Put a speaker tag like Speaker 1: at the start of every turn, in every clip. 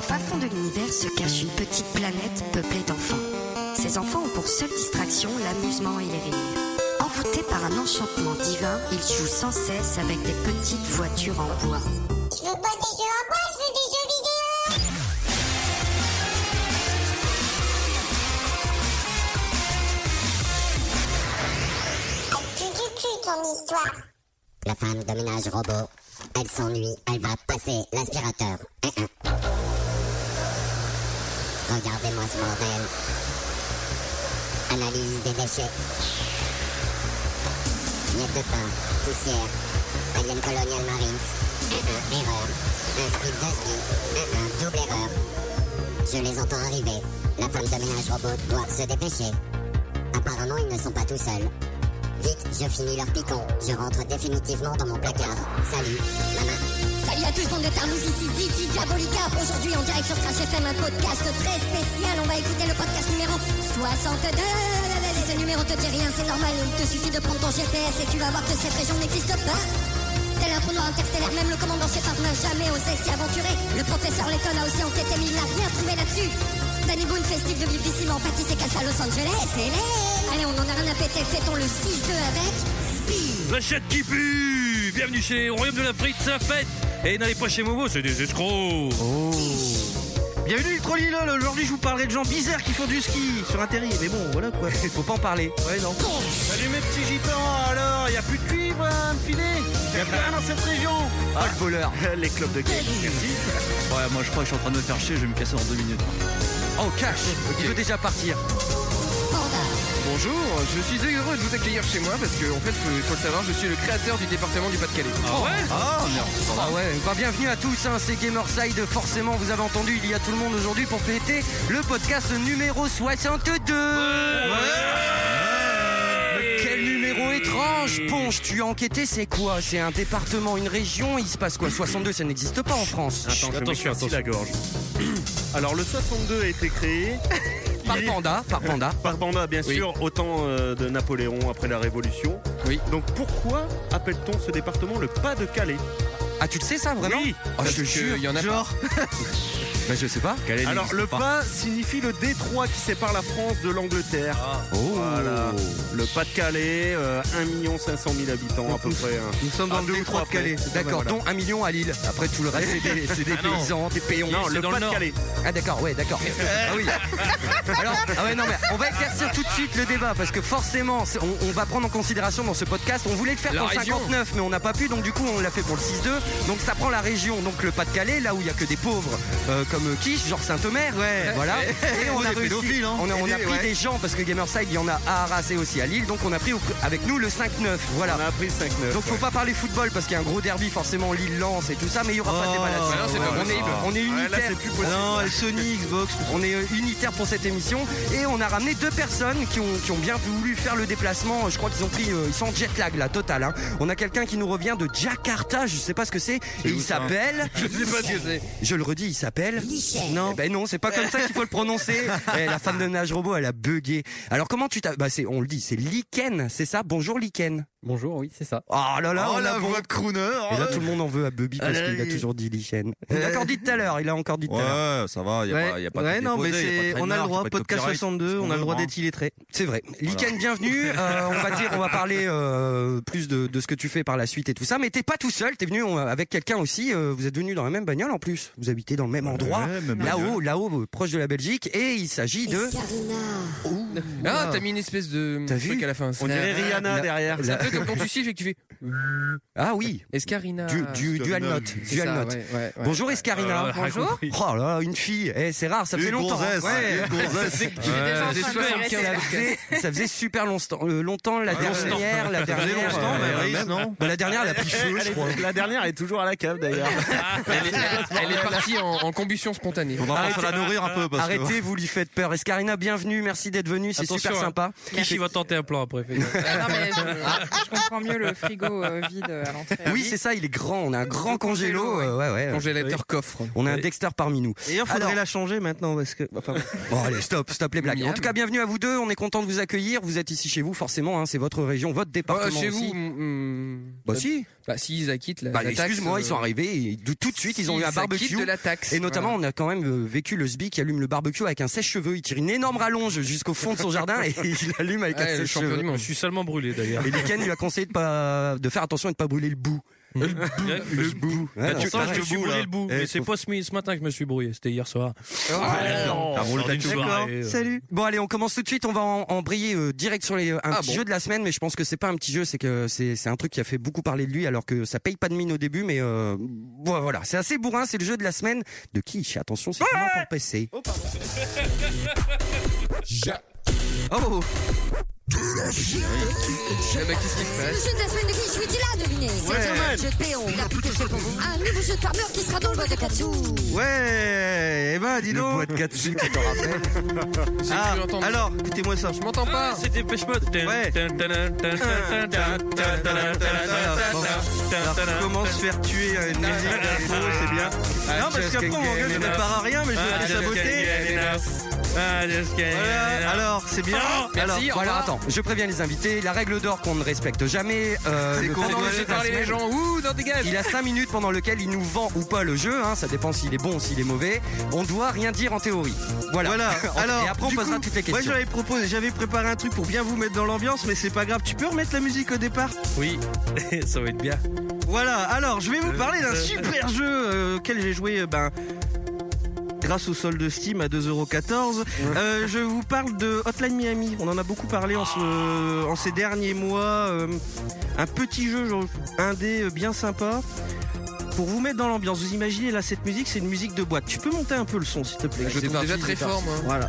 Speaker 1: fin fond de l'univers se cache une petite planète peuplée d'enfants. Ces enfants ont pour seule distraction l'amusement et les rires. Envoûtés par un enchantement divin, ils jouent sans cesse avec des petites voitures en bois.
Speaker 2: Je veux pas des jeux en bois, je veux des jeux vidéo T'as plus du cul ton histoire
Speaker 3: La femme de ménage robot, elle s'ennuie, elle va passer l'aspirateur. Hein, hein. Regardez-moi ce bordel. Analyse des déchets. Miettes de pain, poussière, alien colonial marines. Hein, hein, erreur. Un slip de slip. Hein, hein, double erreur. Je les entends arriver. La femme de ménage robot doit se dépêcher. Apparemment, ils ne sont pas tout seuls. Vite, je finis leur picon. Je rentre définitivement dans mon placard. Salut, maman.
Speaker 4: Salut à tous, bande de tarnous, ici Didi Diabolica. Aujourd'hui, en direct sur Crash FM, un podcast très spécial. On va écouter le podcast numéro 62. Si ce numéro te dit rien, c'est normal. Il te suffit de prendre ton GPS et tu vas voir que cette région n'existe pas. Tel un trou noir interstellaire, même le commandant Shepard n'a jamais osé s'y aventurer. Le professeur Letton a aussi enquêté, mais il n'a rien trouvé là-dessus. Danny Boone, festif de vivissime en pâtisse et casse à Los Angeles. Et les- Allez, on en a rien à péter, fait-on le 6-2 avec Speed.
Speaker 5: La chatte qui pue Bienvenue chez au Royaume de la Frite, ça fête Et n'allez pas chez Momo, c'est des escrocs
Speaker 6: Bienvenue Ultralilol, aujourd'hui je vous parlerai de gens bizarres qui font du ski sur un terri, mais bon voilà quoi, faut pas en parler, ouais non. Salut mes petits gitans, alors y a plus de cuivre, un filet Y a plus rien dans cette région Ah le voleur Les clubs de gay
Speaker 7: Ouais, moi je crois que je suis en train de me faire chier, je vais me casser dans deux minutes.
Speaker 6: Oh cash, il veut déjà partir
Speaker 8: Bonjour, je suis heureux de vous accueillir chez moi parce que en fait, faut, faut le savoir, je suis le créateur du département du Pas-de-Calais.
Speaker 5: Ah ouais
Speaker 6: Oh Ah ouais, bah bienvenue à tous, hein, c'est Gamerside, forcément vous avez entendu, il y a tout le monde aujourd'hui pour fêter le podcast numéro 62 Quel numéro étrange Ponche, tu as enquêté, c'est quoi C'est un département, une région, il se passe quoi 62, ça n'existe pas en France
Speaker 5: Attends, je me suis assis la gorge.
Speaker 9: Alors le 62 a été créé
Speaker 6: Par
Speaker 9: il est-
Speaker 6: panda, par panda.
Speaker 9: par Banda, bien
Speaker 8: Oui.
Speaker 9: sûr, au temps euh, de Napoléon après la Révolution.
Speaker 8: Oui.
Speaker 9: Donc pourquoi appelle-t-on ce département le Pas-de-Calais
Speaker 6: Ah tu le sais ça vraiment
Speaker 9: Oui,
Speaker 6: Oh,
Speaker 8: parce
Speaker 6: je te
Speaker 8: que
Speaker 6: jure,
Speaker 8: il y en a
Speaker 6: genre. bah je sais pas.
Speaker 9: Alors le Pas signifie le détroit qui sépare la France de l'Angleterre.
Speaker 6: Oh.
Speaker 9: Voilà. Le Pas-de-Calais, euh, 1 500 000 habitants à peu près. hein.
Speaker 6: Nous sommes
Speaker 9: dans le détroit de Calais.
Speaker 6: D'accord,
Speaker 9: Voilà.
Speaker 6: dont un million à Lille. Après tout le reste, c'est des, c'est des
Speaker 5: Ah non.
Speaker 6: paysans, des péons.
Speaker 9: Non,
Speaker 5: c'est
Speaker 9: le
Speaker 5: dans le Nord.
Speaker 9: Pas-de-Calais.
Speaker 6: Ah d'accord, ouais, d'accord. Ah oui. Alors, ah ouais, non mais on va éclaircir tout de suite le débat parce que forcément, c'est- on, on va prendre en considération dans ce podcast. On voulait le faire
Speaker 8: La
Speaker 6: pour le
Speaker 8: région.
Speaker 6: 59, mais on n'a pas pu, donc du coup, on l'a fait pour le 6-2. Donc ça prend la région, donc le Pas-de-Calais, là où il y a que des pauvres euh, comme Quiche, genre Saint-Omer, voilà. Et on
Speaker 8: Des
Speaker 6: a réussi.
Speaker 8: pédophiles, hein.
Speaker 6: On a, on a
Speaker 8: Aidez,
Speaker 6: pris
Speaker 8: ouais.
Speaker 6: des gens parce que Gamerside, il y en a à Arras et aussi à Lille, donc on a pris au- avec nous le 5-9. Voilà.
Speaker 9: On a appris 5-9.
Speaker 6: Donc faut
Speaker 9: ouais.
Speaker 6: pas parler football parce qu'il y a un gros derby forcément Lille Lens et tout ça mais il y aura pas de débat
Speaker 8: ouais, non,
Speaker 6: là-dessus.
Speaker 8: c'est pas
Speaker 6: on, est,
Speaker 8: possible.
Speaker 6: on est
Speaker 9: Ouais, là,
Speaker 6: unitaire. Ah
Speaker 9: c'est plus possible.
Speaker 6: non, Sony Xbox, on est euh, unitaire pour cette émission et on a ramené deux personnes qui ont, qui ont bien voulu faire le déplacement. Je crois qu'ils ont pris euh, ils sont en jet lag là total hein. On a quelqu'un qui nous revient de Jakarta, je sais pas ce que c'est et il s'appelle Je sais pas ce que c'est. Je le redis, il s'appelle Non, ben non, c'est pas comme ça qu'il faut le prononcer. Eh, la femme de nage robot, elle a bugué. Alors comment tu t'as bah c'est on le dit, c'est Liken, c'est ça Bonjour Liken.
Speaker 10: Bonjour, oui, c'est ça.
Speaker 6: Oh là là, on a bon-
Speaker 8: de crooner
Speaker 6: et oh là, tout le monde en veut à Bubby parce
Speaker 8: Ah là
Speaker 6: qu'il a
Speaker 8: là.
Speaker 6: toujours dit Lichen. Il l'a encore dit tout à l'heure, il a encore dit tout à l'heure.
Speaker 7: Ouais, ça va, y a pas, y a pas de
Speaker 6: ouais,
Speaker 7: déposé,
Speaker 6: non, mais
Speaker 7: y a pas de
Speaker 6: c'est-
Speaker 7: trademark,
Speaker 6: on a le droit,
Speaker 7: y pas de
Speaker 6: podcast
Speaker 7: copyright,
Speaker 6: 62,
Speaker 7: ce qu'on
Speaker 6: on a le droit
Speaker 7: veut,
Speaker 6: d'être illettré. C'est vrai. Lichen, bienvenue. Euh, on va dire, on va parler euh, plus de, de ce que tu fais par la suite et tout ça. Mais t'es pas tout seul, t'es venu on- avec quelqu'un aussi. euh, vous êtes venu dans la même bagnole en plus. Vous habitez dans le même endroit, là-haut, là-haut, euh, proche de la Belgique. Et il s'agit de
Speaker 1: Escarina.
Speaker 8: Ah, t'as mis une espèce de
Speaker 6: T'as
Speaker 8: truc
Speaker 6: vu
Speaker 8: à la fin.
Speaker 9: On dirait Rihanna derrière.
Speaker 8: C'est un peu comme quand tu siffles et que tu fais
Speaker 6: ah oui,
Speaker 8: Escarina.
Speaker 6: du, du dual note,
Speaker 8: C'est
Speaker 6: dual
Speaker 8: ça,
Speaker 6: note.
Speaker 8: ouais, ouais, ouais.
Speaker 6: Bonjour Escarina.
Speaker 5: Euh, Bonjour.
Speaker 6: Oh là, là, une fille. Eh, c'est rare, ça fait longtemps. hein. Ouais.
Speaker 8: déjà en train de me
Speaker 6: Ça faisait, ça faisait super longtemps, euh, longtemps la dernière, la dernière,
Speaker 7: longtemps, mais Riz, non
Speaker 6: Bah, la dernière, elle a pris feu, je crois.
Speaker 9: La dernière est toujours à la cave d'ailleurs.
Speaker 8: Elle est, elle est partie en, en combustion spontanée.
Speaker 7: On va falloir la nourrir un peu parce que.
Speaker 6: Arrêtez, vous lui faites peur. Escarina, bienvenue, merci d'être venue, c'est
Speaker 5: Attention,
Speaker 6: super
Speaker 5: hein.
Speaker 6: sympa.
Speaker 5: Qui va tenter un plan après
Speaker 11: Ah non, mais je, je comprends mieux le frigo euh, vide euh, à l'entrée.
Speaker 6: Oui, c'est ça, il est grand, on a un grand congélo, euh, ouais, ouais, ouais.
Speaker 8: Congélateur coffre.
Speaker 6: On a un Dexter parmi nous.
Speaker 10: D'ailleurs,
Speaker 6: faudrait
Speaker 10: la changer maintenant parce que.
Speaker 6: Bon allez, stop, stop les blagues. En
Speaker 8: Miam.
Speaker 6: tout cas, bienvenue à vous deux, on est content
Speaker 10: Oh,
Speaker 6: de vous accueillir. Vous êtes ici chez vous, forcément, hein, c'est votre région, votre département
Speaker 8: Ah, chez
Speaker 6: aussi.
Speaker 8: vous, mm, mm,
Speaker 6: Bah si,
Speaker 10: Bah, s'ils acquittent la,
Speaker 6: Bah,
Speaker 10: la taxe,
Speaker 6: excuse-moi, ils sont
Speaker 10: euh,
Speaker 6: arrivés et de- tout de suite ils ont
Speaker 10: S'ils
Speaker 6: eu un
Speaker 10: s'acquittent
Speaker 6: barbecue.
Speaker 10: de la taxe,
Speaker 6: et notamment,
Speaker 10: voilà.
Speaker 6: on a quand même euh, vécu le sbi qui allume le barbecue avec un sèche-cheveux. Il tire une énorme rallonge jusqu'au fond de son jardin et il allume
Speaker 5: Ah,
Speaker 6: avec un sèche-cheveux.
Speaker 5: Je suis seulement brûlé d'ailleurs.
Speaker 6: Et Liken lui a conseillé de pas de faire attention et de pas brûler le bout. Le bout, le bout. Ouais,
Speaker 5: Bah, tu sens
Speaker 6: non,
Speaker 5: que
Speaker 6: pareil.
Speaker 5: je me suis brûlé le bout.
Speaker 6: Eh,
Speaker 5: Mais c'est pas ce mi- ce matin que je me suis brouillé, c'était hier soir.
Speaker 6: Ah, non. D'accord. Salut. Bon allez, euh. on commence tout de suite. On va en, en briller euh, direct sur les, un
Speaker 5: Ah,
Speaker 6: petit
Speaker 5: bon.
Speaker 6: jeu de la semaine, mais je pense que c'est pas un petit jeu, c'est que c'est c'est un truc qui a fait beaucoup parler de lui, alors que ça paye pas de mine au début, mais euh, bon, voilà, c'est assez bourrin. C'est le jeu de la semaine de qui Attention, c'est vraiment pour passer. Oh.
Speaker 8: Ah, bah, qu'est-ce qui se
Speaker 4: Le
Speaker 8: passe
Speaker 4: jeu de la semaine de qui Je suis là, devinez.
Speaker 8: Ouais.
Speaker 4: C'est un jeu de péon. La petite pour vous. Un nouveau jeu de farmeur qui sera dans le bois de Katsu.
Speaker 9: Ouais, eh ben dis donc. Le bois de 4 tu te rappelles. Ah, alors, écoutez-moi ça. Je m'entends
Speaker 12: Ah,
Speaker 9: pas.
Speaker 5: C'est Dépêche Mode.
Speaker 9: Ouais. Ah. Alors, tu commences à faire tuer à une musique
Speaker 12: Ah,
Speaker 9: à l'épaule, c'est bien. Non, parce qu'après, on m'engueule, je ne prépare à rien,
Speaker 12: Ah,
Speaker 9: mais je me fais saboter. Voilà, alors, c'est bien.
Speaker 6: alors, bon, alors, attends, je préviens les invités, la règle d'or qu'on ne respecte jamais. Euh,
Speaker 8: C'est
Speaker 6: le
Speaker 8: qu'on
Speaker 6: pendant
Speaker 8: doit
Speaker 6: le
Speaker 8: laisser
Speaker 6: jeu de la
Speaker 8: parler les
Speaker 6: semaine,
Speaker 8: gens. Ouh, non, dégage.
Speaker 6: Il a 5 minutes pendant lequel il nous vend ou pas le jeu, hein, ça dépend s'il est bon ou s'il est mauvais. On doit rien dire en théorie. Voilà.
Speaker 9: Alors,
Speaker 6: et après on
Speaker 9: du
Speaker 6: posera
Speaker 9: coup,
Speaker 6: toutes les
Speaker 9: Moi,
Speaker 6: questions.
Speaker 9: j'avais proposé, j'avais préparé un truc pour bien vous mettre dans l'ambiance, mais c'est pas grave. Tu peux remettre la musique au départ
Speaker 5: Oui, ça va être bien.
Speaker 9: Voilà. Alors, je vais vous parler d'un super jeu euh, auquel j'ai joué, euh, ben. Grâce au solde Steam à 2,14€, Euh, je vous parle de Hotline Miami. On en a beaucoup parlé en, ce- en ces derniers mois. Euh, un petit jeu genre, indé euh, bien sympa. Pour vous mettre dans l'ambiance, vous imaginez là cette musique, c'est une musique de boîte. Tu peux monter un peu le son s'il te plaît.
Speaker 8: Je
Speaker 9: C'est
Speaker 8: tombe déjà
Speaker 9: parti,
Speaker 8: très
Speaker 9: c'est
Speaker 8: fort,
Speaker 9: parti.
Speaker 8: moi.
Speaker 9: Voilà.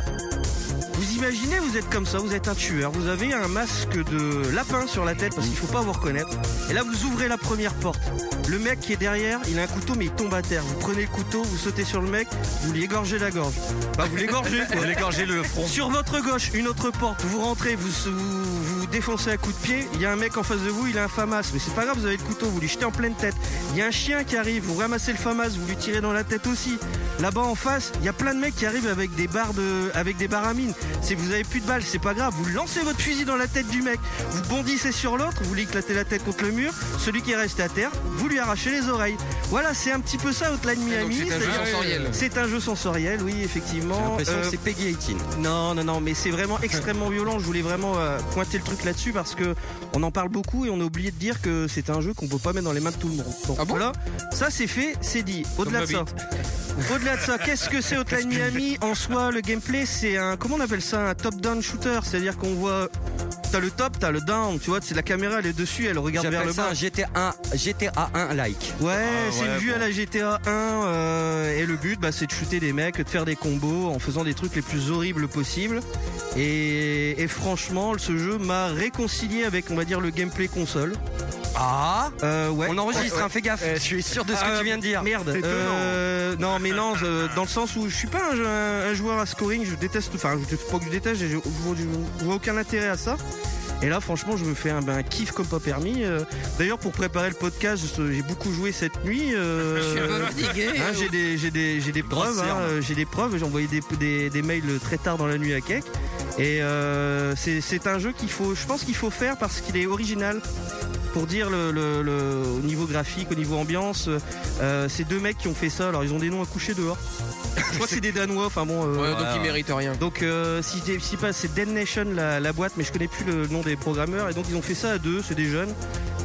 Speaker 9: Vous imaginez, vous êtes comme ça, vous êtes un tueur, vous avez un masque de lapin sur la tête parce qu'il faut pas vous reconnaître. Et là, vous ouvrez la première porte. Le mec qui est derrière, il a un couteau mais il tombe à terre. Vous prenez le couteau, vous sautez sur le mec, vous lui égorgez la gorge. Enfin, vous l'égorgez. quoi.
Speaker 8: Vous l'égorgez le front.
Speaker 9: Sur votre gauche, une autre porte. Vous rentrez, vous vous, vous défoncez à coups de pied. Il y a un mec en face de vous, il a un famas, mais c'est pas grave, vous avez le couteau, vous lui jetez en pleine tête. Il y a un chien qui arrive, vous ramassez le famas, vous lui tirez dans la tête aussi. Là-bas en face, il y a plein de mecs qui arrivent avec des barres de, avec des barres à mine. Si vous avez plus de balles, c'est pas grave. Vous lancez votre fusil dans la tête du mec. Vous bondissez sur l'autre, vous lui éclatez la tête contre le mur. Celui qui est resté à terre, vous lui arrachez les oreilles. Voilà, c'est un petit peu ça, Outline Miami.
Speaker 8: c'est un jeu sensoriel.
Speaker 9: C'est un jeu sensoriel, oui, effectivement. Euh,
Speaker 6: J'ai l'impression que c'est
Speaker 9: Peggy 18. Non, non, non, mais c'est vraiment extrêmement violent. Je voulais vraiment euh, pointer le truc là-dessus parce que on en parle beaucoup et on a oublié de dire que c'est un jeu qu'on peut pas mettre dans les mains de tout le monde. Donc voilà, ça c'est fait, c'est dit. Au-delà de
Speaker 8: Comme
Speaker 9: ça.
Speaker 8: ma
Speaker 9: Au-delà de ça, qu'est-ce que c'est Hotline Miami En soi, le gameplay, c'est un comment on appelle ça Un top-down shooter, c'est-à-dire qu'on voit t'as le top, t'as le down, tu vois, c'est la caméra elle est dessus, elle regarde vers
Speaker 6: J'appelle
Speaker 9: le
Speaker 6: ça
Speaker 9: bas.
Speaker 6: un GTA 1, GTA 1 like. Ah,
Speaker 9: Ouais, c'est une vue à la GTA 1 euh, et le but bah, c'est de shooter des mecs, de faire des combos en faisant des trucs les plus horribles possibles. Et, et franchement, ce jeu m'a réconcilié avec on va dire le gameplay console. Euh,
Speaker 6: Ah
Speaker 9: ouais. Euh, ah,
Speaker 6: On enregistre, hein, fais gaffe. Je suis sûr de ce que tu viens de dire.
Speaker 9: Merde.
Speaker 6: C'est
Speaker 9: Euh, non mais non, euh, dans le sens où je suis pas un, jeu- un- un joueur à scoring, je déteste, enfin je pas que je déteste, je, je vois du- je vois aucun intérêt à ça. Et là, franchement, je me fais un, ben, un kiff comme pas permis. Euh, D'ailleurs, pour préparer le podcast, je- j'ai beaucoup joué cette nuit. euh,
Speaker 8: Je suis un peu fatigué.
Speaker 9: hein, j'ai des, j'ai des, j'ai des preuves.
Speaker 8: serre,
Speaker 9: hein,
Speaker 8: là.
Speaker 9: euh, j'ai des preuves. J'ai envoyé des, des, des mails très tard dans la nuit à Keck. Et euh, c'est c'est un jeu qu'il faut, je pense qu'il faut faire parce qu'il est original. Pour dire le, le- le- au niveau graphique, au niveau ambiance, euh, ces deux mecs qui ont fait ça, alors ils ont des noms à coucher dehors. Je crois que c'est des Danois, enfin bon. euh,
Speaker 8: Ouais, donc ils méritent rien.
Speaker 9: donc euh, si je dis- si pas c'est Dead Nation la, la boîte mais je connais plus le nom des programmeurs et donc ils ont fait ça à deux, c'est des jeunes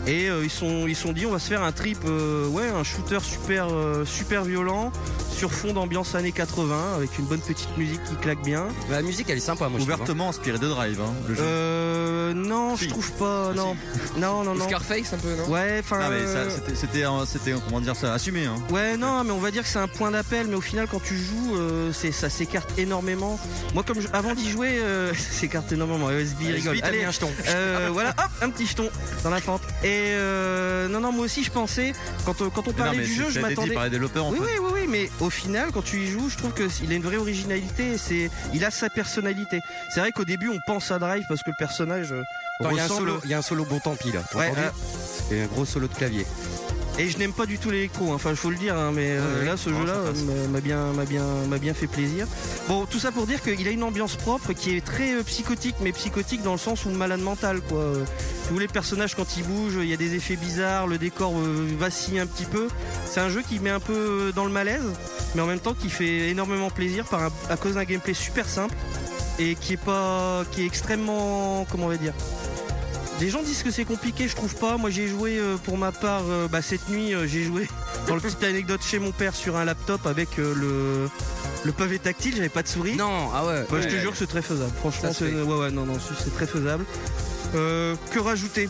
Speaker 9: et euh, ils sont ils sont dit on va se faire un trip euh, ouais un shooter super euh, super violent sur fond d'ambiance années 80 avec une bonne petite musique qui claque bien.
Speaker 6: La musique elle est sympa moi.
Speaker 7: Ouvertement inspiré de Drive, hein, le jeu.
Speaker 9: Euh non, je trouve pas non. Non non non.
Speaker 8: Scarface un peu, non
Speaker 9: Ouais, enfin
Speaker 7: Ah, mais ça,
Speaker 9: euh,
Speaker 7: c'était- c'était, un- c'était, comment dire ça, assumé, hein.
Speaker 9: Ouais, non, mais on va dire que c'est un point d'appel, mais au final, quand tu joues, euh, c'est, ça s'écarte énormément. Moi, comme je- avant d'y jouer, euh, s'écarte énormément. ESB
Speaker 6: Allez,
Speaker 9: rigole.
Speaker 6: vite, t'as mis un jeton.
Speaker 9: euh, voilà, hop, un petit jeton dans la fente. Et euh, non, non, moi aussi, je pensais quand euh, quand
Speaker 7: Mais
Speaker 9: on
Speaker 7: non,
Speaker 9: parlait
Speaker 7: mais
Speaker 9: du
Speaker 7: c'est-
Speaker 9: jeu,
Speaker 7: ça a
Speaker 9: je
Speaker 7: été dit
Speaker 9: m'attendais.
Speaker 7: par les développeurs, en
Speaker 9: oui,
Speaker 7: fait.
Speaker 9: oui, oui, oui, mais au final, quand tu y joues, je trouve que il a une vraie originalité. et C'est, il a sa personnalité. C'est vrai qu'au début, on pense à Drive parce que le personnage. euh,
Speaker 6: Attends, Il y a un
Speaker 9: ressemble-
Speaker 6: solo, il y a un solo bon tant pis là. t'as
Speaker 9: Ouais,
Speaker 6: entendu
Speaker 9: euh,
Speaker 6: Et un gros solo de clavier.
Speaker 9: Et je n'aime pas du tout l'électro, hein. enfin, il faut le dire, hein, mais euh,
Speaker 10: Ouais,
Speaker 9: là, ce
Speaker 10: ouais,
Speaker 9: jeu-là
Speaker 10: ça passe.
Speaker 9: euh, m'a bien, m'a bien, m'a bien fait plaisir. Bon, tout ça pour dire qu'il a une ambiance propre qui est très euh, psychotique, mais psychotique dans le sens où malade mental, quoi. Euh, Tous les personnages, quand ils bougent, il y a des effets bizarres, le décor euh, vacille un petit peu. C'est un jeu qui met un peu euh, dans le malaise, mais en même temps qui fait énormément plaisir par un- à cause d'un gameplay super simple et qui est pas, qui est extrêmement, comment on va dire, les gens disent que c'est compliqué, je trouve pas. Moi j'ai joué euh, pour ma part euh, bah, cette nuit, euh, j'ai joué dans le petite anecdote chez mon père sur un laptop avec euh, le le pavé tactile, j'avais pas de souris.
Speaker 6: Non, ah ouais.
Speaker 9: Moi je
Speaker 6: Ouais,
Speaker 9: te
Speaker 6: ouais.
Speaker 9: jure que c'est très faisable. Franchement,
Speaker 6: Ça se
Speaker 9: c'est-
Speaker 6: fait.
Speaker 9: ouais ouais non non, c'est c'est très faisable. Euh, que rajouter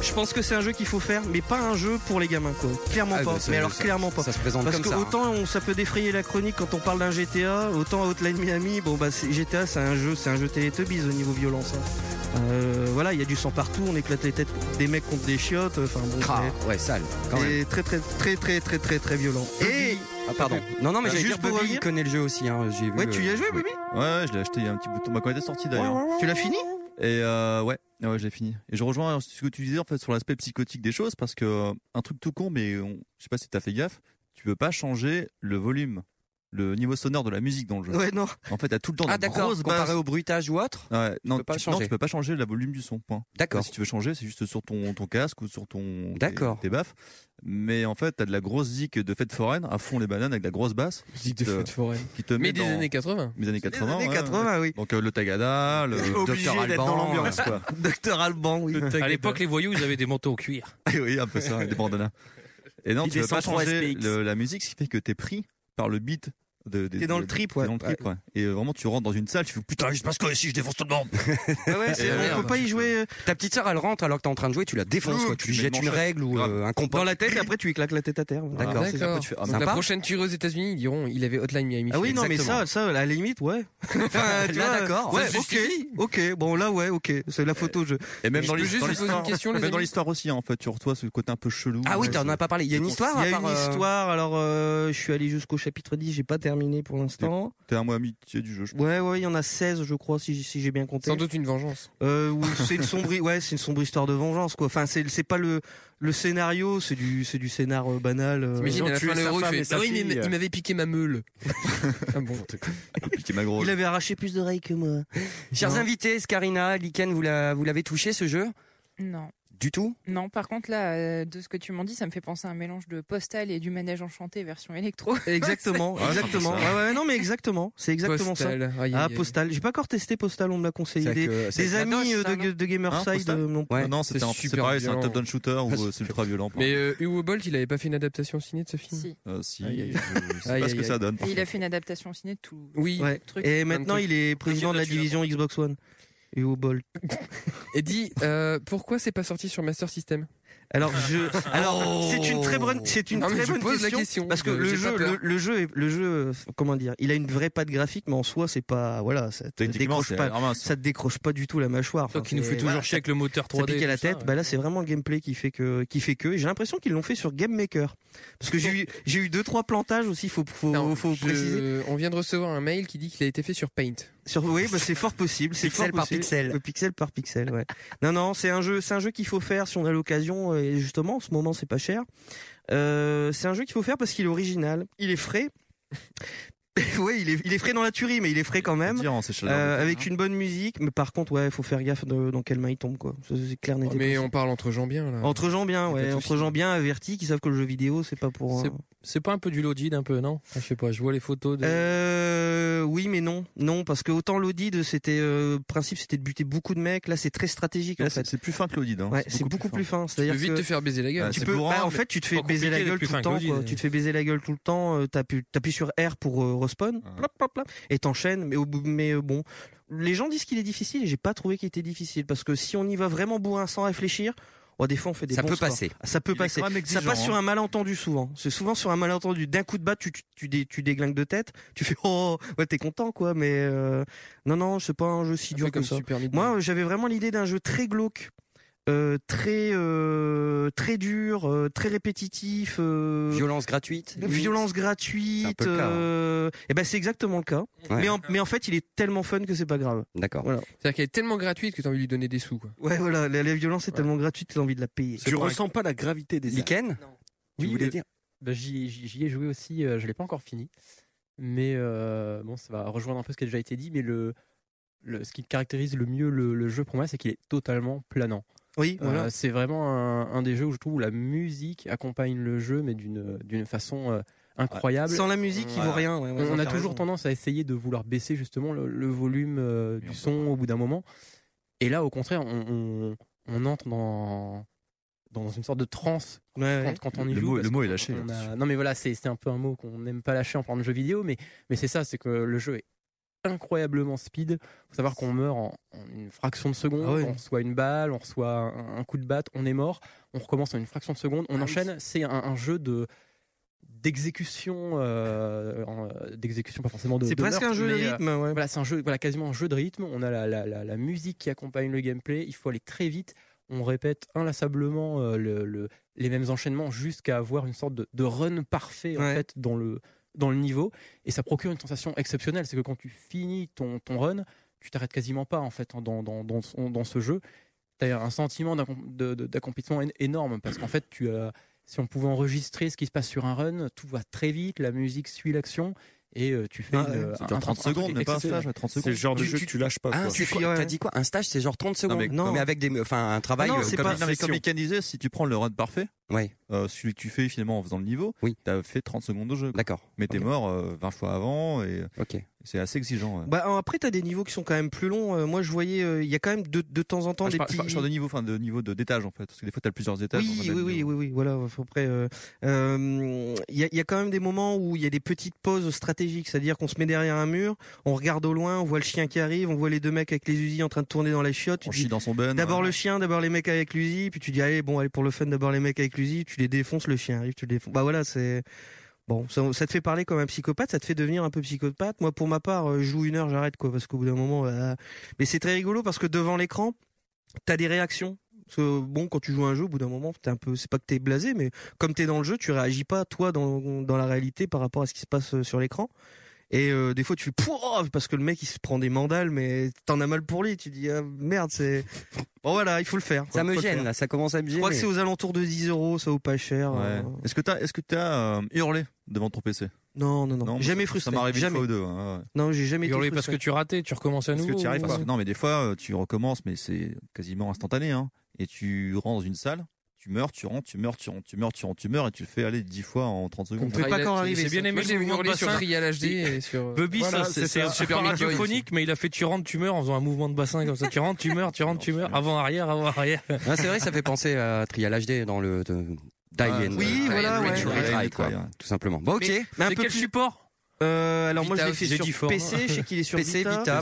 Speaker 9: Je pense que c'est un jeu qu'il faut faire, mais pas un jeu pour les gamins quoi. Clairement
Speaker 6: Ah,
Speaker 9: pas.
Speaker 6: bah, ça-
Speaker 9: mais alors
Speaker 6: ça-
Speaker 9: clairement pas.
Speaker 6: ça se présente
Speaker 9: Parce
Speaker 6: comme
Speaker 9: que
Speaker 6: ça, hein.
Speaker 9: autant on, ça peut défrayer la chronique quand on parle d'un GTA, autant Outline Miami, bon bah c'est- GTA c'est un jeu, c'est un jeu Teletubbies au niveau violence. hein. Euh, voilà, il y a du sang partout, on éclate les têtes des mecs contre des chiottes, enfin bon. c'est-
Speaker 6: ouais, sale. Ah, Quand
Speaker 9: c'est
Speaker 6: même.
Speaker 9: très très très très très très très violent. euh, Et
Speaker 6: Ah, pardon. Non,
Speaker 9: Bah,
Speaker 6: non, mais j'allais dire, Bobby, il connaît le jeu aussi. Hein. J'ai vu,
Speaker 9: Ouais, tu y
Speaker 6: euh,
Speaker 9: as joué,
Speaker 6: oui.
Speaker 9: Bibi
Speaker 7: Ouais, ouais, je l'ai acheté il y a un petit bout de temps. Bah, quand il était sorti d'ailleurs.
Speaker 9: Tu l'as fini
Speaker 7: Et euh, ouais, ouais, je l'ai fini. Et je rejoins ce que tu disais en fait sur l'aspect psychotique des choses parce que euh, un truc tout con, mais on- je sais pas si t'as fait gaffe, tu peux pas changer le volume, le niveau sonore de la musique dans le jeu.
Speaker 9: Ouais, non.
Speaker 7: En fait, t'as tout le temps
Speaker 6: Ah,
Speaker 7: des
Speaker 6: d'accord.
Speaker 7: grosses
Speaker 9: Bah,
Speaker 6: Comparé
Speaker 7: basses.
Speaker 6: au bruitage ou autre
Speaker 7: Ouais, non,
Speaker 6: peux pas
Speaker 7: tu,
Speaker 6: changer.
Speaker 7: non, tu peux pas changer le volume du son, point.
Speaker 6: D'accord.
Speaker 7: Mais Si tu veux changer, c'est juste sur ton, ton casque ou sur ton tes-
Speaker 6: D'accord.
Speaker 7: tes baffes. Mais en fait, t'as de la grosse zik de fête foraine à fond les bananes avec de la grosse basse.
Speaker 12: Zik de fête foraine.
Speaker 7: Qui te
Speaker 12: Mais
Speaker 7: met
Speaker 12: des
Speaker 7: dans-
Speaker 12: années 80.
Speaker 7: Mes années 80.
Speaker 12: années
Speaker 7: ouais.
Speaker 12: 80,
Speaker 9: oui.
Speaker 7: Donc euh, le Tagada, le
Speaker 12: Obligé
Speaker 7: Dr
Speaker 12: d'être
Speaker 7: Alban,
Speaker 12: dans l'ambiance,
Speaker 7: euh,
Speaker 12: quoi.
Speaker 9: Docteur Alban, oui.
Speaker 5: À l'époque, les voyous, ils avaient des manteaux en cuir.
Speaker 7: oui, un peu ça, des bandanas. Et non,
Speaker 5: Il
Speaker 7: tu peux pas
Speaker 5: descend trois
Speaker 7: changer
Speaker 5: SPX.
Speaker 7: le- la musique, ce qui fait que t'es pris par le beat. De,
Speaker 9: T'es dans le trip, ouais.
Speaker 7: Dans le trip, ouais. Et euh, vraiment, tu rentres dans une salle, tu fais putain, il se passe quoi ici, je défonce tout le monde.
Speaker 9: ouais, c'est- on peut pas y jouer.
Speaker 6: euh, Ta petite sœur, elle rentre alors que t'es en train de jouer, tu la défonces,
Speaker 7: Ouh,
Speaker 6: quoi. Tu
Speaker 7: tu
Speaker 6: lui
Speaker 7: mets
Speaker 6: jettes
Speaker 7: une
Speaker 6: une
Speaker 7: manchette.
Speaker 6: règle ou euh, un compas.
Speaker 9: Dans la tête, et après tu éclates la tête à terre.
Speaker 6: D'accord.
Speaker 12: D'accord.
Speaker 6: C'est- après, tu
Speaker 9: oh,
Speaker 6: fais- ah,
Speaker 12: Donc
Speaker 6: sympa.
Speaker 12: la prochaine tueuse États-Unis ils diront il avait Hotline Miami.
Speaker 9: Ah oui, non, mais ça, ça, à la limite, ouais. Enfin, tu
Speaker 12: Là,
Speaker 9: vois,
Speaker 12: d'accord.
Speaker 9: Ouais,
Speaker 12: Ça se
Speaker 9: ok. Ok, bon, là, ouais, ok. C'est la photo, je.
Speaker 7: Et même dans
Speaker 9: Je peux
Speaker 7: l'histoire-
Speaker 9: juste
Speaker 7: dans
Speaker 9: vous poser une
Speaker 7: l'histoire,
Speaker 9: question, les
Speaker 7: même dans
Speaker 9: amis
Speaker 7: l'histoire aussi, hein, en fait, tu reçois ce côté un peu chelou.
Speaker 9: Ah oui,
Speaker 7: euh,
Speaker 9: t'en as pas parlé. Il y a une
Speaker 7: de-
Speaker 9: histoire, à
Speaker 6: Il y a
Speaker 9: part,
Speaker 6: une
Speaker 9: euh,
Speaker 6: histoire.
Speaker 9: Alors, euh, je suis allé jusqu'au chapitre 10, j'ai pas terminé pour l'instant.
Speaker 7: T'es un mois amitié du jeu, je
Speaker 9: Ouais, ouais, il y en a 16, je crois, si, j'ai- si j'ai bien compté.
Speaker 12: Sans doute une vengeance.
Speaker 9: Euh, oui, c'est une sombre, ouais, c'est une sombre histoire de vengeance, quoi. Enfin, c'est, c'est pas le, le scénario, c'est du, c'est du scénar euh, banal. euh.
Speaker 12: T'imagines, à la fin, l'euro, il fait, Ah oui, mais il m'a- il m'avait piqué ma meule. ah bon.
Speaker 7: piqué ma grosse.
Speaker 9: Il avait arraché plus d'oreilles que moi.
Speaker 6: Chers invités, Scarina, Liken, vous la- vous l'avez touché ce jeu
Speaker 11: Non.
Speaker 6: Du tout
Speaker 11: Non, par contre, là, euh, de ce que tu m'en dis, ça me fait penser à un mélange de Postal et du Manège Enchanté version électro.
Speaker 9: Exactement,
Speaker 11: C'est-
Speaker 9: exactement. Ouais, ouais, non, mais exactement. C'est exactement
Speaker 12: Postal,
Speaker 9: ça.
Speaker 12: aïe, aïe,
Speaker 9: ah,
Speaker 12: aïe.
Speaker 9: Postal. J'ai pas encore testé Postal, on me l'a conseillé.
Speaker 7: C'est
Speaker 9: Des,
Speaker 7: avec, euh, c'est
Speaker 9: des
Speaker 7: avec
Speaker 9: amis
Speaker 7: Mados,
Speaker 9: euh,
Speaker 7: ça,
Speaker 9: de, de
Speaker 7: Hein,
Speaker 9: Gamerside
Speaker 7: Postal
Speaker 9: euh, m'ont-
Speaker 7: Non, non, c'était un- c'est
Speaker 12: super
Speaker 7: pareil, c'est un
Speaker 12: violent.
Speaker 7: top-down shooter où euh, c'est ultra violent.
Speaker 9: Oh.
Speaker 7: par
Speaker 12: Mais euh, Uwe Bolt, il avait pas fait une adaptation ciné de ce film
Speaker 9: Ah,
Speaker 7: Euh, si,
Speaker 12: Aïe, aïe,
Speaker 7: je
Speaker 12: aïe.
Speaker 7: sais pas ce que ça donne.
Speaker 11: Et il a fait une adaptation ciné de tout.
Speaker 12: Oui.
Speaker 9: Ouais.
Speaker 11: truc,
Speaker 9: Et
Speaker 11: plein de
Speaker 9: maintenant,
Speaker 11: trucs.
Speaker 9: il est président de la division Xbox One. Et au bol.
Speaker 12: Et dit, euh, pourquoi c'est pas sorti sur Master System
Speaker 9: Alors je, alors
Speaker 7: Oh.
Speaker 9: c'est une très bonne, c'est une
Speaker 12: Non, mais
Speaker 9: très
Speaker 12: je
Speaker 9: bonne
Speaker 12: pose la question,
Speaker 9: question, parce que
Speaker 12: euh,
Speaker 9: le
Speaker 12: j'ai pas
Speaker 9: jeu,
Speaker 12: peur.
Speaker 9: le, le jeu, est, le jeu, euh, comment dire, il a une vraie patte graphique, mais en soi c'est pas, voilà, ça te
Speaker 5: Techniquement,
Speaker 9: décroche
Speaker 5: c'est
Speaker 9: pas,
Speaker 5: vraiment
Speaker 9: ça te décroche pas du tout la mâchoire.
Speaker 5: Toi
Speaker 9: Enfin,
Speaker 5: qui nous
Speaker 9: c'est-
Speaker 5: fais toujours
Speaker 9: voilà,
Speaker 5: chier avec le moteur
Speaker 9: ça
Speaker 5: 3D.
Speaker 9: pique à la
Speaker 5: tout ça,
Speaker 9: tête.
Speaker 5: ouais.
Speaker 9: Bah là, c'est vraiment le gameplay qui fait que, qui fait que. Et J'ai l'impression qu'ils l'ont fait sur Game Maker, parce que j'ai eu, j'ai eu deux trois plantages aussi. Faut, faut, faut
Speaker 12: Je-
Speaker 9: préciser.
Speaker 12: On vient de recevoir un mail qui dit qu'il a été fait sur Paint.
Speaker 9: Sur, oui, bah, c'est fort possible. C'est
Speaker 12: Pixel
Speaker 9: fort
Speaker 12: par
Speaker 9: possible.
Speaker 12: pixel.
Speaker 9: Euh, pixel par pixel, ouais. non, non, c'est un jeu, c'est un jeu qu'il faut faire si on a l'occasion. euh, Et justement, en ce moment, c'est pas cher. Euh, c'est un jeu qu'il faut faire parce qu'il est original, il est frais. ouais, il est, il est frais dans la tuerie, mais il est frais quand même. Euh,
Speaker 12: hein.
Speaker 9: avec une bonne musique, mais par contre, ouais, faut faire gaffe de- dans quelle main il tombe, quoi. Ça, C'est clair, net et
Speaker 12: Mais
Speaker 9: précis.
Speaker 12: on parle entre gens bien là.
Speaker 9: Entre gens
Speaker 12: Y
Speaker 9: bien,
Speaker 12: a pas
Speaker 9: ouais,
Speaker 12: de
Speaker 9: entre
Speaker 12: souci.
Speaker 9: gens bien avertis qui savent que le jeu vidéo, c'est pas pour.
Speaker 12: C'est-
Speaker 9: un-
Speaker 12: C'est pas un peu du Logid un peu, non Je sais pas, je vois les photos de.
Speaker 9: Euh, oui, mais non, non, parce que autant l'audid, c'était euh, principe, c'était de buter beaucoup de mecs. Là, c'est très stratégique.
Speaker 7: Là,
Speaker 9: en
Speaker 7: c'est-
Speaker 9: fait.
Speaker 7: c'est plus fin que l'audid. hein.
Speaker 9: Ouais, c'est beaucoup plus fin.
Speaker 12: Tu
Speaker 9: C'est-à-dire
Speaker 12: peux vite
Speaker 9: que
Speaker 12: te faire baiser la gueule.
Speaker 9: tu peux- bah, en fait, tu te fais baiser la gueule tout le temps.
Speaker 12: hein.
Speaker 9: quoi. Tu te fais baiser la gueule tout le temps. euh, T'appuies t'appuies sur R pour euh, respawn, plop, plop, plop, et t'enchaînes. Mais au bout, mais euh, bon, les gens disent qu'il est difficile. et J'ai pas trouvé qu'il était difficile parce que si on y va vraiment bourrin sans réfléchir. oh, des fois, on fait des
Speaker 6: Ça
Speaker 9: bons
Speaker 6: peut
Speaker 9: scores.
Speaker 6: passer.
Speaker 9: Ah, Ça peut
Speaker 6: Il est
Speaker 9: passer.
Speaker 6: quand même
Speaker 9: ça
Speaker 6: exigeant,
Speaker 9: passe sur
Speaker 6: hein.
Speaker 9: un malentendu souvent. C'est souvent sur un malentendu. D'un coup de batte, tu, tu, tu, dé- tu déglingues de tête. Tu fais oh ouais t'es content quoi. Mais euh, non non c'est pas un jeu si dur
Speaker 12: comme
Speaker 9: que ça.
Speaker 12: Super Meat
Speaker 9: Moi euh, j'avais vraiment l'idée d'un jeu très glauque. euh, très euh, très dur, euh, très répétitif, euh,
Speaker 6: Violence gratuite.
Speaker 9: violence gratuite.
Speaker 6: C'est un peu le cas, hein.
Speaker 9: et ben c'est exactement le cas.
Speaker 6: Ouais.
Speaker 9: Mais, en, mais en fait il est tellement fun que c'est pas grave.
Speaker 6: D'accord.
Speaker 9: Voilà.
Speaker 12: C'est-à-dire qu'elle est tellement gratuite que t'as envie de lui donner des sous. Quoi.
Speaker 9: Ouais voilà la, la violence est tellement gratuite que t'as envie de la payer.
Speaker 10: Tu ressens pas la gravité des
Speaker 6: Liken
Speaker 9: tu voulais
Speaker 10: euh,
Speaker 9: dire
Speaker 10: bah, J'y j'y- j'y ai joué aussi, euh, je ne l'ai pas encore fini. Mais euh, bon, ça va rejoindre un peu ce qui a déjà été dit, mais le, le- ce qui caractérise le mieux le, le jeu pour moi, c'est qu'il est totalement planant.
Speaker 9: Oui,
Speaker 10: Euh,
Speaker 9: voilà.
Speaker 10: c'est vraiment un, un des jeux où je trouve où la musique accompagne le jeu, mais d'une d'une façon euh, incroyable.
Speaker 9: Sans la musique, il vaut rien, ouais, ouais,
Speaker 10: on, on
Speaker 9: t'as
Speaker 10: a toujours
Speaker 9: raison.
Speaker 10: tendance à essayer de vouloir baisser justement le, le volume euh, du son au bout d'un moment. Et là, au contraire, on, on- on entre dans, dans une sorte de transe
Speaker 9: Ouais,
Speaker 10: quand, quand
Speaker 9: ouais.
Speaker 10: on y
Speaker 9: Le
Speaker 10: joue.
Speaker 9: mot-
Speaker 10: parce
Speaker 9: le mot est
Speaker 10: qu'on-
Speaker 9: lâché,
Speaker 10: on
Speaker 9: hein,
Speaker 10: a- Non, mais voilà, c'est c'est un peu un mot qu'on n'aime pas lâcher en parlant de jeux vidéo, mais, mais c'est ça, c'est que le jeu est incroyablement speed. faut savoir qu'on meurt en, en une fraction de seconde,
Speaker 9: Ah ouais.
Speaker 10: on reçoit une balle, on reçoit un, un coup de batte, on est mort, on recommence en une fraction de seconde,
Speaker 9: Ah
Speaker 10: on enchaîne. C'est un, un jeu de d'exécution euh, en- d'exécution pas forcément de
Speaker 9: C'est
Speaker 10: de
Speaker 9: presque
Speaker 10: meurtre,
Speaker 9: un jeu de
Speaker 10: mais, euh,
Speaker 9: rythme, ouais.
Speaker 10: voilà c'est un jeu voilà quasiment un jeu de rythme on a la, la, la, la musique qui accompagne le gameplay il faut aller très vite on répète inlassablement euh, le- le- les mêmes enchaînements jusqu'à avoir une sorte de, de run parfait en
Speaker 9: Ouais.
Speaker 10: fait dans le dans le niveau et ça procure une sensation exceptionnelle c'est que quand tu finis ton, ton run tu t'arrêtes quasiment pas en fait hein, dans, dans, dans, ce- dans ce jeu tu as un sentiment d'accom- de- de- d'accomplissement en- énorme parce qu'en fait tu as si on pouvait enregistrer ce qui se passe sur un run tout va très vite la musique suit l'action et euh, tu fais
Speaker 7: Ah
Speaker 10: une,
Speaker 7: ouais,
Speaker 10: euh,
Speaker 7: c'est genre 30
Speaker 10: truc
Speaker 7: secondes, mais pas un
Speaker 10: exceptionnel.
Speaker 7: stage, 30 C'est le genre de jeu que tu lâches pas,
Speaker 9: Ah,
Speaker 7: quoi.
Speaker 9: c'est
Speaker 7: Tu
Speaker 9: quoi
Speaker 7: fais-
Speaker 9: T'as dit quoi Un stage, c'est genre 30 secondes Non, mais, avec des, enfin, un travail.
Speaker 7: non,
Speaker 9: euh,
Speaker 7: c'est
Speaker 9: comme
Speaker 7: pas,
Speaker 9: une
Speaker 7: non, mais comme
Speaker 9: session.
Speaker 7: mécanisé, si tu prends le run parfait, euh, celui que tu fais finalement en faisant le niveau, t'as fait 30 secondes de jeu.
Speaker 9: D'accord.
Speaker 7: Mais t'es mort euh, 20 fois avant et c'est assez exigeant. ouais.
Speaker 9: Bah, alors après, t'as des niveaux qui sont quand même plus longs. Euh, moi, je voyais, euh, il y a quand même de, de temps en temps
Speaker 7: Ah, je,
Speaker 9: des
Speaker 7: par-
Speaker 9: petits.
Speaker 7: je parle de niveau, enfin de niveau de d'étage en fait, parce que des fois t'as plusieurs étages. dans un
Speaker 9: Oui,
Speaker 7: même
Speaker 9: oui, oui, oui, oui, voilà. faut Après, euh, euh, il y, a- il y a quand même des moments où il y a des petites pauses stratégiques, c'est-à-dire qu'on se met derrière un mur, on regarde au loin, on voit le chien qui arrive, on voit les deux mecs avec les usines en train de tourner dans la chiotte. tu
Speaker 7: On
Speaker 9: te
Speaker 7: chie
Speaker 9: dis,
Speaker 7: dans son ben,
Speaker 9: D'abord
Speaker 7: ouais.
Speaker 9: le chien, d'abord les mecs avec l'usine, puis tu dis allez, bon, allez pour le fun, d'abord les mecs avec l'usine, tu les défonces, le chien arrive, tu le défonces. Bah voilà, c'est bon, ça, ça te fait parler comme un psychopathe, ça te fait devenir un peu psychopathe. Moi, pour ma part, euh, je joue une heure, j'arrête quoi, parce qu'au bout d'un moment, euh, mais c'est très rigolo parce que devant l'écran, t'as des réactions. Parce que bon, quand tu joues à un jeu, au bout d'un moment, t'es un peu, c'est pas que t'es blasé, mais comme t'es dans le jeu, tu réagis pas toi dans, dans la réalité par rapport à ce qui se passe euh, sur l'écran. Et euh, des fois, tu fais Pouah parce que le mec il se prend des mandales, mais t'en as mal pour lui. Tu dis Ah, merde, c'est bon voilà, il faut le faire.
Speaker 7: Ça me
Speaker 9: Faut le
Speaker 7: gêne,
Speaker 9: faire.
Speaker 7: là, ça commence à me
Speaker 9: Je crois que
Speaker 7: gêner.
Speaker 9: c'est aux alentours de 10 euros, ça vaut pas cher.
Speaker 7: Ouais.
Speaker 9: euh.
Speaker 7: Est-ce que t'as, est-ce que t'as euh, hurlé devant ton PC
Speaker 9: Non, non, non.
Speaker 7: moi,
Speaker 9: Jamais
Speaker 7: ça-
Speaker 9: frustré.
Speaker 7: Ça m'arrive une
Speaker 9: Jamais.
Speaker 7: fois ou deux. hein, ouais.
Speaker 9: Non, j'ai jamais été
Speaker 12: Hurler parce
Speaker 9: frustré.
Speaker 12: que tu ratais, tu recommences à
Speaker 7: Parce
Speaker 12: nouveau.
Speaker 7: que tu arrives
Speaker 12: ou-
Speaker 7: pas. Non, mais des fois, euh, tu recommences, mais c'est quasiment instantané. Hein. Et tu rentres dans une salle, tu meurs, tu rentres, tu meurs, tu rentres, tu meurs, tu rentres, tu meurs, et tu le fais aller 10 fois en 30 secondes.
Speaker 12: Trial- J'ai bien aimé
Speaker 7: Moi,
Speaker 12: le
Speaker 7: j'ai
Speaker 12: mouvement
Speaker 7: hurlé
Speaker 12: de
Speaker 7: sur
Speaker 12: bassin.
Speaker 7: Trial HD
Speaker 12: Et-
Speaker 7: et sur- euh,
Speaker 12: Bobby,
Speaker 7: Voilà,
Speaker 12: ça,
Speaker 7: c'est
Speaker 12: c'est
Speaker 7: ça.
Speaker 12: c'est pas
Speaker 7: Super Meat Boy,
Speaker 12: radiophonique, mais il a fait tu rentres, tu meurs en faisant un mouvement de bassin comme ça. Tu rentres, tu meurs, tu rentres, tu meurs, avant arrière, avant arrière.
Speaker 6: Ah, c'est vrai, ça fait penser à Trial HD dans le de- Die and
Speaker 12: Ah,
Speaker 6: euh,
Speaker 12: oui,
Speaker 6: Retry,
Speaker 12: voilà, ouais.
Speaker 6: Retry,
Speaker 12: Ouais,
Speaker 6: Retry, quoi, tout simplement. Bon, ok.
Speaker 9: Mais- mais un peu
Speaker 12: quel
Speaker 9: plus-
Speaker 12: support
Speaker 9: Euh, alors moi je
Speaker 12: Vita
Speaker 9: l'ai fait
Speaker 12: aussi, j'ai
Speaker 9: sur
Speaker 12: dit fort. hein.
Speaker 9: PC, je sais qu'il est sur
Speaker 6: PC, Vita,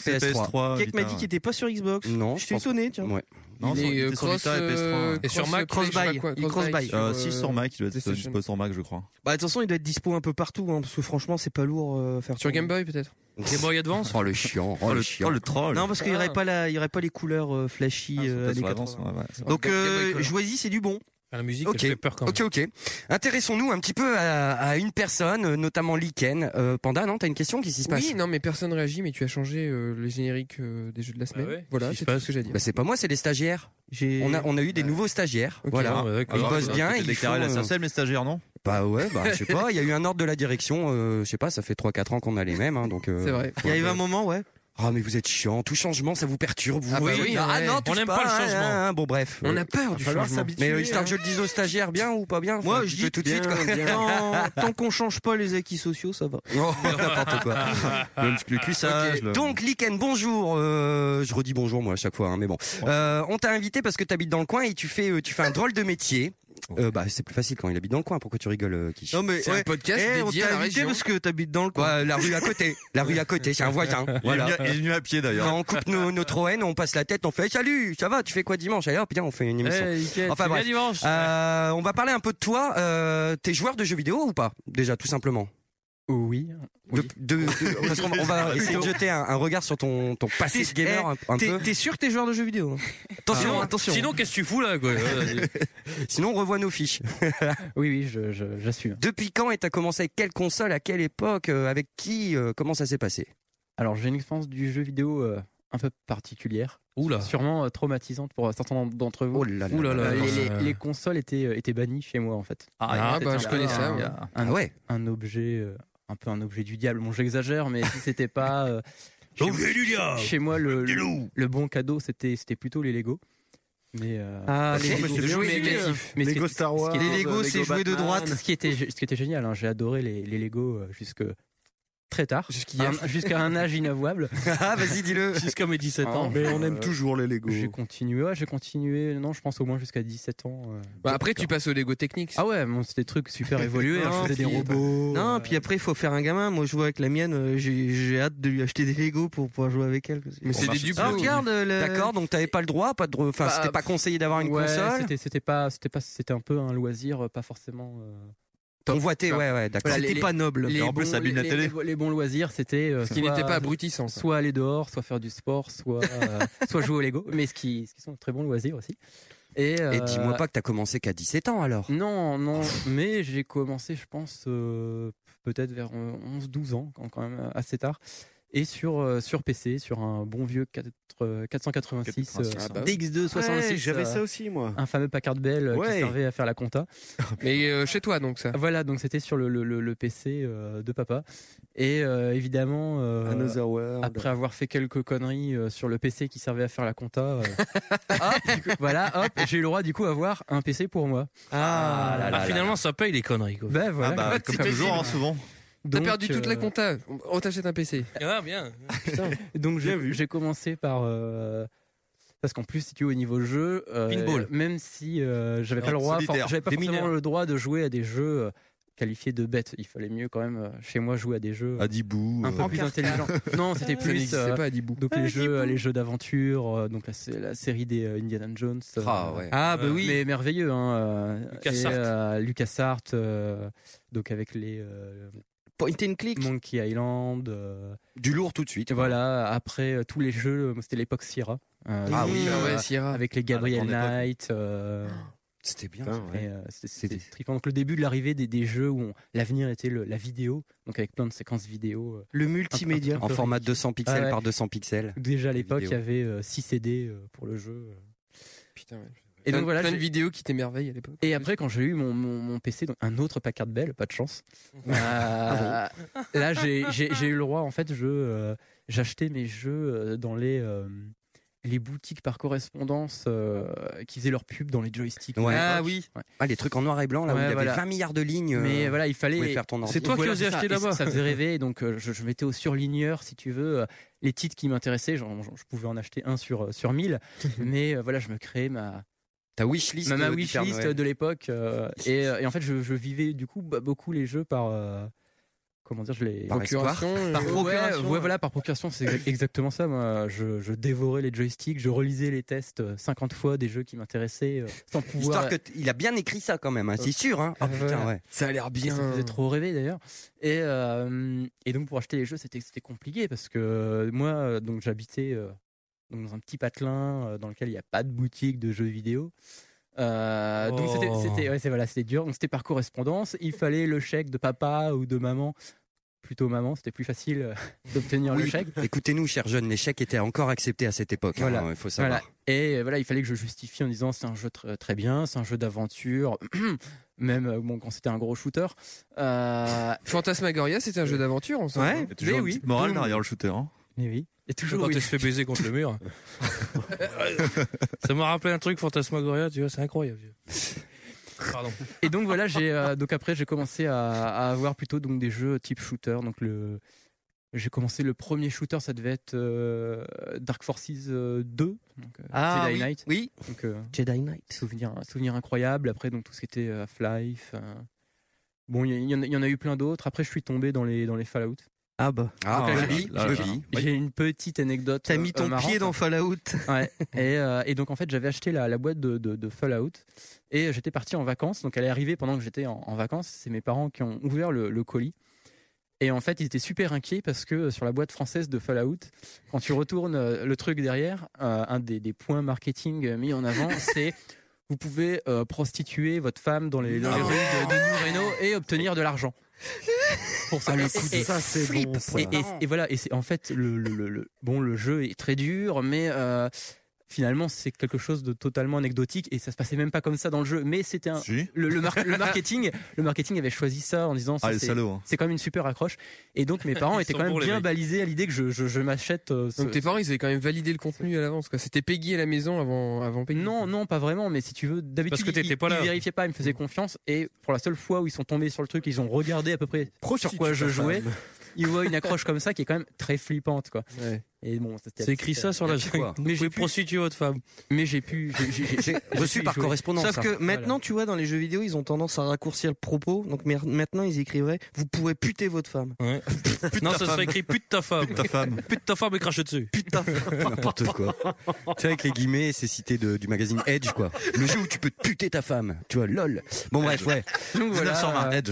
Speaker 9: Quelqu'un m'a
Speaker 6: PS3, Vita,
Speaker 9: dit
Speaker 6: ouais.
Speaker 9: qu'il était pas sur Xbox.
Speaker 6: Non,
Speaker 9: je suis étonné, tiens.
Speaker 6: Ouais.
Speaker 7: Non, sur-
Speaker 12: euh,
Speaker 7: il était sur Vita et PS3.
Speaker 9: Et sur Mac, cross-buy. Il cross-buy.
Speaker 7: hein. Euh, si, sur Mac, il doit être dispo sur Mac, je crois.
Speaker 9: Bah de toute façon, il doit être dispo un peu partout, hein, parce que franchement, c'est pas lourd euh, faire.
Speaker 12: Sur Game Boy, peut-être Game Boy Advance
Speaker 6: Oh le chiant, oh, le chiant.
Speaker 9: Non, parce qu'il n'y
Speaker 12: Ah.
Speaker 9: aurait pas la, il y aurait pas les couleurs euh, flashy euh, années 80. Donc, euh, Joisy, c'est du bon.
Speaker 12: La musique,
Speaker 6: Ok,
Speaker 12: elle fait peur quand même.
Speaker 6: ok, ok. Intéressons-nous un petit peu à, à une personne, euh, notamment Liken. Euh, Panda, non, t'as une question Qu'est-ce qui se passe
Speaker 12: Oui, non, mais personne réagit, mais tu as changé euh, les génériques euh, des jeux de la semaine.
Speaker 6: ouais,
Speaker 12: Voilà,
Speaker 6: qu'est-ce qui
Speaker 12: c'est
Speaker 6: se
Speaker 12: tout ce que j'ai dit.
Speaker 6: Bah, c'est pas moi, c'est les stagiaires. On a, on a eu des nouveaux stagiaires.
Speaker 12: Ok,
Speaker 6: voilà.
Speaker 7: hein,
Speaker 12: bon, bah, d'accord.
Speaker 6: ils
Speaker 12: Alors,
Speaker 6: bossent
Speaker 12: c'est
Speaker 6: bien.
Speaker 12: peut-être
Speaker 6: Ils
Speaker 12: les
Speaker 6: font,
Speaker 12: carrés à la
Speaker 6: euh,
Speaker 12: sarcelle,
Speaker 7: mais stagiaires, non
Speaker 6: Bah ouais, bah je sais pas. Il y a eu un ordre de la direction. euh, je sais pas, ça fait 3-4 ans qu'on a les mêmes. hein, donc, euh,
Speaker 12: C'est vrai.
Speaker 9: Il y avait un moment, ouais.
Speaker 6: Ah mais vous êtes chiant, tout changement ça vous perturbe. Vous
Speaker 12: Ah bah
Speaker 6: vous-
Speaker 12: oui,
Speaker 6: ah
Speaker 12: ouais.
Speaker 6: non, touche
Speaker 12: On n'aime pas le
Speaker 6: hein,
Speaker 12: changement.
Speaker 6: hein, hein. bon bref,
Speaker 12: On
Speaker 6: Euh,
Speaker 12: a peur
Speaker 6: va
Speaker 12: du
Speaker 6: falloir
Speaker 12: changement.
Speaker 6: s'habituer, Mais euh, histoire
Speaker 12: hein.
Speaker 6: que je le dise aux stagiaires, bien ou pas bien
Speaker 9: Moi,
Speaker 6: Faut
Speaker 9: je
Speaker 6: que
Speaker 9: dis
Speaker 6: tout de suite. quoi.
Speaker 9: Non, tant qu'on change pas les acquis sociaux, ça va.
Speaker 6: Oh, n'importe quoi.
Speaker 7: Le, cuissage.
Speaker 9: le-
Speaker 6: Donc, Liken, bonjour. Euh, je redis bonjour moi à chaque fois, hein, mais bon. Euh, on t'a invité parce que t'habites dans le coin et tu fais, euh, tu fais un drôle de métier. Euh, bah, c'est plus facile quand il habite dans le coin. Pourquoi tu rigoles, euh, Quiche
Speaker 9: Non, mais ouais. Eh, on t'a invité parce que t'habites dans le coin.
Speaker 6: Ouais, Euh, la rue à côté. La rue à côté, c'est un voisin.
Speaker 7: Il est
Speaker 6: Voilà.
Speaker 7: venu à- il est venu à pied, d'ailleurs.
Speaker 6: Quand on coupe nos- notre ON, on passe la tête, on fait salut, ça va, tu fais quoi dimanche Alors, putain, on fait une émission.
Speaker 12: Eh, nickel, tu viens dimanche
Speaker 6: euh, on va parler un peu de toi. Euh, T'es joueur de jeux vidéo ou pas Déjà, tout simplement.
Speaker 10: Oui.
Speaker 6: De- de- de- parce qu'on va- on va essayer de jeter un, un regard sur ton, ton passé de
Speaker 9: T'es-
Speaker 6: gamer un, un
Speaker 9: eh, t'es-
Speaker 6: peu.
Speaker 9: T'es sûr que t'es joueur de jeux vidéo hein Attention,
Speaker 12: Ah.
Speaker 9: attention.
Speaker 12: Sinon, qu'est-ce que tu fous là quoi
Speaker 6: Sinon, on revoit nos fiches.
Speaker 10: oui, oui, je- je- j'assume.
Speaker 6: Depuis quand et t'as commencé avec quelle console, à quelle époque, euh, avec qui, euh, comment ça s'est passé
Speaker 10: Alors, j'ai une expérience du jeu vidéo euh, un peu particulière. Sûrement euh, traumatisante pour certains d'entre vous.
Speaker 12: là là là
Speaker 10: Euh,
Speaker 12: là
Speaker 10: les,
Speaker 12: là.
Speaker 10: les- les consoles étaient, euh, étaient bannies chez moi en fait.
Speaker 12: Ah, Ah, bah, je connais ça, ouais.
Speaker 10: Un,
Speaker 12: Ah ouais.
Speaker 10: un objet, euh, un peu un objet du diable. Bon, j'exagère, mais si c'était pas. euh, chez-
Speaker 5: Objet du diable.
Speaker 10: Chez moi, le, le, le bon cadeau, c'était c'était plutôt les Lego. Mais euh,
Speaker 9: Ah, les Lego, c'est joué, euh,
Speaker 10: ce qui
Speaker 9: Lego
Speaker 10: est-
Speaker 9: Star
Speaker 10: ce qui
Speaker 9: Wars,
Speaker 10: est-
Speaker 9: Les Lego, Lego c'est joué de Batman. droite.
Speaker 10: Ce qui était, ce qui était génial, hein, j'ai adoré les, les Lego euh, jusque très tard,
Speaker 9: Jusqu'hier.
Speaker 10: Un- jusqu'à un âge inavouable.
Speaker 9: Ah, vas-y, dis-le. Jusqu'à mes 17 ans. Ah, Mais on aime toujours les Lego.
Speaker 10: Euh, J'ai continué, ouais, j'ai continué. Non, je pense au moins jusqu'à 17 ans. euh.
Speaker 8: Bah, après, tu passes au Lego technique.
Speaker 10: Ah ouais, bon, c'est des trucs super évolués. hein, je faisais des
Speaker 9: puis-
Speaker 10: robots.
Speaker 6: Oh.
Speaker 9: Non, puis après, il faut faire un gamin. Moi, je vois avec la mienne, euh, j'ai j'ai hâte de lui acheter des Lego pour pouvoir jouer avec elle.
Speaker 13: Mais c'est des duplos.
Speaker 9: Ah, regarde, euh, le-
Speaker 13: D'accord, donc t'avais pas le droit, pas de, dro- enfin,
Speaker 10: Bah,
Speaker 13: c'était pas conseillé d'avoir une
Speaker 10: Ouais,
Speaker 13: console.
Speaker 10: c'était- C'était pas, c'était pas, c'était un peu un loisir, euh, pas forcément. euh,
Speaker 13: Convoité, ouais, ouais, d'accord.
Speaker 10: Voilà,
Speaker 13: C'était
Speaker 10: les-
Speaker 13: pas noble.
Speaker 10: les
Speaker 13: Et en plus,
Speaker 10: bons-
Speaker 13: ça abîme la
Speaker 10: les-
Speaker 13: télé.
Speaker 10: Les, les bons loisirs, c'était. euh,
Speaker 13: Ce qui
Speaker 10: soit-
Speaker 13: n'était pas
Speaker 8: abrutissant, ça.
Speaker 10: Soit aller dehors, soit faire du sport, soit, euh, soit jouer au Lego, mais ce qui, ce qui sont de très bons loisirs aussi. Et,
Speaker 13: Et
Speaker 10: euh,
Speaker 13: dis-moi pas que t'as commencé qu'à 17 ans alors.
Speaker 10: Non, non, mais j'ai commencé, je pense, euh, peut-être vers 11-12 ans, quand, quand même euh, assez tard. Et sur, euh, sur PC, sur un bon vieux 4, euh, 486
Speaker 9: Ah bah oui.
Speaker 10: DX266.
Speaker 9: Ouais, j'avais ça aussi, moi.
Speaker 10: Un fameux Packard Bell euh,
Speaker 9: hein. Ouais. Oh,
Speaker 10: qui servait à faire la compta.
Speaker 8: Mais euh, chez toi, donc ça.
Speaker 10: Voilà, donc c'était sur le, le- le- le PC euh, de papa. Et euh, évidemment, euh,
Speaker 9: Another World.
Speaker 10: après avoir fait quelques conneries euh, sur le PC qui servait à faire la compta, euh, hop, du coup, voilà, hop, j'ai eu le droit du coup à avoir un PC pour moi.
Speaker 12: Ah, finalement, ça paye les conneries. Quoi.
Speaker 10: Ben voilà.
Speaker 12: Ah bah, comme toujours, hein, souvent.
Speaker 8: T'as
Speaker 10: Donc,
Speaker 8: perdu toute
Speaker 10: euh,
Speaker 8: la compta. On t'achète un PC.
Speaker 12: Ah, bien.
Speaker 10: Donc j'ai j'ai commencé par euh, parce qu'en plus si tu es au niveau jeu, euh,
Speaker 12: Pinball.
Speaker 10: même si euh, j'avais pas le
Speaker 12: Non,
Speaker 10: droit, for-
Speaker 12: solitaire.
Speaker 10: j'avais pas
Speaker 12: Des
Speaker 10: forcément
Speaker 12: mineurs.
Speaker 10: le droit de jouer à des jeux euh, qualifiés de bêtes. Il fallait mieux quand même euh, chez moi jouer à des jeux euh,
Speaker 7: Adibou,
Speaker 10: un peu
Speaker 7: euh,
Speaker 10: plus
Speaker 7: Encarta.
Speaker 10: intelligents. non, c'était
Speaker 7: Ça
Speaker 10: plus
Speaker 7: n'existait pas,
Speaker 10: Adibou. Donc
Speaker 12: Ah,
Speaker 10: les jeux, euh, les jeux d'aventure, euh, donc la, sé- la série des euh, Indiana Jones. euh,
Speaker 13: Ah, ouais.
Speaker 12: Ah, bah oui.
Speaker 10: Mais merveilleux hein. euh,
Speaker 12: LucasArts.
Speaker 10: et, euh, LucasArts, euh, donc avec les euh,
Speaker 9: Point and click.
Speaker 10: Monkey Island.
Speaker 13: du lourd tout de suite.
Speaker 10: euh, Voilà, après euh, tous les jeux, euh, c'était l'époque Sierra. euh,
Speaker 13: Ah oui,
Speaker 10: euh,
Speaker 13: ah ouais, Sierra.
Speaker 10: Avec les Gabriel
Speaker 13: Ah, la grande époque.
Speaker 10: Knight. euh,
Speaker 13: C'était bien.
Speaker 10: C'était trippant. Donc le début de l'arrivée des, des jeux où on- l'avenir était le- la vidéo, donc avec plein de séquences vidéo. euh,
Speaker 9: Le
Speaker 10: un peu-
Speaker 9: multimédia.
Speaker 10: un peu
Speaker 13: En format
Speaker 10: riche.
Speaker 13: 200 pixels
Speaker 10: Ah ouais.
Speaker 13: par 200 pixels.
Speaker 10: Déjà à
Speaker 13: Les
Speaker 10: l'époque, il y
Speaker 13: vidéos.
Speaker 10: avait 6 CD euh, pour le jeu.
Speaker 8: Putain, ouais.
Speaker 10: Et
Speaker 8: Plein-
Speaker 10: donc voilà,
Speaker 8: plein de
Speaker 10: j'ai-
Speaker 8: vidéos qui t'émerveillent à l'époque.
Speaker 10: Et après, quand j'ai eu mon, mon, mon PC, donc un autre Packard Bell, pas de chance. euh,
Speaker 8: Ah
Speaker 10: là, j'ai j'ai- j'ai eu le droit, en fait, je, euh, j'achetais mes jeux euh, dans les, euh, les boutiques par correspondance euh, qui faisaient leur pub dans les joysticks.
Speaker 13: Ouais.
Speaker 10: À
Speaker 13: Ah
Speaker 10: l'époque.
Speaker 13: oui.
Speaker 10: Ouais.
Speaker 13: Ah, les trucs en noir et blanc, là où
Speaker 10: Ouais,
Speaker 13: il y avait
Speaker 10: voilà.
Speaker 13: 20 milliards de lignes. euh,
Speaker 10: Mais voilà, il
Speaker 13: tu
Speaker 10: fallait.
Speaker 13: pouvais faire ton ordi.
Speaker 10: Voilà, c'est ça. Et
Speaker 12: là-bas.
Speaker 10: Ça faisait rêver, donc euh, je, je mettais au surligneur, si tu veux, euh, les titres qui m'intéressaient. Genre, genre, je pouvais en acheter un sur euh, sur mille, mais euh, voilà, je me créais ma
Speaker 13: ta wishlist.
Speaker 10: ma, ma
Speaker 13: euh, du Père
Speaker 10: wishlist
Speaker 13: Noël.
Speaker 10: de l'époque. euh, et, euh, et en fait, je, je vivais du coup bah, beaucoup les jeux par. euh, Comment dire, je les
Speaker 13: Par Procuration, espoir. euh,
Speaker 10: Par
Speaker 13: ouais,
Speaker 10: procuration, ouais,
Speaker 13: ouais.
Speaker 10: voilà, par procuration, c'est exa- exactement ça. Moi, je, je dévorais les joysticks, je relisais les tests euh, 50 fois des jeux qui m'intéressaient, euh, sans pouvoir.
Speaker 13: Histoire que t- il a bien écrit ça quand même, hein, c'est sûr. Hein. Ah, putain,
Speaker 10: Voilà.
Speaker 13: ouais. Ça a l'air
Speaker 10: Ça me faisait trop rêver d'ailleurs. Et, euh, et donc pour acheter les jeux, c'était c'était compliqué parce que euh, moi, euh, donc j'habitais euh, donc dans un petit patelin euh, dans lequel il n'y a pas de boutique de jeux vidéo. Euh, Donc c'était-
Speaker 12: Oh.
Speaker 10: c'était ouais, c'est- voilà, c'était dur. Donc c'était par correspondance. Il fallait le chèque de papa ou de maman. Plutôt maman, c'était plus facile euh, d'obtenir le
Speaker 13: Oui.
Speaker 10: chèque.
Speaker 13: Écoutez-nous, chers jeunes, les chèques étaient encore acceptés à cette époque. hein, Il
Speaker 10: Voilà.
Speaker 13: faut savoir.
Speaker 10: Voilà. Et euh, voilà, il fallait que je justifie en disant c'est un jeu tr- très bien, c'est un jeu d'aventure, même euh, bon, quand c'était un gros shooter. Euh,
Speaker 8: Fantasmagoria, c'était un jeu d'aventure, on s'en
Speaker 10: Ouais.
Speaker 8: fout.
Speaker 7: Il y a toujours
Speaker 10: Mais
Speaker 7: une
Speaker 10: oui.
Speaker 7: petite morale
Speaker 10: Donc-
Speaker 7: derrière le shooter. hein.
Speaker 10: Mais oui. Et toujours.
Speaker 12: Quand
Speaker 10: oui.
Speaker 12: elle se fait baiser contre le mur. ça m'a rappelé un truc Fantasmagoria, tu vois, c'est incroyable. Pardon.
Speaker 10: Et donc voilà, j'ai euh, donc après j'ai commencé à, à avoir plutôt donc des jeux type shooter. Donc le j'ai commencé le premier shooter, ça devait être euh, Dark Forces euh, 2, donc, euh,
Speaker 9: Ah
Speaker 10: Jedi
Speaker 9: oui,
Speaker 10: Knight.
Speaker 9: oui.
Speaker 10: Donc, euh,
Speaker 9: Jedi Knight.
Speaker 10: Souvenir, souvenir incroyable. Après donc tout ce qui était euh, Half-Life. euh, Bon, il y, en a- il y en a eu plein d'autres. Après, je suis tombé dans les dans les Fallout.
Speaker 9: Ah bah.
Speaker 10: Ah,
Speaker 9: Donc là,
Speaker 10: ouais,
Speaker 9: je lis,
Speaker 10: là,
Speaker 9: je
Speaker 10: là.
Speaker 9: lis.
Speaker 10: J'ai une petite anecdote.
Speaker 9: T'as mis
Speaker 10: euh,
Speaker 9: ton
Speaker 10: marrante.
Speaker 9: pied dans Fallout.
Speaker 10: Ouais. Et, euh, et donc en fait j'avais acheté la, la boîte de, de- de Fallout et j'étais parti en vacances. Donc elle est arrivée pendant que j'étais en, en vacances. C'est mes parents qui ont ouvert le, le colis. Et en fait, ils étaient super inquiets parce que euh, sur la boîte française de Fallout, quand tu retournes euh, le truc derrière, euh, un des, des points marketing euh, mis en avant, c'est vous pouvez euh, prostituer votre femme dans les, dans les rues de, de New Reno et obtenir de l'argent. Pour ça,
Speaker 9: Ah, le
Speaker 10: Et-
Speaker 9: coup de
Speaker 10: et-
Speaker 9: ça, c'est
Speaker 10: flippe.
Speaker 9: bon, ça.
Speaker 10: Et, et- et voilà, et c'est en fait le, le- le- le- bon, le jeu est très dur, mais euh, finalement, c'est quelque chose de totalement anecdotique et ça se passait même pas comme ça dans le jeu. Mais c'était un, le, le mar- le marketing, le marketing avait choisi ça en disant ça,
Speaker 7: Ah, les
Speaker 10: c'est,
Speaker 7: salauds, hein.
Speaker 10: c'est quand même une super accroche. Et donc mes parents
Speaker 8: Ils
Speaker 10: étaient
Speaker 8: sont
Speaker 10: quand même
Speaker 8: bons, les
Speaker 10: bien
Speaker 8: mecs.
Speaker 10: balisés à l'idée que je, je, je m'achète. euh, ce-
Speaker 8: Donc tes parents, ils avaient quand même validé le contenu à l'avance. quoi. C'était Peggy à la maison avant, avant Peggy.
Speaker 10: Non, non, pas vraiment. Mais si tu veux, d'habitude,
Speaker 8: Parce que
Speaker 10: ils-
Speaker 8: t'étais
Speaker 10: ils-
Speaker 8: pas là.
Speaker 10: Ils vérifiaient pas, ils me faisaient confiance. Et pour la seule fois où ils sont tombés sur le truc, ils ont regardé à peu près sur quoi je
Speaker 12: ta
Speaker 10: jouais.
Speaker 12: femme.
Speaker 10: Ils voient une accroche comme ça qui est quand même très flippante, quoi. Et bon, c'était-
Speaker 12: C'est écrit ça sur la
Speaker 10: c'était-
Speaker 12: jaquette.
Speaker 10: Mais
Speaker 12: Vous pouvez prostituer votre femme.
Speaker 10: Mais j'ai pu. j'ai- j'ai- j'ai- j'ai pu y jouer.
Speaker 6: hein.
Speaker 9: Sauf que maintenant, tu vois, dans les jeux vidéo, ils ont tendance à raccourcir le propos. Donc mer- maintenant, ils écrivraient Vous pourrez puter votre femme.
Speaker 12: non,
Speaker 9: ta
Speaker 12: ça
Speaker 9: femme.
Speaker 12: serait écrit pute ta femme. Pute
Speaker 7: ta femme.
Speaker 12: Pute ta femme et crache dessus.
Speaker 9: Putain.
Speaker 13: N'importe quoi. tu sais, avec les guillemets, c'est cité de- du magazine Edge, quoi. Le jeu où tu peux te puter ta femme. Tu vois, lol. Bon, bref, ouais.
Speaker 10: Donc voilà,
Speaker 13: 1920,
Speaker 10: euh,
Speaker 13: Edge.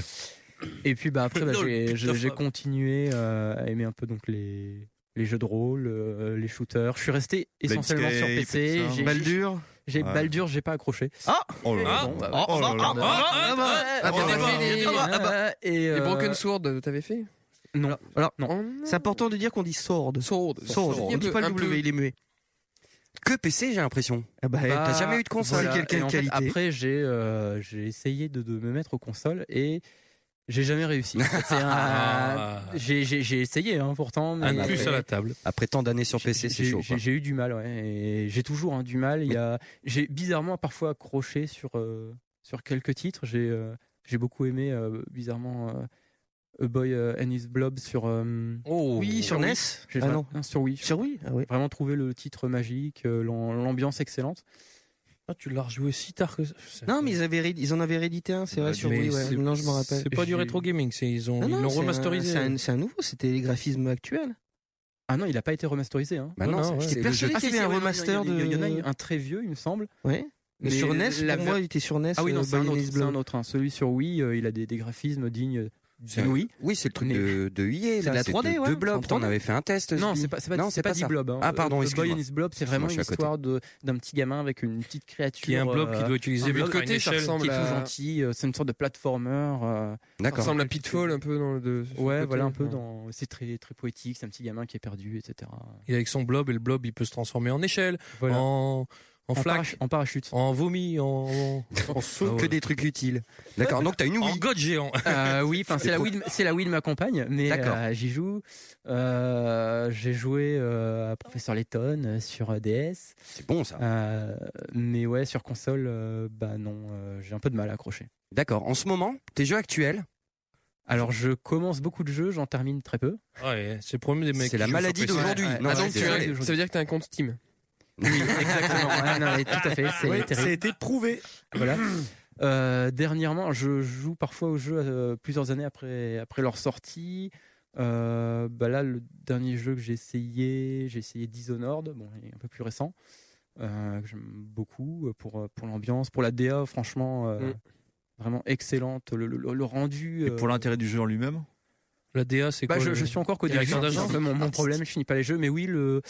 Speaker 10: Et puis bah après bah,
Speaker 13: Non,
Speaker 10: j'ai-
Speaker 13: putain,
Speaker 10: j'ai j'ai
Speaker 13: femme.
Speaker 10: continué euh, à aimer un peu donc les les jeux de rôle, euh, les shooters. Je suis resté essentiellement sur
Speaker 9: Planescape,
Speaker 10: PC.
Speaker 9: tout ça.
Speaker 10: J'ai-
Speaker 9: Baldur
Speaker 10: J'ai
Speaker 9: Ouais.
Speaker 10: Baldur, j'ai pas accroché.
Speaker 9: Ah
Speaker 10: Oh
Speaker 9: là là.
Speaker 10: Bon, bah,
Speaker 9: Ah,
Speaker 10: bon,
Speaker 9: ah,
Speaker 10: bah,
Speaker 9: ah,
Speaker 10: pardon.
Speaker 9: ah, ah, bah, ah, bah,
Speaker 8: t'avais fait les-
Speaker 9: ah, bah, ah, bah.
Speaker 10: Et,
Speaker 8: Les
Speaker 10: euh,
Speaker 8: Broken Sword, t'avais fait
Speaker 10: Non.
Speaker 9: Alors,
Speaker 8: non.
Speaker 9: C'est important de dire qu'on dit sword.
Speaker 8: Sword.
Speaker 9: Sword.
Speaker 8: Sword.
Speaker 9: On dit
Speaker 8: Un
Speaker 9: pas le
Speaker 8: peu-
Speaker 9: W, il est muet.
Speaker 13: Que PC, j'ai l'impression.
Speaker 9: Ah bah, t'as jamais eu de console. hein.
Speaker 10: voilà.
Speaker 9: C'est quelqu'un
Speaker 10: Et
Speaker 9: de
Speaker 10: en fait,
Speaker 9: qualité.
Speaker 10: après, j'ai euh, j'ai essayé de, de me mettre aux consoles et j'ai jamais réussi. C'est un-
Speaker 13: Ah.
Speaker 10: J'ai j'ai- j'ai essayé hein, pourtant. Mais
Speaker 13: table. Après tant d'années sur PC, c'est
Speaker 10: J'ai-
Speaker 13: chaud.
Speaker 10: J'ai
Speaker 13: quoi.
Speaker 10: j'ai eu du mal, ouais. Et j'ai toujours hein, du mal. Il y a, j'ai bizarrement parfois accroché sur euh, sur quelques titres. J'ai euh, j'ai beaucoup aimé euh, bizarrement euh, A Boy euh, and His Blob sur. euh,
Speaker 9: Oh. Oui, sur NES.
Speaker 10: J'ai
Speaker 9: Ah
Speaker 10: vra-
Speaker 9: non.
Speaker 10: sur Wii.
Speaker 9: Sur Wii.
Speaker 10: Vraiment trouvé le titre magique, euh, l'am- l'ambiance excellente.
Speaker 12: tu l'as rejoué si tard que ça.
Speaker 9: Non, mais ils, avaient rééd- ils en avaient réédité un, c'est vrai, sur Wii. Ouais. Non, je me rappelle.
Speaker 12: C'est pas du
Speaker 9: J'ai-
Speaker 12: rétro gaming, c'est ils ont
Speaker 9: Non,
Speaker 12: ils
Speaker 9: non,
Speaker 12: l'ont
Speaker 9: c'est un-
Speaker 12: remasterisé.
Speaker 9: C'est un, c'est un nouveau, c'était les graphismes actuels.
Speaker 10: Ah non, il a pas été remasterisé. Hein.
Speaker 9: Bah non, c'est- j'étais persuadé
Speaker 10: Ah,
Speaker 9: qu'il y
Speaker 10: si,
Speaker 9: avait
Speaker 10: si, ouais,
Speaker 9: un
Speaker 10: non,
Speaker 9: remaster
Speaker 10: il y en a- hein. Il y en a
Speaker 9: de-
Speaker 10: eu un très vieux, il me semble.
Speaker 9: Ouais. Mais sur
Speaker 13: E
Speaker 9: NES, pour moi, il était sur NES,
Speaker 10: Ah oui, non,
Speaker 9: euh,
Speaker 10: c'est un
Speaker 9: Bayonets
Speaker 10: autre. C'est
Speaker 9: Bleu.
Speaker 10: un autre hein. Celui sur Wii, euh, il a des, des graphismes dignes.
Speaker 13: C'est-
Speaker 10: d'une Wii.
Speaker 13: Oui, c'est le truc
Speaker 10: Mais-
Speaker 13: de, de EA,
Speaker 10: C'est
Speaker 13: là,
Speaker 10: de la 3D,
Speaker 13: de,
Speaker 10: ouais,
Speaker 13: de
Speaker 10: c'est en
Speaker 13: Blob. On
Speaker 10: 3D.
Speaker 13: avait fait un test.
Speaker 10: Non,
Speaker 13: Sylvie.
Speaker 10: c'est pas, c'est pas,
Speaker 13: Non,
Speaker 10: c'est
Speaker 13: ça.
Speaker 10: pas, dit Blob. hein.
Speaker 13: Ah, pardon,
Speaker 10: The Boy
Speaker 13: excuse-moi.
Speaker 10: and His Blob, c'est vraiment
Speaker 13: Excuse-moi, je suis
Speaker 10: une
Speaker 13: à côté.
Speaker 10: histoire de- d'un petit gamin avec une petite créature. euh,
Speaker 12: Qui est un blob qui doit utiliser
Speaker 10: un
Speaker 12: le
Speaker 10: blob
Speaker 12: côté,
Speaker 10: qui est
Speaker 12: ça
Speaker 10: tout
Speaker 12: ressemble à-
Speaker 10: gentil. euh, C'est une sorte de platformer. euh,
Speaker 8: Ça ressemble à Pitfall un peu dans le. de- sur le
Speaker 10: Ouais,
Speaker 8: côté.
Speaker 10: voilà, un peu dans. C'est très, très poétique, c'est un petit gamin qui est perdu, etc.
Speaker 12: Et avec son blob, et le blob, il peut se transformer en échelle,
Speaker 10: Voilà.
Speaker 12: en,
Speaker 10: En
Speaker 12: en flaque,
Speaker 10: parachu- en parachute,
Speaker 12: en vomi, en, en, Ah,
Speaker 13: Que des trucs utiles. D'accord, donc t'as une Wii.
Speaker 12: En god géant.
Speaker 10: Euh, oui, enfin c'est la Wii, de- c'est la Wii de ma compagne, mais
Speaker 12: D'accord.
Speaker 10: euh, j'y joue. Euh, j'ai joué euh, à Professeur Letton euh, sur euh, DS.
Speaker 13: C'est bon ça.
Speaker 10: mais ouais, sur console, euh, bah non, euh, j'ai un peu de mal à accrocher.
Speaker 13: D'accord. En ce moment, tes jeux actuels
Speaker 10: Alors je commence beaucoup de jeux, j'en termine très peu.
Speaker 12: Ouais, c'est le problème des mecs.
Speaker 10: C'est la maladie
Speaker 12: qui jouent sur PC.
Speaker 8: Ah,
Speaker 10: d'aujourd'hui.
Speaker 13: Ah,
Speaker 12: Ouais,
Speaker 10: Non,
Speaker 12: ouais,
Speaker 10: je suis
Speaker 12: donc tu-
Speaker 10: désolé.
Speaker 12: ça veut
Speaker 8: dire que t'as un compte Steam.
Speaker 10: Oui, exactement. Ouais, non, mais tout à fait. C'est
Speaker 12: Oui,
Speaker 10: terrible.
Speaker 12: ça a été
Speaker 13: prouvé.
Speaker 10: Voilà. Euh, dernièrement, je joue parfois aux jeux euh, plusieurs années après, après leur sortie. Euh, bah là, le dernier jeu que j'ai essayé, j'ai essayé Dishonored, bon, il est un peu plus récent, euh, que j'aime beaucoup euh, pour, euh, pour l'ambiance, pour la DA, franchement, euh,
Speaker 12: Mm.
Speaker 10: vraiment excellente. Le, le- le- le rendu.
Speaker 7: Et pour
Speaker 10: euh,
Speaker 7: l'intérêt du jeu en lui-même
Speaker 12: La DA, c'est
Speaker 10: bah,
Speaker 12: quoi
Speaker 10: je,
Speaker 12: le-
Speaker 10: je suis encore qu'au début.
Speaker 12: Direction
Speaker 10: C'est un
Speaker 12: d'agence.
Speaker 10: peu mon, mon problème, je finis pas les jeux. Mais oui, le,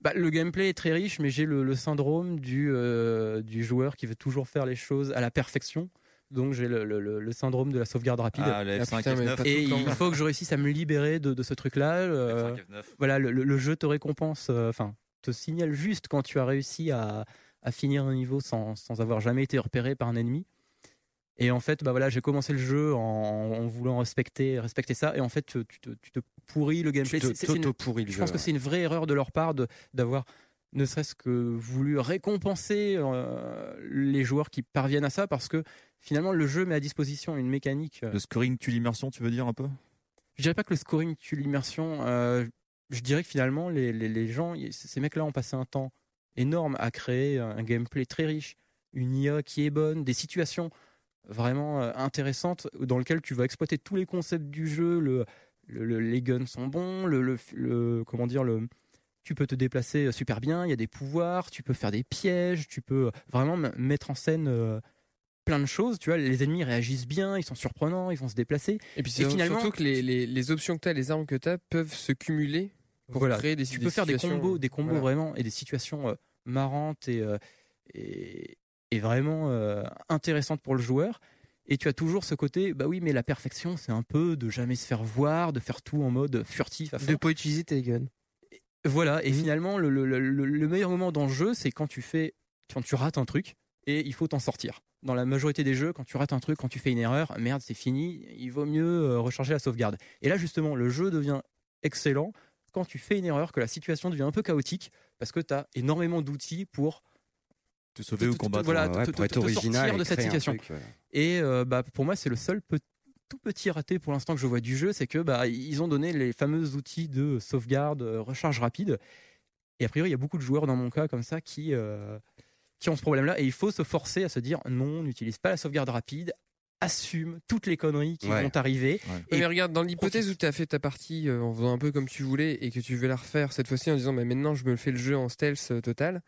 Speaker 10: bah, le gameplay est très riche, mais j'ai le, le syndrome du, euh, du joueur qui veut toujours faire les choses à la perfection. Donc j'ai le, le- le- le syndrome de la sauvegarde rapide.
Speaker 7: Ah, le F5,
Speaker 10: putain, mais
Speaker 7: F9.
Speaker 10: Et
Speaker 7: pas tout le
Speaker 10: il
Speaker 7: temps.
Speaker 10: faut que je réussisse à me libérer de, de ce truc-là. euh, voilà, le, le- le jeu te récompense, euh, enfin, te signale juste quand tu as réussi à, à finir un niveau sans, sans avoir jamais été repéré par un ennemi. Et en fait, bah voilà, j'ai commencé le jeu en, en voulant respecter, respecter ça. Et en fait, tu, tu te, tu te pourris le gameplay.
Speaker 13: te-
Speaker 10: C'est- c'est une-
Speaker 13: t'auto-pourris le
Speaker 10: Je
Speaker 13: jeu,
Speaker 10: pense que
Speaker 13: ouais.
Speaker 10: c'est une vraie erreur de leur part de- d'avoir ne serait-ce que voulu récompenser euh, les joueurs qui parviennent à ça parce que finalement le jeu met à disposition une mécanique euh,
Speaker 7: Le scoring tue l'immersion, tu veux dire un peu
Speaker 10: je dirais pas que le scoring tue l'immersion. euh, je dirais que finalement, les, les- les gens, y- ces mecs-là ont passé un temps énorme à créer un gameplay très riche, une IA qui est bonne, des situations vraiment euh, intéressantes dans lesquelles tu vas exploiter tous les concepts du jeu. Le, le- le- les guns sont bons, le, le- le- comment dire le tu peux te déplacer euh, super bien, il y a des pouvoirs, tu peux faire des pièges, tu peux euh, vraiment m- mettre en scène euh, plein de choses. Tu vois, les ennemis réagissent bien, ils sont surprenants, ils vont se déplacer.
Speaker 8: Et puis c'est
Speaker 10: finalement,
Speaker 8: surtout que les, les, les options que t'as, les armes que t'as peuvent se cumuler. pour
Speaker 10: voilà,
Speaker 8: créer des,
Speaker 10: tu peux faire des
Speaker 8: situations-
Speaker 10: combos, des combos
Speaker 8: voilà.
Speaker 10: vraiment et des situations euh, marrantes et, euh, et, et vraiment euh, intéressantes pour le joueur. Et tu as toujours ce côté, bah oui, mais la perfection, c'est un peu de jamais se faire voir, de faire tout en mode furtif. à fond.
Speaker 9: De pas utiliser tes guns.
Speaker 10: Voilà, et finalement, le, le- le- le- le meilleur moment dans le jeu, c'est quand tu fais, quand tu rates un truc et il faut t'en sortir. Dans la majorité des jeux, quand tu rates un truc, quand tu fais une erreur, merde, c'est fini, il vaut mieux euh, recharger la sauvegarde. Et là, justement, le jeu devient excellent quand tu fais une erreur, que la situation devient un peu chaotique, parce que tu as énormément d'outils pour
Speaker 7: Te sauver ou combattre.
Speaker 10: voilà,
Speaker 7: Ouais,
Speaker 10: te-
Speaker 7: pour
Speaker 10: te-
Speaker 7: être
Speaker 10: te
Speaker 7: original
Speaker 10: sortir
Speaker 7: et
Speaker 10: de cette
Speaker 7: créer un
Speaker 10: situation.
Speaker 7: truc, ouais.
Speaker 10: Et euh, bah, pour moi, c'est le seul pe- tout petit raté pour l'instant que je vois du jeu, c'est que bah, ils ont donné les fameux outils de sauvegarde, euh, recharge rapide. Et a priori, il y a beaucoup de joueurs dans mon cas comme ça qui, euh, qui ont ce problème-là. Et il faut se forcer à se dire non, n'utilise pas la sauvegarde rapide, assume toutes les conneries qui
Speaker 8: Ouais.
Speaker 10: vont arriver.
Speaker 8: mais regarde, dans l'hypothèse où tu as fait ta partie euh, en faisant un peu comme tu voulais et que tu veux la refaire cette fois-ci en disant mais maintenant je me fais le jeu en stealth euh, total,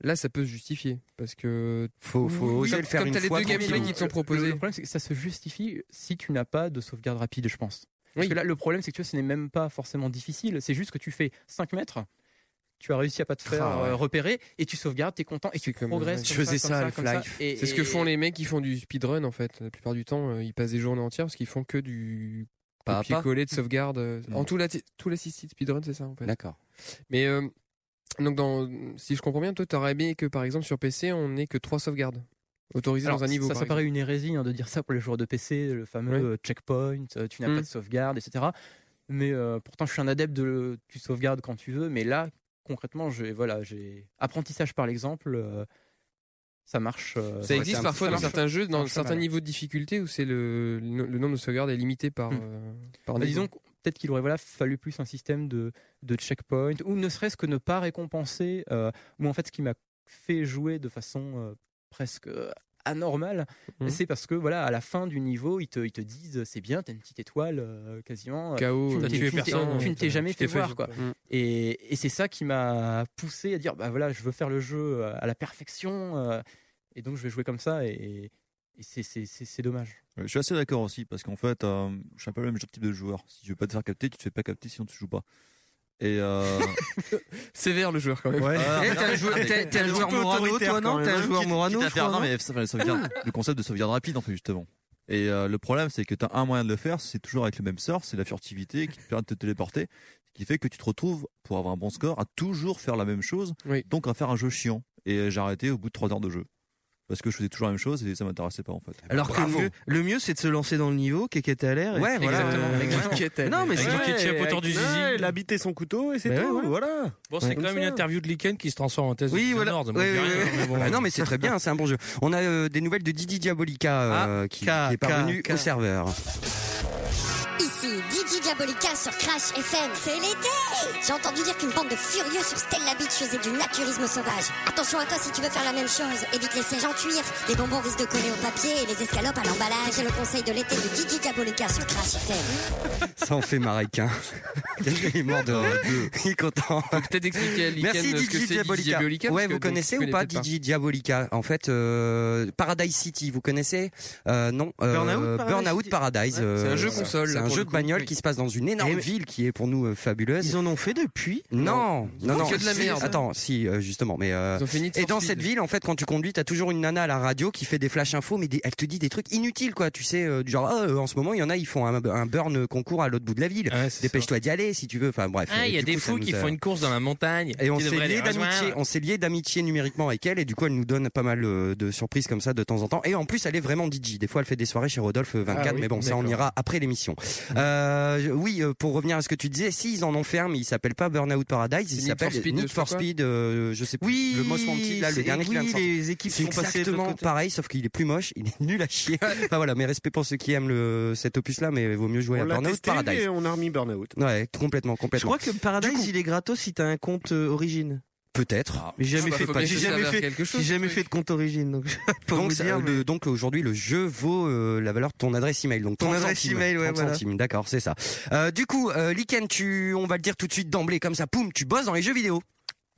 Speaker 8: là ça peut se justifier parce que
Speaker 6: faut,
Speaker 10: faut oser
Speaker 8: comme,
Speaker 10: le faire
Speaker 8: comme
Speaker 10: une
Speaker 8: t'as les
Speaker 10: fois
Speaker 8: deux gameplays
Speaker 10: tranquillou.
Speaker 8: qui te sont
Speaker 10: Le-
Speaker 8: proposés.
Speaker 10: le problème, c'est que ça se justifie si tu n'as pas de sauvegarde rapide, je pense. Parce que là, le problème, c'est que tu vois, ce n'est même pas forcément difficile. C'est juste que tu fais 5 mètres, tu as réussi à pas te faire
Speaker 8: Ah ouais.
Speaker 10: euh, repérer, et tu sauvegardes, t'es content, et tu progresses.
Speaker 8: Je
Speaker 10: comme
Speaker 8: faisais
Speaker 10: comme
Speaker 8: ça,
Speaker 10: comme
Speaker 8: Half-Life.
Speaker 10: Et-
Speaker 8: C'est ce que
Speaker 10: et-
Speaker 8: font les mecs qui font du speedrun en fait. La plupart du temps, euh, ils passent des journées entières parce qu'ils font que du
Speaker 6: Pas à pas.
Speaker 8: copier-coller de sauvegarde. euh, En tout la tout l'assisted speedrun, c'est ça en fait.
Speaker 6: D'accord.
Speaker 8: Mais euh, donc dans, si je comprends bien, toi t'aurais aimé que par exemple sur PC on n'ait que trois sauvegardes autorisées
Speaker 10: Alors,
Speaker 8: dans un niveau.
Speaker 10: Ça, ça
Speaker 8: par
Speaker 10: paraît une hérésie hein, de dire ça pour les joueurs de PC, le fameux
Speaker 8: Ouais.
Speaker 10: euh, checkpoint, euh, tu n'as
Speaker 8: Mm.
Speaker 10: pas de sauvegarde, etc. Mais euh, pourtant, je suis un adepte de tu sauvegardes quand tu veux, mais là, concrètement, j'ai voilà, j'ai apprentissage par l'exemple, euh, ça marche. euh,
Speaker 8: Ça existe
Speaker 10: marche-
Speaker 8: parfois
Speaker 10: ça
Speaker 8: dans
Speaker 10: marche-
Speaker 8: certains jeux,
Speaker 10: ça
Speaker 8: dans
Speaker 10: marche pas
Speaker 8: certains
Speaker 10: mal.
Speaker 8: niveaux de difficulté où c'est le, le le nombre de sauvegardes est limité par.
Speaker 10: Mm.
Speaker 8: euh, par
Speaker 10: Bah,
Speaker 8: niveau.
Speaker 10: disons que peut-être qu'il aurait voilà, fallu plus un système de, de checkpoint, ou ne serait-ce que ne pas récompenser, euh, moi en fait ce qui m'a fait jouer de façon euh, presque euh, anormale,
Speaker 8: Mhm.
Speaker 10: c'est parce que voilà, à la fin du niveau, ils te, ils te disent euh, c'est bien, t'as une petite étoile, euh, quasiment. euh,
Speaker 8: KO,
Speaker 10: tu ne
Speaker 8: t'as
Speaker 10: t'es-
Speaker 8: tué
Speaker 10: tu ne t'es-
Speaker 8: personne,
Speaker 10: Tu ne t'es
Speaker 8: t'as-
Speaker 10: jamais
Speaker 8: tu
Speaker 10: fait
Speaker 8: t'es fait
Speaker 10: voir
Speaker 8: jouer,
Speaker 10: quoi.
Speaker 8: quoi.
Speaker 10: Et, et c'est ça qui m'a poussé à dire bah voilà, je veux faire le jeu euh, à la perfection, euh, et donc je vais jouer comme ça, et, et c'est- c'est- c'est c'est dommage.
Speaker 7: Ouais, Euh, Je suis assez d'accord aussi parce qu'en fait, euh, je suis un peu le même type de joueur. Si tu veux pas te faire capter, tu te fais pas capter sinon tu joues pas. Et euh...
Speaker 8: sévère le joueur quand même.
Speaker 7: Ah,
Speaker 8: Eh,
Speaker 7: mais
Speaker 8: t'es un
Speaker 7: non,
Speaker 8: joueur-
Speaker 7: mais-
Speaker 8: t'es- t'es un
Speaker 7: mais-
Speaker 8: joueur
Speaker 7: un peu
Speaker 8: Morano,
Speaker 7: autoritaire
Speaker 8: toi, non
Speaker 7: quand
Speaker 8: T'es un
Speaker 7: même. hein.
Speaker 8: joueur
Speaker 7: Quitte-
Speaker 8: Morano,
Speaker 7: quitte à
Speaker 8: je
Speaker 7: faire-
Speaker 8: crois,
Speaker 7: non,
Speaker 8: non
Speaker 7: mais ça, enfin, les sauvegardes- le concept de sauvegarde rapide en fait justement. Et euh, le problème c'est que t'as un moyen de le faire, c'est toujours avec le même sort, c'est la furtivité qui te permet de te téléporter, ce qui fait que tu te retrouves pour avoir un bon score à toujours faire la même chose, donc à faire un jeu chiant. Et j'ai arrêté au bout de 3 heures de jeu parce que je faisais toujours la même chose et ça m'intéressait pas en fait.
Speaker 9: Alors que le mieux, le mieux, c'est de se lancer dans le niveau, quéquette à l'air. et-
Speaker 7: Ouais, voilà, ouais, ouais, ouais.
Speaker 9: Non, mais c'est Bah
Speaker 12: Avec du ketchup autour du zizi.
Speaker 14: il a bité son couteau et c'est
Speaker 12: Ben
Speaker 14: tout. hein.
Speaker 12: ouais, ouais.
Speaker 14: Voilà.
Speaker 12: Bon, c'est quand même une interview de Liken qui se transforme en thèse
Speaker 14: Oui,
Speaker 12: de
Speaker 14: voilà.
Speaker 12: Dishonored,
Speaker 14: Oui,
Speaker 12: moi, je dis
Speaker 14: oui,
Speaker 12: rien,
Speaker 8: Ah,
Speaker 14: oui.
Speaker 12: mais bon.
Speaker 6: Bah non, mais c'est très bien, c'est un bon jeu. On a euh, des nouvelles de Didi Diabolica
Speaker 8: Ah,
Speaker 6: euh, qui,
Speaker 9: K,
Speaker 6: qui est parvenu
Speaker 9: K, K.
Speaker 6: au serveur.
Speaker 4: Ici, DJ Diabolica sur Crash FM. C'est l'été J'ai entendu dire qu'une bande de furieux sur Stella Beach faisait du naturisme sauvage. Attention à toi si tu veux faire la même chose. Évite les sièges en cuir, les bonbons risquent de coller au papier et les escalopes à l'emballage. C'est le conseil de l'été de DJ Diabolica sur Crash FM.
Speaker 6: Ça en fait Marek. Hein. il est mort de Il est content.
Speaker 8: Ah, peut-être expliquer à Liken euh,
Speaker 6: Merci
Speaker 8: ce que c'est
Speaker 6: DJ
Speaker 8: Digi
Speaker 6: Diabolica.
Speaker 8: Diabolica, parce
Speaker 6: Ouais,
Speaker 8: que
Speaker 6: vous
Speaker 8: donc,
Speaker 6: connaissez
Speaker 8: tu
Speaker 6: ou pas
Speaker 8: connais peut-être
Speaker 6: DJ Diabolica En fait, euh, Paradise City, vous connaissez Euh, Non.
Speaker 8: Burnout Paradise
Speaker 6: Burnout
Speaker 8: City.
Speaker 6: Paradise.
Speaker 8: Ouais.
Speaker 6: euh,
Speaker 8: C'est un jeu console,
Speaker 6: C'est
Speaker 8: là,
Speaker 6: un
Speaker 8: pour
Speaker 6: jeu
Speaker 8: le
Speaker 6: de
Speaker 8: coup,
Speaker 6: bagnole
Speaker 8: oui.
Speaker 6: qui se passe dans une
Speaker 8: Et-
Speaker 6: énorme ville qui est pour nous euh, fabuleuse.
Speaker 9: Ils en ont fait depuis
Speaker 6: Non, non, non.
Speaker 9: Que de la
Speaker 6: si,
Speaker 9: merde.
Speaker 6: Attends, si, euh, justement, mais. euh,
Speaker 9: Ils ont fait Need for
Speaker 6: et dans
Speaker 9: Speed.
Speaker 6: cette ville, en fait, quand tu conduis, t'as toujours une nana à la radio qui fait des flash infos, mais des- elle te dit des trucs inutiles, quoi. Tu sais, euh, du genre, ah, euh, en ce moment, il y en a, ils font un, un burn concours à l'autre bout de la ville. Dépêche-toi d'y aller si tu veux. Enfin, bref.
Speaker 12: Ah, il y
Speaker 6: Et
Speaker 12: a
Speaker 6: du
Speaker 12: des
Speaker 6: coup, ça
Speaker 12: fous
Speaker 6: nous
Speaker 12: qui
Speaker 6: a-
Speaker 12: font une course dans la montagne.
Speaker 6: et on
Speaker 12: Tu
Speaker 6: s'est
Speaker 12: devrais
Speaker 6: lié
Speaker 12: les rejoindre.
Speaker 6: d'amitié, on s'est lié d'amitié numériquement avec elle et du coup elle nous donne pas mal euh, de surprises comme ça de temps en temps et en plus elle est vraiment DJ. Des fois elle fait des soirées chez Rodolphe euh, 24
Speaker 9: Ah oui,
Speaker 6: mais bon ça on
Speaker 9: d'accord.
Speaker 6: ira après l'émission. Euh, je- oui euh, pour revenir à ce que tu disais, si ils en ont fait un mais il s'appelle pas Burnout Paradise, il
Speaker 9: Need for
Speaker 6: s'appelle
Speaker 9: Speed,
Speaker 6: Need
Speaker 9: je
Speaker 6: for
Speaker 9: sais pas.
Speaker 6: Speed, euh, je sais plus
Speaker 9: Oui,
Speaker 6: le Most Wanted là le
Speaker 9: c'est-
Speaker 6: dernier qui
Speaker 9: oui,
Speaker 6: vient de sortir.
Speaker 9: les équipes
Speaker 6: C'est
Speaker 9: sont passées de l'autre
Speaker 6: exactement
Speaker 9: côté.
Speaker 6: pareil sauf qu'il est plus moche, il est nul à chier. enfin voilà, mes respects pour ceux qui aiment le cet opus là mais il vaut mieux jouer
Speaker 14: On
Speaker 6: à
Speaker 14: l'a
Speaker 6: Burnout
Speaker 14: testé,
Speaker 6: Paradise.
Speaker 14: mais on a remis Burnout.
Speaker 6: Ouais, complètement
Speaker 9: Je
Speaker 6: complètement.
Speaker 9: crois que Paradise, il est gratos si t'as un compte euh, Origin.
Speaker 6: Peut-être.
Speaker 9: J'ai jamais fait, j'ai jamais fait, j'ai jamais fait de compte Origin, donc. je peux pas
Speaker 6: donc,
Speaker 9: vous
Speaker 6: ça-
Speaker 9: dire, mais-
Speaker 6: le- donc aujourd'hui, le jeu vaut euh, la valeur de ton adresse email. Donc
Speaker 9: Ton
Speaker 6: 30
Speaker 9: adresse
Speaker 6: centimes,
Speaker 9: email, ouais,
Speaker 6: 30
Speaker 9: voilà.
Speaker 6: centimes, d'accord, c'est ça. Euh, du coup, euh, Liken, tu, on va le dire tout de suite d'emblée, comme ça, poum, tu bosses dans les jeux vidéo.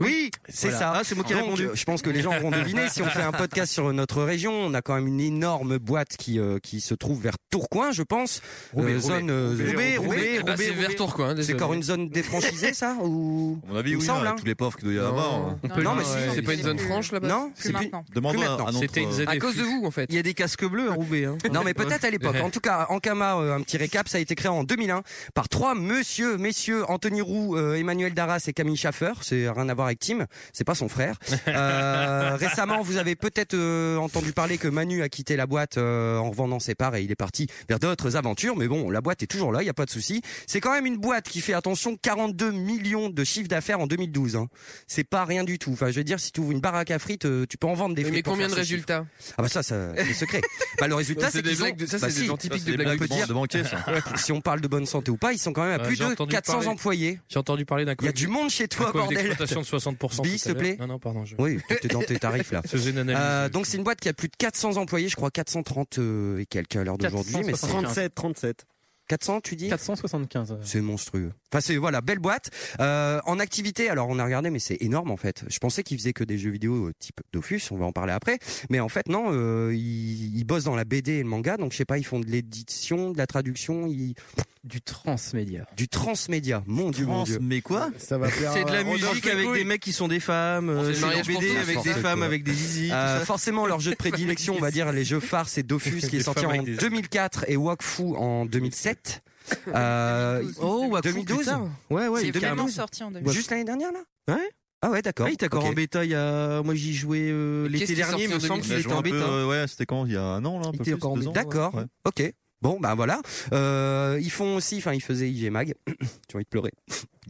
Speaker 6: Oui, c'est
Speaker 13: Voilà.
Speaker 6: ça.
Speaker 13: Ah, c'est moi qui ai
Speaker 6: Donc,
Speaker 13: répondu.
Speaker 6: euh, Je pense que les gens auront deviné. Si on fait un podcast sur notre région, on a quand même une énorme boîte qui euh, qui se trouve vers Tourcoing, je pense.
Speaker 13: Roubaix,
Speaker 6: Euh, zone euh,
Speaker 13: Roubaix, Roubaix, Eh
Speaker 6: Roubaix, Roubaix,
Speaker 13: ben,
Speaker 6: Roubaix,
Speaker 13: c'est
Speaker 6: Roubaix.
Speaker 13: vers Tourcoing,
Speaker 6: C'est
Speaker 13: désolé.
Speaker 6: encore une zone défranchisée, ça ou
Speaker 7: À mon avis,
Speaker 6: Il me
Speaker 7: oui,
Speaker 6: semble,
Speaker 7: hein,
Speaker 6: hein.
Speaker 7: tous les pauvres qu'il doit y avoir. hein.
Speaker 6: Non, mais si,
Speaker 8: c'est pas une zone franche là-bas
Speaker 6: Non,
Speaker 8: Plus maintenant.
Speaker 7: Demande-moi à euh, notre-
Speaker 6: À cause de vous, en fait. Il y a des casques bleus à Roubaix.
Speaker 7: hein.
Speaker 6: Non, mais peut-être à l'époque. En tout cas, Ankama, euh, un petit récap, ça a été créé en 2001 par trois monsieur, messieurs, Anthony Roux, euh, Emmanuel Darras et Camille Schaffer. C'est rien à voir avec Tim. C'est pas son frère. Euh, récemment, vous avez peut-être euh, entendu parler que Manu a quitté la boîte euh, en revendant ses parts et il est parti vers d'autres aventures. Mais bon, la boîte est toujours là, il n'y a pas de souci. C'est quand même une boîte qui fait, attention, 42 millions de chiffres d'affaires en 2012. hein. C'est pas rien du tout. Enfin, je veux dire, si tu ouvres une baraque à frites, euh, tu peux en vendre des
Speaker 8: Mais
Speaker 6: frites. pour
Speaker 8: combien
Speaker 6: faire
Speaker 8: de
Speaker 6: ce chiffre.
Speaker 8: résultats
Speaker 6: Ah bah ça, ça c'est secret. bah le résultat,
Speaker 8: C'est
Speaker 6: c'est
Speaker 8: des
Speaker 6: qu'ils ont-
Speaker 8: blagues de- ça,
Speaker 6: bah,
Speaker 8: c'est des
Speaker 6: si.
Speaker 8: gens typiques de
Speaker 6: les
Speaker 8: blagues de Euh,
Speaker 6: blagues
Speaker 8: banque.
Speaker 6: banquiers, ça. si on parle de bonne santé ou pas, ils sont quand même à
Speaker 12: Ouais,
Speaker 6: plus
Speaker 12: j'ai
Speaker 6: de
Speaker 12: entendu
Speaker 6: 400
Speaker 12: parler-
Speaker 6: employés.
Speaker 12: J'ai entendu parler d'un
Speaker 6: Il y a du monde chez toi,
Speaker 12: un coef
Speaker 6: bordel.
Speaker 12: d'exploitation de 60%
Speaker 6: Sbi,
Speaker 12: tout à
Speaker 6: s'il te plaît.
Speaker 12: l'heure. Non, non, pardon. Je...
Speaker 6: Oui, t'es dans tes tarifs là.
Speaker 12: Je faisais une analyse.
Speaker 6: Euh, donc c'est une boîte qui a plus de 400 employés, je crois 430 euh, et quelques à l'heure d'aujourd'hui, mais c'est
Speaker 15: 37, 37.
Speaker 6: 400, tu dis
Speaker 12: 475. euh.
Speaker 6: C'est monstrueux. Enfin, c'est voilà, belle boîte. Euh, en activité, alors on a regardé, mais c'est énorme en fait. Je pensais qu'ils faisaient que des jeux vidéo euh, type Dofus, on va en parler après. Mais en fait, non, euh, ils, ils bossent dans la BD et le manga, donc je sais pas, ils font de l'édition, de la traduction, ils...
Speaker 10: du transmédia.
Speaker 6: Du transmédia, mon dieu, mon dieu.
Speaker 7: Mais quoi
Speaker 6: Ça
Speaker 15: va plaire
Speaker 9: C'est de la musique avec des mecs qui sont des femmes, euh, c'est des BD avec des femmes, avec des zizi.
Speaker 6: Euh, forcément, leur jeu de prédilection, on va dire, les jeux phares, c'est Dofus qui
Speaker 9: Des
Speaker 6: est sorti
Speaker 9: femmes
Speaker 6: en
Speaker 9: avec des-
Speaker 6: 2004 et Wakfu en 2007. Euh,
Speaker 9: Oh, Wakfu,
Speaker 6: 2012
Speaker 9: putain.
Speaker 6: Ouais, ouais,
Speaker 11: C'est
Speaker 6: 2012.
Speaker 11: vraiment sorti en 2012.
Speaker 6: Juste l'année dernière, là Ouais. Ah ouais, d'accord.
Speaker 9: Ah, il était encore
Speaker 6: Ok.
Speaker 9: en bêta. Il y a, moi j'y jouais euh, l'été dernier, il me semble qu'il
Speaker 7: On a
Speaker 9: était
Speaker 7: joué
Speaker 9: en
Speaker 7: un peu,
Speaker 9: bêta.
Speaker 7: euh, Ouais, c'était quand Il y a un an, là, un peu plus, deux ans, ouais.
Speaker 6: D'accord.
Speaker 7: Ouais.
Speaker 6: Ok. Bon, bah voilà. Euh, ils font aussi, enfin, ils faisaient IG Mag. J'ai envie de pleurer.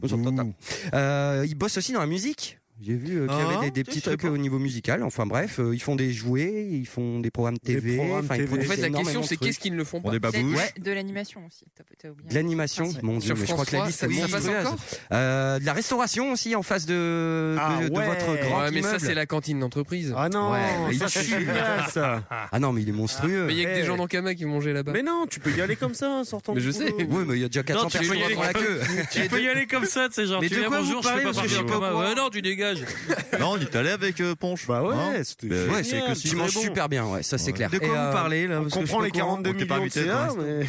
Speaker 6: J'entends ça. Euh, ils bossent aussi dans la musique. J'ai vu euh, qu'il y
Speaker 13: Ah,
Speaker 6: avait des, des
Speaker 13: je
Speaker 6: petits
Speaker 13: savais
Speaker 6: trucs au niveau musical. Enfin bref, euh, ils font des jouets, ils font des programmes TV.
Speaker 8: programmes
Speaker 6: enfin, ils
Speaker 8: TV. En fait,
Speaker 6: produisent
Speaker 8: la question,
Speaker 6: énormément de
Speaker 8: c'est
Speaker 6: trucs.
Speaker 8: qu'est-ce qu'ils ne font
Speaker 6: On est babouches.
Speaker 11: Ouais. De l'animation aussi. T'as t'as oublié.
Speaker 6: De l'animation, mon
Speaker 8: Sur
Speaker 6: dieu, mais je crois
Speaker 8: France
Speaker 6: que la liste est
Speaker 8: trois, ça- ça passe
Speaker 6: monstrueuse.
Speaker 8: encore
Speaker 6: Euh, de la restauration aussi en face de, de- de votre grand
Speaker 8: Ah Ouais, mais ça,
Speaker 6: immeuble.
Speaker 8: c'est la cantine d'entreprise.
Speaker 15: Ah non,
Speaker 6: Ouais,
Speaker 15: ça,
Speaker 6: il
Speaker 15: c'est
Speaker 6: tue.
Speaker 15: génial, ça.
Speaker 6: Ah non, mais il est monstrueux.
Speaker 8: Mais il y a que des gens dans Kama qui mangeaient là-bas.
Speaker 15: Mais non, tu peux y aller comme ça en sortant
Speaker 8: Mais
Speaker 15: du
Speaker 8: je sais.
Speaker 15: boulot.
Speaker 6: Oui, mais il y a déjà 400
Speaker 8: Non, tu
Speaker 6: personnes
Speaker 8: peux y
Speaker 6: qui font la
Speaker 8: aller
Speaker 6: queue.
Speaker 5: Tu peux y aller comme ça, tu sais, genre,
Speaker 6: Mais
Speaker 5: tu
Speaker 6: de
Speaker 5: viens,
Speaker 6: quoi vous
Speaker 5: bonjour,
Speaker 6: parlez,
Speaker 5: je fais
Speaker 6: parce que je
Speaker 5: partie
Speaker 6: suis
Speaker 5: du
Speaker 6: pas
Speaker 5: commun.
Speaker 6: au courant.
Speaker 5: Ouais, non, tu dégages.
Speaker 7: Non, on est allé avec euh, Ponche.
Speaker 15: Bah ouais,
Speaker 7: Hein
Speaker 15: c'était
Speaker 7: Ben,
Speaker 6: Ouais,
Speaker 7: c'est que si
Speaker 6: tu
Speaker 7: c'est
Speaker 6: manges
Speaker 7: bon.
Speaker 6: super bien, ouais, ça c'est clair.
Speaker 9: De quoi
Speaker 6: Et,
Speaker 9: vous
Speaker 6: euh,
Speaker 9: parlez là Parce que je suis pas au courant.
Speaker 7: On t'est pas invité,
Speaker 6: hein,
Speaker 7: pour
Speaker 15: mais...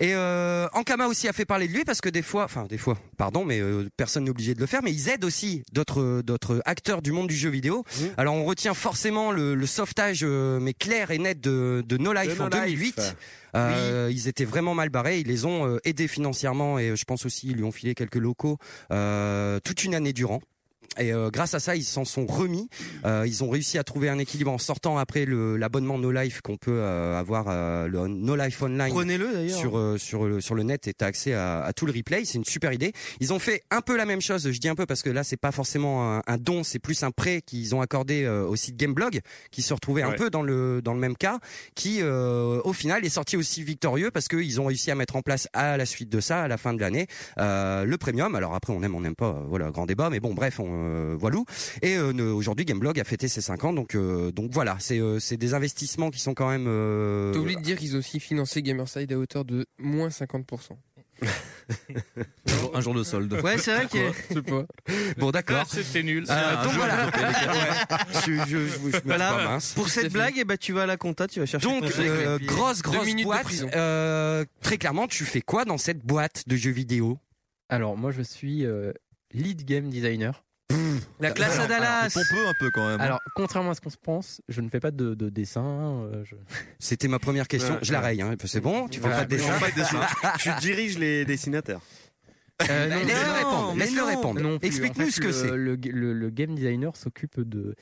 Speaker 6: Et euh, Ankama aussi a fait parler de lui parce que des fois, enfin des fois, pardon, mais euh, personne n'est obligé de le faire, mais ils aident aussi d'autres d'autres acteurs du monde du jeu vidéo.
Speaker 8: Mmh.
Speaker 6: Alors on retient forcément le, le sauvetage euh, mais clair et net de, de No Life
Speaker 13: De No
Speaker 6: en 2008.
Speaker 13: Life.
Speaker 6: Euh, Ils étaient vraiment mal barrés, ils les ont euh, aidés financièrement et euh, je pense aussi ils lui ont filé quelques locaux euh, toute une année durant. Et euh, grâce à ça, ils s'en sont remis. Euh, ils ont réussi à trouver un équilibre en sortant après le- l'abonnement No Life qu'on peut euh, avoir euh, le No Life Online.
Speaker 9: Prenez-le, d'ailleurs.
Speaker 6: sur euh, sur le sur le net et t'as accès à, à tout le replay. C'est une super idée. Ils ont fait un peu la même chose. Je dis un peu parce que là, c'est pas forcément un, un don, c'est plus un prêt qu'ils ont accordé euh, au site Gameblog, qui se retrouvait un
Speaker 13: Ouais.
Speaker 6: peu dans le dans le même cas, qui euh, au final est sorti aussi victorieux parce qu'ils ont réussi à mettre en place à la suite de ça, à la fin de l'année, euh, le premium. Alors après, on aime, on n'aime pas, euh, voilà, grand débat. Mais bon, bref, on euh, voilou. Et euh, ne- aujourd'hui, Gameblog a fêté ses 5 ans, donc euh, donc voilà, c'est euh, c'est des investissements qui sont quand même. euh,
Speaker 8: T'as oublié de dire qu'ils ont aussi financé Gamerside à hauteur de moins 50%.
Speaker 7: Un jour- Un jour de solde.
Speaker 8: Ouais, c'est vrai qu'il y a-
Speaker 7: Pourquoi
Speaker 8: Je sais pas.
Speaker 6: Bon, d'accord.
Speaker 12: C'était nul.
Speaker 6: Euh, donc voilà.
Speaker 9: Je- je- je-
Speaker 6: je-
Speaker 9: Voilà,
Speaker 6: pas mince.
Speaker 9: pour cette blague, eh ben, tu vas à la compta, tu vas chercher.
Speaker 6: Donc,
Speaker 9: ton chèque,
Speaker 6: euh,
Speaker 9: et puis-
Speaker 6: grosse, grosse boîte. euh, très clairement, tu fais quoi dans cette boîte de jeux vidéo
Speaker 10: Alors moi je suis euh, lead game designer.
Speaker 9: La classe
Speaker 10: Alors,
Speaker 9: à Dallas.
Speaker 10: alors,
Speaker 7: un peu quand même.
Speaker 10: Alors contrairement à ce qu'on se pense, je ne fais pas de, de dessin. euh, je-
Speaker 6: C'était ma première question.
Speaker 10: Ouais,
Speaker 6: je la
Speaker 10: ouais.
Speaker 6: raye, hein. C'est bon, tu fais
Speaker 10: Voilà,
Speaker 6: pas de
Speaker 10: mais on
Speaker 6: dessin.
Speaker 10: fait pas de dessin.
Speaker 15: tu diriges les dessinateurs.
Speaker 10: Euh, non,
Speaker 6: Laisse-le
Speaker 10: non,
Speaker 6: répondre,
Speaker 10: mais
Speaker 6: laisse-le
Speaker 10: non,
Speaker 6: répondre.
Speaker 10: non plus.
Speaker 6: Explique-nous
Speaker 10: En fait,
Speaker 6: ce que
Speaker 10: le-
Speaker 6: c'est.
Speaker 10: Le, le- le game designer s'occupe de,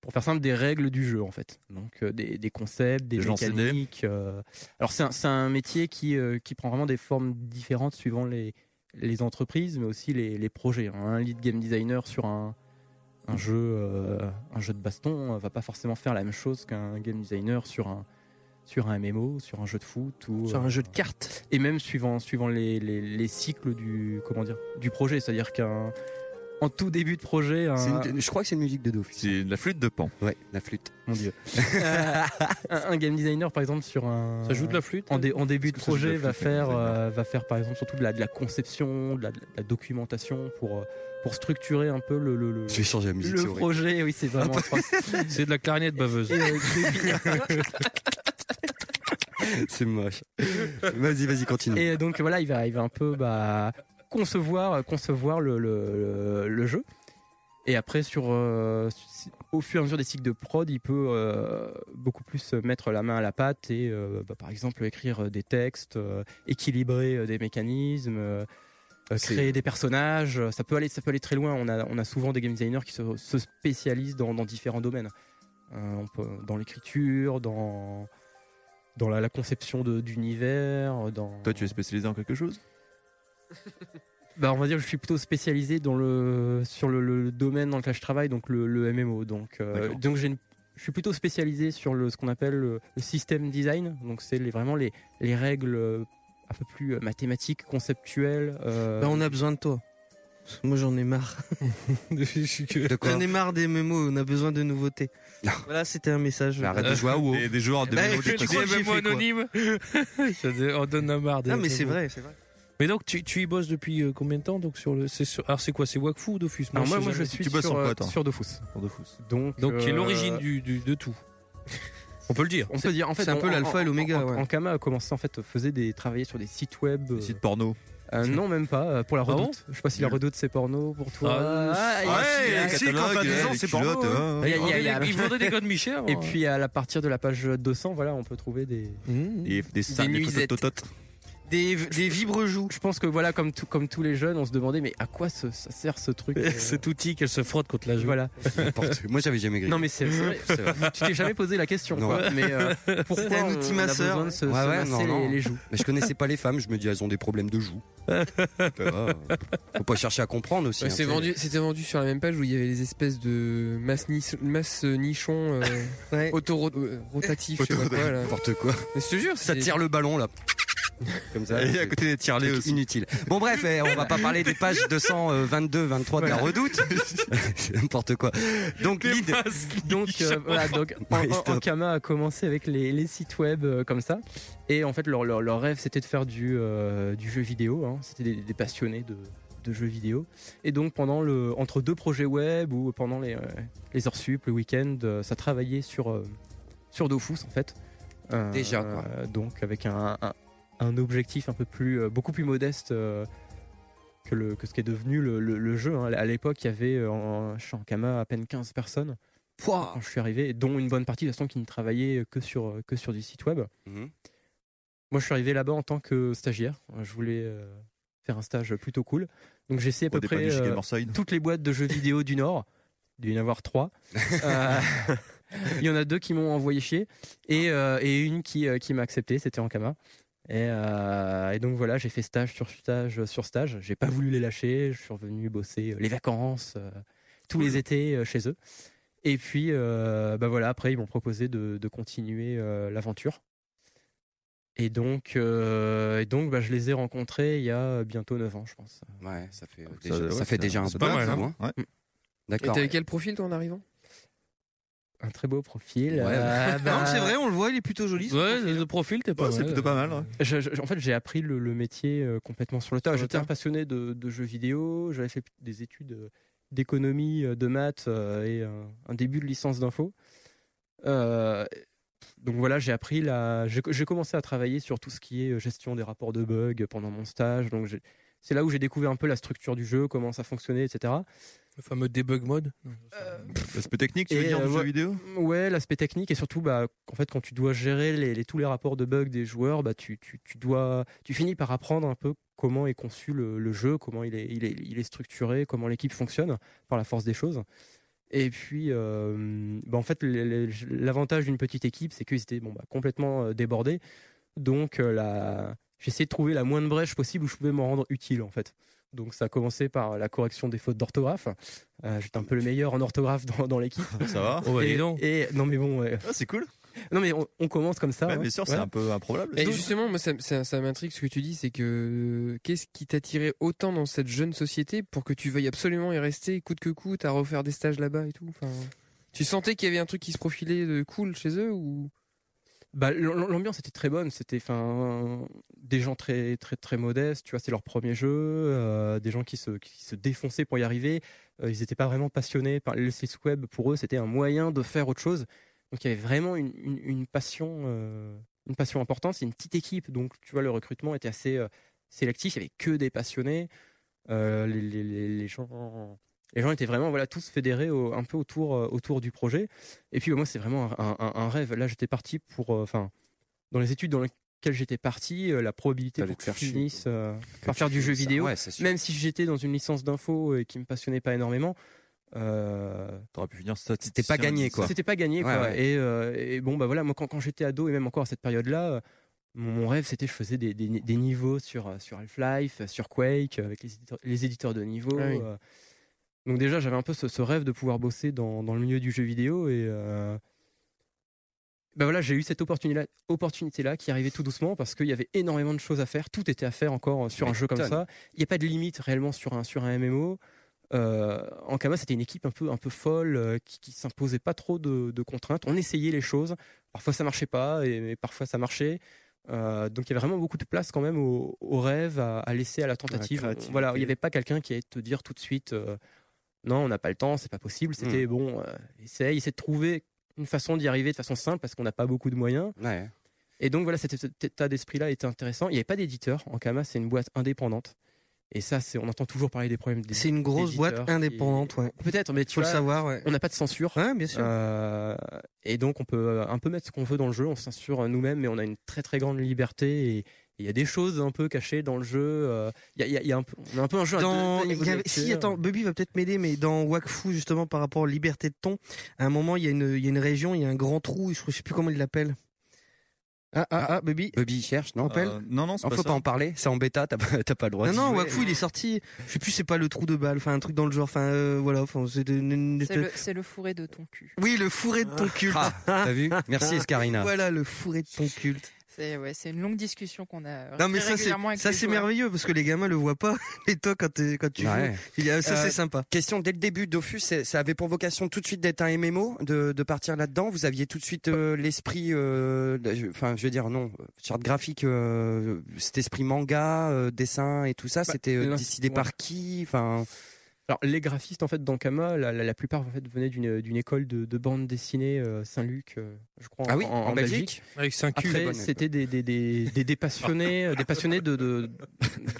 Speaker 10: pour faire simple, des règles du jeu en fait. Donc euh, des, des concepts, des
Speaker 7: Des gens cédés.
Speaker 10: mécaniques. euh, Alors c'est un, c'est un métier qui, euh, qui prend vraiment des formes différentes suivant les, les entreprises, mais aussi les, les projets. hein. Un lead game designer sur un, un jeu, euh, un jeu de baston euh, va pas forcément faire la même chose qu'un game designer sur un sur un MMO, sur un jeu de foot ou euh,
Speaker 8: Sur un jeu de
Speaker 10: cartes. Et même suivant suivant les, les- les cycles du comment dire du projet, c'est-à-dire qu'un en tout début de projet.
Speaker 6: Euh,
Speaker 10: un-
Speaker 13: C'est une- Je crois que c'est une musique de Dauphin.
Speaker 7: C'est la flûte de Pan.
Speaker 13: Ouais, la flûte.
Speaker 10: Mon dieu. Euh, un, un game designer, par exemple, sur un.
Speaker 12: Ça joue de la flûte,
Speaker 10: En, dé- en début de
Speaker 12: Est-ce que ça joue de la
Speaker 10: projet, va
Speaker 12: flûte, un
Speaker 10: faire, euh, va faire, par exemple, surtout de la, de la conception, de la, de la documentation pour. euh, pour structurer un peu le, le, le-
Speaker 13: Je vais changer la musique,
Speaker 10: le
Speaker 13: c'est horrible.
Speaker 10: projet, oui, c'est vraiment.
Speaker 12: C'est de la clarinette baveuse.
Speaker 10: Et, euh, début-
Speaker 13: C'est moche. Vas-y, vas-y, continue.
Speaker 10: Et donc voilà, il va, il va un peu bah, concevoir, concevoir le, le- le- le jeu. Et après, sur, euh, si- au fur et à mesure des cycles de prod, il peut euh, beaucoup plus mettre la main à la pâte et, euh, bah, par exemple, écrire des textes, euh, équilibrer euh, des mécanismes, euh, euh,
Speaker 13: Ah, C'est-
Speaker 10: créer des personnages. Euh, Ça peut aller, ça peut aller très loin. On a, on a souvent des game designers qui se, se spécialisent dans, dans différents domaines. Euh, on peut, dans l'écriture, dans, dans la, la conception de- d'univers, euh, dans
Speaker 7: Toi, tu es spécialisé en quelque chose
Speaker 10: bah, on va dire que je suis plutôt spécialisé dans le sur le, le domaine dans lequel je travaille, donc le, le MMO. Donc euh,
Speaker 7: D'accord.
Speaker 10: donc j'ai une- je suis plutôt spécialisé sur le ce qu'on appelle le, le system design. Donc c'est les- vraiment les les règles euh, un peu plus euh, mathématiques, conceptuelles. euh,
Speaker 9: Ben,
Speaker 12: Bah, on a besoin de toi. Moi j'en ai marre.
Speaker 10: De quoi
Speaker 12: J'en ai marre des mémos, on a besoin de nouveautés. Voilà, c'était un message.
Speaker 7: arrête
Speaker 9: Euh,
Speaker 7: de jouer à WoW. Des- des joueurs
Speaker 9: Eh,
Speaker 7: de
Speaker 12: Bah,
Speaker 7: mémos
Speaker 12: tu
Speaker 7: déconnectés.
Speaker 12: crois que
Speaker 7: Des
Speaker 12: j'ai
Speaker 7: mémos
Speaker 12: fait quoi
Speaker 7: anonymes.
Speaker 12: Ça dé- on donne la marre. des- Non, mais des c'est mots. vrai, c'est vrai. Mais donc tu, tu y bosses depuis euh, combien de temps donc sur le c'est sur- alors c'est quoi c'est Wakfu ou Dofus
Speaker 10: Alors, moi, moi,
Speaker 12: jamais.
Speaker 10: je suis Tu bosses sur, sur quoi,
Speaker 12: hein.
Speaker 10: euh, toi sur Dofus.
Speaker 7: Sur Dofus.
Speaker 10: Donc
Speaker 12: donc qui est
Speaker 10: euh,
Speaker 12: l'origine du, du- de tout. On peut le dire.
Speaker 10: On peut dire en fait
Speaker 12: c'est un
Speaker 10: on-
Speaker 12: peu
Speaker 10: en-
Speaker 12: l'alpha et
Speaker 10: en-
Speaker 12: l'oméga.
Speaker 10: En,
Speaker 12: ouais.
Speaker 10: en Kama a commencé en fait euh, faisait des travailler sur des sites web. Des
Speaker 7: sites porno.
Speaker 10: non même pas euh, pour la
Speaker 12: Ah bon
Speaker 10: redoute. je sais pas si la redoute c'est porno pour toi.
Speaker 12: Ah,
Speaker 10: il y a-
Speaker 12: ouais, si, quand t'as 12 ans, c'est porno, hein.
Speaker 10: Il y a- il y a- il y a-
Speaker 12: Ils vendraient des codes Michel,
Speaker 10: Et
Speaker 12: hein.
Speaker 10: puis à la partir de la page 200 voilà on peut trouver des
Speaker 12: Mmh.
Speaker 7: Et des salles, des photos de
Speaker 10: nuisettes.
Speaker 7: tototes.
Speaker 10: des, des vibres-joues. Je pense que voilà, comme, tout- comme tous les jeunes, on se demandait, mais à quoi se- ça sert ce truc euh,
Speaker 12: Cet outil qu'elle se frotte contre la joue.
Speaker 10: Voilà.
Speaker 13: N'importe. Moi, j'avais jamais grillé.
Speaker 10: Non, mais c'est c'est vrai.
Speaker 13: C'est vrai.
Speaker 10: tu t'es jamais posé la question.
Speaker 13: Non.
Speaker 10: quoi. Mais euh, pourquoi
Speaker 12: C'était un
Speaker 10: on
Speaker 12: outil
Speaker 10: a
Speaker 12: masseur.
Speaker 10: besoin de se,
Speaker 13: Ouais,
Speaker 10: se
Speaker 13: ouais,
Speaker 10: masser
Speaker 13: non, non.
Speaker 10: les, les joues
Speaker 13: Mais je connaissais pas les femmes, je me dis, elles ont des problèmes de joues. Ah, Faut pas chercher à comprendre aussi.
Speaker 8: Ouais,
Speaker 13: hein,
Speaker 8: c'est
Speaker 13: tu sais.
Speaker 8: vendu, c'était vendu sur la même page où il y avait les espèces de masse, nis- masse euh, nichons euh, autoro- euh, rotatifs, je sais pas quoi, là.
Speaker 13: N'importe quoi.
Speaker 8: Mais je te jure,
Speaker 13: ça
Speaker 8: c'est-
Speaker 13: tire le ballon là. Comme ça.
Speaker 7: Et à
Speaker 13: c'est-
Speaker 7: côté des tirelets
Speaker 13: truc
Speaker 7: aussi.
Speaker 13: Inutile. Bon bref, eh, on va pas parler des pages 222, 23 de la
Speaker 7: Voilà.
Speaker 13: Redoute. C'est N'importe quoi. Donc l'idée.
Speaker 10: Donc euh, voilà, donc en-
Speaker 13: Ouais,
Speaker 10: en-
Speaker 13: stop.
Speaker 10: Ankama a commencé avec les, les sites web euh, comme ça. Et en fait, leur, leur, leur rêve, c'était de faire du, euh, du jeu vidéo. hein. C'était des, des passionnés de, de jeux vidéo. Et donc, pendant le, entre deux projets web ou pendant les, euh, les heures sup, le week-end, euh, ça travaillait sur, euh, sur Dofus en fait. Euh,
Speaker 8: Déjà, quoi.
Speaker 10: euh, donc, avec un, un, un objectif un peu plus, euh, beaucoup plus modeste. euh, que, le, que ce qui est devenu le, le- le jeu. hein. À l'époque, il y avait euh, en, chez Ankama à peine 15 personnes quand je suis arrivé, dont une bonne partie de toute façon qui ne travaillait que sur, euh, que sur du site web.
Speaker 13: Mhm.
Speaker 10: Moi, je suis arrivé là-bas en tant que stagiaire. Je voulais euh, faire un stage plutôt cool. Donc, j'ai essayé à
Speaker 7: Au
Speaker 10: peu
Speaker 7: départ
Speaker 10: près
Speaker 7: du Giga
Speaker 10: euh,
Speaker 7: Morseille.
Speaker 10: toutes les boîtes de jeux vidéo du Nord. Il doit y en avoir trois. Euh, Il y en a deux qui m'ont envoyé chier et, euh, et une qui, euh, qui m'a accepté, c'était en Kama. Et, euh, et donc voilà, j'ai fait stage sur stage sur stage. J'ai pas voulu les lâcher. Je suis revenu bosser euh, les vacances, euh, tous les étés euh, chez eux. Et puis, euh, bah voilà, après, ils m'ont proposé de, de continuer euh, l'aventure. Et donc, euh, et donc bah, je les ai rencontrés il y a bientôt 9 ans, je pense.
Speaker 13: Ouais, ça fait, euh,
Speaker 10: Donc
Speaker 13: déjà,
Speaker 10: ça,
Speaker 13: ça,
Speaker 10: ouais,
Speaker 13: fait
Speaker 10: c'est-
Speaker 13: déjà un
Speaker 10: c'est
Speaker 13: peu
Speaker 10: pas mal,
Speaker 13: de
Speaker 10: hein.
Speaker 13: temps, hein.
Speaker 10: Ouais.
Speaker 8: Et
Speaker 13: D'accord.
Speaker 8: t'avais quel profil toi en arrivant
Speaker 10: Un très beau profil.
Speaker 8: Ouais.
Speaker 10: euh, bah,
Speaker 12: Non, c'est vrai, on le voit, il est plutôt joli. ce
Speaker 10: Ouais,
Speaker 12: profil.
Speaker 10: le
Speaker 12: profil, t'es
Speaker 10: pas Ouais, c'est mal. plutôt pas
Speaker 7: mal.
Speaker 10: Je- je- en fait, j'ai appris le, le métier euh, complètement sur le tas.
Speaker 12: Sur le
Speaker 10: J'étais un
Speaker 12: tas.
Speaker 10: passionné de, de jeux vidéo, j'avais fait des études euh, d'économie, euh, de maths euh, et euh, un début de licence d'info. Euh, donc voilà, j'ai appris la. J'ai j'ai commencé à travailler sur tout ce qui est euh, gestion des rapports de bugs pendant mon stage. Donc j'ai- c'est là où j'ai découvert un peu la structure du jeu, comment ça fonctionnait, etc.
Speaker 12: Le fameux debug mode.
Speaker 7: L'aspect technique, tu veux
Speaker 10: Et,
Speaker 7: dire,
Speaker 10: euh,
Speaker 7: du jeu
Speaker 10: ouais-
Speaker 7: vidéo
Speaker 10: Ouais, l'aspect technique et surtout, bah, en fait, quand tu dois gérer les, les- tous les rapports de bugs des joueurs, bah, tu, tu, tu dois, tu finis par apprendre un peu comment est conçu le, le jeu, comment il est, il, est, il est structuré, comment l'équipe fonctionne par la force des choses. Et puis, euh, bah, en fait, les- les- l'avantage d'une petite équipe, c'est qu'ils étaient bon, bah, complètement euh, débordés. Donc, euh, la... j'essayais de trouver la moindre brèche possible où je pouvais m'en rendre utile, en fait. Donc, ça a commencé par la correction des fautes d'orthographe. Euh, J'étais un peu le meilleur en orthographe dans, dans l'équipe.
Speaker 8: Oh, bah,
Speaker 7: Ça va
Speaker 10: Et- et- non mais bon, ouais.
Speaker 7: Ah, c'est cool.
Speaker 10: Non, mais on, on commence comme ça. hein.
Speaker 7: Bah,
Speaker 10: ouais.
Speaker 7: bien sûr, c'est
Speaker 10: Voilà.
Speaker 7: un peu improbable.
Speaker 8: Et
Speaker 7: Donc-
Speaker 8: justement, moi, ça, ça- ça m'intrigue ce que tu dis, c'est que euh, qu'est-ce qui t'attirait autant dans cette jeune société pour que tu veuilles absolument y rester, coûte que coûte, à refaire des stages là-bas et tout enfin, Tu sentais qu'il y avait un truc qui se profilait de cool chez eux ou
Speaker 10: Bah, l- l- l'ambiance était très bonne. C'était enfin des gens très très très modestes. Tu vois, c'est leur premier jeu. euh, des gens qui se qui se défonçaient pour y arriver. Euh, ils n'étaient pas vraiment passionnés par le site web. Pour eux, c'était un moyen de faire autre chose. Donc il y avait vraiment une, une- une passion euh, une passion importante. C'est une petite équipe, donc tu vois, le recrutement était assez euh, sélectif. Il y avait que des passionnés. Euh, les, les- les- les gens les gens étaient vraiment voilà tous fédérés au- un peu autour euh, autour du projet et puis bah, moi c'est vraiment un, un- un rêve là j'étais parti pour euh, enfin dans les études dans lesquelles j'étais parti euh, la probabilité pour que je finisse euh, par faire du jeu vidéo même si j'étais dans une licence d'info et qui me passionnait pas énormément euh,
Speaker 7: T'aurais pu finir statisticien.
Speaker 10: c'était pas gagné quoi. C'était pas gagné quoi.
Speaker 7: Ouais, ouais.
Speaker 10: Et, euh, et bon bah voilà moi quand, quand j'étais ado et même encore à cette période là, mon, mon rêve c'était je faisais des, des- des niveaux sur euh, sur Half-Life, euh, sur Quake euh, avec les éditeurs, les éditeurs de niveaux.
Speaker 8: Ah oui.
Speaker 10: euh. donc déjà j'avais un peu ce, ce rêve de pouvoir bosser dans, dans le milieu du jeu vidéo et euh, bah voilà, j'ai eu cette opportunité-là opportunité-là qui arrivait tout doucement parce qu'il y avait énormément de choses à faire. Tout était à faire encore euh, sur un jeu comme
Speaker 13: M'étonne.
Speaker 10: ça. Il n'y a pas de limite réellement sur un, sur un MMO. Euh, en Kama, c'était une équipe un peu, un peu folle euh, qui, qui s'imposait pas trop de, de contraintes. On essayait les choses. Parfois ça marchait pas et, et parfois ça marchait. Euh, donc il y avait vraiment beaucoup de place quand même au, au rêve, à, à laisser à la tentative. euh,
Speaker 13: créativité.
Speaker 10: voilà, il n'y avait pas quelqu'un qui allait te dire tout de suite euh, non, on n'a pas le temps, c'est pas possible. C'était
Speaker 9: Hmm.
Speaker 13: Mm.
Speaker 10: bon, euh, essaye, essaie de trouver une façon d'y arriver de façon simple parce qu'on n'a pas beaucoup de moyens. Et donc voilà, cet, cet état d'esprit-là était intéressant. Il n'y avait pas d'éditeur. Ankama, c'est une boîte indépendante. Et ça, c'est, on entend toujours parler des problèmes des
Speaker 9: C'est une grosse boîte indépendante, ouais.
Speaker 10: Peut-être, mais tu
Speaker 9: Faut le
Speaker 10: vois,
Speaker 9: savoir, ouais.
Speaker 10: on n'a pas de censure.
Speaker 9: bien sûr.
Speaker 10: Euh, et donc, on peut euh, un peu mettre ce qu'on veut dans le jeu. On se censure euh, nous-mêmes, mais on a une très très grande liberté. Et il y a des choses un peu cachées dans le jeu. euh, Il y, a- il y a- il y a un peu, on a un peu un jeu
Speaker 9: Dans-
Speaker 10: à deux- deux niveaux
Speaker 9: il y
Speaker 10: de
Speaker 9: avait- si,
Speaker 10: lecture.
Speaker 9: attends, Bobby va peut-être m'aider, mais dans Wakfu, justement, par rapport à liberté de ton, à un moment, il y, a une- il y a une région, il y a un grand trou, je ne sais plus comment il l'appelle. Ah, ah, ah, Bobby.
Speaker 13: euh, Bobby cherche,
Speaker 10: Euh,
Speaker 13: non
Speaker 9: rappelle
Speaker 7: Non, non,
Speaker 9: c'est
Speaker 13: Il
Speaker 9: pas
Speaker 13: faut
Speaker 9: ça.
Speaker 13: pas en parler, c'est en bêta, t'as pas, t'as pas le droit.
Speaker 9: Non,
Speaker 13: d'y
Speaker 9: non,
Speaker 13: jouer.
Speaker 6: hein.
Speaker 9: Wakfu, il est sorti, je sais plus, c'est pas le trou de balle, enfin, un truc dans le genre, enfin, euh, voilà, enfin, c'est une- une
Speaker 11: C'est le,
Speaker 9: espèce-
Speaker 11: c'est le fourré de ton cul.
Speaker 9: Oui, le fourré de ton culte.
Speaker 13: Ah, t'as vu Merci, Escarina.
Speaker 9: Voilà, le fourré de ton culte.
Speaker 11: C'est ouais, c'est une longue discussion qu'on a
Speaker 9: Non
Speaker 11: très
Speaker 9: mais ça c'est
Speaker 11: régulièrement avec
Speaker 9: ça
Speaker 11: les
Speaker 9: c'est
Speaker 11: joueurs.
Speaker 9: merveilleux parce que les gamins le voient pas et toi quand t'es- quand tu
Speaker 13: Ouais.
Speaker 9: joues, il y a- ça
Speaker 13: Euh,
Speaker 9: c'est sympa.
Speaker 13: Question dès le début, Dofus, c'est- ça avait pour vocation tout de suite d'être un MMO, de, de partir là-dedans. Vous aviez tout de suite euh, l'esprit, euh, de- je- enfin, je veux dire, non, charte graphique, euh, cet esprit manga, euh, dessin et tout ça,
Speaker 10: Bah,
Speaker 13: c'était euh,
Speaker 10: l'ins-
Speaker 13: décidé
Speaker 10: ouais.
Speaker 13: par qui Enfin,
Speaker 10: Alors, les graphistes, en fait, dans Kama, la, la- la plupart en fait, venaient d'une euh, d'une école de, de bande dessinée euh, Saint-Luc, euh, je crois,
Speaker 13: Ah oui, en Belgique
Speaker 12: Avec cinq cubes.
Speaker 10: Après,
Speaker 12: Bonne
Speaker 10: c'était des, des, des, des- des passionnés, euh, des passionnés de, de, de,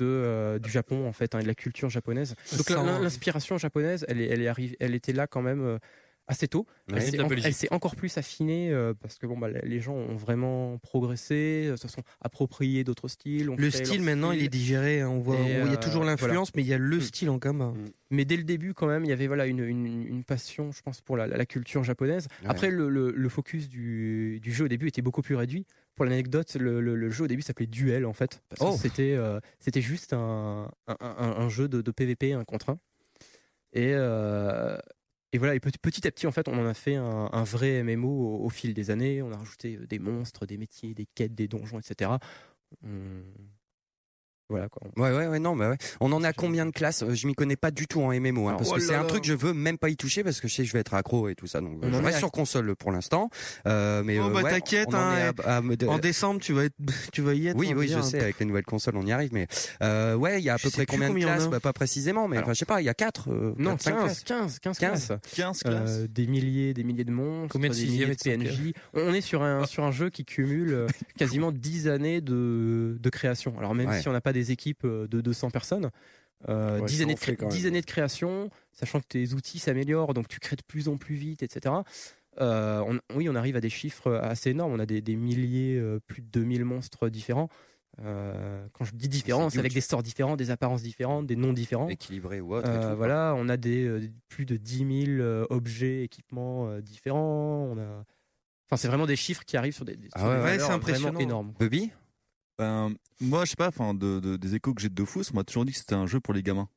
Speaker 10: euh, du Japon, en fait, hein, et de la culture japonaise. Donc, la-
Speaker 12: Sans- euh,
Speaker 10: la- l'inspiration japonaise, elle, est, elle, est arrivée, elle était là quand même euh, assez tôt.
Speaker 12: Ouais.
Speaker 10: Elle s'est
Speaker 12: C'est de la
Speaker 10: en-
Speaker 12: Belgique.
Speaker 10: elle s'est encore plus affinée euh, parce que bon, bah, les gens ont vraiment progressé, euh, se sont appropriés d'autres styles. ont
Speaker 9: Le
Speaker 10: créé leur
Speaker 9: style maintenant il est digéré, hein, on voit,
Speaker 10: Et,
Speaker 9: on- il y a
Speaker 10: euh,
Speaker 9: toujours l'influence mais il y a le style en commun.
Speaker 10: mais dès le début, quand même, il y avait voilà une, une- une passion, je pense, pour la, la- la culture japonaise.
Speaker 13: Ouais.
Speaker 10: Après, le, le- le focus du, du jeu au début était beaucoup plus réduit. Pour l'anecdote, le, le- le jeu au début s'appelait Duel en fait, parce que
Speaker 13: Oh.
Speaker 10: c'était euh, c'était juste un, un- un- un jeu de, de PVP un contre un. Et euh, et voilà, et petit, petit à petit, en fait, on en a fait un, un vrai MMO au, au fil des années. On a rajouté euh, des monstres, des métiers, des quêtes, des donjons, etc. Hum, Voilà quoi.
Speaker 13: ouais, ouais, ouais, non, mais ouais. On en a combien de classes Euh, Je m'y connais pas du tout en MMO, hein,
Speaker 9: Ah,
Speaker 10: Alors,
Speaker 13: parce
Speaker 10: oh
Speaker 13: que
Speaker 10: là
Speaker 13: c'est un
Speaker 10: là.
Speaker 13: truc je veux même pas y toucher parce que je sais que je vais être accro et tout ça. Donc,
Speaker 9: On
Speaker 13: je
Speaker 9: en est
Speaker 13: reste
Speaker 9: à-
Speaker 13: sur console pour l'instant. Euh, mais
Speaker 9: Oh,
Speaker 13: euh,
Speaker 9: bah,
Speaker 13: ouais,
Speaker 9: t'inquiète,
Speaker 13: on en
Speaker 9: hein,
Speaker 13: est à- à-
Speaker 9: En décembre tu vas être tu vas y être.
Speaker 13: Oui,
Speaker 9: on
Speaker 13: oui,
Speaker 9: dirait
Speaker 13: je
Speaker 9: un
Speaker 13: sais,
Speaker 9: peu.
Speaker 13: avec les nouvelles consoles, on y arrive, mais euh, ouais, il y a à peu
Speaker 9: sais
Speaker 13: près
Speaker 9: plus
Speaker 13: combien de
Speaker 9: combien il y en a.
Speaker 13: classes bah, Pas précisément, mais enfin, je sais pas, il y a euh, 4.
Speaker 10: Non, 15, 15, 15, 15,
Speaker 7: 15
Speaker 10: Euh, des milliers, des milliers de monstres,
Speaker 12: Combien de
Speaker 10: des
Speaker 12: sixièmes
Speaker 10: milliers
Speaker 12: et de cinquièmes
Speaker 10: PNJ. On est sur un, sur un jeu qui cumule euh, quasiment 10 années de, de création. Alors même
Speaker 13: Ouais.
Speaker 10: si on n'a pas des équipes euh, de 200 personnes, euh,
Speaker 13: Ouais,
Speaker 10: 10,
Speaker 13: c'est
Speaker 10: années de
Speaker 13: gonflé
Speaker 10: cré-
Speaker 13: quand même.
Speaker 10: 10 années de création, sachant que tes outils s'améliorent, donc tu crées de plus en plus vite, etc. Euh, on- oui, on arrive à des chiffres assez énormes. On a des, des milliers, euh, plus de 2000 monstres différents. Euh, quand je dis différents, c'est avec des sorts différents, des apparences différentes, des noms différents.
Speaker 13: Équilibré ou autre et
Speaker 10: Euh,
Speaker 13: tout, quoi.
Speaker 10: voilà, on a des, euh, plus de 10 000 euh, objets, équipements euh, différents. On a... Enfin, c'est vraiment des chiffres qui arrivent sur des, des-
Speaker 13: Ah
Speaker 6: Ah
Speaker 10: sur des valeurs vraiment énormes.
Speaker 13: Bobby
Speaker 7: ben, Moi, je sais pas, enfin, de, de- des échos que j'ai de Dofus, on m'a toujours dit que c'était un jeu pour les gamins.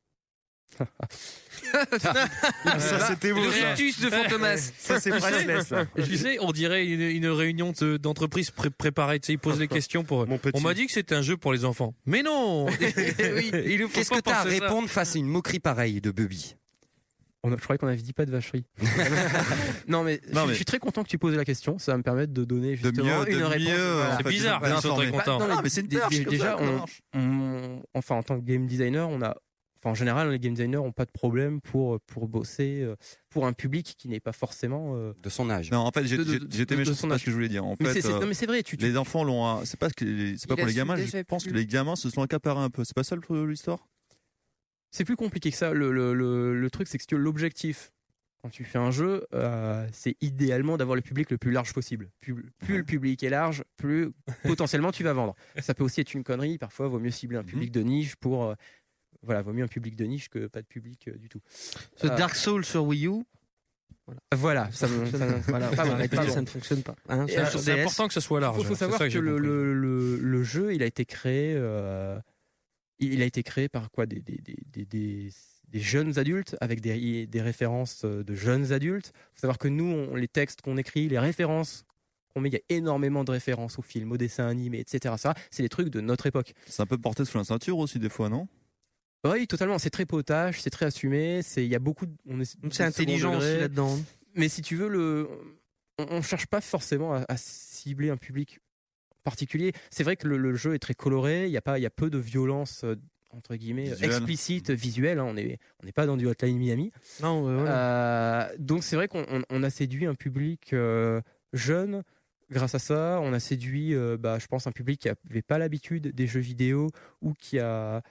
Speaker 15: Ça, c'était beau,
Speaker 12: Euh, Le
Speaker 15: ça.
Speaker 12: rictus de Fantomas.
Speaker 15: Ça, c'est priceless, ça.
Speaker 12: Tu sais, on dirait une, une réunion de- d'entreprise pré- préparée. Tu sais, ils posent des questions pour. On m'a dit que c'était un jeu pour les enfants. Mais non Il ne faut
Speaker 6: Qu'est-ce
Speaker 12: pas
Speaker 6: que t'as à
Speaker 12: penser ça.
Speaker 6: répondre face à une moquerie pareille de Bubby
Speaker 10: On a- je croyais qu'on avait dit pas de vacherie. non mais,
Speaker 6: Non,
Speaker 10: je,
Speaker 6: mais-
Speaker 10: je suis très content que tu poses la question. Ça va me permettre de donner justement
Speaker 7: mieux-
Speaker 10: une
Speaker 7: de
Speaker 10: réponse.
Speaker 7: mieux,
Speaker 10: Voilà.
Speaker 7: en fait, de nous informer.
Speaker 10: Bah,
Speaker 7: Ah, mais c'est une
Speaker 10: dé-
Speaker 7: perche,
Speaker 10: dé-
Speaker 7: comme ça,
Speaker 10: Déjà,
Speaker 7: ça
Speaker 10: on-
Speaker 7: marche.
Speaker 10: on- enfin en tant que game designer, on a, enfin en général, les game designers ont pas de problème pour pour bosser euh, pour un public qui n'est pas forcément euh,
Speaker 6: de son âge.
Speaker 7: Non, en fait, j'ai-
Speaker 10: de- de-
Speaker 7: j'ai-
Speaker 10: de-
Speaker 7: j'étais
Speaker 10: de
Speaker 7: méchant,
Speaker 10: son
Speaker 7: c'est pas
Speaker 10: âge.
Speaker 7: ce que je voulais dire. En
Speaker 10: Mais
Speaker 7: fait,
Speaker 10: c'est- c'est-
Speaker 7: euh,
Speaker 10: non, mais c'est vrai, tu- tu-
Speaker 7: les enfants l'ont. un- C'est pas, ce que les- c'est pas
Speaker 10: Il
Speaker 7: pour les
Speaker 10: assume
Speaker 7: gamins, je
Speaker 10: déjà
Speaker 7: pense
Speaker 10: plus.
Speaker 7: que les gamins se sont accaparés un peu. C'est pas ça le- l'histoire
Speaker 10: C'est plus compliqué que ça. Le, le- le- le truc, c'est que si tu veux, l'objectif, quand tu fais un jeu, euh, c'est idéalement d'avoir le public le plus large possible. Plus, plus le public est large, plus potentiellement tu vas vendre. Ça peut aussi être une connerie. Parfois, vaut mieux cibler un public de niche pour. euh, voilà, vaut mieux un public de niche que pas de public euh, du tout.
Speaker 9: Ce
Speaker 10: Euh,
Speaker 9: Dark Souls sur Wii U.
Speaker 10: Voilà, ça me- ça me- voilà,
Speaker 9: Voilà,
Speaker 10: pardon, mais pardon.
Speaker 9: ça ne fonctionne pas. hein,
Speaker 10: Et
Speaker 9: ça-
Speaker 10: alors,
Speaker 9: sur
Speaker 10: c'est
Speaker 9: DS.
Speaker 10: important que ça soit large. Il faut savoir que, le, le- le- le jeu, il a été créé, euh, il il a été créé par quoi des, des, des- des- des- des jeunes adultes avec des, des références euh, de jeunes adultes. Il faut savoir que nous, on- les textes qu'on écrit, les références qu'on met, il y a énormément de références aux films, aux dessins animés, etc. Ça, c'est des trucs de notre époque.
Speaker 7: C'est un peu porté sous la ceinture aussi, des fois, non
Speaker 10: Oui, totalement. C'est très potage, c'est très assumé. C'est il y a beaucoup. de- on est,
Speaker 9: C'est intelligent aussi là-dedans.
Speaker 10: Mais si tu veux le, on, on cherche pas forcément à, à cibler un public particulier. C'est vrai que le, le jeu est très coloré. Il y a pas, il y a peu de violence euh, entre guillemets euh,
Speaker 9: Visuelle.
Speaker 10: explicite, visuelle. hein. on est, on n'est pas dans du Hotline Miami.
Speaker 9: Non, ouais, voilà.
Speaker 10: Euh, donc c'est vrai qu'on on- on a séduit un public euh, jeune. Grâce à ça, on a séduit, euh, bah, je pense, un public qui n'avait pas l'habitude des jeux vidéo ou qui a.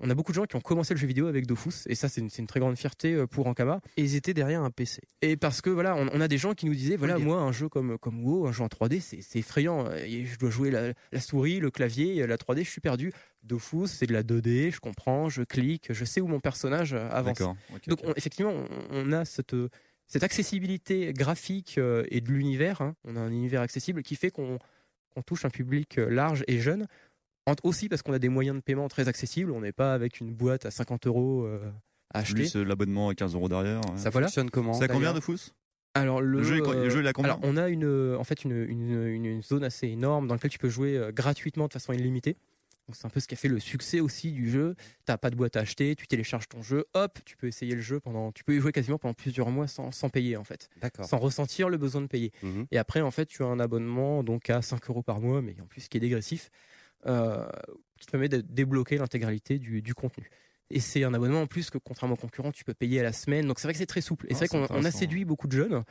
Speaker 10: On a beaucoup de gens qui ont commencé le jeu vidéo avec Dofus, et ça, c'est une, c'est une très grande fierté euh, pour Ankama.
Speaker 9: Et ils étaient derrière un PC.
Speaker 10: Et parce que voilà, on, on a des gens qui nous disaient voilà, moi, un jeu comme, comme WoW, un jeu en 3D, c'est c'est effrayant. Et je dois jouer la, la souris, le clavier, la 3D, je suis perdu. Dofus, c'est de la 2D, je comprends, je clique, je sais où mon personnage euh, avance.
Speaker 7: D'accord, ok,
Speaker 10: Donc, on- effectivement, on, on a cette, cette accessibilité graphique euh, et de l'univers. hein. On a un univers accessible qui fait qu'on qu'on touche un public euh, large et jeune. En- Aussi parce qu'on a des moyens de paiement très accessibles. On n'est pas avec une boîte à 50 euros euh, à acheter.
Speaker 7: Plus euh, l'abonnement à 15 euros derrière. ouais.
Speaker 10: Ça voilà.
Speaker 7: Ça combien
Speaker 10: d'ailleurs
Speaker 7: de fous
Speaker 10: Alors le,
Speaker 7: Le jeu, il co- le jeu, il a combien
Speaker 10: alors, on a une euh, en fait une, une- une- une zone assez énorme dans laquelle tu peux jouer euh, gratuitement de façon illimitée. Donc c'est un peu ce qui a fait le succès aussi du jeu. T'as pas de boîte à acheter, tu télécharges ton jeu, hop, tu peux essayer le jeu pendant, tu peux y jouer quasiment pendant plusieurs mois sans, sans payer en fait,
Speaker 13: D'accord.
Speaker 10: sans ressentir le besoin de payer.
Speaker 13: Mhm.
Speaker 10: Et après en fait tu as un abonnement donc à 5 euros par mois, mais en plus qui est dégressif, euh, qui te permet de débloquer l'intégralité du, du contenu. Et c'est un abonnement en plus que contrairement aux concurrents, tu peux payer à la semaine. Donc c'est vrai que c'est très souple. Et
Speaker 13: Ah,
Speaker 10: c'est
Speaker 13: c'est
Speaker 10: vrai qu'on on a
Speaker 13: intéressant.
Speaker 10: séduit beaucoup de jeunes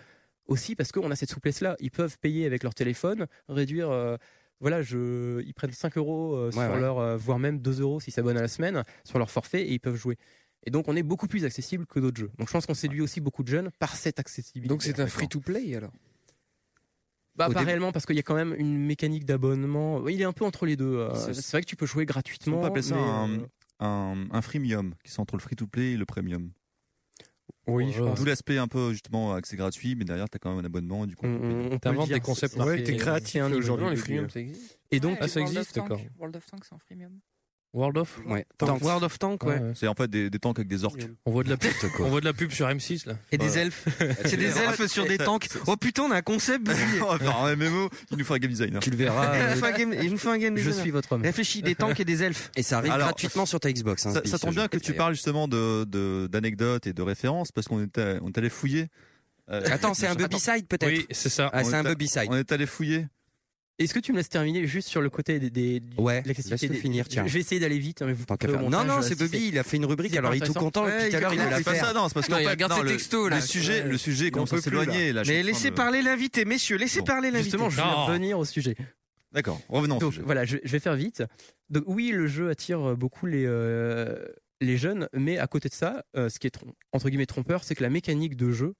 Speaker 10: aussi parce qu'on a cette souplesse-là. Ils peuvent payer avec leur téléphone, réduire. euh, voilà, je, ils prennent 5 euros euh, sur
Speaker 13: ouais.
Speaker 10: leur, euh, voire même 2 euros s'ils s'abonnent à la semaine sur leur forfait et ils peuvent jouer. Et donc on est beaucoup plus accessible que d'autres jeux. Donc je pense qu'on séduit aussi beaucoup de jeunes par cette accessibilité.
Speaker 8: Donc c'est
Speaker 10: en
Speaker 8: un
Speaker 10: fait. hein.
Speaker 8: free-to-play alors
Speaker 10: Bah,
Speaker 8: Au
Speaker 10: pas
Speaker 8: début-
Speaker 10: réellement, parce qu'il y a quand même une mécanique d'abonnement. Ouais, Il est un peu entre les deux. euh,
Speaker 7: se-
Speaker 10: C'est vrai que tu peux jouer gratuitement.
Speaker 7: On peut appeler ça
Speaker 10: mais,
Speaker 7: un,
Speaker 10: euh,
Speaker 7: un, un freemium, qui sont entre le free-to-play et le premium.
Speaker 10: Oui, je pense.
Speaker 7: D'où l'aspect un peu justement accès gratuit, mais derrière t'as quand même un abonnement du coup.
Speaker 10: On- Mm, on- on peut le dire, c'est- hein, c'est- c'est- c'est un niveau. Et donc,
Speaker 11: Ouais, World of Tanks- World of Tanks en freemium.
Speaker 12: World of
Speaker 7: Ouais.
Speaker 12: Tank. World of Tank, ouais.
Speaker 7: C'est en fait des, des tanks avec des orques.
Speaker 12: On voit de la pub,
Speaker 7: quoi.
Speaker 12: on voit de la pub sur M6 là.
Speaker 9: Et des elfes.
Speaker 13: Ah,
Speaker 9: C'est des elfes sur des tanks. Oh putain, on a un concept. Billy.
Speaker 7: on va faire un MMO, il nous faut un game designer. Tu le
Speaker 9: Il
Speaker 12: euh,
Speaker 9: nous faut un game- il nous faut un game designer. Réfléchis des tanks et des elfes.
Speaker 13: Et ça arrive
Speaker 7: Alors,
Speaker 13: gratuitement sur ta Xbox. hein,
Speaker 7: Ça,
Speaker 13: Bill,
Speaker 7: ça
Speaker 13: ce
Speaker 7: tombe bien
Speaker 13: jeu.
Speaker 7: que tu parles justement de de- d'anecdotes et de références parce qu'on était on est allé fouiller. euh,
Speaker 13: Attends, c'est un
Speaker 7: machin.
Speaker 13: Bubby-side, peut-être
Speaker 7: Oui,
Speaker 12: c'est ça.
Speaker 13: Ah, c'est
Speaker 7: On
Speaker 13: un
Speaker 7: est à-
Speaker 13: Bubby-side.
Speaker 7: On est allé fouiller.
Speaker 10: Est-ce que tu me laisses terminer juste sur le côté des, des du-
Speaker 13: Ouais,
Speaker 10: de l'accessibilité
Speaker 13: laisse-le
Speaker 10: des-
Speaker 13: finir, tiens.
Speaker 10: Je vais essayer d'aller vite, hein, mais vous
Speaker 13: Tant qu'à
Speaker 10: couperez
Speaker 13: faire.
Speaker 10: au
Speaker 13: Non,
Speaker 10: montage,
Speaker 13: non,
Speaker 10: euh,
Speaker 13: c'est
Speaker 10: si
Speaker 13: Bobby, il a fait une rubrique,
Speaker 10: c'est
Speaker 13: alors
Speaker 10: pas
Speaker 13: il est tout
Speaker 10: intéressant.
Speaker 13: content, et puis tout à l'heure, il veut la
Speaker 7: C'est pas
Speaker 13: faire.
Speaker 7: ça, non, c'est parce
Speaker 13: Non,
Speaker 7: qu'en
Speaker 13: il
Speaker 7: fait,
Speaker 13: regarde
Speaker 7: non,
Speaker 13: ses
Speaker 7: le-
Speaker 13: textos, là.
Speaker 7: Le sujet, le sujet,
Speaker 13: Il en
Speaker 7: comment
Speaker 13: peut
Speaker 7: ça
Speaker 13: plus,
Speaker 7: s'éloigner,
Speaker 13: là.
Speaker 7: là. je suis
Speaker 9: Mais
Speaker 7: en train
Speaker 9: laissez
Speaker 7: de-
Speaker 9: parler l'invité, messieurs, laissez parler l'invité.
Speaker 10: Justement, je vais revenir au sujet.
Speaker 7: D'accord, revenons. au
Speaker 10: Donc,
Speaker 7: sujet.
Speaker 10: Voilà, je, je vais faire vite. Donc oui, le jeu attire euh, beaucoup les euh, les jeunes, mais à côté de ça, euh, ce qui est trom- entre guillemets trompeur, c'est que la mécanique de jeu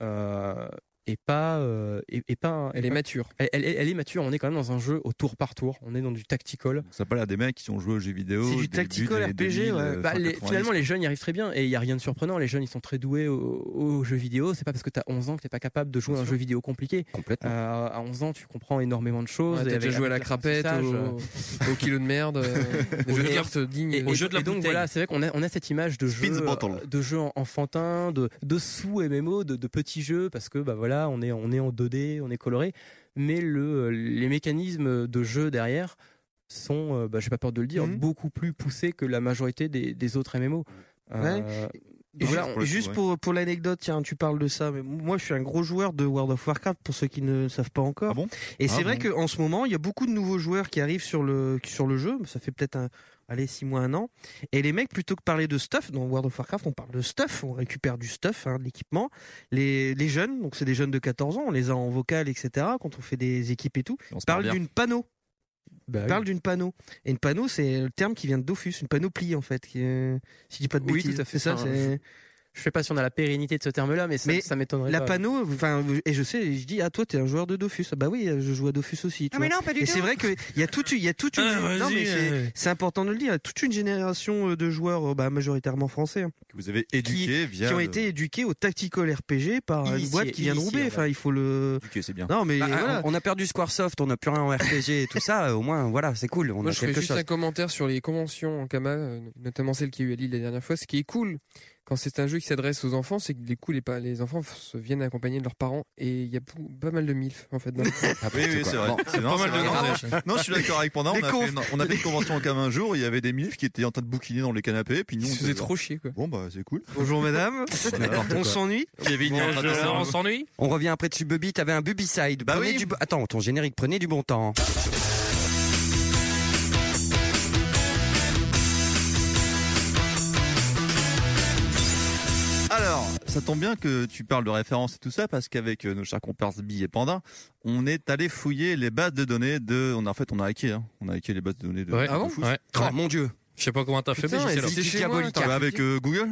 Speaker 10: euh, et pas euh, et, et pas un-
Speaker 8: Elle est mature.
Speaker 10: Elle, elle- elle est mature. On est quand même dans un jeu au tour par tour. On est dans du tactical.
Speaker 7: Ça a pas l'air des mecs qui ont joué aux jeux vidéo. dès
Speaker 10: C'est
Speaker 7: le
Speaker 10: du
Speaker 7: début
Speaker 10: tactical
Speaker 7: des années 2000,
Speaker 10: RPG. ouais.
Speaker 7: euh,
Speaker 10: Bah,
Speaker 7: fin
Speaker 10: les-
Speaker 7: 90.
Speaker 10: finalement, les jeunes y arrivent très bien et il y a rien de surprenant. Les jeunes, ils sont très doués aux, aux jeux vidéo. C'est pas parce que t'as 11 ans que t'es pas capable de jouer à un jeu vidéo compliqué. Euh,
Speaker 13: Complètement.
Speaker 10: à 11 ans, tu comprends énormément de choses.
Speaker 8: Ouais,
Speaker 10: et
Speaker 8: t'as
Speaker 10: avec-
Speaker 8: déjà joué à la
Speaker 10: avec
Speaker 8: crapette, au,
Speaker 10: l'apprentissage, euh,
Speaker 8: au kilo de merde, euh, aux jeux de cartes dignes.
Speaker 10: et, et- et donc voilà, c'est vrai qu'on a, on a cette image de jeu,
Speaker 8: Spitz Bottle.
Speaker 10: euh, de jeu en- enfantin, de, de sous MMO, de, de petits jeux, parce que bah voilà, on est, on est en 2D, on est coloré, mais le, euh, les mécanismes de jeu derrière sont, euh, bah, j'ai pas peur de le dire, beaucoup plus poussés que la majorité des, des autres MMO.
Speaker 9: Ouais. Et
Speaker 10: Euh, donc voilà,
Speaker 9: juste,
Speaker 10: on-
Speaker 9: juste pour, pour l'anecdote, tiens, tu parles de ça, mais moi je suis un gros joueur de World of Warcraft pour ceux qui ne le savent pas encore. et
Speaker 10: Ah
Speaker 9: c'est vrai
Speaker 10: bon.
Speaker 9: qu'en ce moment, il y a beaucoup de nouveaux joueurs qui arrivent sur le, sur le jeu, ça fait peut-être un, allez, 6 mois, un an. Et les mecs, plutôt que parler de stuff, dans World of Warcraft, on parle de stuff, on récupère du stuff, hein, de l'équipement. Les, les jeunes, donc c'est des jeunes de 14 ans, on les a en vocal, etc., quand on fait des équipes et tout,
Speaker 7: on
Speaker 9: parle
Speaker 7: bien.
Speaker 9: d'une panneau.
Speaker 10: Bah
Speaker 9: parle d'une panneau. Et une panneau, c'est le terme qui vient de Dofus, une panoplie en fait. Qui, est- si je dis pas de
Speaker 10: Oui,
Speaker 9: bêtises.
Speaker 10: tout à fait. hein.
Speaker 9: C'est ça,
Speaker 10: Enfin,
Speaker 9: c'est-
Speaker 10: je sais pas si on a la pérennité de ce terme-là, mais ça,
Speaker 9: Mais
Speaker 10: ça m'étonnerait
Speaker 9: la
Speaker 10: pas.
Speaker 9: panneau, enfin, et je sais, je dis, ah, toi, t'es un joueur de Dofus. Ah, bah oui, je joue à Dofus aussi. tu
Speaker 10: Ah, mais
Speaker 9: vois.
Speaker 10: non, pas du
Speaker 9: Et
Speaker 10: tout.
Speaker 9: c'est vrai qu'il y a toute, il y a toute une,
Speaker 10: Ah, vas-y,
Speaker 9: non, mais c'est-
Speaker 10: euh.
Speaker 9: c'est important de le dire, toute une génération euh, de joueurs, euh, bah, majoritairement français, hein,
Speaker 7: Que vous avez éduqué via.
Speaker 9: qui ont
Speaker 7: le-
Speaker 9: été éduqués au tactical RPG par une
Speaker 7: Initié,
Speaker 9: boîte qui vient de
Speaker 7: initié,
Speaker 9: Roubaix.
Speaker 7: on va
Speaker 9: Enfin, il faut le.
Speaker 7: Éduqué, c'est bien.
Speaker 9: Non, mais
Speaker 6: Bah,
Speaker 9: voilà.
Speaker 6: on on a perdu Squaresoft, on n'a plus rien en RPG et tout ça. euh, Au moins, voilà, c'est cool. On
Speaker 8: Moi,
Speaker 6: a
Speaker 8: je ferai
Speaker 6: quelque
Speaker 8: juste
Speaker 6: chose.
Speaker 8: un commentaire sur les conventions en Kama, euh, notamment celle qui a eu à Lille la dernière fois. Ce qui est cool quand c'est un jeu qui s'adresse aux enfants, c'est que du coup, les, pa- les enfants f- se viennent accompagnés de leurs parents et il y a beaucoup- pas mal de MILF en fait. dans le-
Speaker 7: oui, oui, c'est vrai. C'est non, c'est vrai. Non, je suis d'accord avec Panda.
Speaker 8: Des
Speaker 7: On a,
Speaker 8: confs.
Speaker 7: fait, une- on a fait une convention en cam un jour. Il y avait des milfs qui étaient en train de bouquiner dans les canapés. Puis nous, on
Speaker 8: Ils se faisaient
Speaker 7: faisait
Speaker 8: trop chier, quoi.
Speaker 7: Bon, bah, c'est cool.
Speaker 9: Bonjour, madame.
Speaker 6: N'importe quoi.
Speaker 9: on s'ennuie.
Speaker 7: Kevin,
Speaker 6: il est en train de
Speaker 12: Bonjour,
Speaker 6: faire-
Speaker 12: on s'ennuie
Speaker 6: On revient après dessus, Bubby. T'avais un Bubicide. Bah
Speaker 12: oui.
Speaker 6: Du... bo- Attends, ton générique, prenez du bon temps.
Speaker 7: Alors, ça tombe bien que tu parles de références et tout ça parce qu'avec euh, nos chers comparses Bill et Panda, on est allé fouiller les bases de données de. On a, en fait, on a hacké. hein. On a hacké les bases de données de.
Speaker 12: Ouais.
Speaker 7: de
Speaker 12: Ah bon
Speaker 7: Fous.
Speaker 12: Ouais. Oh, mon
Speaker 6: Dieu.
Speaker 12: Je sais pas comment t'as fait, mais
Speaker 7: Putain,
Speaker 12: j'étais là.
Speaker 7: elle dit chez moi,
Speaker 12: Diabolique.
Speaker 7: t'as- Bah, avec euh, Google.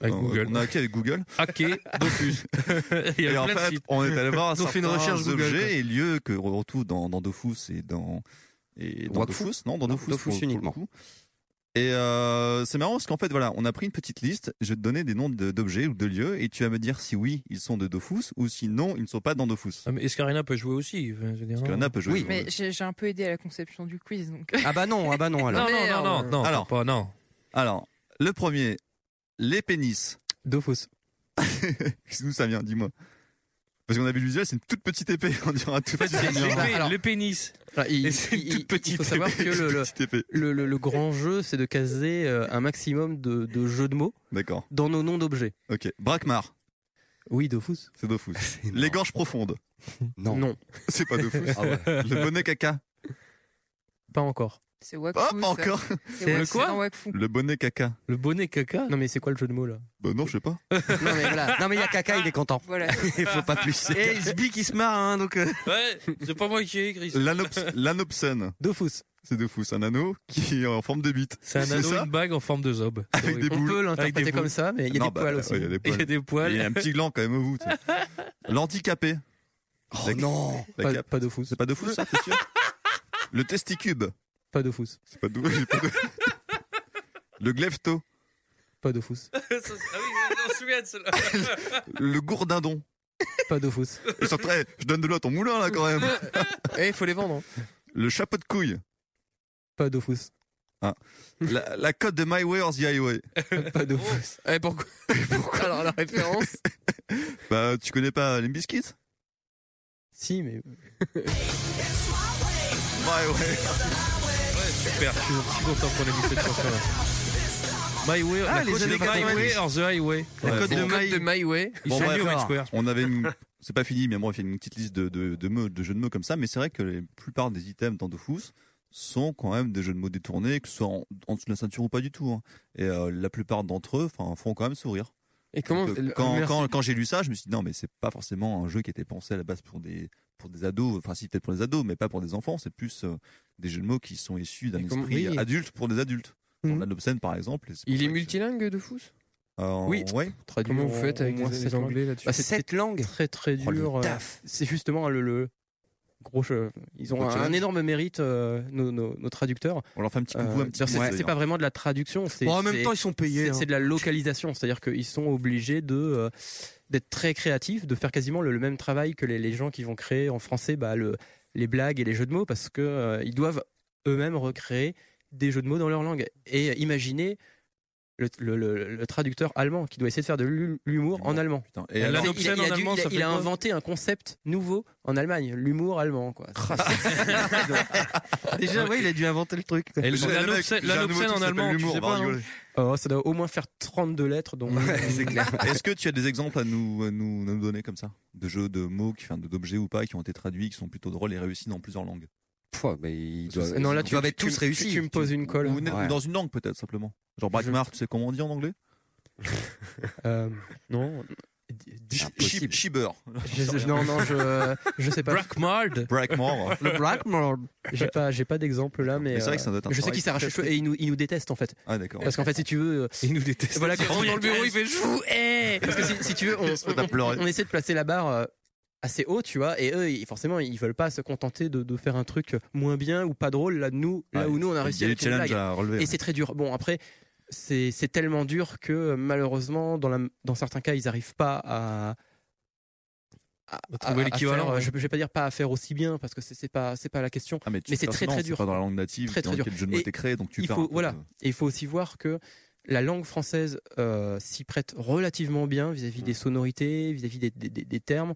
Speaker 12: Avec
Speaker 7: On-
Speaker 12: Google.
Speaker 7: On a hacké avec Google.
Speaker 12: Hacké, Dofus. Il y
Speaker 7: Et
Speaker 12: a
Speaker 7: en
Speaker 12: plein de
Speaker 7: fait,
Speaker 12: sites.
Speaker 7: on est allé voir
Speaker 12: Ils ont fait une
Speaker 7: certains
Speaker 12: recherche Google,
Speaker 7: objets
Speaker 12: quoi.
Speaker 7: et lieux que on retrouve dans, dans Dofus et dans et dans
Speaker 6: Wakfu
Speaker 7: Dofus, non, dans
Speaker 6: Non,
Speaker 7: Dofus,
Speaker 6: Dofus
Speaker 7: pour- pour le
Speaker 6: uniquement.
Speaker 7: coup. Et euh, c'est marrant parce qu'en fait, voilà, on a pris une petite liste. Je vais te donner des noms de- d'objets ou de lieux et tu vas me dire si oui, ils sont de Dofus ou si non, ils ne sont pas dans Dofus.
Speaker 12: Ah, mais Escarina peut jouer aussi.
Speaker 7: Escarina peut jouer.
Speaker 6: hein.
Speaker 7: Oui.
Speaker 11: Mais j'ai j'ai un peu aidé à la conception du quiz, donc. euh,
Speaker 6: Ah bah non, ah bah non
Speaker 11: Non,
Speaker 6: alors.
Speaker 11: non, non, non, non,
Speaker 7: alors,
Speaker 12: pas, non.
Speaker 7: Alors, le premier, les pénis.
Speaker 10: Dofus.
Speaker 7: Qu'est-ce que ça vient, dis-moi. Parce qu'on a vu le visuel, c'est une toute petite épée, on dirait un tout petit
Speaker 10: l'épée,
Speaker 12: le pénis.
Speaker 10: il,
Speaker 12: Et c'est une
Speaker 10: il-
Speaker 12: toute
Speaker 10: il-
Speaker 12: petite
Speaker 10: il faut savoir
Speaker 12: épée,
Speaker 10: que
Speaker 12: toute
Speaker 10: le, le-
Speaker 12: petite épée.
Speaker 10: le- le- le grand jeu, c'est de caser euh, un maximum de, de jeux de mots
Speaker 7: D'accord.
Speaker 10: dans nos noms d'objets.
Speaker 7: Ok. Braquemar.
Speaker 10: Oui, Dofus. Ah,
Speaker 7: C'est Dofus. Les gorges profondes.
Speaker 6: Non.
Speaker 10: Non.
Speaker 7: C'est pas Dofus.
Speaker 10: Ah ouais.
Speaker 7: Le bonnet caca.
Speaker 10: Pas encore.
Speaker 11: C'est Wakfu.
Speaker 6: Oh,
Speaker 10: Hop,
Speaker 11: ça.
Speaker 10: encore.
Speaker 11: C'est
Speaker 10: Le
Speaker 11: Wakfu,
Speaker 10: quoi
Speaker 11: dans Wakfu.
Speaker 7: Le bonnet caca.
Speaker 10: Le bonnet caca Non, mais c'est quoi le jeu de mots là Ah,
Speaker 7: Bah non, je sais pas.
Speaker 6: Non mais voilà. Non mais il y a caca, il est content.
Speaker 11: Voilà.
Speaker 6: il faut pas plus.
Speaker 9: Et il se bique, il se marre, hein, donc. euh,
Speaker 12: Ouais, c'est pas moi qui ai écrit. ça.
Speaker 7: L'anops- L'anopsen.
Speaker 10: Dofus.
Speaker 7: C'est Dofus. Un anneau qui est en forme de bite.
Speaker 12: C'est un anneau,
Speaker 7: ça
Speaker 12: une bague en forme de zob. Ah
Speaker 7: Avec des
Speaker 10: On
Speaker 7: boules.
Speaker 10: peut l'interpréter
Speaker 7: Avec des
Speaker 10: comme
Speaker 7: boules.
Speaker 10: ça, mais il y a
Speaker 7: Non,
Speaker 10: des
Speaker 7: bah,
Speaker 10: poils
Speaker 7: ouais,
Speaker 10: aussi.
Speaker 7: Il y a des poils.
Speaker 12: Il y a des poils.
Speaker 7: Il y a un petit gland quand même au bout. tu sais. L'handicapé. Oh
Speaker 6: non
Speaker 10: Pas- de fous.
Speaker 7: C'est pas de fous ça, t'es sûr Le testicube.
Speaker 10: Pas de fous.
Speaker 7: C'est pas de j'ai pas de- Le glefto.
Speaker 10: Pas de fous.
Speaker 12: ah oui, je m'en souviens de cela.
Speaker 7: Le gourdindon.
Speaker 10: Pas de fous.
Speaker 7: Et surtout, eh, je donne de l'eau à ton moulin là quand même.
Speaker 10: Eh, il faut les vendre.
Speaker 7: Le chapeau de couille.
Speaker 10: Pas de fous.
Speaker 7: Ah. La, la cote de My Way or the Highway.
Speaker 10: Pas de fous.
Speaker 8: Eh, pourquoi, Alors la référence
Speaker 7: Bah, tu connais pas les biscuits
Speaker 10: Si, mais.
Speaker 7: My Way.
Speaker 12: Super, je suis je suis content qu'on ait mis cette chanson là. My Way,
Speaker 9: Ah,
Speaker 12: la
Speaker 9: les
Speaker 12: cause
Speaker 9: années
Speaker 12: de My
Speaker 9: 90.
Speaker 12: Way or the Highway.
Speaker 7: Ouais,
Speaker 9: code
Speaker 7: bon.
Speaker 9: de My-
Speaker 8: Way.
Speaker 12: Ils sont nuls au Red Square.
Speaker 7: on avait une- C'est pas fini, mais moi, j'ai fait une petite liste de, de, de, mots- de jeux de mots comme ça. Mais c'est vrai que la plupart des items dans Dofus sont quand même des jeux de mots détournés, que ce soit en, en dessous de la ceinture ou pas du tout. hein. Et euh, la plupart d'entre eux 'fin, font quand même sourire.
Speaker 8: Et comment
Speaker 7: Donc, euh,
Speaker 8: le-
Speaker 7: quand,
Speaker 8: merci.
Speaker 7: quand, quand j'ai lu ça, je me suis dit non, mais c'est pas forcément un jeu qui était pensé à la base pour des, pour des ados. Enfin, si, peut-être pour les ados, mais pas pour des enfants. C'est plus euh, des jeux de mots qui sont issus d'un
Speaker 8: Et comme-
Speaker 7: esprit
Speaker 8: oui.
Speaker 7: adulte pour des adultes. Dans
Speaker 8: Mhm.
Speaker 7: l'obscène, par exemple. et c'est Euh, pour
Speaker 8: Il
Speaker 7: ça
Speaker 8: est
Speaker 7: que-
Speaker 8: multilingue de fous
Speaker 7: oui,
Speaker 10: traduire
Speaker 8: Comment vous
Speaker 10: en-
Speaker 8: faites
Speaker 10: en
Speaker 8: avec
Speaker 10: moins
Speaker 8: les- les
Speaker 10: sept
Speaker 8: Anglais
Speaker 10: langues.
Speaker 8: là-dessus
Speaker 10: Bah, c'est-
Speaker 8: Sept
Speaker 10: c'est
Speaker 8: langues
Speaker 10: Très très
Speaker 8: Oh, le
Speaker 10: dur. euh,
Speaker 8: taf.
Speaker 10: c'est justement le, le gros. che- Ils ont
Speaker 8: Gros
Speaker 10: un,
Speaker 8: challenge.
Speaker 10: un énorme mérite euh, nos, nos- nos traducteurs.
Speaker 7: On leur fait un petit coucou, un petit
Speaker 10: c'est,
Speaker 7: clin d'œil,
Speaker 10: Euh, c'est pas
Speaker 7: hein.
Speaker 10: vraiment de la traduction. C'est,
Speaker 9: Bon, en même
Speaker 10: c'est-
Speaker 9: temps, ils sont payés,
Speaker 10: C'est,
Speaker 9: hein.
Speaker 10: c'est de la localisation, c'est-à-dire qu'ils sont obligés de euh, d'être très créatifs, de faire quasiment le, le même travail que les, les gens qui vont créer en français bah, le- les blagues et les jeux de mots, parce que euh, ils doivent eux-mêmes recréer des jeux de mots dans leur langue et imaginer le, le- le- le traducteur allemand qui doit essayer de faire de l'hu- l'humour en allemand.
Speaker 7: Et
Speaker 10: Il a-
Speaker 7: alors-
Speaker 10: il
Speaker 7: Alan Obsen
Speaker 10: a- il a
Speaker 7: en
Speaker 10: dû-
Speaker 7: allemand,
Speaker 10: il a-
Speaker 7: ça
Speaker 10: il
Speaker 7: fait
Speaker 10: a
Speaker 7: quoi
Speaker 10: inventé un concept nouveau en Allemagne, l'humour allemand. Quoi.
Speaker 9: Déjà, ouais, il a dû inventer le truc. quoi.
Speaker 10: Et le-
Speaker 9: J'ai un
Speaker 10: l'anobsène-
Speaker 9: mec- j'ai un
Speaker 10: l'anobsène
Speaker 9: nouveau truc
Speaker 10: en
Speaker 9: qui s'appelle
Speaker 10: allemand, tu
Speaker 9: l'humour,
Speaker 10: sais
Speaker 9: on va
Speaker 10: pas, non
Speaker 9: rigoler.
Speaker 10: Oh, ça doit au moins faire 32 lettres. Donc... euh,
Speaker 7: Mm. Est-ce que tu as des exemples à nous, à nous, à nous donner comme ça De jeux, de mots, qui- enfin, de- d'objets ou pas, qui ont été traduits, qui sont plutôt drôles et réussis dans plusieurs langues
Speaker 10: doivent- Non, là, ils tu- doivent être tu- tous tu- réussis. tu me poses une colle.
Speaker 7: Ou une-
Speaker 10: Ouais.
Speaker 7: Dans une langue peut-être simplement. Genre Brackmar, tu sais comment on dit en anglais
Speaker 10: Euh, Non.
Speaker 7: Shiber.
Speaker 10: Je- non, non, je, je sais pas.
Speaker 12: Brackmard.
Speaker 7: Brackmard.
Speaker 10: Le Brackmard. J'ai pas, j'ai pas d'exemple là, mais.
Speaker 7: hein
Speaker 10: euh,
Speaker 7: Mais c'est vrai que ça doit être un
Speaker 10: Je sais
Speaker 7: travail
Speaker 10: qu'ils s'arrachent les
Speaker 7: très,
Speaker 10: cheveux
Speaker 7: très-
Speaker 10: et ils nous, ils nous détestent en fait.
Speaker 7: Ah, d'accord.
Speaker 10: Parce qu'en fait, si tu veux. Ils nous détestent. Voilà,
Speaker 12: Il rentre dans le bureau, il fait, Je vous hais
Speaker 10: Parce que si, si tu veux, on,
Speaker 12: On a
Speaker 10: on-
Speaker 12: pleuré.
Speaker 10: on essaie de placer la barre euh, assez haut, tu vois, et eux, ils- forcément, ils veulent pas se contenter de, de faire un truc moins bien ou pas drôle, là, nous, là
Speaker 7: Ouais,
Speaker 10: où nous, on
Speaker 7: il y
Speaker 10: a
Speaker 7: a
Speaker 10: réussi
Speaker 7: des
Speaker 10: avec une
Speaker 7: challenges
Speaker 10: blague.
Speaker 7: à relever,
Speaker 10: Et
Speaker 7: ouais.
Speaker 10: c'est très dur. Bon, après, c'est c'est tellement dur que euh, malheureusement, dans, la, dans certains cas, ils n'arrivent pas à. à-
Speaker 12: trouver
Speaker 10: à- à
Speaker 12: l'équivalent,
Speaker 10: faire, euh,
Speaker 12: ouais.
Speaker 10: Je ne vais pas dire pas à faire aussi bien parce que c'est c'est pas c'est pas la question.
Speaker 7: Ah, mais tu
Speaker 10: c'est
Speaker 7: perds
Speaker 10: très
Speaker 7: souvent,
Speaker 10: très
Speaker 7: c'est
Speaker 10: dur.
Speaker 7: pas dans la langue native
Speaker 10: Très
Speaker 7: dans
Speaker 10: très dur.
Speaker 7: laquelle le jeu de mots
Speaker 10: Et
Speaker 7: était créé, donc tu
Speaker 10: il
Speaker 7: perds
Speaker 10: faut
Speaker 7: un peu
Speaker 10: voilà.
Speaker 7: de-
Speaker 10: Et il faut aussi voir que la langue française euh, s'y prête relativement bien vis-à-vis
Speaker 7: Hmm.
Speaker 10: des sonorités, vis-à-vis des, des- des- des termes.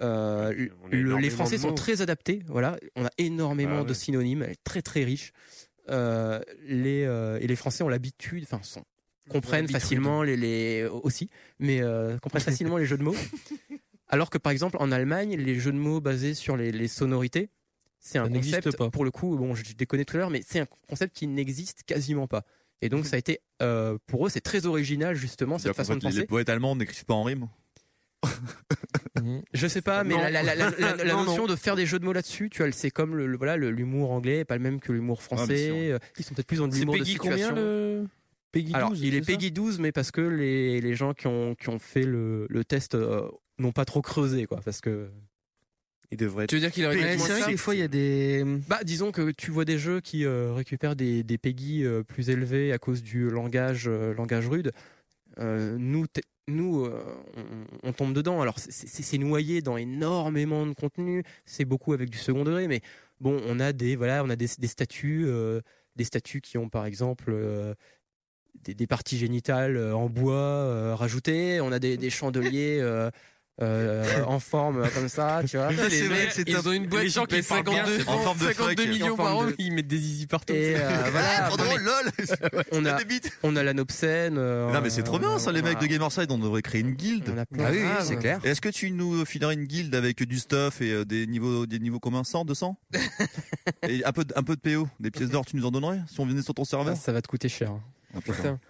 Speaker 10: Euh,
Speaker 12: on a
Speaker 10: le-
Speaker 12: énormément
Speaker 10: les Français
Speaker 12: de
Speaker 10: sont
Speaker 12: mots.
Speaker 10: très adaptés. Voilà, on a énormément
Speaker 12: Ah ouais.
Speaker 10: de synonymes, elle est très très riche. Euh, les euh, et les Français ont l'habitude, enfin sont comprennent
Speaker 12: L'habitude.
Speaker 10: facilement les, les aussi, mais euh, comprennent facilement les jeux de mots. Alors que par exemple en Allemagne, les jeux de mots basés sur les, les sonorités, c'est un
Speaker 12: n'existe
Speaker 10: concept pour le coup. Bon, je je déconnais tout à l'heure, mais c'est un concept qui n'existe quasiment pas. Et donc ça a été euh, pour eux, c'est très original justement cette
Speaker 7: Mhm. C'est-à-dire qu'en
Speaker 10: façon
Speaker 7: fait,
Speaker 10: de
Speaker 7: les-
Speaker 10: penser.
Speaker 7: Les poètes allemands n'écrivent pas en rime.
Speaker 10: Je sais pas, mais
Speaker 12: Non.
Speaker 10: la, la- la- la- la- la
Speaker 12: Non,
Speaker 10: notion
Speaker 12: non.
Speaker 10: de faire des jeux de mots là-dessus, tu vois, c'est comme le, le- voilà le- l'humour anglais, pas le même que l'humour
Speaker 12: bien
Speaker 10: français.
Speaker 12: sûr.
Speaker 10: euh, Ils sont peut-être plus dans de
Speaker 12: C'est
Speaker 10: l'humour de
Speaker 12: Peggy combien,
Speaker 10: situation.
Speaker 12: le- Peggy
Speaker 10: Alors,
Speaker 12: 12,
Speaker 10: il est
Speaker 12: c'est ça
Speaker 10: Peggy 12, mais parce que les, les gens qui ont, qui ont fait le, le test euh, n'ont pas trop creusé, quoi, parce que.
Speaker 15: Il devrait
Speaker 8: Tu veux dire qu'il aurait
Speaker 10: Ouais,
Speaker 8: été
Speaker 10: c'est vrai que des
Speaker 8: fois il y a des. hum,
Speaker 10: Bah, disons que tu vois des jeux qui euh, récupèrent des, des Peggy euh, plus élevés à cause du langage, euh, langage rude. Euh, nous, t- nous euh, on, on tombe dedans. Alors, c'est- c'est c'est noyé dans énormément de contenu. C'est beaucoup avec du second degré, mais bon, on a des, voilà, on a des, des statues, euh, des statues qui ont par exemple. euh, des, des parties génitales euh, en bois euh, rajoutées, on a des, des chandeliers euh, euh, en forme euh, comme ça, tu vois.
Speaker 12: C'est vrai que c'est Ils top. ont une boîte
Speaker 10: Les gens
Speaker 12: qui pèse
Speaker 10: parlent bien,
Speaker 12: 52
Speaker 10: c'est en
Speaker 12: francs,
Speaker 10: forme de
Speaker 12: 52
Speaker 10: fric.
Speaker 12: millions
Speaker 10: En forme
Speaker 12: par an,
Speaker 10: de-
Speaker 12: ils mettent des easy partout.
Speaker 10: Et euh, voilà.
Speaker 12: Trop
Speaker 10: Non,
Speaker 12: drôle,
Speaker 10: mais-
Speaker 12: lol.
Speaker 10: on a, on a l'anobscène. euh,
Speaker 7: Non, mais c'est trop bien ça, les mecs de Gamerside, on devrait créer une guilde.
Speaker 10: plein. Ah oui, Ah, c'est ouais. clair.
Speaker 7: Et Est-ce que tu nous filerais une guilde avec du stuff et euh, des niveaux, des niveaux communs 100, 200 Et un peu, de- un peu de PO, des pièces d'or, tu nous en donnerais si on venait sur ton serveur
Speaker 10: Ça va te coûter cher. hein.
Speaker 7: Ah, putain.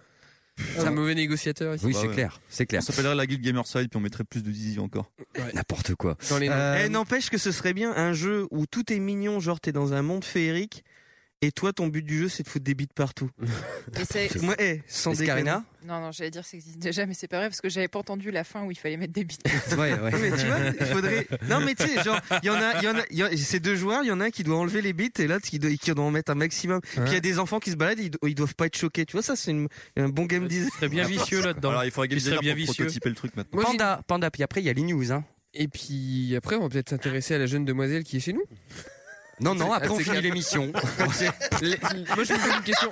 Speaker 8: C'est un mauvais négociateur ici.
Speaker 7: Bah ouais. On s'appellerait la guilde Gamerside puis on mettrait plus de Dizzy encore.
Speaker 13: N'importe quoi.
Speaker 9: Euh, eh, N'empêche que ce serait bien un jeu où tout est mignon, genre t'es dans un monde féerique et toi ton but du jeu c'est de foutre des bites partout.
Speaker 11: Et c'est-
Speaker 9: Moi, eh, sans déconner.
Speaker 11: Non, non, j'allais dire que ça existe déjà, mais c'est pas vrai parce que j'avais pas entendu la fin où il fallait mettre des bites.
Speaker 9: Non, Mais tu vois, il faudrait. Non, mais tu sais, genre, il y en a, il y en a, il y a- ces deux joueurs, il y en a un qui doit enlever les bits et l'autre qui doit, qui doit en mettre un maximum. Puis il y a des enfants qui se baladent, ils, do- ils doivent pas être choqués. Tu vois, ça, c'est une- un bon
Speaker 10: Euh,
Speaker 9: game design.
Speaker 12: serait bien vicieux là-dedans.
Speaker 7: Alors, il faudrait
Speaker 12: Il
Speaker 7: Game
Speaker 12: serait
Speaker 7: Designer
Speaker 12: bien
Speaker 7: pour
Speaker 12: vicieux.
Speaker 7: prototyper le truc maintenant.
Speaker 8: Panda, Panda, puis après il y a les news. hein. Et puis après on va peut-être s'intéresser à la jeune demoiselle qui est chez nous.
Speaker 13: Non, non, après,
Speaker 8: Ah,
Speaker 13: on
Speaker 8: c'est
Speaker 13: finit
Speaker 8: clair.
Speaker 13: l'émission.
Speaker 8: Les- Moi je me pose une question.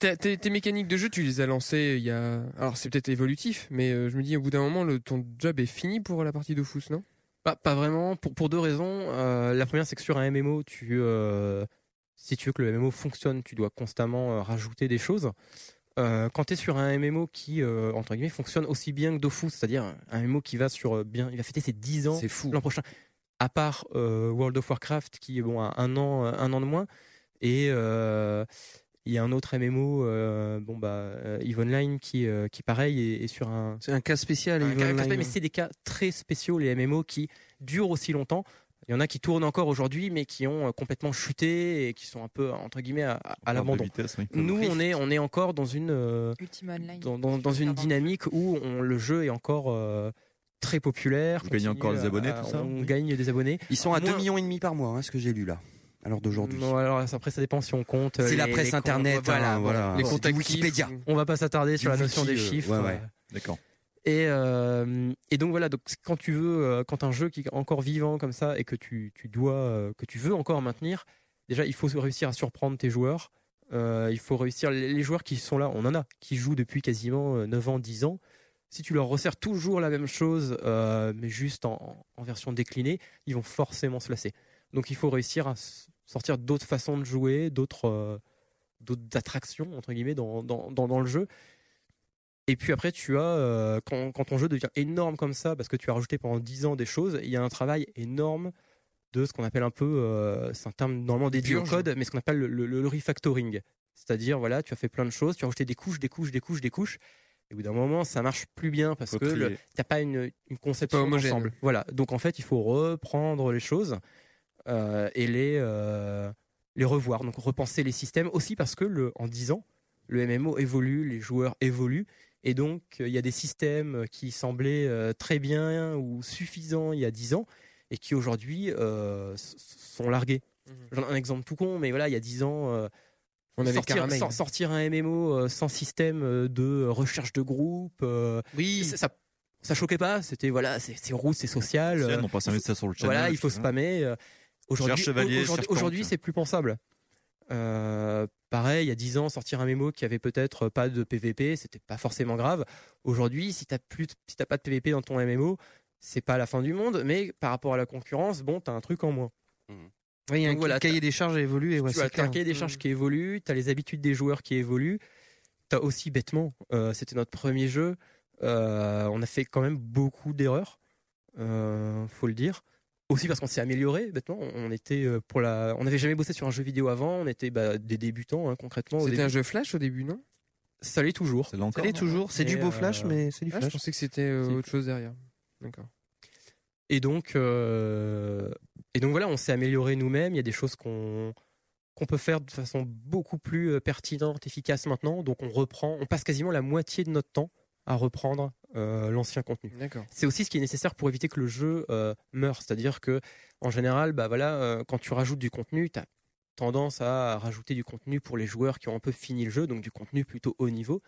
Speaker 8: T'as- Tes, tes mécaniques de jeu, tu les as lancées euh, il y a. Alors c'est peut-être évolutif, mais euh, je me dis au bout d'un moment, le, ton job est fini pour la partie de Fous, non
Speaker 10: Pas, pas vraiment, pour, pour deux raisons. Euh, la première, c'est que sur un MMO, tu, euh, si tu veux que le MMO fonctionne, tu dois constamment euh, rajouter des choses. Euh, quand tu es sur un MMO qui, euh, entre guillemets, fonctionne aussi bien que Dofus, c'est-à-dire un MMO qui va sur euh, bien, il va fêter ses 10 ans l'an prochain, à part euh, World of Warcraft qui bon, a un an, euh, un an de moins, et euh, il y a un autre MMO, euh, bon bah, euh, Eve Online qui, euh, qui pareil, est, est sur un
Speaker 9: C'est un cas spécial,
Speaker 10: un
Speaker 9: Eve
Speaker 10: cas- cas
Speaker 9: Online,
Speaker 10: spécial, mais
Speaker 9: ouais.
Speaker 10: c'est des cas très spéciaux, les MMO qui durent aussi longtemps. Il y en a qui tournent encore aujourd'hui, mais qui ont euh, complètement chuté et qui sont un peu, entre guillemets, à, à l'abandon.
Speaker 7: vitesse, oui.
Speaker 10: Nous, on est, on est encore dans une, euh,
Speaker 11: Ultima Online.
Speaker 10: dans, dans- dans une dynamique où on- le jeu est encore euh, très populaire.
Speaker 7: Vous gagnez
Speaker 10: continue
Speaker 7: encore des
Speaker 10: à-
Speaker 7: abonnés, tout ça
Speaker 10: On gagne des abonnés.
Speaker 13: Ils sont à 2
Speaker 10: Moins-
Speaker 13: millions et demi par mois, hein, ce que j'ai lu là. Alors d'aujourd'hui.
Speaker 10: Non, alors après, ça dépend si on compte. euh,
Speaker 13: C'est la
Speaker 10: les-
Speaker 13: presse
Speaker 10: les comptes,
Speaker 13: internet, hein, voilà. Les
Speaker 10: C'est
Speaker 13: comptes
Speaker 10: du
Speaker 13: actifs. Wikipédia.
Speaker 10: On va pas s'attarder
Speaker 13: Du
Speaker 10: sur la notion
Speaker 13: wiki,
Speaker 10: des
Speaker 13: euh,
Speaker 10: chiffres.
Speaker 13: ouais, ouais.
Speaker 10: euh,
Speaker 7: D'accord.
Speaker 10: Et, euh, et donc voilà, donc quand tu veux, euh, quand un jeu qui est encore vivant comme ça et que tu, tu dois, euh, que tu veux encore maintenir, déjà il faut réussir à surprendre tes joueurs. Euh, il faut réussir les, les joueurs qui sont là, on en a, qui jouent depuis quasiment euh, 9 ans, 10 ans. Si tu leur resserres toujours la même chose, euh, mais juste en, en version déclinée, ils vont forcément se lasser. Donc il faut réussir à s- sortir d'autres façons de jouer, d'autres euh, d'autres attractions entre guillemets dans- dans- dans, dans le jeu. Et puis après, tu as, euh, quand, quand ton jeu devient énorme comme ça, parce que tu as rajouté pendant 10 ans des choses, il y a un travail énorme de ce qu'on appelle un peu, euh, c'est un terme normalement dédié au
Speaker 8: Purge.
Speaker 10: code, mais ce qu'on appelle le, le- le refactoring. C'est-à-dire, voilà, tu as fait plein de choses, tu as rajouté des couches, des couches, des couches, des couches. Et au bout d'un moment, ça marche plus bien parce
Speaker 8: Faut
Speaker 10: que le-
Speaker 8: trier.
Speaker 10: t'as pas une, une conception
Speaker 8: Pas homogène.
Speaker 10: d'ensemble. Voilà. Donc en fait, il faut reprendre les choses euh, et les euh, les revoir. Donc repenser les systèmes aussi parce que le, en 10 ans, le MMO évolue, les joueurs évoluent et donc euh, il y a des systèmes qui semblaient euh, très bien ou suffisants il y a 10 ans et qui aujourd'hui euh, s- sont largués. J'en ai un exemple tout con, mais voilà, il y a 10 ans. euh,
Speaker 8: Mmh On avait
Speaker 10: sortir,
Speaker 8: Caramel.
Speaker 10: sor- sortir un MMO euh, sans système euh, de recherche de groupe. oui. Ça, ça, ça choquait pas. C'était voilà, c'est c'est route, c'est social.
Speaker 7: Social,
Speaker 10: euh,
Speaker 7: on pensait
Speaker 10: il
Speaker 7: mettre
Speaker 10: faut-
Speaker 7: ça sur le
Speaker 10: Voilà,
Speaker 7: channel,
Speaker 10: il faut
Speaker 7: tu vois.
Speaker 10: spammer. euh, Aujourd'hui,
Speaker 7: Cherche chevalier,
Speaker 10: aujourd'hui-
Speaker 7: cherche
Speaker 10: aujourd'hui,
Speaker 7: tank.
Speaker 10: c'est plus pensable. Euh, pareil, il y a 10 ans, sortir un mémo qui avait peut-être pas de PVP, c'était pas forcément grave. Aujourd'hui, si t'as plus, de- si t'as pas de PVP dans ton MMO, c'est pas la fin du monde, mais par rapport à la concurrence, bon, t'as un truc en moins.
Speaker 8: Ouais, il y a
Speaker 10: Mmh. Donc
Speaker 8: un
Speaker 10: voilà,
Speaker 8: cahier des charges à évoluer. Ouais,
Speaker 10: tu as
Speaker 8: c'est
Speaker 10: le
Speaker 8: clair.
Speaker 10: cahier des charges qui évolue, tu as les habitudes des joueurs qui évoluent, tu as aussi bêtement, euh, c'était notre premier jeu, euh, on a fait quand même beaucoup d'erreurs, euh, faut le dire. Aussi parce qu'on s'est amélioré, bêtement. On était euh, pour la, on n'avait jamais bossé sur un jeu vidéo avant. On était bah, des débutants hein, concrètement. au
Speaker 8: C'était
Speaker 10: début.
Speaker 8: un jeu flash au début, non
Speaker 10: Ça l'est toujours.
Speaker 8: Ça l'est toujours. C'est
Speaker 10: Et,
Speaker 8: du beau flash,
Speaker 10: euh,
Speaker 8: mais c'est du
Speaker 10: Ah, je
Speaker 8: flash. pensais que c'était euh, autre chose derrière. D'accord.
Speaker 10: Et donc, euh, et donc voilà, on s'est amélioré nous-mêmes. Il y a des choses qu'on qu'on peut faire de façon beaucoup plus euh, pertinente, efficace maintenant. Donc on reprend, on passe quasiment la moitié de notre temps à reprendre euh, l'ancien contenu.
Speaker 8: D'accord.
Speaker 10: C'est aussi ce qui est nécessaire pour éviter que le jeu euh, meure. C'est-à-dire que en général, bah voilà, euh, quand tu rajoutes du contenu, tu as tendance à rajouter du contenu pour les joueurs qui ont un peu fini le jeu, donc du contenu plutôt haut niveau.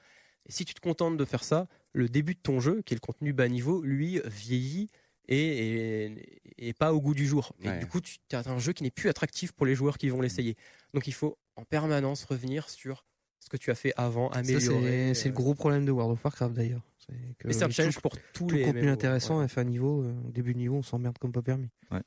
Speaker 10: Et si tu te contentes de faire ça, le début de ton jeu, qui est le contenu bas niveau, lui euh, vieillit et, et- et pas au goût du jour. Et
Speaker 8: Ouais. Mmh.
Speaker 10: du coup, tu as un jeu qui n'est plus attractif pour les joueurs qui vont l'essayer. Donc il faut en permanence revenir sur ce que tu as fait avant,
Speaker 8: Ça, c'est-
Speaker 10: améliorer.
Speaker 8: C'est le gros problème de World of Warcraft d'ailleurs. que
Speaker 10: Mais c'est un
Speaker 8: tout-
Speaker 10: challenge pour tous
Speaker 8: tout
Speaker 10: les
Speaker 8: contenu
Speaker 10: MMO,
Speaker 8: intéressant à fin niveau, euh, au début de niveau, on s'emmerde comme pas permis.
Speaker 7: Ouais.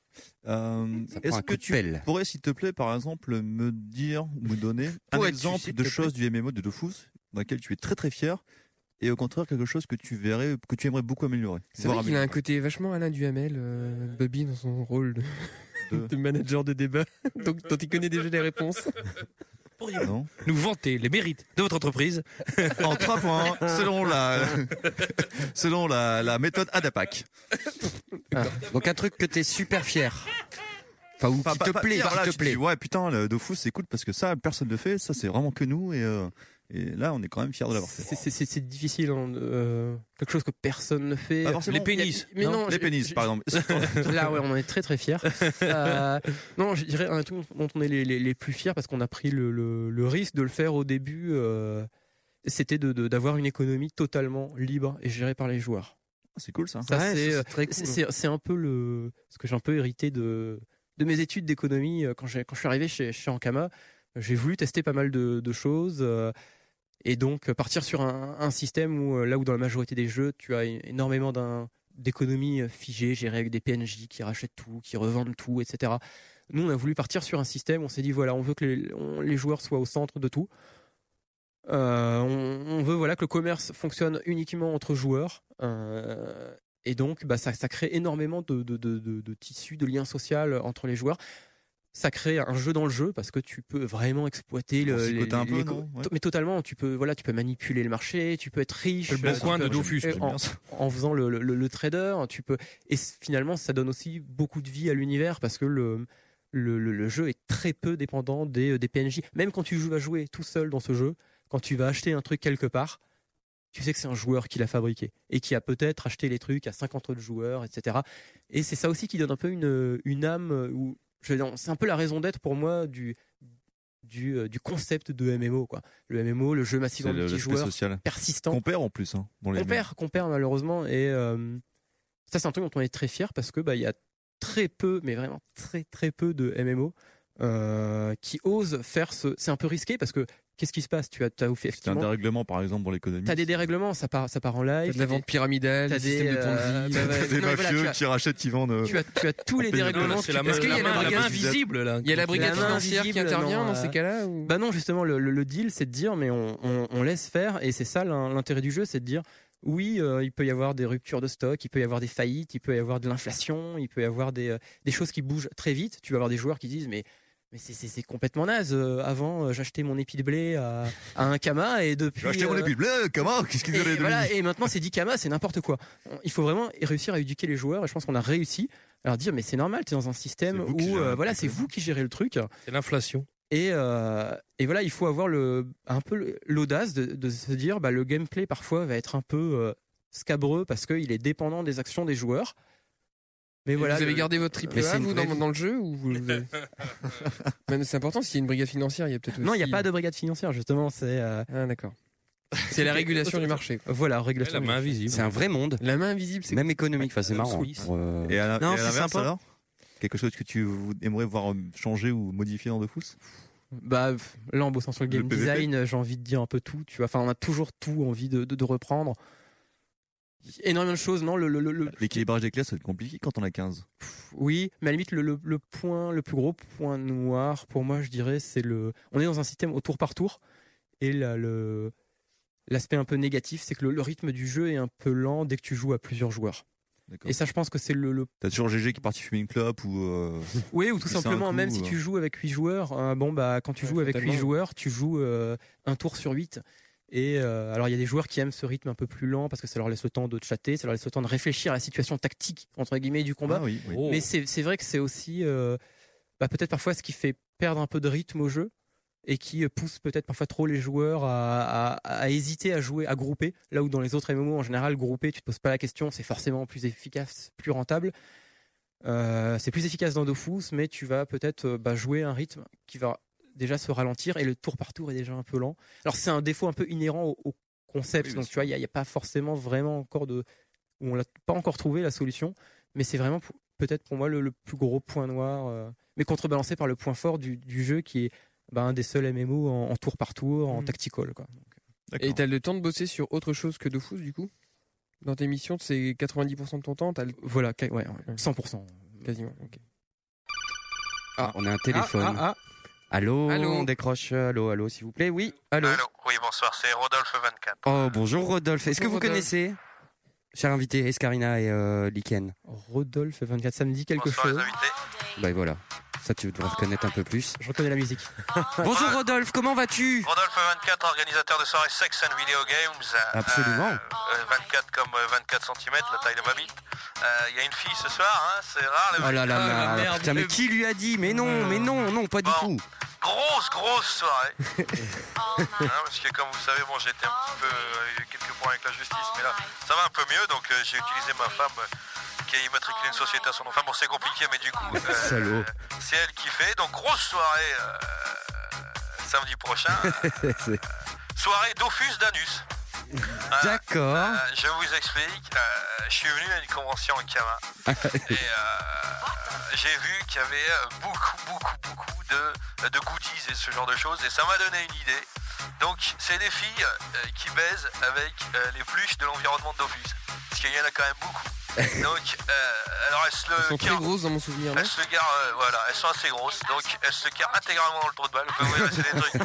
Speaker 7: Euh,
Speaker 8: Ça prend
Speaker 7: Est-ce
Speaker 8: un
Speaker 7: que
Speaker 8: coup de
Speaker 7: tu
Speaker 8: pelle.
Speaker 7: pourrais, s'il te plaît, par exemple, me dire, ou me donner un
Speaker 8: Pourrais-tu,
Speaker 7: exemple
Speaker 8: s'il
Speaker 7: de
Speaker 8: te
Speaker 7: choses du MMO de Dofus dans laquelle tu es très très fier et au contraire quelque chose que tu verrais, que tu aimerais beaucoup améliorer
Speaker 8: C'est vrai qu'il a un côté vachement Alain Duhamel, euh, Bobby dans son rôle de, de manager de débat, donc, dont il connaît déjà les réponses.
Speaker 7: Non.
Speaker 12: Nous vanter les mérites de votre entreprise.
Speaker 7: en trois points, selon la, selon la, la méthode ADAPAC.
Speaker 10: Ah.
Speaker 13: Donc un truc que t'es super fier. Enfin, ou qui te plaît, qui te plaît.
Speaker 7: ouais, putain, le Dofus, c'est cool parce que ça, personne ne le fait. Ça, c'est vraiment que nous. Et, euh, et là, on est quand même fiers de l'avoir fait.
Speaker 10: C'est- c'est- C'est c'est difficile, hein, de- euh, quelque chose que personne ne fait.
Speaker 7: Pas Bah, forcément. Les pénis.
Speaker 10: Mais
Speaker 7: Non,
Speaker 10: non,
Speaker 7: les
Speaker 10: je-
Speaker 7: pénis,
Speaker 10: je-
Speaker 7: par exemple.
Speaker 10: Là, ouais, on en est très très fiers. Euh, non, je dirais un truc dont on est les, les- les plus fiers parce qu'on a pris le, le- le risque de le faire au début. euh, C'était de- de- d'avoir une économie totalement libre et gérée par les joueurs.
Speaker 7: Ah, C'est cool ça.
Speaker 10: Ça,
Speaker 7: Ouais,
Speaker 10: c'est
Speaker 7: ça,
Speaker 10: euh,
Speaker 7: c'est très cool.
Speaker 10: c'est- c'est- c'est un peu le ce que j'ai un peu hérité de de mes études d'économie euh, quand j'ai quand je suis arrivé chez chez Ankama, j'ai voulu tester pas mal de, de choses euh, et donc euh, partir sur un, un système où euh, là où dans la majorité des jeux tu as é- énormément d'un d'économies euh, figées gérées avec des PNJ qui rachètent tout, qui revendent tout, etc. Nous, on a voulu partir sur un système. On s'est dit voilà, on veut que les, on- les joueurs soient au centre de tout. Euh, on, on veut voilà que le commerce fonctionne uniquement entre joueurs. euh, et donc, bah, ça, ça crée énormément de, de, de, de, de tissus, de liens sociaux entre les joueurs. ça crée un jeu dans le jeu parce que tu peux vraiment exploiter
Speaker 7: On
Speaker 10: le,
Speaker 7: s'y cotait un peu,
Speaker 10: co-
Speaker 7: non Ouais.
Speaker 10: to- mais totalement tu peux voilà tu peux manipuler le marché tu peux être riche
Speaker 12: Le bon
Speaker 10: euh, tu
Speaker 12: coin
Speaker 10: peux-
Speaker 12: de Dofus,
Speaker 10: euh,
Speaker 12: j'aime
Speaker 10: en,
Speaker 12: bien ça.
Speaker 10: en faisant le, le- le- le trader tu peux et c- finalement ça donne aussi beaucoup de vie à l'univers parce que le le, le- le jeu est très peu dépendant des, des PNJ même quand tu vas jouer tout seul dans ce jeu quand tu vas acheter un truc quelque part tu sais que c'est un joueur qui l'a fabriqué et qui a peut-être acheté les trucs à 50 autres joueurs, etc. Et c'est ça aussi qui donne un peu une, une âme euh, où je veux dire, c'est un peu la raison d'être pour moi du du, euh, du concept de MMO quoi. Le MMO, le jeu massif
Speaker 7: C'est
Speaker 10: en
Speaker 7: le- l'aspect
Speaker 10: multijoueur
Speaker 7: social.
Speaker 10: persistant.
Speaker 7: Qu'on perd en plus, hein, dans les
Speaker 10: qu'on perd, qu'on perd malheureusement et euh, ça c'est un truc dont on est très fier parce que bah il y a très peu, mais vraiment très très peu de MMO euh, qui osent faire ce. C'est un peu risqué parce que qu'est-ce qui se passe Tu as, as fait
Speaker 7: C'est un dérèglement, par exemple, dans l'économie.
Speaker 10: T'as des dérèglements, ça part, ça part en live.
Speaker 7: T'as de la vente
Speaker 10: pyramidale, t'as des, euh, bah ouais.
Speaker 7: T'as des
Speaker 10: Non, mais voilà,
Speaker 7: mafieux
Speaker 10: tu as-
Speaker 7: qui rachètent, qui vendent. euh,
Speaker 10: tu as, tu as tous les dérèglements.
Speaker 12: c'est la main- la main- la main invisible, là. Il y a la brigade
Speaker 10: main
Speaker 12: financière qui
Speaker 10: invisible,
Speaker 12: intervient
Speaker 10: non,
Speaker 12: dans ces
Speaker 10: euh,
Speaker 12: cas-là,
Speaker 10: Bah non, justement, le, le- le deal, c'est de dire, mais on, on- on laisse faire, et c'est ça l'in- l'intérêt du jeu, c'est de dire, oui, euh, il peut y avoir des ruptures de stock, il peut y avoir des faillites, il peut y avoir de l'inflation, il peut y avoir des, euh, des choses qui bougent très vite. Tu vas avoir des joueurs qui disent, mais mais c'est- c'est c'est complètement naze. Euh, avant, euh, j'achetais mon épi de blé à, à un kama et depuis.
Speaker 7: J'ai acheté mon
Speaker 10: euh,
Speaker 7: épi de blé, comment Qu'est-ce qu'ils
Speaker 10: et
Speaker 7: allaient
Speaker 10: voilà, et maintenant c'est 10 kamas, c'est n'importe quoi. On- Il faut vraiment réussir à éduquer les joueurs et je pense qu'on a réussi à leur dire mais c'est normal, tu es dans un système où euh, voilà, c'est vous qui gérez le truc.
Speaker 12: C'est l'inflation.
Speaker 10: Et, euh, et voilà, il faut avoir le, un peu le- l'audace de, de se dire bah, le gameplay parfois va être un peu euh, scabreux parce qu'il est dépendant des actions des joueurs. Mais
Speaker 8: Et
Speaker 10: voilà,
Speaker 8: vous avez
Speaker 10: le-
Speaker 8: gardé votre triple A, vous, dans, dans le jeu ou vous- vous avez- Mais C'est important, s'il y a une brigade financière, il y a peut-être aussi...
Speaker 10: Non, il n'y a pas de brigade financière justement, c'est. euh,
Speaker 8: Ah d'accord. C'est la régulation du marché.
Speaker 10: Voilà, régulation. du marché.
Speaker 13: C'est un vrai monde.
Speaker 8: La main invisible, c'est Ah,
Speaker 13: même économique.
Speaker 10: Ah,
Speaker 13: Enfin, c'est marrant.
Speaker 10: Suisse.
Speaker 13: pour, euh,
Speaker 7: Et à la-
Speaker 13: Non,
Speaker 7: et à
Speaker 13: c'est
Speaker 7: l'inverse,
Speaker 13: sympa.
Speaker 7: alors Quelque chose que tu vou- aimerais voir euh, changer ou modifier dans Dofus
Speaker 10: Bah, pff, là, en bossant sur le
Speaker 7: Le
Speaker 10: game
Speaker 7: PVP.
Speaker 10: design, euh, j'ai envie de dire un peu tout, tu vois. Enfin, on a toujours tout envie de, de- de reprendre. Énormément de choses, non le, le- le- le-
Speaker 7: L'équilibrage des classes, ça va être compliqué quand on a 15.
Speaker 10: Oui, mais à la limite, le, le- le point, le plus gros point noir, pour moi, je dirais, c'est le. On est dans un système au tour par tour, et là, le. L'aspect un peu négatif, c'est que le, le rythme du jeu est un peu lent dès que tu joues à plusieurs joueurs.
Speaker 7: D'accord.
Speaker 10: Et ça, je pense que c'est le- le
Speaker 7: T'as toujours GG qui est parti fumer une clope ou. euh,
Speaker 10: Oui, ou tout
Speaker 7: pisser un
Speaker 10: simplement,
Speaker 7: coup,
Speaker 10: même
Speaker 7: euh.
Speaker 10: si tu joues avec 8 joueurs, euh, bon, bah, quand tu joues avec 8
Speaker 7: fatalement.
Speaker 10: joueurs, tu joues euh, un tour sur 8. Et euh, alors, il y a des joueurs qui aiment ce rythme un peu plus lent parce que ça leur laisse le temps de chatter, ça leur laisse le temps de réfléchir à la situation tactique, entre guillemets, du combat.
Speaker 7: Ah oui, oui.
Speaker 10: Mais c'est c'est vrai que c'est aussi euh, bah, peut-être parfois ce qui fait perdre un peu de rythme au jeu et qui euh, pousse peut-être parfois trop les joueurs à, à- à hésiter à jouer, à grouper. Là où dans les autres MMO, en général, grouper, tu te poses pas la question, c'est forcément plus efficace, plus rentable. Euh, c'est plus efficace dans Dofus, mais tu vas peut-être euh, bah, jouer un rythme qui va déjà se ralentir et le tour par tour est déjà un peu lent. Alors c'est un défaut un peu inhérent au, au concept, donc tu vois, il n'y a, il y a pas forcément vraiment encore de... où on l'a pas encore trouvé la solution, mais c'est vraiment pour- peut-être pour moi le, le plus gros point noir, euh, mais contrebalancé par le point fort du, du jeu qui est bah, un des seuls MMO en, en tour par tour,
Speaker 16: Mmh.
Speaker 10: en tactical. Quoi.
Speaker 8: Et t'as le temps de bosser sur autre chose que Dofus, du coup Dans tes missions, c'est 90% de ton temps t'as le-
Speaker 10: Voilà, ca- ouais, ouais, 100%.
Speaker 8: Quasiment, ok.
Speaker 13: Ah, on a un téléphone.
Speaker 8: ah,
Speaker 13: Allô,
Speaker 8: Allô
Speaker 13: On décroche. euh, Allô, allô, s'il vous plaît. Oui. Allô.
Speaker 16: Oui, bonsoir, c'est Rodolphe24.
Speaker 13: Oh, bonjour Rodolphe. Est-ce que vous
Speaker 16: Bonjour, Rodolphe.
Speaker 13: connaissez, cher invité, Escarina et euh, Liken
Speaker 10: Rodolphe 24, ça me dit quelque chose.
Speaker 13: Bah voilà. Ça, tu devrais reconnaître un peu plus.
Speaker 10: Je reconnais la musique.
Speaker 13: Bonjour Rodolphe, comment vas-tu
Speaker 16: Rodolphe24, organisateur de soirées Sex and Video Games. Euh,
Speaker 13: Absolument.
Speaker 16: euh, 24 comme euh, 24 cm, la taille de ma bite. Euh, Il y a une fille ce soir, hein, c'est rare. le-
Speaker 13: Oh là là
Speaker 16: ah,
Speaker 13: là, putain, mais qui lui a dit Mais non, mais non, non, pas du tout.
Speaker 16: Grosse, grosse soirée. Hein, parce que comme vous savez, bon, j'ai été un petit peu. euh, eu quelques points avec la justice, mais là, ça va un peu mieux. Donc, euh, j'ai utilisé ma femme euh, qui a immatriculé une société à son nom. Enfin, bon, c'est compliqué, mais du coup. euh,
Speaker 13: Salaud.
Speaker 16: C'est elle qui fait. Donc, grosse soirée euh, samedi prochain. soirée Dofus d'Anus.
Speaker 13: D'accord.
Speaker 16: Euh, je vous explique. euh, je suis venu à une convention en Kama. Et euh, j'ai vu qu'il y avait euh, beaucoup, beaucoup, beaucoup de, de goodies et ce genre de choses. Et ça m'a donné une idée. Donc, c'est des filles euh, qui baisent avec euh, les pluches de l'environnement de Dofus. Ce qu'il y en a quand même beaucoup. Donc, euh, alors elles se le
Speaker 8: Elles sont très
Speaker 16: carrent-
Speaker 8: grosses dans mon souvenir. non
Speaker 16: elles se garent, euh, voilà, elles sont assez grosses, donc elles se garent intégralement dans le trou de balle. Vous voyez, Ah c'est des trucs.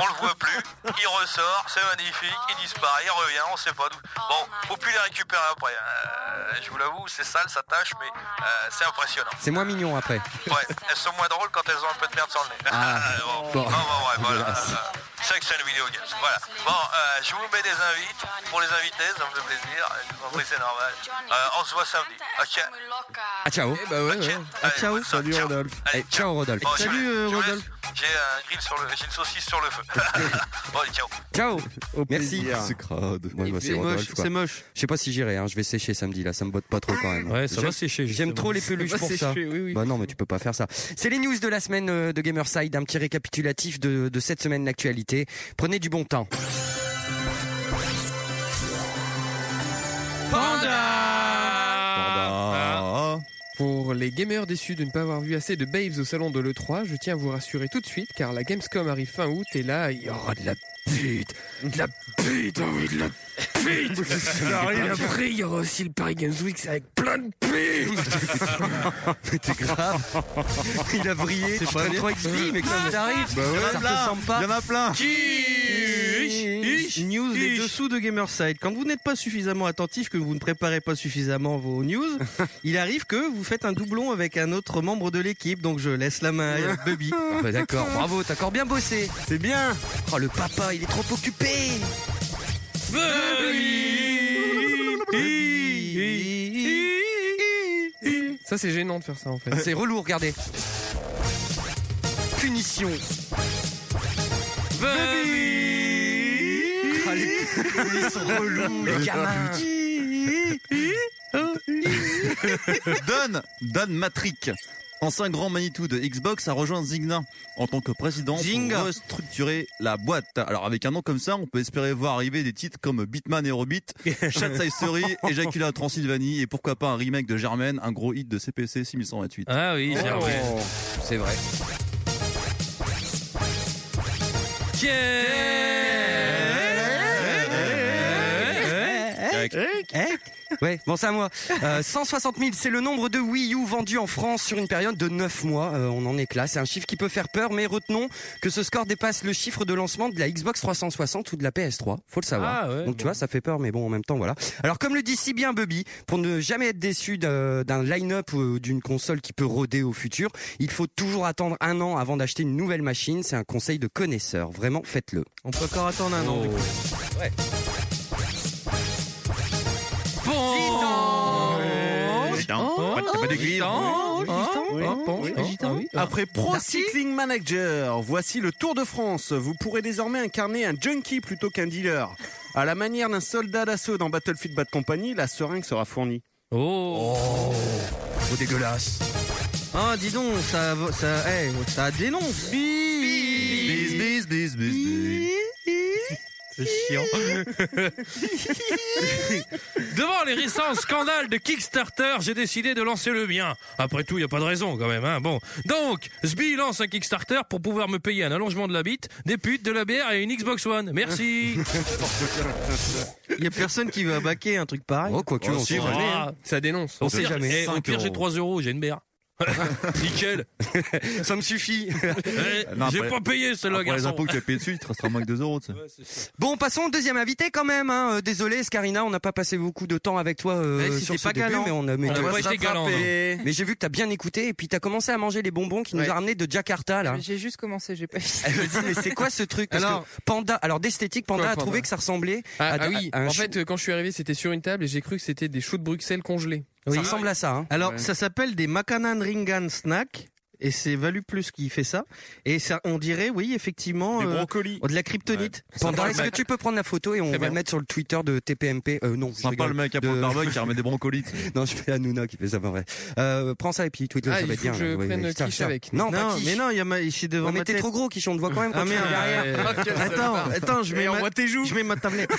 Speaker 16: On le voit plus, il ressort, c'est magnifique, il disparaît, il revient, on sait pas d'où. Bon, faut plus les récupérer après. Euh, je vous l'avoue, c'est sale, ça tâche, mais euh, c'est impressionnant.
Speaker 6: C'est moins mignon après.
Speaker 16: Ouais, elles sont moins drôles quand elles ont un peu de merde sur le nez.
Speaker 6: Ah,
Speaker 16: bon,
Speaker 6: bon.
Speaker 16: bon, bon, ouais, voilà.
Speaker 6: Dégueulasse.
Speaker 16: euh, Chaque chaîne vidéo games. Voilà. Bon, euh, je vous mets des invites pour les invités, ça me fait plaisir. Je vous en prie, c'est normal. Euh, on se voit samedi. Ok.
Speaker 6: Ah, ciao. Ah, ciao. Salut, Rodolphe.
Speaker 13: Eh,
Speaker 6: ciao, Rodolphe.
Speaker 16: Bon, je vous laisse. Je vous laisse. J'ai un grill sur le, j'ai une saucisse sur le feu. bon, allez, ciao.
Speaker 6: Ciao. Merci.
Speaker 16: plaisir.
Speaker 6: C'est crade. Ouais, bah,
Speaker 16: c'est moche,
Speaker 6: Rodolphe, quoi.
Speaker 16: c'est moche.
Speaker 6: Je sais pas si j'irai. Hein. Je vais sécher samedi. Là, ça me botte pas trop quand même.
Speaker 12: Ouais, ça va
Speaker 6: J'aime-
Speaker 12: sécher,
Speaker 6: J'aime
Speaker 12: justement.
Speaker 6: trop les
Speaker 12: Ça
Speaker 6: peluches
Speaker 12: va
Speaker 6: pour
Speaker 12: sécher,
Speaker 6: ça.
Speaker 12: oui, oui.
Speaker 6: Bah non, mais tu peux pas faire ça. C'est les news de la semaine euh, de Gamerside. Un petit récapitulatif de, de cette semaine d'actualité. Prenez du bon temps.
Speaker 17: Ah.
Speaker 8: Pour les gamers déçus de ne pas avoir vu assez de Babes au salon de l'E3, je tiens à vous rassurer tout de suite car la Gamescom arrive fin août et là, il y aura de la pute. De la pute, oh oui, de la pute. Alors, et après, il y aura aussi le Paris Games Week avec plein de putes.
Speaker 6: Mais t'es grave. Il a brillé.
Speaker 8: C'est
Speaker 6: Tu
Speaker 8: pas
Speaker 6: traînes
Speaker 8: bien.
Speaker 6: trop XP, mais
Speaker 16: Ah,
Speaker 6: quand ça arrive,
Speaker 9: Bah ouais.
Speaker 6: ça ressemble pas.
Speaker 9: Il y en a plein. News des
Speaker 6: Ich.
Speaker 9: dessous de Gamerside. Quand vous n'êtes pas suffisamment attentif, que vous ne préparez pas suffisamment vos news, il arrive que vous faites un doublon avec un autre membre de l'équipe. Donc je laisse la main à Bubby.
Speaker 6: Ah bah d'accord, bravo, t'as encore bien bossé. C'est bien. Oh le papa, il est trop occupé.
Speaker 8: Ça, c'est gênant de faire ça en fait.
Speaker 6: C'est relou, regardez. Punition.
Speaker 12: Ah, les-
Speaker 6: Ils sont relous,
Speaker 12: les
Speaker 6: gamins.
Speaker 7: Don, Don Matrick, ancien grand Manitou de Xbox, a rejoint Zynga en tant que président
Speaker 9: Zynga.
Speaker 7: pour restructurer la boîte. Alors avec un nom comme ça, on peut espérer voir arriver des titres comme Bitman et Robit, Chat Side Story, Ejacula Transylvanie et pourquoi pas un remake de Germaine, un gros hit de CPC 6128.
Speaker 12: Ah oui, Germaine. Oh,
Speaker 6: C'est vrai. Eh, eh, Ouais, bon c'est à moi. Euh, 160 000, c'est le nombre de Wii U vendus en France sur une période de 9 mois. Euh, on en est là. C'est un chiffre qui peut faire peur, mais retenons que ce score dépasse le chiffre de lancement de la Xbox 360 ou de la PS3. Faut le savoir.
Speaker 12: Ah ouais,
Speaker 6: Donc tu vois, ça fait peur, mais bon, en même temps, voilà. Alors comme le dit si bien Bubby, pour ne jamais être déçu d'un d'un line-up ou d'une console qui peut rôder au futur, il faut toujours attendre un an avant d'acheter une nouvelle machine. C'est un conseil de connaisseur. Vraiment, faites-le.
Speaker 9: On peut encore attendre un an. du coup.
Speaker 6: Hein
Speaker 12: Oh, Ah
Speaker 18: Après Pro Cycling Manager, voici le Tour de France. Vous pourrez désormais incarner un junkie plutôt qu'un dealer. À la manière d'un soldat d'assaut dans Battlefield Bad Company, la seringue sera fournie.
Speaker 12: Oh,
Speaker 6: dégueulasse.
Speaker 9: Ah, dis donc, ça, va- ça, eh, ça dénonce.
Speaker 7: Bis, bis, bis, bis, bis.
Speaker 12: C'est chiant. Devant les récents scandales de Kickstarter, j'ai décidé de lancer le mien. Après tout, il n'y a pas de raison quand même. Hein. Bon. Donc, Sbi lance un Kickstarter pour pouvoir me payer un allongement de la bite, des putes, de la bière et une Xbox One. Merci.
Speaker 9: Il y a personne qui va baquer un truc pareil.
Speaker 6: Oh, quoi
Speaker 12: que, on sait jamais, hein.
Speaker 9: Ça dénonce.
Speaker 12: Au pire- eh, Au
Speaker 9: Cinq
Speaker 12: pire, j'ai
Speaker 9: euros.
Speaker 12: 3 euros, j'ai une bière. Nickel.
Speaker 6: Ça me suffit.
Speaker 12: Eh,
Speaker 7: Non,
Speaker 12: j'ai
Speaker 7: après-
Speaker 12: pas payé celle-là,
Speaker 7: Après les
Speaker 12: garçon.
Speaker 7: impôts que tu as payé dessus, il te restera moins que 2 euros. tu sais.
Speaker 6: Bon, passons au deuxième invité quand même. Hein. Euh, Désolé, Scarina, on n'a pas passé beaucoup de temps avec toi euh,
Speaker 8: Eh,
Speaker 9: Ouais,
Speaker 6: sur
Speaker 9: c'était
Speaker 6: ce
Speaker 9: pas
Speaker 6: début,
Speaker 9: galant.
Speaker 6: mais on a
Speaker 8: Ah,
Speaker 6: mais
Speaker 9: On
Speaker 6: tu
Speaker 9: a
Speaker 6: vas
Speaker 9: pas
Speaker 6: te
Speaker 9: été galant,
Speaker 8: hein.
Speaker 6: rattraper.
Speaker 9: non.
Speaker 6: Mais j'ai vu que t'as bien écouté et puis t'as commencé à manger les bonbons qui nous
Speaker 11: Ouais.
Speaker 6: a ramenés de Jakarta là.
Speaker 11: J'ai juste commencé, j'ai pas fini.
Speaker 6: Elle me dit mais c'est quoi ce truc Parce
Speaker 8: Alors-
Speaker 6: que Panda, hein. alors d'esthétique, Panda
Speaker 8: Quoi,
Speaker 6: a trouvé
Speaker 8: Panda
Speaker 6: que ça ressemblait
Speaker 8: Ah,
Speaker 6: à,
Speaker 8: ah oui,
Speaker 6: à un
Speaker 8: en
Speaker 6: chou-
Speaker 8: fait, euh, quand je suis arrivé, c'était sur une table et j'ai cru que c'était des choux de Bruxelles congelés.
Speaker 9: Oui.
Speaker 6: à ça. hein.
Speaker 9: Alors,
Speaker 8: Ouais.
Speaker 9: ça s'appelle des Makanan Ringan Snack. Et c'est Valu Plus qui fait ça. Et ça, on dirait, oui, effectivement.
Speaker 6: Des
Speaker 9: euh,
Speaker 6: brocolis.
Speaker 9: de la kryptonite.
Speaker 6: Panda, est-ce que tu peux prendre la photo et on va
Speaker 9: bien.
Speaker 6: le mettre sur le Twitter de TPMP euh, Non, je
Speaker 7: Sympa
Speaker 6: rigole.
Speaker 7: le mec, après
Speaker 6: De-
Speaker 7: le barbecue, il remet des brocolis.
Speaker 6: non, je fais Hanouna qui fait ça, pas vrai. Euh, prends ça et puis tweet-le,
Speaker 9: Ah,
Speaker 6: ça
Speaker 9: il
Speaker 6: va être
Speaker 9: faut
Speaker 6: bien.
Speaker 9: que je
Speaker 6: là. Ouais,
Speaker 9: prenne
Speaker 6: mais putain,
Speaker 9: Quiche
Speaker 6: ça-
Speaker 9: avec.
Speaker 6: Non,
Speaker 9: Non,
Speaker 6: pas
Speaker 9: mais non, il y a ma-
Speaker 6: ici
Speaker 9: devant
Speaker 6: Mais
Speaker 9: ma
Speaker 6: t'es
Speaker 9: tête.
Speaker 6: trop gros, Quiche, on te voit quand même quand
Speaker 9: Ah,
Speaker 6: tu
Speaker 9: merde.
Speaker 6: es derrière.
Speaker 9: Ah, quel Attends, attends, je mets ma- je mets ma tablette.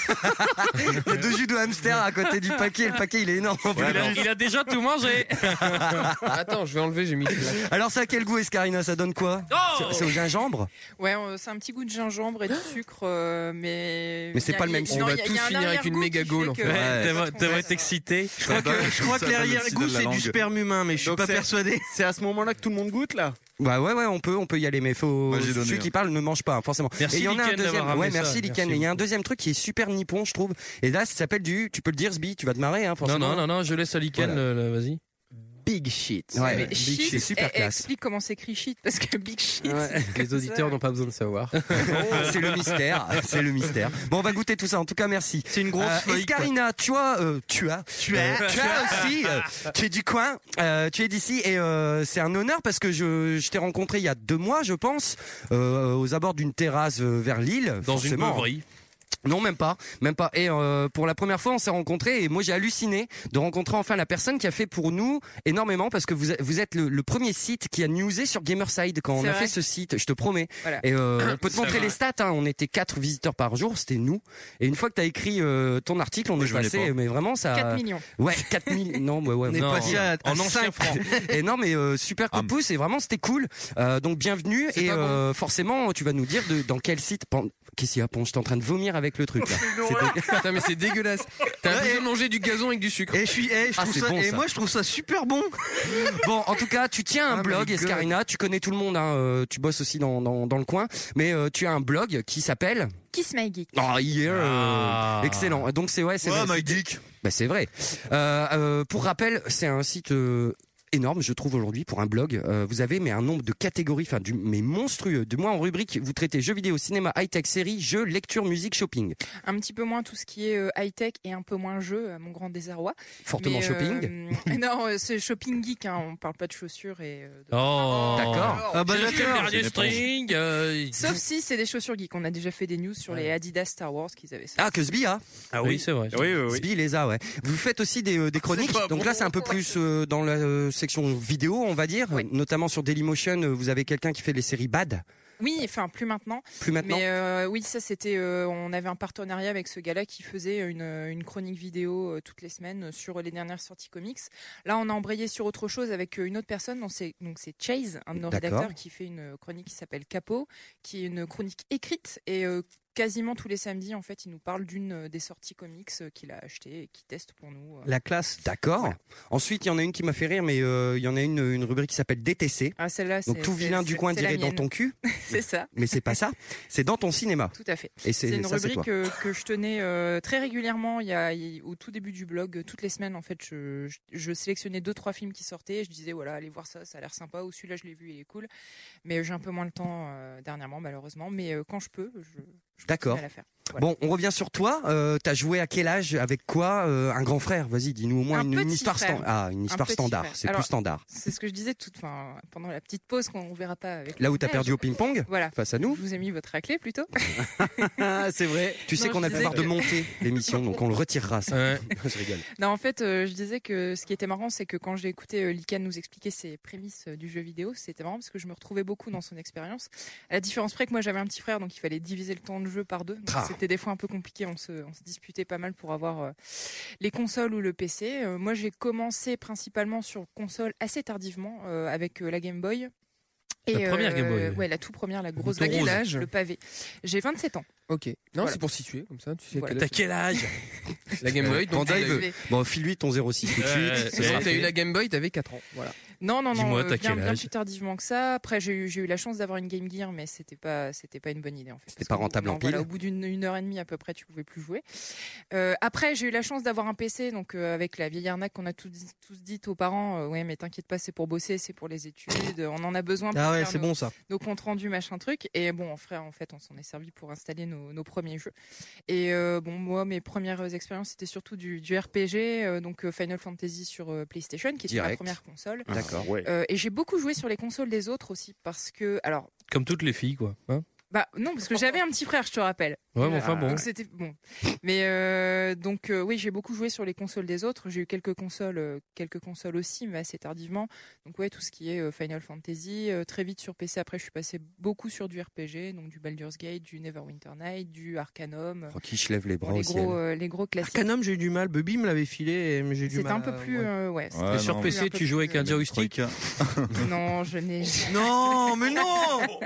Speaker 6: Il y a deux jus de hamster à côté du paquet. Le paquet, il est énorme. en
Speaker 12: il,
Speaker 6: plus.
Speaker 12: a, il a déjà tout mangé.
Speaker 8: Attends, je vais enlever, j'ai mis.
Speaker 6: Alors ça quel goût, Escarina Ça donne quoi
Speaker 11: Oh
Speaker 6: C'est- C'est au gingembre
Speaker 11: Ouais, euh, c'est un petit goût de gingembre et de sucre, euh, mais.
Speaker 6: Mais c'est
Speaker 11: il y a-
Speaker 6: pas le même
Speaker 11: il y a-
Speaker 6: signe.
Speaker 11: non,
Speaker 6: On va
Speaker 11: il y a-
Speaker 6: tous
Speaker 11: il y a un
Speaker 6: finir avec une
Speaker 11: arrière-goût
Speaker 6: méga
Speaker 11: qui
Speaker 6: gaule, en
Speaker 11: fait
Speaker 6: fait.
Speaker 11: que-
Speaker 6: Ouais,
Speaker 5: Devrait devrait t'exciter.
Speaker 18: Je crois que, je crois que l'arrière-goût, c'est du sperme humain, mais je suis
Speaker 6: Donc
Speaker 18: pas
Speaker 6: c'est-
Speaker 18: persuadé. C'est à ce moment-là que tout le monde goûte, là
Speaker 6: Bah ouais ouais on peut on peut y aller mais faut
Speaker 18: j'ai donné,
Speaker 6: celui
Speaker 18: hein.
Speaker 6: qui parle ne mange pas forcément.
Speaker 18: Merci,
Speaker 6: et il y en a un
Speaker 18: Liken, d'avoir
Speaker 6: deuxième.
Speaker 18: ramené
Speaker 6: Ouais
Speaker 18: ça.
Speaker 6: merci Liken.
Speaker 18: Merci
Speaker 6: Et il y a un deuxième truc qui est super nippon je trouve. Et là ça s'appelle du tu peux le dire Sbi tu vas te marrer hein
Speaker 12: Non,
Speaker 6: forcément.
Speaker 12: non, non, non, je laisse à Liken, le-
Speaker 6: Voilà.
Speaker 12: le- vas-y.
Speaker 6: Big shit.
Speaker 11: Mais
Speaker 6: Ouais, big
Speaker 11: shit,
Speaker 6: shit. C'est super
Speaker 11: eh,
Speaker 6: classe.
Speaker 11: Explique comment s'écrit shit parce que big shit. c'est
Speaker 10: Les
Speaker 11: comme
Speaker 10: auditeurs
Speaker 11: ça.
Speaker 10: n'ont pas besoin de savoir.
Speaker 6: Oh, c'est le mystère, c'est le mystère. Bon, on va goûter tout ça. En tout cas, merci. C'est une
Speaker 10: grosse feuille,
Speaker 6: Euh, Escarina, tu as, euh, tu as,
Speaker 10: Tu as.
Speaker 6: euh, tu as aussi. euh, tu es du coin, euh, tu es d'ici et euh, c'est un honneur parce que je, je t'ai rencontré il y a deux mois, je pense, euh, aux abords d'une terrasse euh, vers Lille.
Speaker 5: Dans une
Speaker 6: forcément.
Speaker 5: beuverie.
Speaker 6: Non, même pas, même pas. Et euh, pour la première fois, on s'est rencontrés et moi j'ai halluciné de rencontrer enfin la personne qui a fait pour nous énormément parce que vous, êtes- vous êtes le, le premier site qui a newsé sur Gamerside quand on
Speaker 13: C'est
Speaker 6: a
Speaker 13: vrai.
Speaker 6: fait ce site, je te promets.
Speaker 13: Voilà.
Speaker 6: Et euh, on peut te
Speaker 13: C'est
Speaker 6: montrer
Speaker 13: vrai.
Speaker 6: les stats, hein. on était quatre visiteurs par jour, c'était nous. Et une fois que tu as écrit euh, ton article, on est
Speaker 13: je voulais
Speaker 6: passé,
Speaker 13: pas.
Speaker 6: mais vraiment ça.
Speaker 13: Quatre millions.
Speaker 6: Ouais, 4 millions. Non, ouais, ouais,
Speaker 13: On est
Speaker 6: non.
Speaker 13: passé à- Ah. à En ancien
Speaker 6: cinq.
Speaker 13: franc.
Speaker 6: Et non, mais euh, super coup de pouce, et vraiment c'était cool. Euh, donc bienvenue, et euh, forcément, tu vas nous dire de, dans quel site. pan- Qu'est-ce qu'il y a, Ponge T'es en train de vomir avec le truc là.
Speaker 8: Putain, mais c'est dégueulasse. T'as l'impression de manger du gazon avec du sucre.
Speaker 6: Et je suis- eh, je Ah, trouve c'est ça- bon, et ça. moi, je
Speaker 8: trouve ça super bon.
Speaker 6: Bon, en tout cas, tu tiens un
Speaker 8: Ah,
Speaker 6: blog,
Speaker 8: my God.
Speaker 6: Escarina. Tu connais tout le monde, hein, euh, tu bosses aussi dans, dans, dans le coin. Mais euh, tu as un blog qui s'appelle.
Speaker 11: Kiss My Geek.
Speaker 6: Oh, yeah.
Speaker 12: Ah.
Speaker 6: Excellent. Donc c'est ouais, c'est
Speaker 12: Ouais,
Speaker 6: vrai,
Speaker 12: my
Speaker 6: c'était-
Speaker 12: dick.
Speaker 6: Bah c'est vrai. Euh, euh, pour rappel, c'est un site euh, énorme, je trouve aujourd'hui pour un blog. Euh, vous avez mais un nombre de catégories, enfin du mais monstrueux. Du moins en rubrique, vous traitez jeux vidéo, cinéma, high tech, séries, jeux, lecture, musique, shopping.
Speaker 11: Un petit peu moins tout ce qui est euh, high-tech et un peu moins jeu, à mon grand désarroi.
Speaker 6: Fortement
Speaker 11: Mais, euh,
Speaker 6: shopping.
Speaker 11: non, euh, c'est shopping geek, hein, on parle pas de chaussures et. euh, de-
Speaker 12: Oh.
Speaker 6: D'accord.
Speaker 12: Ah bah
Speaker 11: J'ai
Speaker 12: d'accord.
Speaker 11: le dernier
Speaker 12: C'est
Speaker 11: string,
Speaker 12: dépend.
Speaker 5: euh,
Speaker 11: Sauf si c'est des chaussures geek. On a déjà fait des news sur les Adidas Star Wars qu'ils avaient ça.
Speaker 6: Ah que Sbi a.
Speaker 12: Ah oui, c'est vrai. Oui, oui, oui.
Speaker 6: Sbi les a ouais. Vous faites aussi des, euh, des chroniques.
Speaker 12: pas
Speaker 6: Donc là c'est un peu plus euh, dans la euh, section vidéo, on va dire, notamment sur Dailymotion, euh, vous avez quelqu'un qui fait les séries bad.
Speaker 11: Oui, enfin plus maintenant.
Speaker 6: Plus maintenant.
Speaker 11: Mais euh, oui, ça c'était, euh, on avait un partenariat avec ce gars-là qui faisait une, euh, une chronique vidéo euh, toutes les semaines sur les dernières sorties comics. Là, on a embrayé sur autre chose avec euh, une autre personne. Donc c'est donc c'est Chase, un de nos
Speaker 19: D'accord.
Speaker 11: rédacteurs, qui fait une chronique qui s'appelle Capo, qui est une chronique écrite et euh, quasiment tous les samedis en fait, il nous parle d'une euh, des sorties comics euh, qu'il a achetées et qui teste pour nous. euh.
Speaker 6: classe. D'accord. Ensuite, il y en a une qui m'a fait rire, mais euh, il y en a une, une rubrique qui s'appelle DTC.
Speaker 11: Ah celle-là.
Speaker 6: Donc
Speaker 11: c'est-
Speaker 6: tout
Speaker 11: c'est-
Speaker 6: vilain du
Speaker 11: c'est-
Speaker 6: coin
Speaker 11: c'est la
Speaker 6: dirait dans
Speaker 11: mienne.
Speaker 6: ton cul.
Speaker 11: c'est ça.
Speaker 6: Mais c'est pas ça, c'est dans ton cinéma.
Speaker 11: Tout à fait.
Speaker 6: Et
Speaker 11: C'est
Speaker 6: c'est
Speaker 11: une
Speaker 6: ça, c'est
Speaker 11: rubrique
Speaker 6: toi.
Speaker 11: euh, que je tenais euh, très régulièrement il y a, il- au tout début du blog. euh, Toutes les semaines, en fait, je, je- je sélectionnais deux trois films qui sortaient. Et je disais voilà, allez voir ça, ça a l'air sympa. Ou celui-là, je l'ai vu, il est cool. Mais j'ai un peu moins le temps euh, dernièrement, malheureusement. Mais euh, quand je peux, je, je
Speaker 6: D'accord.
Speaker 11: continue à la faire.
Speaker 6: Bon, on revient sur toi. Euh, T'as joué à quel âge Avec quoi Euh, Un grand frère Vas-y, dis-nous au moins
Speaker 11: Un
Speaker 6: une, une
Speaker 11: petit
Speaker 6: histoire
Speaker 11: frère.
Speaker 6: standard. Ah, une
Speaker 11: Un
Speaker 6: histoire
Speaker 11: petit
Speaker 6: standard.
Speaker 11: frère.
Speaker 6: C'est
Speaker 11: Alors,
Speaker 6: plus standard.
Speaker 11: C'est ce que je disais tout, enfin, pendant la petite pause qu'on ne verra pas avec. le
Speaker 6: Là où t'as
Speaker 11: montage.
Speaker 6: perdu au ping-pong
Speaker 11: Voilà.
Speaker 6: Face à nous
Speaker 11: Je vous ai mis votre raclée plutôt.
Speaker 6: C'est vrai. Tu sais
Speaker 11: Non,
Speaker 6: qu'on
Speaker 11: je
Speaker 6: a
Speaker 11: disais
Speaker 6: peur de
Speaker 11: que-
Speaker 6: monter l'émission, donc on le retirera. Ça. je rigole.
Speaker 11: Non, en fait, euh, je disais que ce qui était marrant, c'est que quand j'ai écouté euh, Likan nous expliquer ses prémices euh, du jeu vidéo, c'était marrant parce que je me retrouvais beaucoup dans son expérience. À la différence près que moi, j'avais un petit frère, donc il fallait diviser le temps de jeu par deux. Donc,
Speaker 19: Ah.
Speaker 11: C'était des fois un peu compliqué. On se, on se disputait pas mal pour avoir euh, les consoles ou le PC. Euh, moi, j'ai commencé principalement sur console assez tardivement euh, avec euh, la Game Boy. euh,
Speaker 8: La première Game Boy.
Speaker 11: Ouais, la toute première, la grosse
Speaker 8: bouton
Speaker 11: Game Boy,
Speaker 8: rose.
Speaker 11: le pavé. J'ai 27 ans.
Speaker 8: Ok. Non,
Speaker 11: Voilà.
Speaker 8: c'est pour situer, comme ça. Tu sais
Speaker 11: Voilà.
Speaker 8: t'as
Speaker 12: quel âge
Speaker 8: La Game Boy, donc.
Speaker 6: Panda, il
Speaker 8: tu l'as eu.
Speaker 6: Euh, veut. Bon, file-lui ton 06 tout de
Speaker 8: Euh,
Speaker 6: suite. ce sera
Speaker 8: T'as eu
Speaker 6: fait.
Speaker 8: la Game Boy, t'avais 4 ans. Voilà.
Speaker 11: Non, non, non,
Speaker 8: Dis-moi,
Speaker 11: euh, bien,
Speaker 8: t'as quel
Speaker 11: bien
Speaker 8: âge
Speaker 11: plus tardivement que ça. Après, j'ai eu, j'ai eu la chance d'avoir une Game Gear, mais c'était pas, c'était pas une bonne idée en fait.
Speaker 6: C'était
Speaker 11: Parce
Speaker 6: pas
Speaker 11: qu'au bout-
Speaker 6: rentable en
Speaker 11: non, voilà,
Speaker 6: pile.
Speaker 11: au bout d'une une heure et demie à peu près, tu pouvais plus jouer. Euh, après, j'ai eu la chance d'avoir un PC, donc euh, avec la vieille arnaque qu'on a tous, dit- tous dite aux parents, euh, ouais, mais t'inquiète pas, c'est pour bosser, c'est pour les études, on en a besoin. Pour
Speaker 13: Ah ouais,
Speaker 11: faire
Speaker 13: c'est
Speaker 11: nos-
Speaker 13: bon, ça.
Speaker 11: Nos comptes rendus, machin truc. Et bon, en frère, en fait, on s'en est servi pour installer nos, nos premiers jeux. Et euh, bon, moi, mes premières expériences, c'était surtout du, du RPG, euh, donc euh, Final Fantasy sur euh, PlayStation, qui était ma
Speaker 12: Direct. Ah.
Speaker 11: première console.
Speaker 12: D'accord.
Speaker 11: Euh, et j'ai beaucoup joué sur les consoles des autres aussi parce que, alors,
Speaker 12: Comme toutes les filles, quoi. hein
Speaker 11: Bah non, parce que j'avais un petit frère, je te rappelle.
Speaker 12: Ouais, mais enfin, bon.
Speaker 11: Donc c'était bon. Mais euh, donc euh, oui, j'ai beaucoup joué sur les consoles des autres. J'ai eu quelques consoles, euh, quelques consoles aussi, mais assez tardivement. Donc ouais, tout ce qui est euh, Final Fantasy. euh, très vite sur PC. Après, je suis passé beaucoup sur du RPG, donc du Baldur's Gate, du Neverwinter Night, du Arcanum.
Speaker 6: Qui je lève les bras
Speaker 11: Bon, les
Speaker 6: au ciel.
Speaker 11: gros, euh, les gros classiques.
Speaker 9: Arcanum, Ah, j'ai eu du mal. Bubby me l'avait filé, mais j'ai eu du
Speaker 11: C'était
Speaker 9: mal.
Speaker 11: un peu plus, euh, ouais, c'était
Speaker 9: Et
Speaker 11: un peu plus- un peu plus-
Speaker 9: joystick
Speaker 7: hein.
Speaker 11: Non, je n'ai.
Speaker 9: Non, mais non.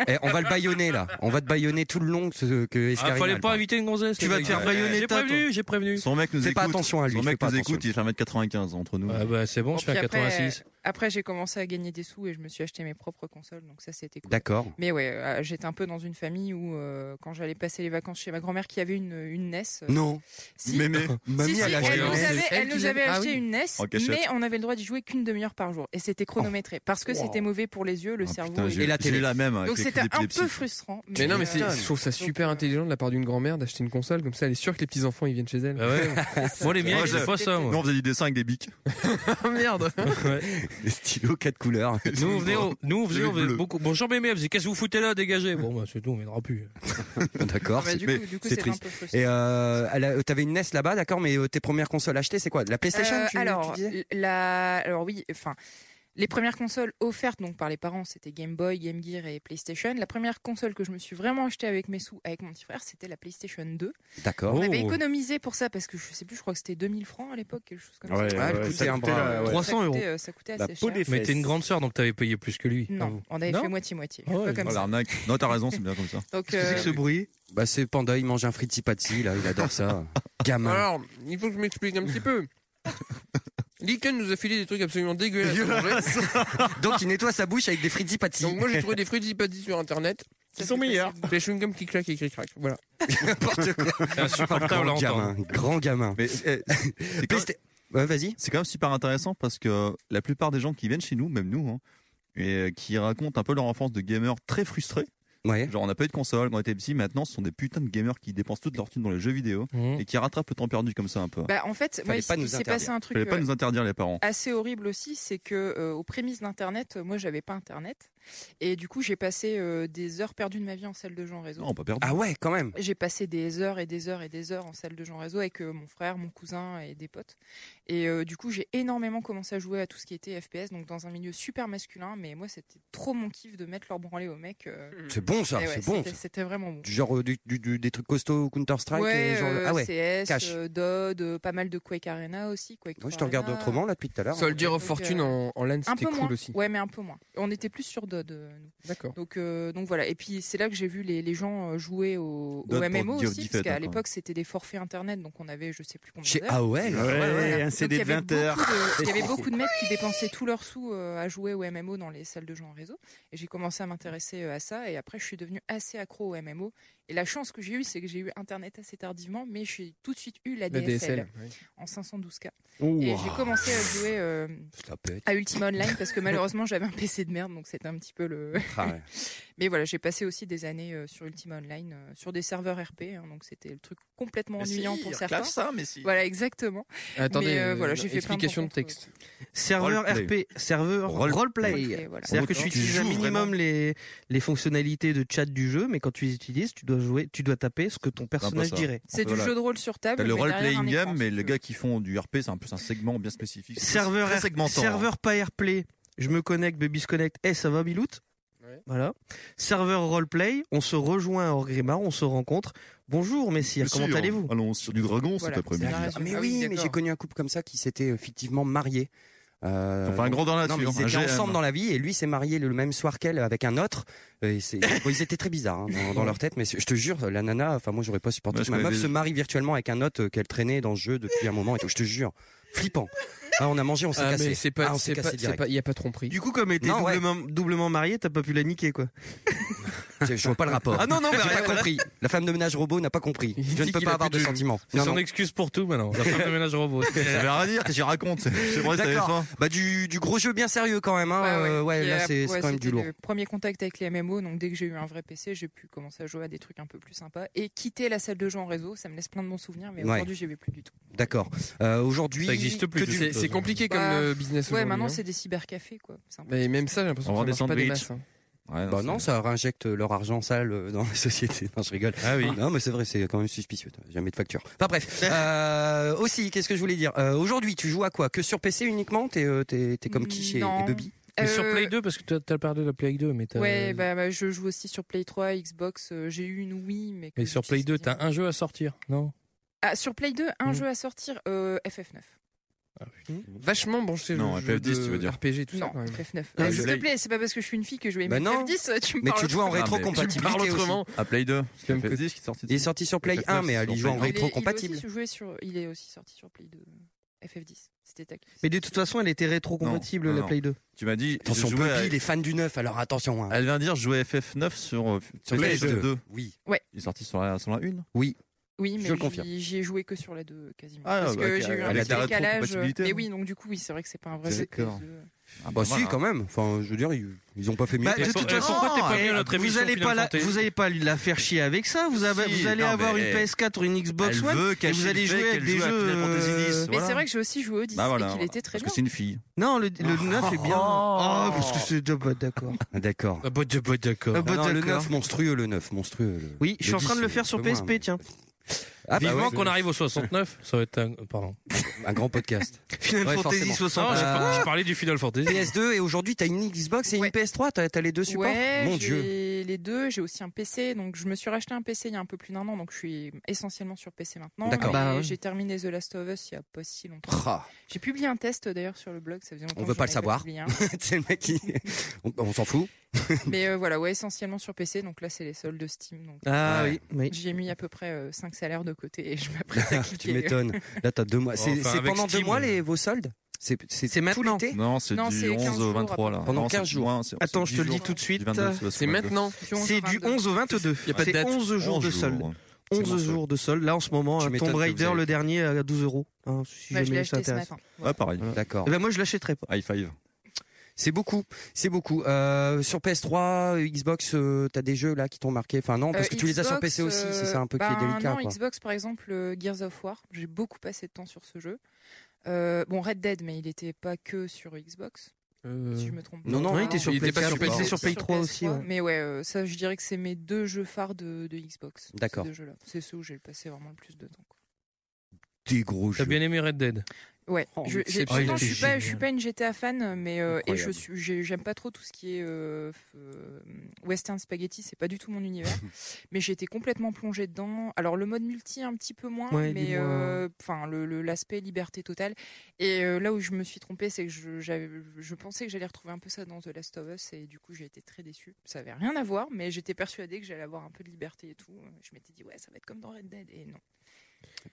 Speaker 6: Eh, on va le baïonner là. On va te baïonner tout le long ce, que
Speaker 5: Ah,
Speaker 6: Escarina.
Speaker 5: fallait pas inviter une gonzesse.
Speaker 6: Tu
Speaker 5: les
Speaker 6: vas
Speaker 5: mecs.
Speaker 6: te faire
Speaker 5: Euh,
Speaker 6: baïonner,
Speaker 5: J'ai
Speaker 6: toi,
Speaker 5: prévenu, j'ai prévenu.
Speaker 7: Son mec nous
Speaker 6: Fais
Speaker 7: écoute.
Speaker 6: pas attention à lui,
Speaker 7: Son
Speaker 6: fais
Speaker 7: mec
Speaker 6: pas
Speaker 7: nous
Speaker 6: attention.
Speaker 7: écoute, il fait 1m95 entre nous.
Speaker 5: Ah bah c'est bon, je fais un
Speaker 11: Puis après, euh,
Speaker 5: 86.
Speaker 11: Après, j'ai commencé à gagner des sous et je me suis acheté mes propres consoles, donc ça c'était cool.
Speaker 6: D'accord.
Speaker 11: Mais ouais, euh, j'étais un peu dans une famille où euh, quand j'allais passer les vacances chez ma grand-mère qui avait une, une NES. euh,
Speaker 6: Non.
Speaker 11: Si.
Speaker 6: Mémé.
Speaker 11: Si,
Speaker 6: Mamie,
Speaker 11: si,
Speaker 6: elle a acheté
Speaker 11: nous
Speaker 6: une
Speaker 11: avait,
Speaker 6: NES. Elle
Speaker 11: elle
Speaker 6: qui
Speaker 11: nous
Speaker 6: l'a-
Speaker 11: avait
Speaker 6: Ah
Speaker 11: acheté
Speaker 6: oui.
Speaker 11: une
Speaker 6: En
Speaker 11: NES,
Speaker 6: cachette.
Speaker 11: mais on avait le droit d'y jouer qu'une demi-heure par jour. Et c'était chronométré. Parce que
Speaker 7: Wow.
Speaker 11: c'était mauvais pour les yeux, le cerveau.
Speaker 7: putain,
Speaker 11: et-
Speaker 7: j'ai- Et la j'ai télé. eu la même avec
Speaker 11: Donc
Speaker 7: les
Speaker 11: c'était
Speaker 7: crises
Speaker 11: un peu
Speaker 7: d'épilepsie.
Speaker 11: frustrant.
Speaker 8: Mais non, mais c'est-
Speaker 11: euh,
Speaker 8: je trouve ça super intelligent de la part d'une grand-mère d'acheter une console comme ça. Elle est sûre que les petits enfants ils viennent chez elle.
Speaker 7: Bah ouais.
Speaker 8: Moi, les miens, ils
Speaker 7: je-
Speaker 8: faisaient pas ça, moi.
Speaker 7: Nous, on faisait du dessin avec des bics.
Speaker 8: Merde.
Speaker 6: Les stylos quatre couleurs.
Speaker 5: Nous, on venait, on- nous, on faisait,
Speaker 7: Le
Speaker 5: on faisait
Speaker 7: bleu.
Speaker 5: beaucoup. Bonjour, mémé, elle faisait, qu'est-ce que vous foutez là, dégagez. Bon, bah, c'est tout, on viendra plus.
Speaker 6: D'accord,
Speaker 5: Ah bah,
Speaker 6: c'est-
Speaker 5: du
Speaker 6: mais
Speaker 5: coup- du coup,
Speaker 6: c'est
Speaker 5: c'est un
Speaker 6: triste.
Speaker 5: peu frustrant.
Speaker 6: Et euh, elle a- t'avais une NES là-bas, d'accord, mais euh, tes premières consoles achetées, c'est quoi La PlayStation
Speaker 11: Euh,
Speaker 6: tu,
Speaker 11: alors,
Speaker 6: tu disais
Speaker 11: la- alors oui, enfin. Les premières consoles offertes donc par les parents, c'était Game Boy, Game Gear et PlayStation. La première console que je me suis vraiment achetée avec mes sous, avec mon petit frère, c'était la PlayStation 2.
Speaker 6: D'accord.
Speaker 11: On avait
Speaker 7: Oh.
Speaker 11: économisé pour ça parce que je sais plus, je crois que c'était 2000 francs à l'époque, quelque chose comme
Speaker 5: Ouais,
Speaker 11: ça.
Speaker 5: ouais, Ah, elle ouais, coûtait ça un coûtait bras, la- ouais. 300
Speaker 11: Ça coûtait,
Speaker 5: euros.
Speaker 11: euh, Ça coûtait
Speaker 5: La
Speaker 11: assez
Speaker 5: peau
Speaker 11: cher.
Speaker 5: des fesses. Mais t'es une grande sœur, donc t'avais payé plus que lui.
Speaker 6: Oh.
Speaker 7: Oh.
Speaker 11: Non, on avait fait moitié-moitié. un peu comme ça.
Speaker 7: Ah l'arnaque. Non, t'as raison, c'est bien comme ça.
Speaker 11: Donc, Qu'est-ce que c'est que euh, ce
Speaker 6: bruit Bah, c'est Panda, il mange un fritipati, là, il adore ça. Gamin.
Speaker 8: Alors, il faut que je m'explique un petit peu. Liken nous a filé des trucs absolument dégueulasses. à
Speaker 6: Dégueulasse.
Speaker 8: manger.
Speaker 6: Donc, il nettoie sa bouche avec des fritipatis.
Speaker 8: Donc moi j'ai trouvé des fritipatis sur internet. C'est son meilleur. Les chewing-gums qui claquent et qui craquent. Voilà.
Speaker 6: N'importe quoi.
Speaker 7: C'est insupportable à
Speaker 6: grand gamin,
Speaker 7: entendre.
Speaker 6: grand gamin.
Speaker 7: Mais eh, c'est quand-
Speaker 6: C'est
Speaker 7: quand même super intéressant parce que la plupart des gens qui viennent chez nous, même nous, hein, et euh, qui racontent un peu leur enfance de gamer très frustrés. Genre on n'a pas eu de console quand on était petit, maintenant ce sont des putains de gamers qui dépensent toute leur thune dans les jeux vidéo et qui rattrapent le temps perdu comme ça un peu.
Speaker 11: Mmh. Bah, en fait, moi, il- il s'est passé un truc,
Speaker 7: Fallait pas
Speaker 11: euh,
Speaker 7: nous interdire les parents.
Speaker 11: Assez horrible aussi, c'est que euh, aux prémices d'internet, euh, moi j'avais pas internet et du coup j'ai passé euh, des heures perdues de ma vie en salle de jeu en réseau.
Speaker 7: Non, pas perdu.
Speaker 6: Ah ouais, quand même.
Speaker 11: J'ai passé des heures et des heures et des heures en salle de jeu en réseau avec euh, mon frère, mon cousin et des potes. Et euh, du coup, j'ai énormément commencé à jouer à tout ce qui était FPS, donc dans un milieu super masculin. Mais moi, c'était trop mon kiff de mettre leur branlée aux mecs. euh.
Speaker 6: Mmh. C'est bon, ça,
Speaker 11: Et ouais,
Speaker 6: c'est bon,
Speaker 11: c'était-
Speaker 6: ça.
Speaker 11: C'était vraiment bon.
Speaker 6: Du genre euh, du- du- du- des trucs costauds Counter-Strike
Speaker 11: Ouais,
Speaker 6: et genre,
Speaker 11: euh,
Speaker 6: Ah ouais,
Speaker 11: CS,
Speaker 6: cash.
Speaker 11: euh, DOD, euh, pas mal de Quake Arena aussi. Quake
Speaker 6: Moi, je te
Speaker 11: 3
Speaker 6: regarde
Speaker 11: Arena.
Speaker 6: autrement, là, depuis tout à l'heure.
Speaker 8: Soldier of
Speaker 11: Donc,
Speaker 8: Fortune
Speaker 11: euh,
Speaker 8: en, en LAN,
Speaker 11: Un
Speaker 8: c'était
Speaker 11: peu
Speaker 8: cool
Speaker 11: moins.
Speaker 8: aussi.
Speaker 11: Ouais, mais un peu moins. On était plus sur Dodd. euh, nous.
Speaker 8: D'accord.
Speaker 11: Donc, euh, donc voilà. Et puis c'est là que j'ai vu les, les gens euh, jouer au, au
Speaker 6: Dodd pour
Speaker 11: MMO
Speaker 6: Dieu
Speaker 11: aussi,
Speaker 6: dit
Speaker 11: parce
Speaker 6: fait,
Speaker 11: qu'à
Speaker 6: hein, quand
Speaker 11: l'époque c'était des forfaits internet, donc on avait je sais plus combien.
Speaker 6: Chez
Speaker 11: d'heures.
Speaker 6: AOL, Ouais, ouais, un
Speaker 11: Donc,
Speaker 6: CD
Speaker 11: il y avait
Speaker 6: de 20 heures.
Speaker 11: beaucoup de- Il y avait beaucoup de mecs qui dépensaient tous leurs sous euh, à jouer au MMO dans les salles de jeux en réseau. Et j'ai commencé à m'intéresser euh, à ça. Et après, je suis devenu assez accro au MMO. Et la chance que j'ai eue, c'est que j'ai eu internet assez tardivement, mais j'ai tout de suite eu la
Speaker 8: La
Speaker 11: DSL,
Speaker 8: DSL, oui.
Speaker 11: en 512K.
Speaker 8: Ouah.
Speaker 11: Et j'ai commencé à jouer. euh, à Ultima Online parce que malheureusement j'avais un PC de merde donc c'était un petit peu le.
Speaker 6: Ah ouais.
Speaker 11: Mais voilà, j'ai passé aussi des années euh, sur Ultima Online, euh, sur des serveurs RP, hein, donc c'était le truc complètement
Speaker 8: Mais si,
Speaker 11: ennuyant pour
Speaker 8: clave
Speaker 11: certains.
Speaker 8: ça, mais si.
Speaker 11: Voilà, exactement.
Speaker 8: Attendez,
Speaker 11: Mais, euh,
Speaker 8: euh,
Speaker 11: voilà, j'ai fait plein de
Speaker 8: explication de
Speaker 11: rencontres.
Speaker 8: texte.
Speaker 9: Serveur
Speaker 8: Roleplay.
Speaker 9: RP, serveur
Speaker 8: Role-
Speaker 9: roleplay.
Speaker 8: Roleplay, voilà.
Speaker 9: C'est-à-dire que
Speaker 8: Tu
Speaker 9: tu utilises un
Speaker 8: joues
Speaker 9: minimum les, les fonctionnalités de chat du jeu, mais quand tu les utilises, tu dois jouer, tu dois taper ce que ton personnage
Speaker 7: ça.
Speaker 9: dirait.
Speaker 11: C'est du
Speaker 7: Voilà.
Speaker 11: jeu de rôle sur table.
Speaker 7: T'as le
Speaker 11: mais derrière un
Speaker 7: role-playing
Speaker 11: écran.
Speaker 7: game, mais les gars qui font du RP, c'est un peu un segment bien spécifique. C'est
Speaker 9: Serveur,
Speaker 7: très
Speaker 9: R-
Speaker 7: segmentant. hein.
Speaker 9: serveur pas AirPlay, je me connecte, Baby se connecte, eh ça va Biloute Voilà. Serveur roleplay, on se rejoint à Orgrimmar, on se rencontre. Bonjour messieurs, comment
Speaker 6: sûr.
Speaker 9: allez-vous
Speaker 7: Allons sur du dragon
Speaker 6: Voilà, Ah, mais oui, mais j'ai connu un couple comme ça qui s'était euh, fictivement marié. Euh,
Speaker 7: Enfin, un grand dans la
Speaker 6: non, mais
Speaker 7: nature,
Speaker 6: ils étaient
Speaker 7: un GM.
Speaker 6: ensemble dans la vie et lui s'est marié le même soir qu'elle avec un autre. Euh, Et c'est- bon, ils étaient très bizarres hein, dans, dans leur tête, mais c'est- je te jure, la nana, enfin moi j'aurais pas supporté
Speaker 7: Moi,
Speaker 6: que
Speaker 7: je
Speaker 6: ma meuf
Speaker 7: connais des-
Speaker 6: se marie virtuellement avec un autre euh, qu'elle traînait dans le jeu depuis un moment et tout. Je te jure, flippant. Ah, on a mangé, on s'est
Speaker 9: Ah,
Speaker 6: cassé.
Speaker 9: mais c'est pas-
Speaker 6: Ah, on s'est
Speaker 9: c'est pas-
Speaker 6: cassé
Speaker 9: c'est
Speaker 6: direct.
Speaker 9: pas-
Speaker 8: Il n'y a pas de tromperie.
Speaker 9: Du coup, comme elle était
Speaker 6: Non, ouais.
Speaker 9: doublement, doublement mariée, t'as pas pu la niquer quoi.
Speaker 6: Je, je vois pas le rapport.
Speaker 9: Ah non, non, mais
Speaker 6: j'ai
Speaker 9: rien,
Speaker 6: pas
Speaker 9: voilà.
Speaker 6: compris. La femme de ménage robot n'a pas compris. Je ne
Speaker 5: dit
Speaker 6: peux
Speaker 5: qu'il
Speaker 6: pas
Speaker 5: a
Speaker 6: avoir
Speaker 5: plus
Speaker 6: de
Speaker 5: de-
Speaker 6: sentiments.
Speaker 5: C'est
Speaker 6: Non,
Speaker 5: son
Speaker 6: non.
Speaker 5: excuse pour tout maintenant. La femme de ménage robot.
Speaker 7: J'avais rien à dire, qu'est-ce que je raconte C'est vrai, c'est
Speaker 6: D'accord.
Speaker 7: fin.
Speaker 6: Bah du, du gros jeu bien sérieux quand même. Hein. Euh, ouais,
Speaker 11: Puis,
Speaker 6: là
Speaker 11: euh,
Speaker 6: c'est c'est
Speaker 11: ouais,
Speaker 6: quand même du
Speaker 11: c'était
Speaker 6: lourd.
Speaker 11: Le premier contact avec les MMO, donc dès que j'ai eu un vrai PC, j'ai pu commencer à jouer à des trucs un peu plus sympas et quitter la salle de jeu en réseau. Ça me laisse plein de bons souvenirs, mais
Speaker 6: Ouais.
Speaker 11: aujourd'hui j'y vais plus du tout.
Speaker 6: D'accord. Euh, aujourd'hui,
Speaker 8: Ça existe plus,
Speaker 6: que du-
Speaker 8: c'est- c'est compliqué comme
Speaker 11: Bah,
Speaker 8: euh, business
Speaker 11: Ouais,
Speaker 8: aujourd'hui,
Speaker 11: maintenant
Speaker 8: hein.
Speaker 11: c'est des cybercafés quoi. C'est un peu-
Speaker 8: Mais même ça, j'ai l'impression
Speaker 6: On
Speaker 8: que
Speaker 6: vend
Speaker 8: ça marche
Speaker 6: des
Speaker 8: pas des
Speaker 6: sandwichs.
Speaker 8: masses. hein.
Speaker 6: bah non, ça réinjecte leur argent sale euh, dans la société. Non, je rigole.
Speaker 12: Ah oui.
Speaker 6: Non, mais c'est vrai, c'est quand même suspicieux. t'as Jamais de facture. Enfin bref. Euh, aussi, qu'est-ce que je voulais dire Euh, Aujourd'hui, tu joues à quoi Que sur PC uniquement T'es euh, t'es- t'es comme qui chez
Speaker 11: Non.
Speaker 6: les Bubby
Speaker 11: Mais sur Euh, Play
Speaker 6: 2
Speaker 8: parce que t'as as parlé de la Play 2, mais t'as.
Speaker 11: Ouais, bah, bah, je joue aussi sur Play 3, Xbox. euh, J'ai eu une Wii, mais. que-
Speaker 8: Mais sur Play 2, t'as un jeu à sortir, non
Speaker 11: Ah, sur Play 2, un
Speaker 8: Mm.
Speaker 11: jeu à sortir euh, FF9.
Speaker 8: Vachement bon chez
Speaker 7: Non,
Speaker 8: le jeu
Speaker 7: FF10,
Speaker 8: de
Speaker 7: tu veux dire.
Speaker 8: RPG tout
Speaker 11: non,
Speaker 8: ça. quand même.
Speaker 11: FF9.
Speaker 8: Ah,
Speaker 11: Eh,
Speaker 8: je
Speaker 11: S'il te
Speaker 8: l'ai.
Speaker 11: plaît, c'est pas parce que je suis une fille que je vais aimer
Speaker 6: Bah non.
Speaker 11: FF10. Tu me
Speaker 6: Mais
Speaker 11: parles
Speaker 6: tu joues en
Speaker 11: autrement.
Speaker 8: Ah, bah,
Speaker 6: rétrocompatibilité. aussi.
Speaker 7: À Play 2.
Speaker 6: Comme
Speaker 7: FF10
Speaker 6: que-
Speaker 7: qui est sorti
Speaker 6: Il est sorti sur Play 1, mais il joue en
Speaker 11: Il est- il est aussi
Speaker 6: rétrocompatible.
Speaker 11: joué sur- Il est aussi sorti sur Play 2. FF10. C'était tac.
Speaker 8: Mais de toute façon, elle était rétrocompatible,
Speaker 7: Non,
Speaker 8: la
Speaker 7: non.
Speaker 8: Play 2.
Speaker 7: Tu m'as dit.
Speaker 6: Attention,
Speaker 7: je jouais
Speaker 6: Bobby,
Speaker 7: à-
Speaker 6: il est fan du 9, alors attention. hein.
Speaker 7: Elle vient de dire je jouais FF9 sur, euh,
Speaker 6: Sur
Speaker 7: PlayStation
Speaker 6: PS2.
Speaker 7: 2.
Speaker 6: Oui.
Speaker 11: Ouais.
Speaker 7: Il est sorti sur la, sur la 1
Speaker 6: Oui.
Speaker 11: Oui, mais
Speaker 7: Je le confirme.
Speaker 11: j'y- j'y ai joué que sur la 2 quasiment.
Speaker 7: Ah,
Speaker 11: parce
Speaker 7: bah,
Speaker 11: que
Speaker 7: ok,
Speaker 11: j'ai eu un
Speaker 7: avec la
Speaker 11: petit décalage. euh,
Speaker 7: rétrocompatibilité,
Speaker 11: Mais
Speaker 7: non
Speaker 11: oui, donc du coup, oui, c'est vrai que c'est pas un vrai jeu de
Speaker 6: hein. D'accord.
Speaker 11: PS2.
Speaker 6: Ah bah si, quand même. Enfin, je veux dire, ils, ils ont pas fait mieux.
Speaker 9: Bah, de toute façon,
Speaker 11: Ah,
Speaker 9: vous allez pas la, vous allez pas la faire chier avec ça. Vous, avez,
Speaker 6: Si,
Speaker 9: vous allez
Speaker 6: non,
Speaker 9: avoir
Speaker 6: mais
Speaker 9: une
Speaker 6: elle-
Speaker 9: PS4 ou une Xbox
Speaker 6: elle
Speaker 9: One
Speaker 6: veut
Speaker 9: et
Speaker 6: cacher
Speaker 9: vous
Speaker 6: le
Speaker 9: allez
Speaker 6: fait
Speaker 9: jouer à
Speaker 6: qu'elle
Speaker 9: des
Speaker 6: joue à
Speaker 9: jeux.
Speaker 6: Final Fantasy X,
Speaker 9: euh,
Speaker 11: Mais c'est vrai que j'ai aussi joué au 10
Speaker 7: Bah voilà,
Speaker 11: et qu'il était très
Speaker 7: parce
Speaker 11: bien.
Speaker 7: que c'est une fille.
Speaker 9: Non, le, le 9 est bien. Oh, parce que c'est bah, d'accord.
Speaker 6: D'accord.
Speaker 12: Ah bah, bah, d'accord.
Speaker 6: Ah bah,
Speaker 9: Ah non,
Speaker 6: le
Speaker 9: le
Speaker 6: 9
Speaker 9: 9,
Speaker 6: monstrueux, le 9 monstrueux.
Speaker 9: Oui, je suis en train de le faire sur
Speaker 6: hein.
Speaker 9: PSP, tiens.
Speaker 12: Vivement qu'on arrive au 69, ça va être un. Pardon.
Speaker 6: Un grand podcast.
Speaker 9: Final
Speaker 6: Ouais,
Speaker 9: Fantasy
Speaker 6: forcément.
Speaker 9: 60.
Speaker 12: Non, j'ai
Speaker 6: Euh,
Speaker 12: pas- je parlais du Final Fantasy.
Speaker 6: PS2 et aujourd'hui t'as une Xbox et une PS3, t'as t'as les deux supports.
Speaker 11: Ouais,
Speaker 6: Mon
Speaker 11: j'ai
Speaker 6: dieu.
Speaker 11: les deux. J'ai aussi un PC. Donc, je me suis racheté un PC il y a un peu plus d'un an. Donc, je suis essentiellement sur PC maintenant.
Speaker 6: D'accord.
Speaker 11: Et
Speaker 6: Bah, ouais.
Speaker 11: J'ai terminé The Last of Us il y a pas si longtemps.
Speaker 6: Ah.
Speaker 11: J'ai publié un test d'ailleurs sur le blog. Ça faisait longtemps
Speaker 6: On
Speaker 11: que
Speaker 6: veut
Speaker 11: j'en
Speaker 6: pas le
Speaker 11: avais
Speaker 6: savoir.
Speaker 11: publié un.
Speaker 6: C'est le mec qui. On, on s'en fout.
Speaker 11: Mais euh, voilà, ouais, essentiellement sur PC. Donc là, c'est les soldes de Steam. Donc,
Speaker 6: Ah
Speaker 11: euh,
Speaker 6: oui, oui.
Speaker 11: J'y ai mis à peu près 5 salaires de côté et je m'apprête à Oh. cliquer.
Speaker 6: Ah, tu m'étonnes. Là t'as deux mois.
Speaker 11: Bon,
Speaker 6: C'est
Speaker 11: enfin,
Speaker 6: c'est
Speaker 11: avec
Speaker 6: pendant deux
Speaker 11: Steam.
Speaker 6: mois les vos soldes. C'est c'est maintenant.
Speaker 7: Non, c'est
Speaker 11: Non,
Speaker 7: du
Speaker 11: c'est
Speaker 7: 11
Speaker 11: 15
Speaker 7: au
Speaker 11: jours,
Speaker 7: 23 là.
Speaker 6: Pendant
Speaker 7: Non, c'est
Speaker 6: 15
Speaker 7: du-
Speaker 6: jours.
Speaker 7: ouais, c'est-
Speaker 9: Attends,
Speaker 7: c'est
Speaker 9: je te
Speaker 7: 10
Speaker 9: le dis
Speaker 7: jours.
Speaker 9: tout de suite.
Speaker 7: Du 22, c'est parce que le 22.
Speaker 9: C'est du 11 au 22.
Speaker 7: Y a pas de
Speaker 9: C'est
Speaker 7: date.
Speaker 9: 11 jours de
Speaker 7: 11
Speaker 9: solde.
Speaker 7: jours, ouais.
Speaker 9: 11 jours de solde. Là, en ce moment,
Speaker 6: Tu
Speaker 9: un
Speaker 6: m'étonnes
Speaker 9: Tomb
Speaker 6: que vous
Speaker 9: Raider,
Speaker 6: avez-
Speaker 9: le dernier, à 12 euros. hein, si
Speaker 6: Ouais, je l'ai
Speaker 9: jamais
Speaker 6: acheté
Speaker 9: ça
Speaker 6: ce
Speaker 9: intéresse.
Speaker 6: matin.
Speaker 7: Ouais, pareil.
Speaker 6: D'accord.
Speaker 9: Eh ben, moi, je l'achèterai pas.
Speaker 7: High five.
Speaker 6: C'est beaucoup, c'est beaucoup. Euh, sur PS3, euh, Xbox, euh, t'as des jeux là qui t'ont marqué. Enfin non, parce
Speaker 11: Euh,
Speaker 6: que tu les as sur
Speaker 11: Xbox,
Speaker 6: PC aussi, c'est ça un peu
Speaker 11: euh,
Speaker 6: qui
Speaker 11: ben
Speaker 6: est délicat.
Speaker 11: Non,
Speaker 6: quoi.
Speaker 11: Xbox par exemple, euh, Gears of War, j'ai beaucoup passé de temps sur ce jeu. Euh, bon, Red Dead, mais il était pas que sur Xbox. Si je me trompe
Speaker 9: non,
Speaker 11: pas.
Speaker 9: Euh, non, il était sur Il était Play pas 4, sur Play- il était sur Play 3
Speaker 11: PS3,
Speaker 9: aussi, ouais.
Speaker 11: Mais ouais, euh, ça, je dirais que c'est mes deux jeux phares de, de Xbox. ces
Speaker 9: D'accord.
Speaker 11: deux jeux-là. C'est ceux où j'ai passé vraiment le plus de temps. quoi.
Speaker 6: Des gros
Speaker 12: T'as bien aimé Red Dead
Speaker 11: Ouais,
Speaker 12: Oh,
Speaker 11: je, j'ai-
Speaker 12: exceptionnel.
Speaker 11: pourtant, je
Speaker 12: Ah, il
Speaker 11: suis pas,
Speaker 12: était
Speaker 11: je suis pas une GTA fan, mais euh, et je
Speaker 12: Incroyable.
Speaker 11: suis, j'ai- j'aime pas trop tout ce qui est euh, f- euh, western spaghetti, c'est pas du tout mon univers. mais j'ai été complètement plongé dedans. Alors le mode multi un petit peu moins,
Speaker 9: Ouais,
Speaker 11: mais
Speaker 9: dis-moi.
Speaker 11: euh, enfin le- le- l'aspect liberté totale. Et euh, là où je me suis trompée, c'est que je, j'avais- je pensais que j'allais retrouver un peu ça dans The Last of Us, et du coup j'ai été très déçu. Ça avait rien à voir, mais j'étais persuadée que j'allais avoir un peu de liberté et tout. Je m'étais dit ouais, ça va être comme dans Red Dead, et non.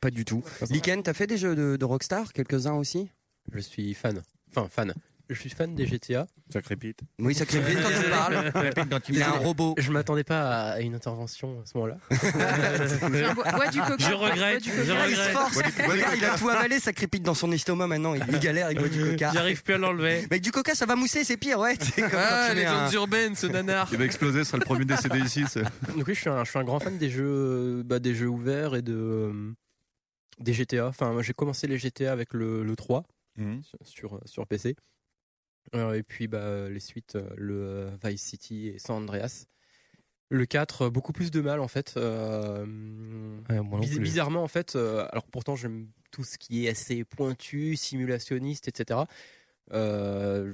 Speaker 6: Pas du tout. Liken, t'as fait des jeux de, de Rockstar, quelques-uns aussi
Speaker 10: Je suis fan. Enfin, fan. Je suis fan des GTA. Ça crépite.
Speaker 6: Oui, ça crépite quand tu parles. Ça crépite quand tu Il a parles. un robot.
Speaker 10: Je m'attendais pas à- à une intervention à ce moment-là.
Speaker 11: bois du coca.
Speaker 10: Je regrette,
Speaker 11: Bois du coca.
Speaker 10: je
Speaker 6: Il se
Speaker 10: regrette.
Speaker 6: force. Regarde, il a tout avalé, ça crépite dans son estomac maintenant. Il, il galère, il boit du coca.
Speaker 12: J'arrive plus à l'enlever.
Speaker 6: Mais avec du coca, ça va mousser, c'est pire, ouais. C'est comme quand tu mets un-
Speaker 10: urbaines, ce nanar.
Speaker 7: Il va exploser, ce sera le premier décédé ici. c'est-
Speaker 10: Donc oui, je suis un, je suis un grand fan des jeux, euh, bah, des jeux ouverts et de euh, des GTA. Enfin, moi, j'ai commencé les GTA avec le, le 3
Speaker 7: Mhm.
Speaker 10: sur- sur sur PC. Euh, et puis bah, les suites, euh, le euh, Vice City et San Andreas. Le 4, euh, beaucoup plus de mal en fait. Euh,
Speaker 12: moi non
Speaker 10: biz-
Speaker 12: plus.
Speaker 10: bizarrement en fait, euh, alors pourtant j'aime tout ce qui est assez pointu, simulationniste, etc. Euh,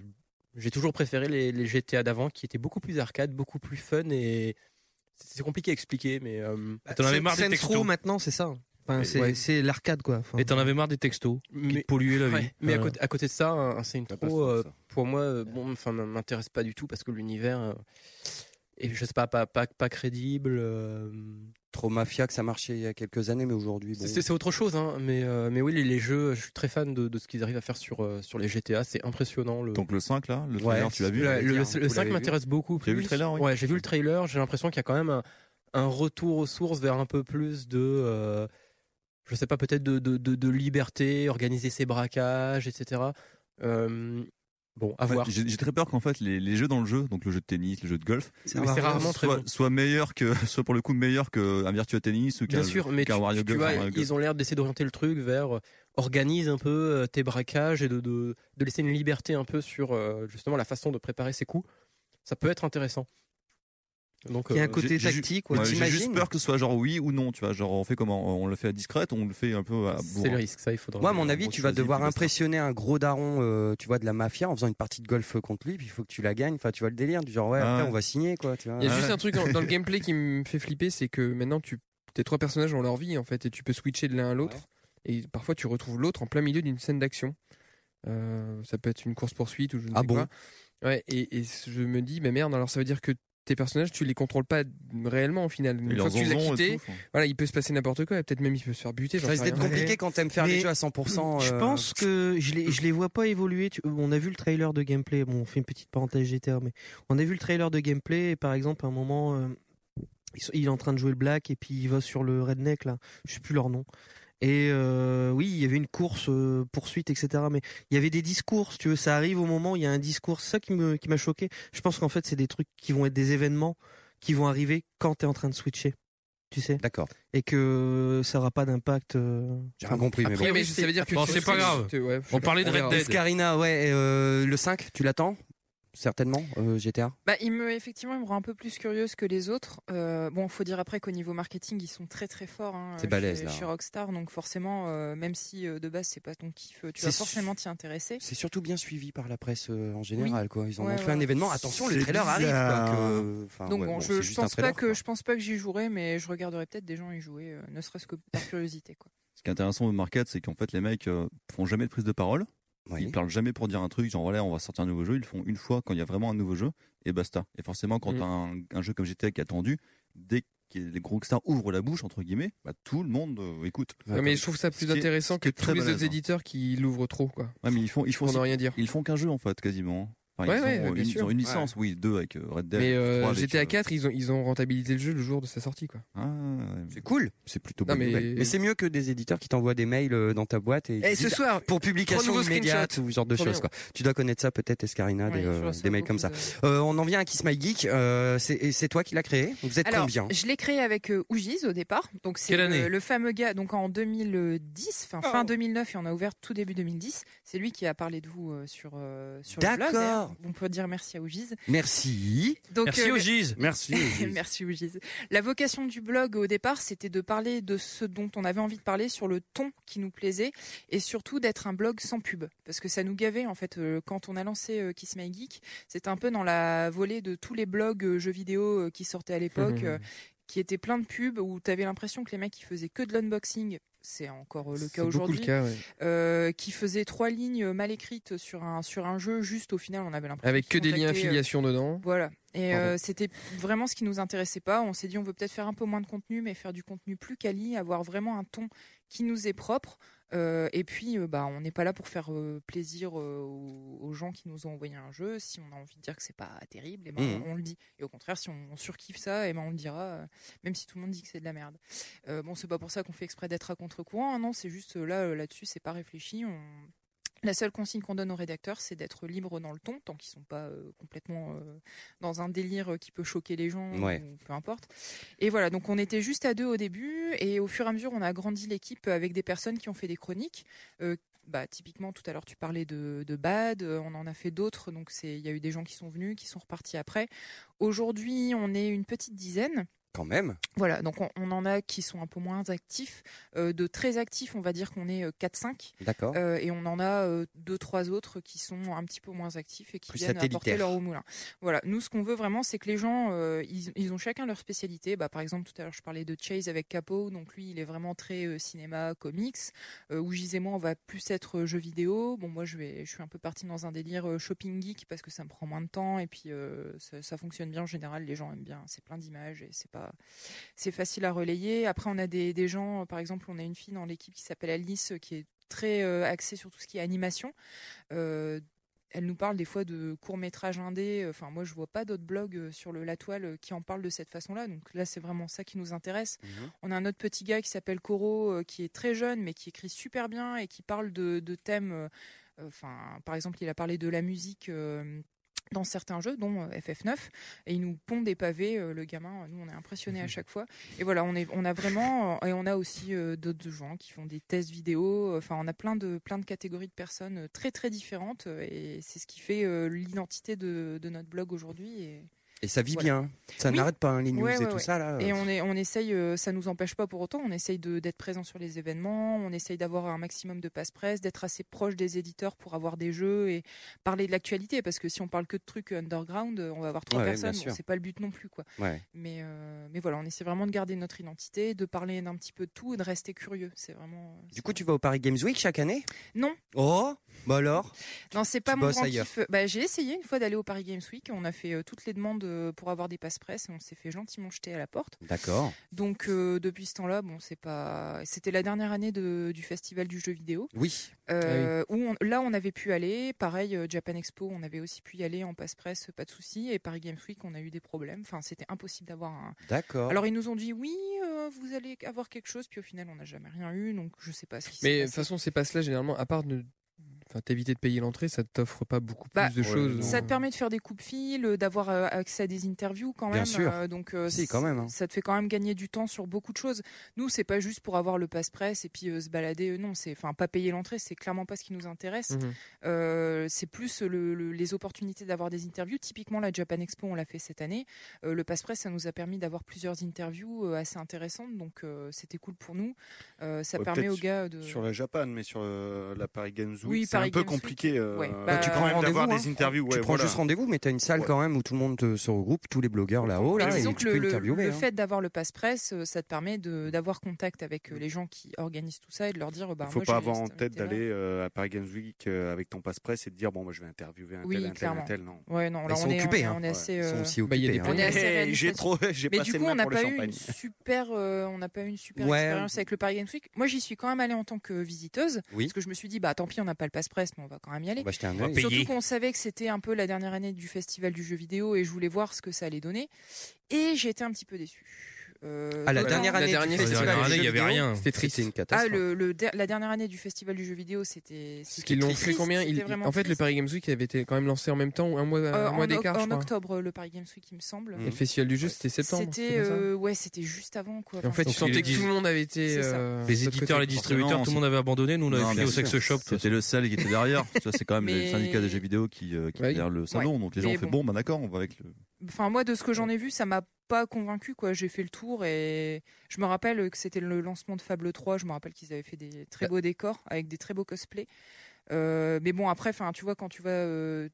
Speaker 10: j'ai toujours préféré les, les GTA d'avant qui étaient beaucoup plus arcade, beaucoup plus fun et c'est compliqué à expliquer mais... euh,
Speaker 12: Bah, T'en avais marre des
Speaker 10: Saints
Speaker 12: textos.
Speaker 10: Row, ma-
Speaker 9: maintenant, c'est ça. Enfin,
Speaker 10: Ouais.
Speaker 9: c'est c'est l'arcade, quoi. Enfin,
Speaker 12: Et t'en avais marre des textos qui
Speaker 10: Mais-
Speaker 12: te polluaient la vie.
Speaker 10: Ouais, Mais à
Speaker 12: Voilà.
Speaker 10: côté, à côté de ça, un un Saints
Speaker 12: pas
Speaker 10: Row,
Speaker 12: ça,
Speaker 10: euh, pour moi, euh, bon, enfin, m- m'intéresse pas du tout parce que l'univers euh, est, je sais pas, pas, pas, pas crédible. euh,
Speaker 6: Trop mafia que ça marchait il y a quelques années, mais aujourd'hui. Bon.
Speaker 10: c'est c'est autre chose, hein, mais, euh, mais oui, les, les jeux, je suis très fan de, de ce qu'ils arrivent à faire sur, euh, sur les GTA, c'est impressionnant. Le...
Speaker 7: Donc le 5 là, le trailer, tu l'as vu hein,
Speaker 10: Le, le- le
Speaker 7: Vous
Speaker 10: 5
Speaker 7: l'avez
Speaker 10: m'intéresse
Speaker 7: vu
Speaker 10: beaucoup.
Speaker 7: Tu as vu le
Speaker 10: plus.
Speaker 7: trailer, oui
Speaker 10: Ouais, j'ai vu le trailer, j'ai l'impression qu'il y a quand même un, un retour aux sources vers un peu plus de. euh, je sais pas, peut-être de, de, de- de liberté, organiser ses braquages, etc. Euh, bon, à
Speaker 7: Ouais,
Speaker 10: voir.
Speaker 7: J'ai j'ai très peur qu'en fait les, les jeux dans le jeu, donc le jeu de tennis, le jeu de golf,
Speaker 10: Ça Mais va c'est rien. rarement très
Speaker 7: soit,
Speaker 10: bon.
Speaker 7: soit meilleur que, soit pour le coup meilleur qu'un Virtua Tennis ou qu'un
Speaker 10: Bien sûr, mais tu,
Speaker 7: qu'un Wario
Speaker 10: tu
Speaker 7: Golf.
Speaker 10: vois,
Speaker 7: un Wario Golf.
Speaker 10: ils ont l'air d'essayer d'orienter le truc vers euh, organise un peu euh, tes braquages et de, de, de laisser une liberté un peu sur euh, justement la façon de préparer ses coups. Ça peut être intéressant. euh,
Speaker 8: Donc, Il y a un
Speaker 7: j'ai-
Speaker 8: côté
Speaker 7: j'ai-
Speaker 8: tactique,
Speaker 7: ouais,
Speaker 8: ouais,
Speaker 7: J'ai
Speaker 8: t'imagines
Speaker 7: juste peur que ce soit genre oui ou non, tu vois. Genre on fait comment On le fait à discrète, on le fait un peu à bourrin.
Speaker 6: Moi, à mon avis,
Speaker 7: Bon,
Speaker 6: tu vas
Speaker 7: choisis,
Speaker 6: devoir
Speaker 7: puis basta.
Speaker 6: impressionner un gros daron, euh, tu vois, de la mafia en faisant une partie de golf contre lui, puis il faut que tu la gagnes. Enfin, tu vois le délire, du genre, ouais,
Speaker 8: Ah
Speaker 6: après,
Speaker 8: ouais.
Speaker 6: on va signer, quoi. Tu vois.
Speaker 8: Il y a juste un truc dans, dans le gameplay qui me fait flipper, c'est que maintenant tu, tes trois personnages ont leur vie en fait, et tu peux switcher de l'un à l'autre, et parfois tu retrouves l'autre en plein milieu d'une scène d'action. Euh, ça peut être une course poursuite ou je ne
Speaker 6: Ah
Speaker 8: sais
Speaker 6: bon
Speaker 8: quoi. Ouais, et, et je me dis, bah merde, alors ça veut dire que tes personnages, tu les contrôles pas réellement au final. Une
Speaker 6: leurs
Speaker 8: fois que tu les as
Speaker 6: zonzons et
Speaker 8: quittés,
Speaker 6: tout, enfin.
Speaker 8: voilà, il peut se passer n'importe quoi, et peut-être même il peut se faire buter.
Speaker 6: Ça risque d'être compliqué quand t'aimes faire les jeux à 100%.
Speaker 19: Je
Speaker 6: euh,
Speaker 19: pense que je les, je les vois pas évoluer. Tu- On a vu le trailer de gameplay. Bon, on fait une petite parenthèse GTA, mais on a vu le trailer de gameplay. Et par exemple, à un moment, euh, ils sont- il est en train de jouer le Black et puis il va sur le Redneck, là. Je sais plus leur nom. Et euh, oui, il y avait une course, euh, poursuite, etc. Mais il y avait des discours, si tu veux. Ça arrive au moment où il y a un discours. C'est ça qui me- qui m'a choqué. Je pense qu'en fait, c'est des trucs qui vont être des événements qui vont arriver quand tu es en train de switcher. Tu sais
Speaker 6: D'accord.
Speaker 19: Et que ça aura pas d'impact. euh, J'ai
Speaker 6: rien compris, mais bon.
Speaker 8: mais ça veut dire que
Speaker 6: Bon,
Speaker 8: tu-
Speaker 6: c'est pas grave.
Speaker 8: tu- ouais, je
Speaker 6: On
Speaker 8: sais pas.
Speaker 6: parlait de
Speaker 8: On verra.
Speaker 6: Red Dead. Escarina, ouais, et, euh, le 5, tu l'attends Certainement, euh, GTA.
Speaker 11: Bah, il me, effectivement, il me rend un peu plus curieuse que les autres. Euh, bon, faut dire après qu'au niveau marketing, ils sont très très forts. hein,
Speaker 6: C'est
Speaker 11: chez-
Speaker 6: balèze, là.
Speaker 11: Chez Rockstar, donc forcément, euh, même si euh, de base c'est pas ton kiff, euh, tu
Speaker 6: C'est
Speaker 11: vas
Speaker 6: su-
Speaker 11: forcément t'y intéresser.
Speaker 6: C'est surtout bien suivi par la presse euh, en général,
Speaker 11: Oui.
Speaker 6: quoi. Ils en
Speaker 11: Ouais,
Speaker 6: ont fait
Speaker 11: ouais.
Speaker 6: un événement. Attention, le
Speaker 11: C'est
Speaker 6: trailer arrive.
Speaker 11: bizarre.
Speaker 6: quoi, que- euh, enfin,
Speaker 11: donc
Speaker 6: Ah ouais,
Speaker 11: bon,
Speaker 6: bon,
Speaker 11: je,
Speaker 6: c'est
Speaker 11: je
Speaker 6: juste un
Speaker 11: pense
Speaker 6: trailer,
Speaker 11: pas que je pense pas que j'y jouerai, mais je regarderai peut-être des gens y jouer, euh, ne serait-ce que par curiosité. Quoi.
Speaker 7: Ce qui est intéressant au market, c'est qu'en fait, les mecs euh, font jamais de prise de parole. Ils parlent jamais pour dire un truc, genre voilà, on va sortir un nouveau jeu. Ils le font une fois quand il y a vraiment un nouveau jeu et basta. Et forcément, quand
Speaker 12: Mm.
Speaker 7: t'as un, un jeu comme GTA qui est attendu, dès que les gros stars ouvrent la bouche, entre guillemets, bah, tout le monde euh, écoute.
Speaker 8: Ouais, mais je trouve ça
Speaker 7: Ce
Speaker 8: plus
Speaker 7: qui est-
Speaker 8: intéressant
Speaker 7: ce qui
Speaker 8: que
Speaker 7: est
Speaker 8: tous
Speaker 7: très
Speaker 8: les autres
Speaker 7: malaisant.
Speaker 8: éditeurs qui l'ouvrent trop, quoi.
Speaker 7: Ouais, mais ils font, ils font
Speaker 8: Pour ne
Speaker 7: aussi-
Speaker 8: rien dire.
Speaker 7: Ils font qu'un jeu en fait, quasiment. Enfin,
Speaker 8: Ouais,
Speaker 7: ils,
Speaker 8: ouais,
Speaker 7: ont, euh,
Speaker 8: bien
Speaker 7: ils
Speaker 8: sûr.
Speaker 7: ont une licence, oui, deux avec euh, Red Dead.
Speaker 8: Mais euh,
Speaker 7: trois avec,
Speaker 8: GTA
Speaker 7: euh,
Speaker 8: 4, ils ont, ils ont rentabilisé le jeu le jour de sa sortie, quoi.
Speaker 7: Ah,
Speaker 6: C'est cool.
Speaker 7: C'est plutôt
Speaker 8: Non,
Speaker 6: bonne
Speaker 8: mais-
Speaker 6: nouvelle. mais c'est mieux que des éditeurs qui t'envoient des mails euh, dans ta boîte et, qui
Speaker 8: Eh, ce
Speaker 6: disent,
Speaker 8: soir,
Speaker 6: pour publication
Speaker 8: trois nouveaux
Speaker 6: immédiate
Speaker 8: screenshots.
Speaker 6: ou ce genre de
Speaker 8: Trop
Speaker 6: choses
Speaker 8: bien.
Speaker 6: quoi. Tu dois connaître ça peut-être Escarina des, euh, des mails comme ça. Euh, on en vient à Kiss My Geek, euh, c'est et c'est toi qui l'as créé. Vous êtes
Speaker 11: Alors,
Speaker 6: combien
Speaker 11: Je l'ai créé avec euh, Ougiz au départ. Donc c'est
Speaker 6: Quelle
Speaker 11: le,
Speaker 6: année Oh.
Speaker 11: le fameux gars. Donc en 2010, enfin fin 2009, et on a ouvert tout début 2010. C'est lui qui a parlé de vous euh, sur euh, sur le blog.
Speaker 6: D'accord.
Speaker 11: d'ailleurs. On peut dire merci à Ougiz.
Speaker 6: Merci.
Speaker 11: Donc, euh, le-
Speaker 18: Merci.
Speaker 11: Merci Ougiz. La vocation du blog au départ, c'était de parler de ce dont on avait envie de parler sur le ton qui nous plaisait et surtout d'être un blog sans pub parce que ça nous gavait en fait euh, quand on a lancé euh, Kiss My Geek, c'était un peu dans la volée de tous les blogs euh, jeux vidéo euh, qui sortaient à
Speaker 8: Mmh.
Speaker 11: l'époque euh, qui étaient plein de pubs où tu avais l'impression que les mecs ils faisaient que de l'unboxing. C'est encore euh, le
Speaker 8: C'est
Speaker 11: cas
Speaker 8: beaucoup le
Speaker 11: aujourd'hui.
Speaker 8: cas, ouais.
Speaker 11: euh, qui faisaient trois lignes euh, mal écrites sur un sur un jeu. Juste au final, on avait l'impression
Speaker 8: Avec que
Speaker 11: qu'ils
Speaker 8: des liens
Speaker 11: contactaient, euh,
Speaker 8: affiliation dedans.
Speaker 11: voilà. Et
Speaker 8: Pardon.
Speaker 11: euh, c'était vraiment ce qui nous intéressait pas. On s'est dit, on veut peut-être faire un peu moins de contenu, mais faire du contenu plus quali, avoir vraiment un ton qui nous est propre. Euh, et puis, euh, bah, on n'est pas là pour faire euh, plaisir euh, aux, aux gens qui nous ont envoyé un jeu. Si on a envie de dire que c'est pas terrible, eh ben,
Speaker 8: Mmh.
Speaker 20: Mhm.
Speaker 11: on, on le dit. Et au contraire, si on, on surkiffe ça, eh ben, on le dira, euh, même si tout le monde dit que c'est de la merde. Euh, bon, c'est pas pour ça qu'on fait exprès d'être à contre-courant. hein, non, c'est juste euh, là, euh, là-dessus, c'est pas réfléchi. On, la seule consigne qu'on donne aux rédacteurs, c'est d'être libre dans le ton, tant qu'ils ne sont pas euh, complètement euh, dans un délire euh, qui peut choquer les gens,
Speaker 20: Ouais.
Speaker 11: ou peu importe. Et voilà, donc on était juste à deux au début, et au fur et à mesure, on a agrandi l'équipe avec des personnes qui ont fait des chroniques. Euh, bah, typiquement, tout à l'heure, tu parlais de, de Bad, euh, on en a fait d'autres, donc c'est- il y a eu des gens qui sont venus, qui sont repartis après. Aujourd'hui, on est une petite dizaine.
Speaker 6: Quand même.
Speaker 11: Voilà, donc on, on en a qui sont un peu moins actifs. Euh, de très actifs, on va dire qu'on est euh, 4-5.
Speaker 6: D'accord.
Speaker 11: Euh, et on en a euh, deux, trois autres qui sont un petit peu moins actifs et qui
Speaker 6: Plus
Speaker 11: viennent apporter
Speaker 6: satellitaires.
Speaker 11: leur au moulin. Voilà, nous ce qu'on veut vraiment, c'est que les gens, euh, ils, ils ont chacun leur spécialité. Bah, par exemple, tout à l'heure, je parlais de Chase avec Capo, donc lui, il est vraiment très euh, cinéma, comics. Euh, où Giz et moi, on va plus être euh, jeux vidéo. Bon, moi, je, vais, je suis un peu partie dans un délire euh, shopping geek parce que ça me prend moins de temps et puis euh, ça, ça fonctionne bien en général. Les gens aiment bien, c'est plein d'images et c'est pas, c'est facile à relayer. Après, on a des, des gens, euh, par exemple, on a une fille dans l'équipe qui s'appelle Alice euh, qui est très euh, axée sur tout ce qui est animation. Euh, elle nous parle des fois de courts-métrages indés. euh, Enfin, moi, je vois pas d'autres blogs euh, sur le, la toile euh, qui en parlent de cette façon-là. Donc là, c'est vraiment ça qui nous intéresse.
Speaker 17: Mhm.
Speaker 11: On a un autre petit gars qui s'appelle Coro, euh, qui est très jeune, mais qui écrit super bien et qui parle de, de thèmes. euh, euh, Enfin, par exemple, il a parlé de la musique. euh, dans certains jeux, dont euh, FF9, et il nous pond des pavés, euh, le gamin, euh, nous on est impressionnés à chaque fois. Et voilà, on, est, on a vraiment, euh, et on a aussi euh, d'autres gens qui font des tests vidéo, euh, enfin on a plein de, plein de catégories de personnes euh, très très différentes, euh, et c'est ce qui fait euh, l'identité de, de notre blog aujourd'hui. Et...
Speaker 6: Et ça vit
Speaker 11: Voilà.
Speaker 6: bien. Ça
Speaker 11: Oui.
Speaker 6: n'arrête pas, hein, les news
Speaker 11: Ouais,
Speaker 6: et
Speaker 11: ouais,
Speaker 6: tout
Speaker 11: ouais.
Speaker 6: ça. Là,
Speaker 11: Et on, est, on essaye, euh, ça nous empêche pas pour autant, on essaye de- d'être présent sur les événements, on essaye d'avoir un maximum de passe-presse, d'être assez proche des éditeurs pour avoir des jeux et parler de l'actualité, parce que si on parle que de trucs underground, euh, on va avoir trois
Speaker 6: Ouais, ouais, bien
Speaker 11: personnes, bon,
Speaker 6: sûr.
Speaker 11: c'est pas le but non plus. quoi.
Speaker 6: Ouais.
Speaker 11: Mais, euh, mais voilà, on essaie vraiment de garder notre identité, de parler d'un petit peu de tout et de rester curieux. C'est vraiment. euh,
Speaker 6: Du coup, tu vas au Paris Games Week chaque année
Speaker 11: Non.
Speaker 6: Oh, bah alors
Speaker 11: Non, c'est pas
Speaker 6: Tu
Speaker 11: mon
Speaker 6: bosses
Speaker 11: grand
Speaker 6: ailleurs.
Speaker 11: kiff. Bah, j'ai essayé une fois d'aller au Paris Games Week. On a fait euh, toutes les demandes euh, pour avoir des passe-presse et on s'est fait gentiment jeter à la porte.
Speaker 6: D'accord.
Speaker 11: Donc euh, depuis ce temps-là, bon, c'est pas. C'était la dernière année de- du festival du jeu vidéo.
Speaker 6: Oui.
Speaker 11: Euh, où on- là, on avait pu aller. Pareil, euh, Japan Expo, on avait aussi pu y aller en passe-presse, pas de souci. Et Paris Games Week, on a eu des problèmes. Enfin, c'était impossible d'avoir un.
Speaker 6: D'accord.
Speaker 11: Alors ils nous ont dit oui, euh, vous allez avoir quelque chose. Puis au final, on n'a jamais rien eu. Donc je sais pas ce qui s'est
Speaker 8: Mais de
Speaker 11: passé.
Speaker 8: toute façon, ces passes-là, généralement, à part de. Enfin, t'éviter de payer l'entrée, ça t'offre pas beaucoup
Speaker 11: Bah,
Speaker 8: plus de choses. euh,
Speaker 11: Ça te permet de faire des coupes fils, euh, d'avoir euh, accès à des interviews quand
Speaker 8: Bien
Speaker 11: même.
Speaker 8: sûr.
Speaker 11: euh, donc, euh,
Speaker 8: Si,
Speaker 11: c-
Speaker 8: quand même, hein.
Speaker 11: Ça te fait quand même gagner du temps sur beaucoup de choses. Nous, c'est pas juste pour avoir le passe-presse et puis euh, se balader. euh, Non, c'est enfin pas payer l'entrée, c'est clairement pas ce qui nous intéresse.
Speaker 8: Mhm.
Speaker 11: Euh, c'est plus le- le- les opportunités d'avoir des interviews. Typiquement, la Japan Expo, on l'a fait cette année. Euh, le passe-presse, ça nous a permis d'avoir plusieurs interviews euh, assez intéressantes. Donc, euh, c'était cool pour nous. Euh, ça
Speaker 21: Ouais,
Speaker 11: permet
Speaker 21: peut-être
Speaker 11: aux gars de.
Speaker 21: Sur la Japan, mais sur euh, la Paris Games Week,
Speaker 11: Oui,
Speaker 21: c'est un
Speaker 11: Paris
Speaker 21: peu
Speaker 11: Games Week.
Speaker 21: compliqué. euh,
Speaker 11: Ouais,
Speaker 21: quand
Speaker 11: bah, tu prends
Speaker 21: même
Speaker 11: rendez-vous,
Speaker 21: d'avoir
Speaker 11: hein.
Speaker 21: des interviews.
Speaker 6: tu
Speaker 21: ouais,
Speaker 6: prends
Speaker 21: voilà.
Speaker 6: juste rendez-vous, mais tu as une salle quand même où tout le monde te- se regroupe, tous les blogueurs là-haut,
Speaker 11: Mais
Speaker 6: Oh là,
Speaker 11: disons
Speaker 6: et
Speaker 11: que
Speaker 6: tu
Speaker 11: le,
Speaker 6: peux
Speaker 11: le-
Speaker 6: interviewer.
Speaker 11: le
Speaker 6: hein.
Speaker 11: fait d'avoir le passe-presse, euh, ça te permet de- d'avoir contact avec euh, les gens qui organisent tout ça et de leur dire euh, bah
Speaker 21: faut
Speaker 11: moi,
Speaker 21: pas
Speaker 11: j'ai
Speaker 21: avoir
Speaker 11: cette
Speaker 21: en tête
Speaker 11: invitée-là.
Speaker 21: d'aller euh, à Paris Games Week euh, avec ton passe-presse et de dire bon moi je vais interviewer un
Speaker 11: Oui,
Speaker 21: tel, un tel, un
Speaker 11: clairement.
Speaker 21: tel, non.
Speaker 11: Ouais, non, là, on est- on est-
Speaker 6: hein.
Speaker 11: on est assez, euh, Bah, il y a des
Speaker 21: hein.
Speaker 11: on est assez
Speaker 21: Hey,
Speaker 11: réaliste
Speaker 21: J'ai
Speaker 11: là-dessus.
Speaker 21: trop, j'ai
Speaker 11: Mais
Speaker 21: passé
Speaker 11: du
Speaker 21: le
Speaker 11: coup, on
Speaker 21: main
Speaker 11: n'a
Speaker 21: pour le
Speaker 11: pas eu
Speaker 21: champagne.
Speaker 11: une super, euh, on n'a pas eu une super
Speaker 21: Ouais.
Speaker 11: expérience avec le Paris Games Week. Moi, j'y suis quand même allée en tant que visiteuse,
Speaker 6: Oui.
Speaker 11: parce que je me suis dit, bah tant pis, on n'a pas le passe-presse, mais on va quand même y aller.
Speaker 6: va jeter un On va œil. payer.
Speaker 11: Surtout qu'on savait que c'était un peu la dernière année du festival du jeu vidéo et je voulais voir ce que ça allait donner. Et j'ai été un petit peu déçue. Euh,
Speaker 6: hein. À Ah, la
Speaker 11: d'autant-
Speaker 6: dernière année, du
Speaker 12: dernière
Speaker 6: festival du
Speaker 12: année,
Speaker 6: jeu
Speaker 12: il y avait
Speaker 6: vidéo,
Speaker 12: rien.
Speaker 6: C'était triste. C'était une
Speaker 11: Ah,
Speaker 6: catastrophe.
Speaker 11: le, le der- la dernière année du festival du jeu vidéo, c'était.
Speaker 8: Parce
Speaker 11: c'était
Speaker 8: qu'ils l'ont
Speaker 11: triste,
Speaker 8: fait combien
Speaker 11: c'était
Speaker 8: Ils-
Speaker 11: vraiment
Speaker 8: En fait, le
Speaker 11: triste.
Speaker 8: Paris Games Week avait été quand même lancé en même temps, ou un mois,
Speaker 11: Euh,
Speaker 8: un mois
Speaker 11: en, oc-
Speaker 8: d'écart, je
Speaker 11: en
Speaker 8: crois.
Speaker 11: octobre, le Paris Games Week, il me semble.
Speaker 8: Et le festival du jeu, c'était septembre.
Speaker 11: C'était
Speaker 8: c'est comme ça
Speaker 11: euh, ouais, c'était juste avant quoi.
Speaker 8: Et en fait, tu
Speaker 11: c'était-
Speaker 8: sentais que tout le monde avait été.
Speaker 11: C'est ça.
Speaker 8: euh, de
Speaker 12: Les
Speaker 8: l'autre
Speaker 12: éditeurs, les
Speaker 8: côté.
Speaker 12: distributeurs, tout le monde avait abandonné. Nous, on
Speaker 7: Non,
Speaker 12: avait fini
Speaker 7: bien
Speaker 12: au sex
Speaker 7: sûr.
Speaker 12: shop.
Speaker 7: C'était le seul qui était derrière. Tu vois, c'est quand même
Speaker 11: Mais-
Speaker 7: les syndicats des jeux vidéo qui, euh, qui étaient derrière le salon.
Speaker 11: Ouais.
Speaker 7: Donc les gens
Speaker 11: Mais
Speaker 7: ont fait
Speaker 11: bon.
Speaker 7: bon, bah d'accord, on va avec le.
Speaker 11: Enfin, moi, de ce que j'en ai vu, ça m'a pas convaincu quoi. J'ai fait le tour et je me rappelle que c'était le lancement de Fable 3. Je me rappelle qu'ils avaient fait des très beaux décors avec des très beaux cosplays. Euh, mais bon, après, enfin, tu vois, quand tu vas, euh,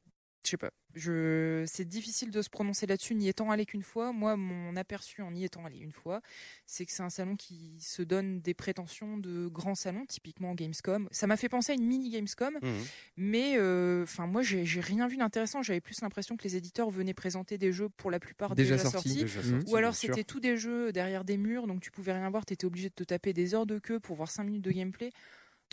Speaker 11: je sais pas, je, c'est difficile de se prononcer là-dessus, n'y étant allé qu'une fois. Moi, mon aperçu en y étant allé une fois, c'est que c'est un salon qui se donne des prétentions de grand salon, typiquement Gamescom. Ça m'a fait penser à une mini Gamescom,
Speaker 6: Mhm.
Speaker 11: mais euh, enfin, moi, j'ai j'ai rien vu d'intéressant. J'avais plus l'impression que les éditeurs venaient présenter des jeux pour la plupart
Speaker 8: Déjà
Speaker 11: déjà,
Speaker 8: sortis.
Speaker 11: sortis,
Speaker 8: Déjà sortis,
Speaker 11: ou alors
Speaker 8: bien sûr.
Speaker 11: c'était tous des jeux derrière des murs, donc tu pouvais rien voir. T'étais obligé de te taper des heures de queue pour voir 5 minutes de gameplay.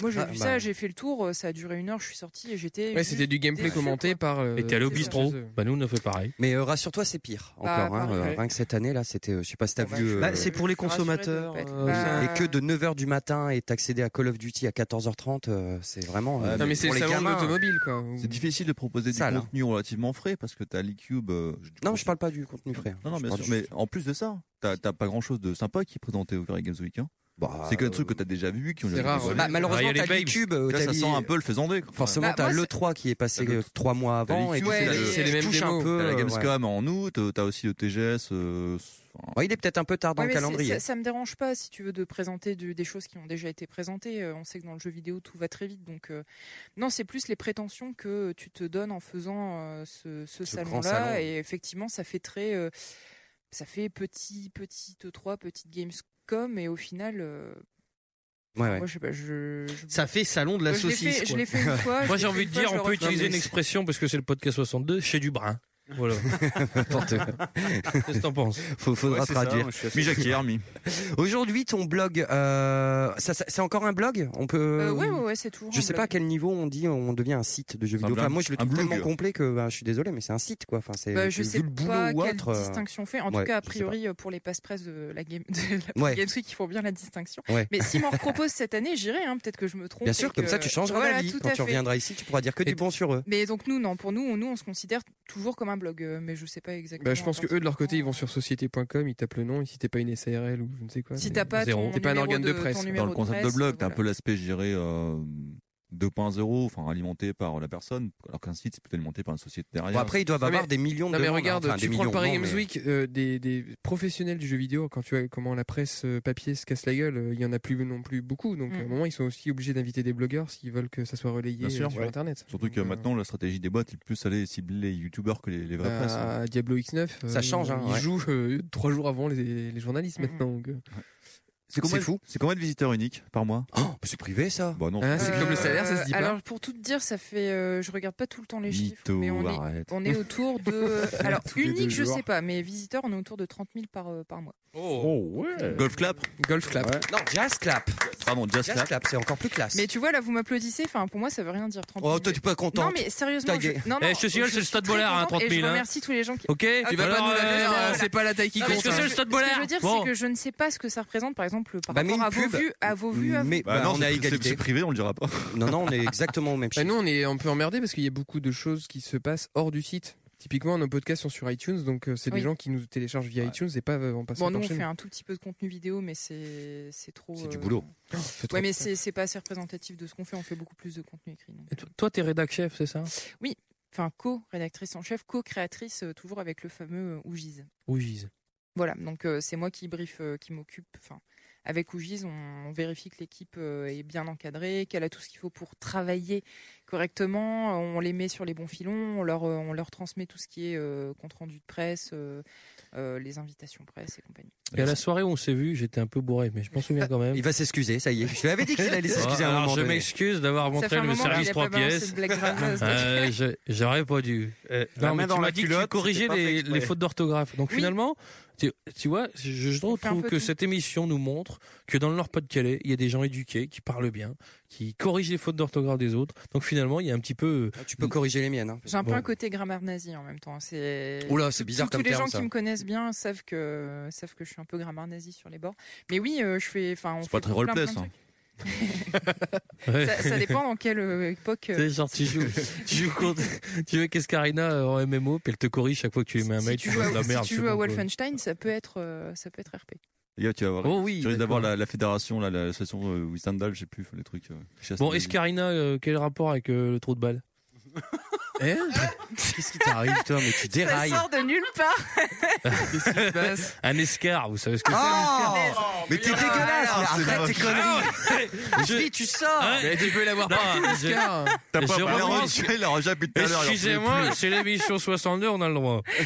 Speaker 11: Moi, j'ai
Speaker 8: Ah,
Speaker 11: vu
Speaker 8: bah.
Speaker 11: ça, j'ai fait le tour, euh, ça a duré une heure, je suis sorti et j'étais.
Speaker 8: Ouais, c'était
Speaker 11: juste
Speaker 8: du gameplay
Speaker 11: déçue,
Speaker 8: commenté
Speaker 11: quoi.
Speaker 8: par. euh,
Speaker 12: Et t'es allé au
Speaker 11: c'est
Speaker 12: bistrot.
Speaker 11: ça.
Speaker 12: Bah nous, on a fait pareil.
Speaker 6: Mais euh, rassure-toi, c'est pire encore.
Speaker 11: Bah,
Speaker 6: hein,
Speaker 11: pareil.
Speaker 6: euh, rien que cette année, là, c'était, euh, je sais pas si t'as vu. euh,
Speaker 9: Bah, c'est pour les consommateurs. euh,
Speaker 6: Et
Speaker 9: c'est-
Speaker 6: que de 9h du matin et t'accéder à Call of Duty à 14h30, euh, c'est vraiment. euh,
Speaker 8: Non, mais c'est
Speaker 6: pour
Speaker 8: le
Speaker 6: les
Speaker 8: salon de
Speaker 6: gamins,
Speaker 8: l'automobile, quoi.
Speaker 7: hein. C'est difficile de proposer
Speaker 6: Ça,
Speaker 7: du
Speaker 6: là.
Speaker 7: contenu relativement frais parce que t'as euh, l'e-cube.
Speaker 6: Non, je parle pas du contenu frais. hein.
Speaker 7: Non, non,
Speaker 6: Je
Speaker 7: bien
Speaker 6: parle
Speaker 7: sûr.
Speaker 6: du-
Speaker 7: Mais en plus de ça, t'as t'as pas grand chose de sympa qui est présenté au Paris Games Week. hein. c'est que des
Speaker 6: euh,
Speaker 7: trucs que t'as déjà vu, qui ont déjà été
Speaker 6: Bah,
Speaker 7: volés.
Speaker 6: malheureusement, t'as
Speaker 7: Babes.
Speaker 6: l'e-cube.
Speaker 7: Là, ça sent un peu le faisandé. quoi.
Speaker 8: Bah,
Speaker 6: Forcément, t'as l'E3 qui est passé 3 euh, mois
Speaker 7: T'as
Speaker 6: avant.
Speaker 7: l'e-cube,
Speaker 6: et puis,
Speaker 7: t'as
Speaker 6: euh,
Speaker 7: le-
Speaker 6: tu touches un peu,
Speaker 7: T'as la
Speaker 6: euh, ouais.
Speaker 7: Gamescom en août, t'as aussi le TGS.
Speaker 6: il est peut-être un peu tard
Speaker 11: Ouais, mais c'est- Ça, ça me dérange pas si tu veux de présenter du- des choses qui ont déjà été présentées. Euh, on sait que dans le jeu vidéo tout va très vite, donc euh, non, c'est plus les prétentions que tu te donnes en faisant euh, ce, ce
Speaker 6: Ce grand
Speaker 11: salon-là.
Speaker 6: salon.
Speaker 11: Et effectivement, ça fait très, euh, ça fait petit, petite trois, petite Gamescom, et au final. euh,
Speaker 6: Ouais, ouais.
Speaker 11: Moi, je sais pas, je- je-
Speaker 9: Ça fait salon de la
Speaker 11: Moi, je l'ai
Speaker 9: saucisse.
Speaker 11: fait- je
Speaker 9: quoi.
Speaker 11: l'ai fait une fois,
Speaker 12: Moi, j'ai envie de dire, on peut utiliser une
Speaker 9: Non, mais-
Speaker 12: expression parce que c'est le podcast 62, chez du brin. Voilà.
Speaker 6: N'importe quoi.
Speaker 12: Qu'est-ce que t'en penses
Speaker 6: Faut, faudra
Speaker 12: Ouais, c'est ça,
Speaker 6: traduire.
Speaker 12: moi, je suis assez- Mi Jacquier, mi.
Speaker 6: Aujourd'hui, ton blog, euh, ça- ça- c'est encore un blog On peut.
Speaker 11: Euh, ouais, ouais, ouais, c'est toujours
Speaker 6: Je
Speaker 11: un
Speaker 6: sais pas
Speaker 11: blog.
Speaker 6: à quel niveau on dit on devient un site de jeux
Speaker 7: Un
Speaker 6: vidéo. Enfin,
Speaker 7: blog.
Speaker 6: moi, je le
Speaker 7: Un
Speaker 6: trouve
Speaker 7: blog.
Speaker 6: tellement complet que bah, je suis désolé, mais c'est un site quoi. Enfin, c'est.
Speaker 11: Bah,
Speaker 6: tu-
Speaker 11: je
Speaker 6: vu
Speaker 11: sais
Speaker 6: le boulot
Speaker 11: pas
Speaker 6: ou
Speaker 11: quelle
Speaker 6: autre, euh,
Speaker 11: distinction fait. En
Speaker 6: ouais,
Speaker 11: tout cas, a
Speaker 6: je sais pas.
Speaker 11: priori, euh, pour les passe-presse de la game de la Paris
Speaker 6: Ouais.
Speaker 11: Games Week, il faut bien la distinction.
Speaker 6: Ouais.
Speaker 11: Mais si m'en propose cette année, j'irai. hein, Peut-être que je me trompe.
Speaker 6: Bien
Speaker 11: et
Speaker 6: sûr,
Speaker 11: que-
Speaker 6: comme ça, tu changeras
Speaker 11: Voilà,
Speaker 6: d'avis.
Speaker 11: tout
Speaker 6: Quand
Speaker 11: à
Speaker 6: tu
Speaker 11: fait.
Speaker 6: reviendras ici, tu pourras dire que du bon sur eux.
Speaker 11: Mais donc nous, non, pour nous, on- nous, on se considère toujours comme un blog, euh, mais je sais pas exactement.
Speaker 8: Bah, je pense que eux de leur côté ils vont sur société.com, ils tapent le nom et si t'es pas une SARL ou je ne sais quoi.
Speaker 11: Si
Speaker 8: c'est-
Speaker 11: t'as pas ton
Speaker 8: t'es pas un
Speaker 11: numéro
Speaker 8: organe de,
Speaker 11: de- ton
Speaker 8: presse.
Speaker 11: numéro
Speaker 7: Dans le concept de blog, t'as un peu l'aspect, je dirais, euh, 2.0, enfin alimenté par la personne, alors qu'un site c'est peut alimenté par une société derrière.
Speaker 6: Bon, après, ils doivent avoir des millions de
Speaker 8: Non, mais
Speaker 6: demandes,
Speaker 7: hein.
Speaker 8: regarde,
Speaker 6: enfin,
Speaker 8: tu
Speaker 6: des
Speaker 8: prends le
Speaker 6: millions,
Speaker 8: Paris
Speaker 6: non,
Speaker 8: Games
Speaker 6: mais-
Speaker 8: Week, euh, des, des professionnels du jeu vidéo, quand tu vois comment la presse euh, papier se casse la gueule, euh, il y en a plus non plus beaucoup. Donc à un
Speaker 11: Mm.
Speaker 8: moment, ils sont aussi obligés d'inviter des blogueurs s'ils veulent que ça soit relayé
Speaker 7: Bien
Speaker 8: euh,
Speaker 7: sûr,
Speaker 8: sur
Speaker 7: ouais.
Speaker 8: Internet.
Speaker 7: Surtout que maintenant, la stratégie des boîtes, ils plus aller cibler les youtubeurs que les, les vraies
Speaker 8: Bah,
Speaker 7: presses. hein.
Speaker 8: Diablo X9, euh,
Speaker 7: Ça change, hein,
Speaker 8: ils
Speaker 7: ouais.
Speaker 8: jouent euh, trois jours avant les, les journalistes maintenant. donc, euh.
Speaker 7: C'est combien, C'est combien de visiteurs uniques par mois
Speaker 8: Oh,
Speaker 6: C'est privé ça
Speaker 7: Bah non.
Speaker 8: Ah, c'est comme le salaire, ça se dit
Speaker 11: Euh,
Speaker 8: pas.
Speaker 6: hein.
Speaker 11: Alors pour tout te dire, ça fait, euh, je regarde pas tout le temps les chiffres,
Speaker 7: Mytho,
Speaker 11: mais on est,
Speaker 7: arrête.
Speaker 11: on est autour de, euh, alors
Speaker 7: Tous les deux
Speaker 11: unique je
Speaker 7: jours.
Speaker 11: sais pas, mais visiteurs on est autour de 30 000 par euh, par mois. Oh,
Speaker 7: Golf clap
Speaker 8: Golf clap.
Speaker 6: Oh. Non, jazz clap.
Speaker 7: Pardon, jazz,
Speaker 6: Jazz
Speaker 7: clap.
Speaker 6: clap, c'est encore plus classe.
Speaker 11: Mais tu vois là, vous m'applaudissez, enfin pour moi ça veut rien dire 30 000.
Speaker 6: Oh, toi, t'es pas contente.
Speaker 11: Non mais sérieusement,
Speaker 6: Ta
Speaker 11: je,
Speaker 6: gueule.
Speaker 11: non, non,
Speaker 6: Eh, je te signale, c'est le Stade
Speaker 11: suis très
Speaker 6: Bollard, hein,
Speaker 11: contente
Speaker 6: 30 000,
Speaker 11: Et je
Speaker 6: hein.
Speaker 11: remercie tous les gens qui. Ah,
Speaker 6: Ok, tu vas pas nous la faire, euh, c'est pas la taille qui
Speaker 11: Non, mais
Speaker 6: compte,
Speaker 11: ce que
Speaker 6: hein.
Speaker 11: je-
Speaker 6: Le Stade
Speaker 11: Ce que je veux
Speaker 6: Bollard.
Speaker 11: dire,
Speaker 6: Bon.
Speaker 11: c'est que je ne sais pas ce que ça représente, par exemple, par
Speaker 6: Bah, mais
Speaker 11: rapport
Speaker 6: une
Speaker 11: à vos
Speaker 6: pub.
Speaker 11: vues, à vos vues, à vos.
Speaker 6: Mais
Speaker 7: Bah non,
Speaker 6: on est à
Speaker 7: c'est-
Speaker 6: égalité.
Speaker 7: C'est privé, on le dira pas.
Speaker 6: Non, non, on est exactement au même
Speaker 8: Bah, nous, on est un peu emmerdés parce qu'il y a beaucoup de choses qui se passent hors du site. Typiquement, nos podcasts sont sur iTunes, donc euh, c'est des
Speaker 11: Oui.
Speaker 8: gens qui nous téléchargent via iTunes et pas euh, en passant
Speaker 11: Bon, nous
Speaker 8: par
Speaker 11: on
Speaker 8: chez
Speaker 11: fait
Speaker 8: nous.
Speaker 11: un tout petit peu de contenu vidéo, mais c'est c'est trop. C'est
Speaker 8: du boulot. Ah, trop
Speaker 11: Ouais, mais c'est c'est pas assez représentatif de ce qu'on fait. On fait beaucoup plus de contenu écrit. donc. euh.
Speaker 12: Toi, t'es rédac chef, c'est ça
Speaker 11: Oui, enfin co-rédactrice en chef, co-créatrice, euh, toujours avec le fameux euh, Oujiz.
Speaker 12: Oui, Gise.
Speaker 11: Voilà, donc euh, c'est moi qui brief, euh, qui m'occupe. Enfin, avec Oujiz, on, on vérifie que l'équipe euh, est bien encadrée, qu'elle a tout ce qu'il faut pour travailler correctement. euh, On les met sur les bons filons, on leur, euh, on leur transmet tout ce qui est euh, compte rendu de presse, euh, euh, les invitations presse et compagnie.
Speaker 12: Et à la soirée où on s'est vu, j'étais un peu bourré, mais je m'en souviens quand même.
Speaker 6: Bah, Il va s'excuser, ça y est. Je lui avais dit qu'il allait s'excuser à
Speaker 11: Ah,
Speaker 6: un
Speaker 12: Alors,
Speaker 6: moment
Speaker 12: je
Speaker 6: donné.
Speaker 12: m'excuse d'avoir
Speaker 11: fait
Speaker 12: montré
Speaker 11: un
Speaker 12: le
Speaker 11: moment qu'il
Speaker 12: service
Speaker 11: a
Speaker 12: trois
Speaker 11: pas balancé
Speaker 12: pièces.
Speaker 11: de blague grindeuse.
Speaker 12: Euh, je- J'aurais pas dû. Euh,
Speaker 11: La
Speaker 12: non,
Speaker 11: main
Speaker 12: mais
Speaker 11: dans
Speaker 12: tu
Speaker 11: la
Speaker 12: m'as dit que tu
Speaker 11: culotte,
Speaker 12: corrigeais
Speaker 11: c'était pas fait
Speaker 12: les,
Speaker 11: exprès.
Speaker 12: les fautes d'orthographe. Donc
Speaker 11: Oui.
Speaker 12: finalement, tu, tu vois, je, je
Speaker 11: fait un
Speaker 12: trouve
Speaker 11: peu
Speaker 12: que
Speaker 11: tout.
Speaker 12: cette émission nous montre que dans le Nord-Pas-de-Calais, il y a des gens éduqués qui parlent bien, qui corrigent les fautes d'orthographe des autres. Donc finalement, il y a un petit peu.
Speaker 6: Ah, Tu peux corriger les miennes. hein.
Speaker 11: J'ai un peu un côté grammaire nazi en même temps. hein, C'est
Speaker 12: Oula, c'est bizarre
Speaker 11: Tous- tous
Speaker 12: comme
Speaker 11: les
Speaker 12: terme,
Speaker 11: gens
Speaker 12: ça.
Speaker 11: qui me connaissent bien savent que savent que je suis un peu grammaire nazi sur les bords. Mais oui, euh, je fais. Enfin, on
Speaker 7: C'est pas
Speaker 11: fait
Speaker 7: très
Speaker 11: plein,
Speaker 7: roleplay,
Speaker 11: plein de
Speaker 7: ça.
Speaker 11: trucs. Ça, ça dépend dans quelle euh, époque. euh,
Speaker 12: C'est genre, tu joues, tu joues contre, tu joues avec Escarina euh, en MMO, puis elle te corrige chaque fois que tu lui mets un mail.
Speaker 11: tu joues à,
Speaker 12: la merde,
Speaker 11: si tu
Speaker 12: c'est
Speaker 11: joues à
Speaker 12: bon, quoi.
Speaker 11: Wolfenstein, ça peut être euh, ça peut être RP.
Speaker 7: Les gars, tu vas voir.
Speaker 12: Oh oui,
Speaker 7: tu risques
Speaker 12: d'accord.
Speaker 7: d'avoir la, la fédération, là, l'association euh, Wissandal, je sais plus, les trucs. euh, qui chassent
Speaker 12: Bon,
Speaker 7: les-
Speaker 12: Escarina, euh, quel rapport avec euh, le trou de balle Hein Qu'est-ce qui t'arrive, toi Mais tu
Speaker 11: Ça sort de nulle part.
Speaker 12: un escar, vous savez ce que
Speaker 11: Oh
Speaker 12: c'est
Speaker 6: Mais t'es dégueulasse, mais arrête tes conneries. Vas-y, tu sors.
Speaker 12: Mais tu peux l'avoir
Speaker 6: partout, l'escar.
Speaker 7: T'as pas parlé en rejet, il a rejeté depuis tout à l'heure, il en pouvait
Speaker 12: Excusez-moi,
Speaker 7: plus.
Speaker 12: c'est l'émission 62, on a le droit.
Speaker 9: mais,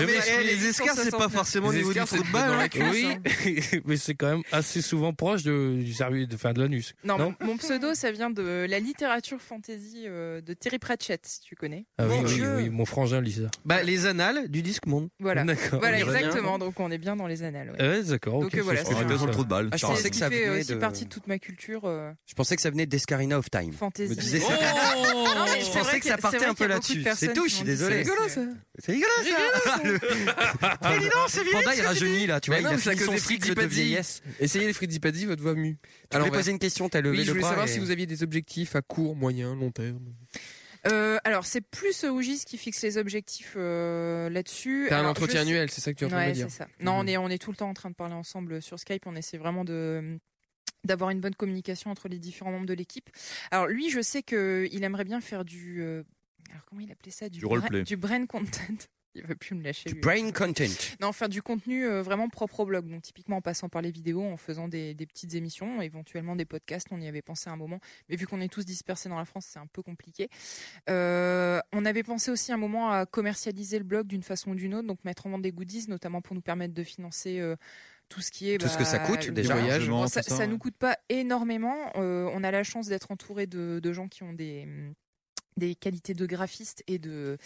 Speaker 12: Je m'excuse.
Speaker 9: eh, les escarres, c'est pas forcément au
Speaker 12: Les
Speaker 9: niveau du
Speaker 12: escarres,
Speaker 9: trou
Speaker 12: c'est
Speaker 9: de balle.
Speaker 12: dans la
Speaker 9: hein.
Speaker 12: cuisse, Oui, mais c'est quand même assez souvent proche de, du service, de, enfin, de l'anus.
Speaker 11: Non, mon- mon pseudo, ça vient de la littérature fantasy euh, de Terry Pratchett, si tu connais.
Speaker 12: Ah oui, oui, oui, mon frangin lit ça.
Speaker 19: Bah, les annales du disque monde.
Speaker 11: Voilà, voilà
Speaker 19: On y revient.
Speaker 11: exactement. Donc on est bien dans les annales. ouais.
Speaker 12: Ouais, d'accord. Bah,
Speaker 11: Donc
Speaker 12: ok,
Speaker 11: euh, voilà,
Speaker 12: ça
Speaker 11: c'est
Speaker 12: sera
Speaker 11: un-
Speaker 12: bien, ça.
Speaker 11: Ah, je
Speaker 6: Charles.
Speaker 11: pensais que ça fait aussi
Speaker 6: de-
Speaker 11: partie de toute ma culture euh,
Speaker 6: Je pensais que ça venait d'Escarina of Time.
Speaker 11: fantaisie.
Speaker 6: Je me disais ça.
Speaker 11: Non, mais
Speaker 6: je
Speaker 11: c'est
Speaker 6: pensais
Speaker 11: vrai
Speaker 6: que
Speaker 11: Oh. qu'il y
Speaker 6: ça
Speaker 11: a- c'est
Speaker 6: partait
Speaker 11: vrai qu'il
Speaker 6: un
Speaker 11: y
Speaker 6: peu
Speaker 11: a
Speaker 6: là-dessus.
Speaker 11: beaucoup de
Speaker 6: C'est
Speaker 11: personnes
Speaker 6: tout,
Speaker 11: qui
Speaker 6: je suis
Speaker 11: m'ont dit,
Speaker 6: désolé.
Speaker 11: c'est rigolo, ça.
Speaker 6: C'est rigolo
Speaker 11: C'est rigolo,
Speaker 6: ça. Ah, le- Panda, il rajeunit là, tu vois,
Speaker 8: Mais
Speaker 6: il
Speaker 8: non,
Speaker 6: a
Speaker 8: mais ça
Speaker 6: fini
Speaker 8: que
Speaker 6: son
Speaker 8: des
Speaker 6: cycle de
Speaker 8: Frittipati.
Speaker 6: vieillesse.
Speaker 8: Essayez les Frittipati, votre voix mue.
Speaker 6: Tu voulais poser une question, t'as levé
Speaker 8: oui,
Speaker 6: le
Speaker 8: je voulais
Speaker 6: bras
Speaker 8: savoir
Speaker 6: et-
Speaker 8: si vous aviez des objectifs à court, moyen, long terme.
Speaker 11: Euh, alors, c'est plus euh, Ougis qui fixe les objectifs euh, là-dessus.
Speaker 8: T'as un
Speaker 11: Alors,
Speaker 8: entretien
Speaker 11: je sais-
Speaker 8: annuel, c'est ça que tu es en train de
Speaker 11: Ouais,
Speaker 8: me dire.
Speaker 11: c'est ça. Non, on,
Speaker 8: Mhm.
Speaker 11: est, on est tout le temps en train de parler ensemble euh, sur Skype. On essaie vraiment de mm, d'avoir une bonne communication entre les différents membres de l'équipe. Alors, lui, je sais qu'il aimerait bien faire du. euh, alors, comment il appelait ça
Speaker 6: Du roleplay.
Speaker 11: bra- du brain content. Il va plus me lâcher. lui.
Speaker 6: Brain content.
Speaker 11: Non, faire du contenu euh, vraiment propre au blog. Donc, typiquement en passant par les vidéos, en faisant des, des petites émissions, éventuellement des podcasts. On y avait pensé à un moment. Mais vu qu'on est tous dispersés dans la France, c'est un peu compliqué. Euh, on avait pensé aussi à un moment à commercialiser le blog d'une façon ou d'une autre. Donc, mettre en vente des goodies, notamment pour nous permettre de financer. euh, tout ce qui est
Speaker 6: Tout ce que ça coûte,
Speaker 11: le
Speaker 6: déjà.
Speaker 11: voyage.
Speaker 6: Logement,
Speaker 11: Bon, ça,
Speaker 6: tout ça,
Speaker 11: ça
Speaker 6: ouais.
Speaker 11: nous coûte pas énormément Euh, on a la chance d'être entouré de, de gens qui ont des des qualités de graphiste et de,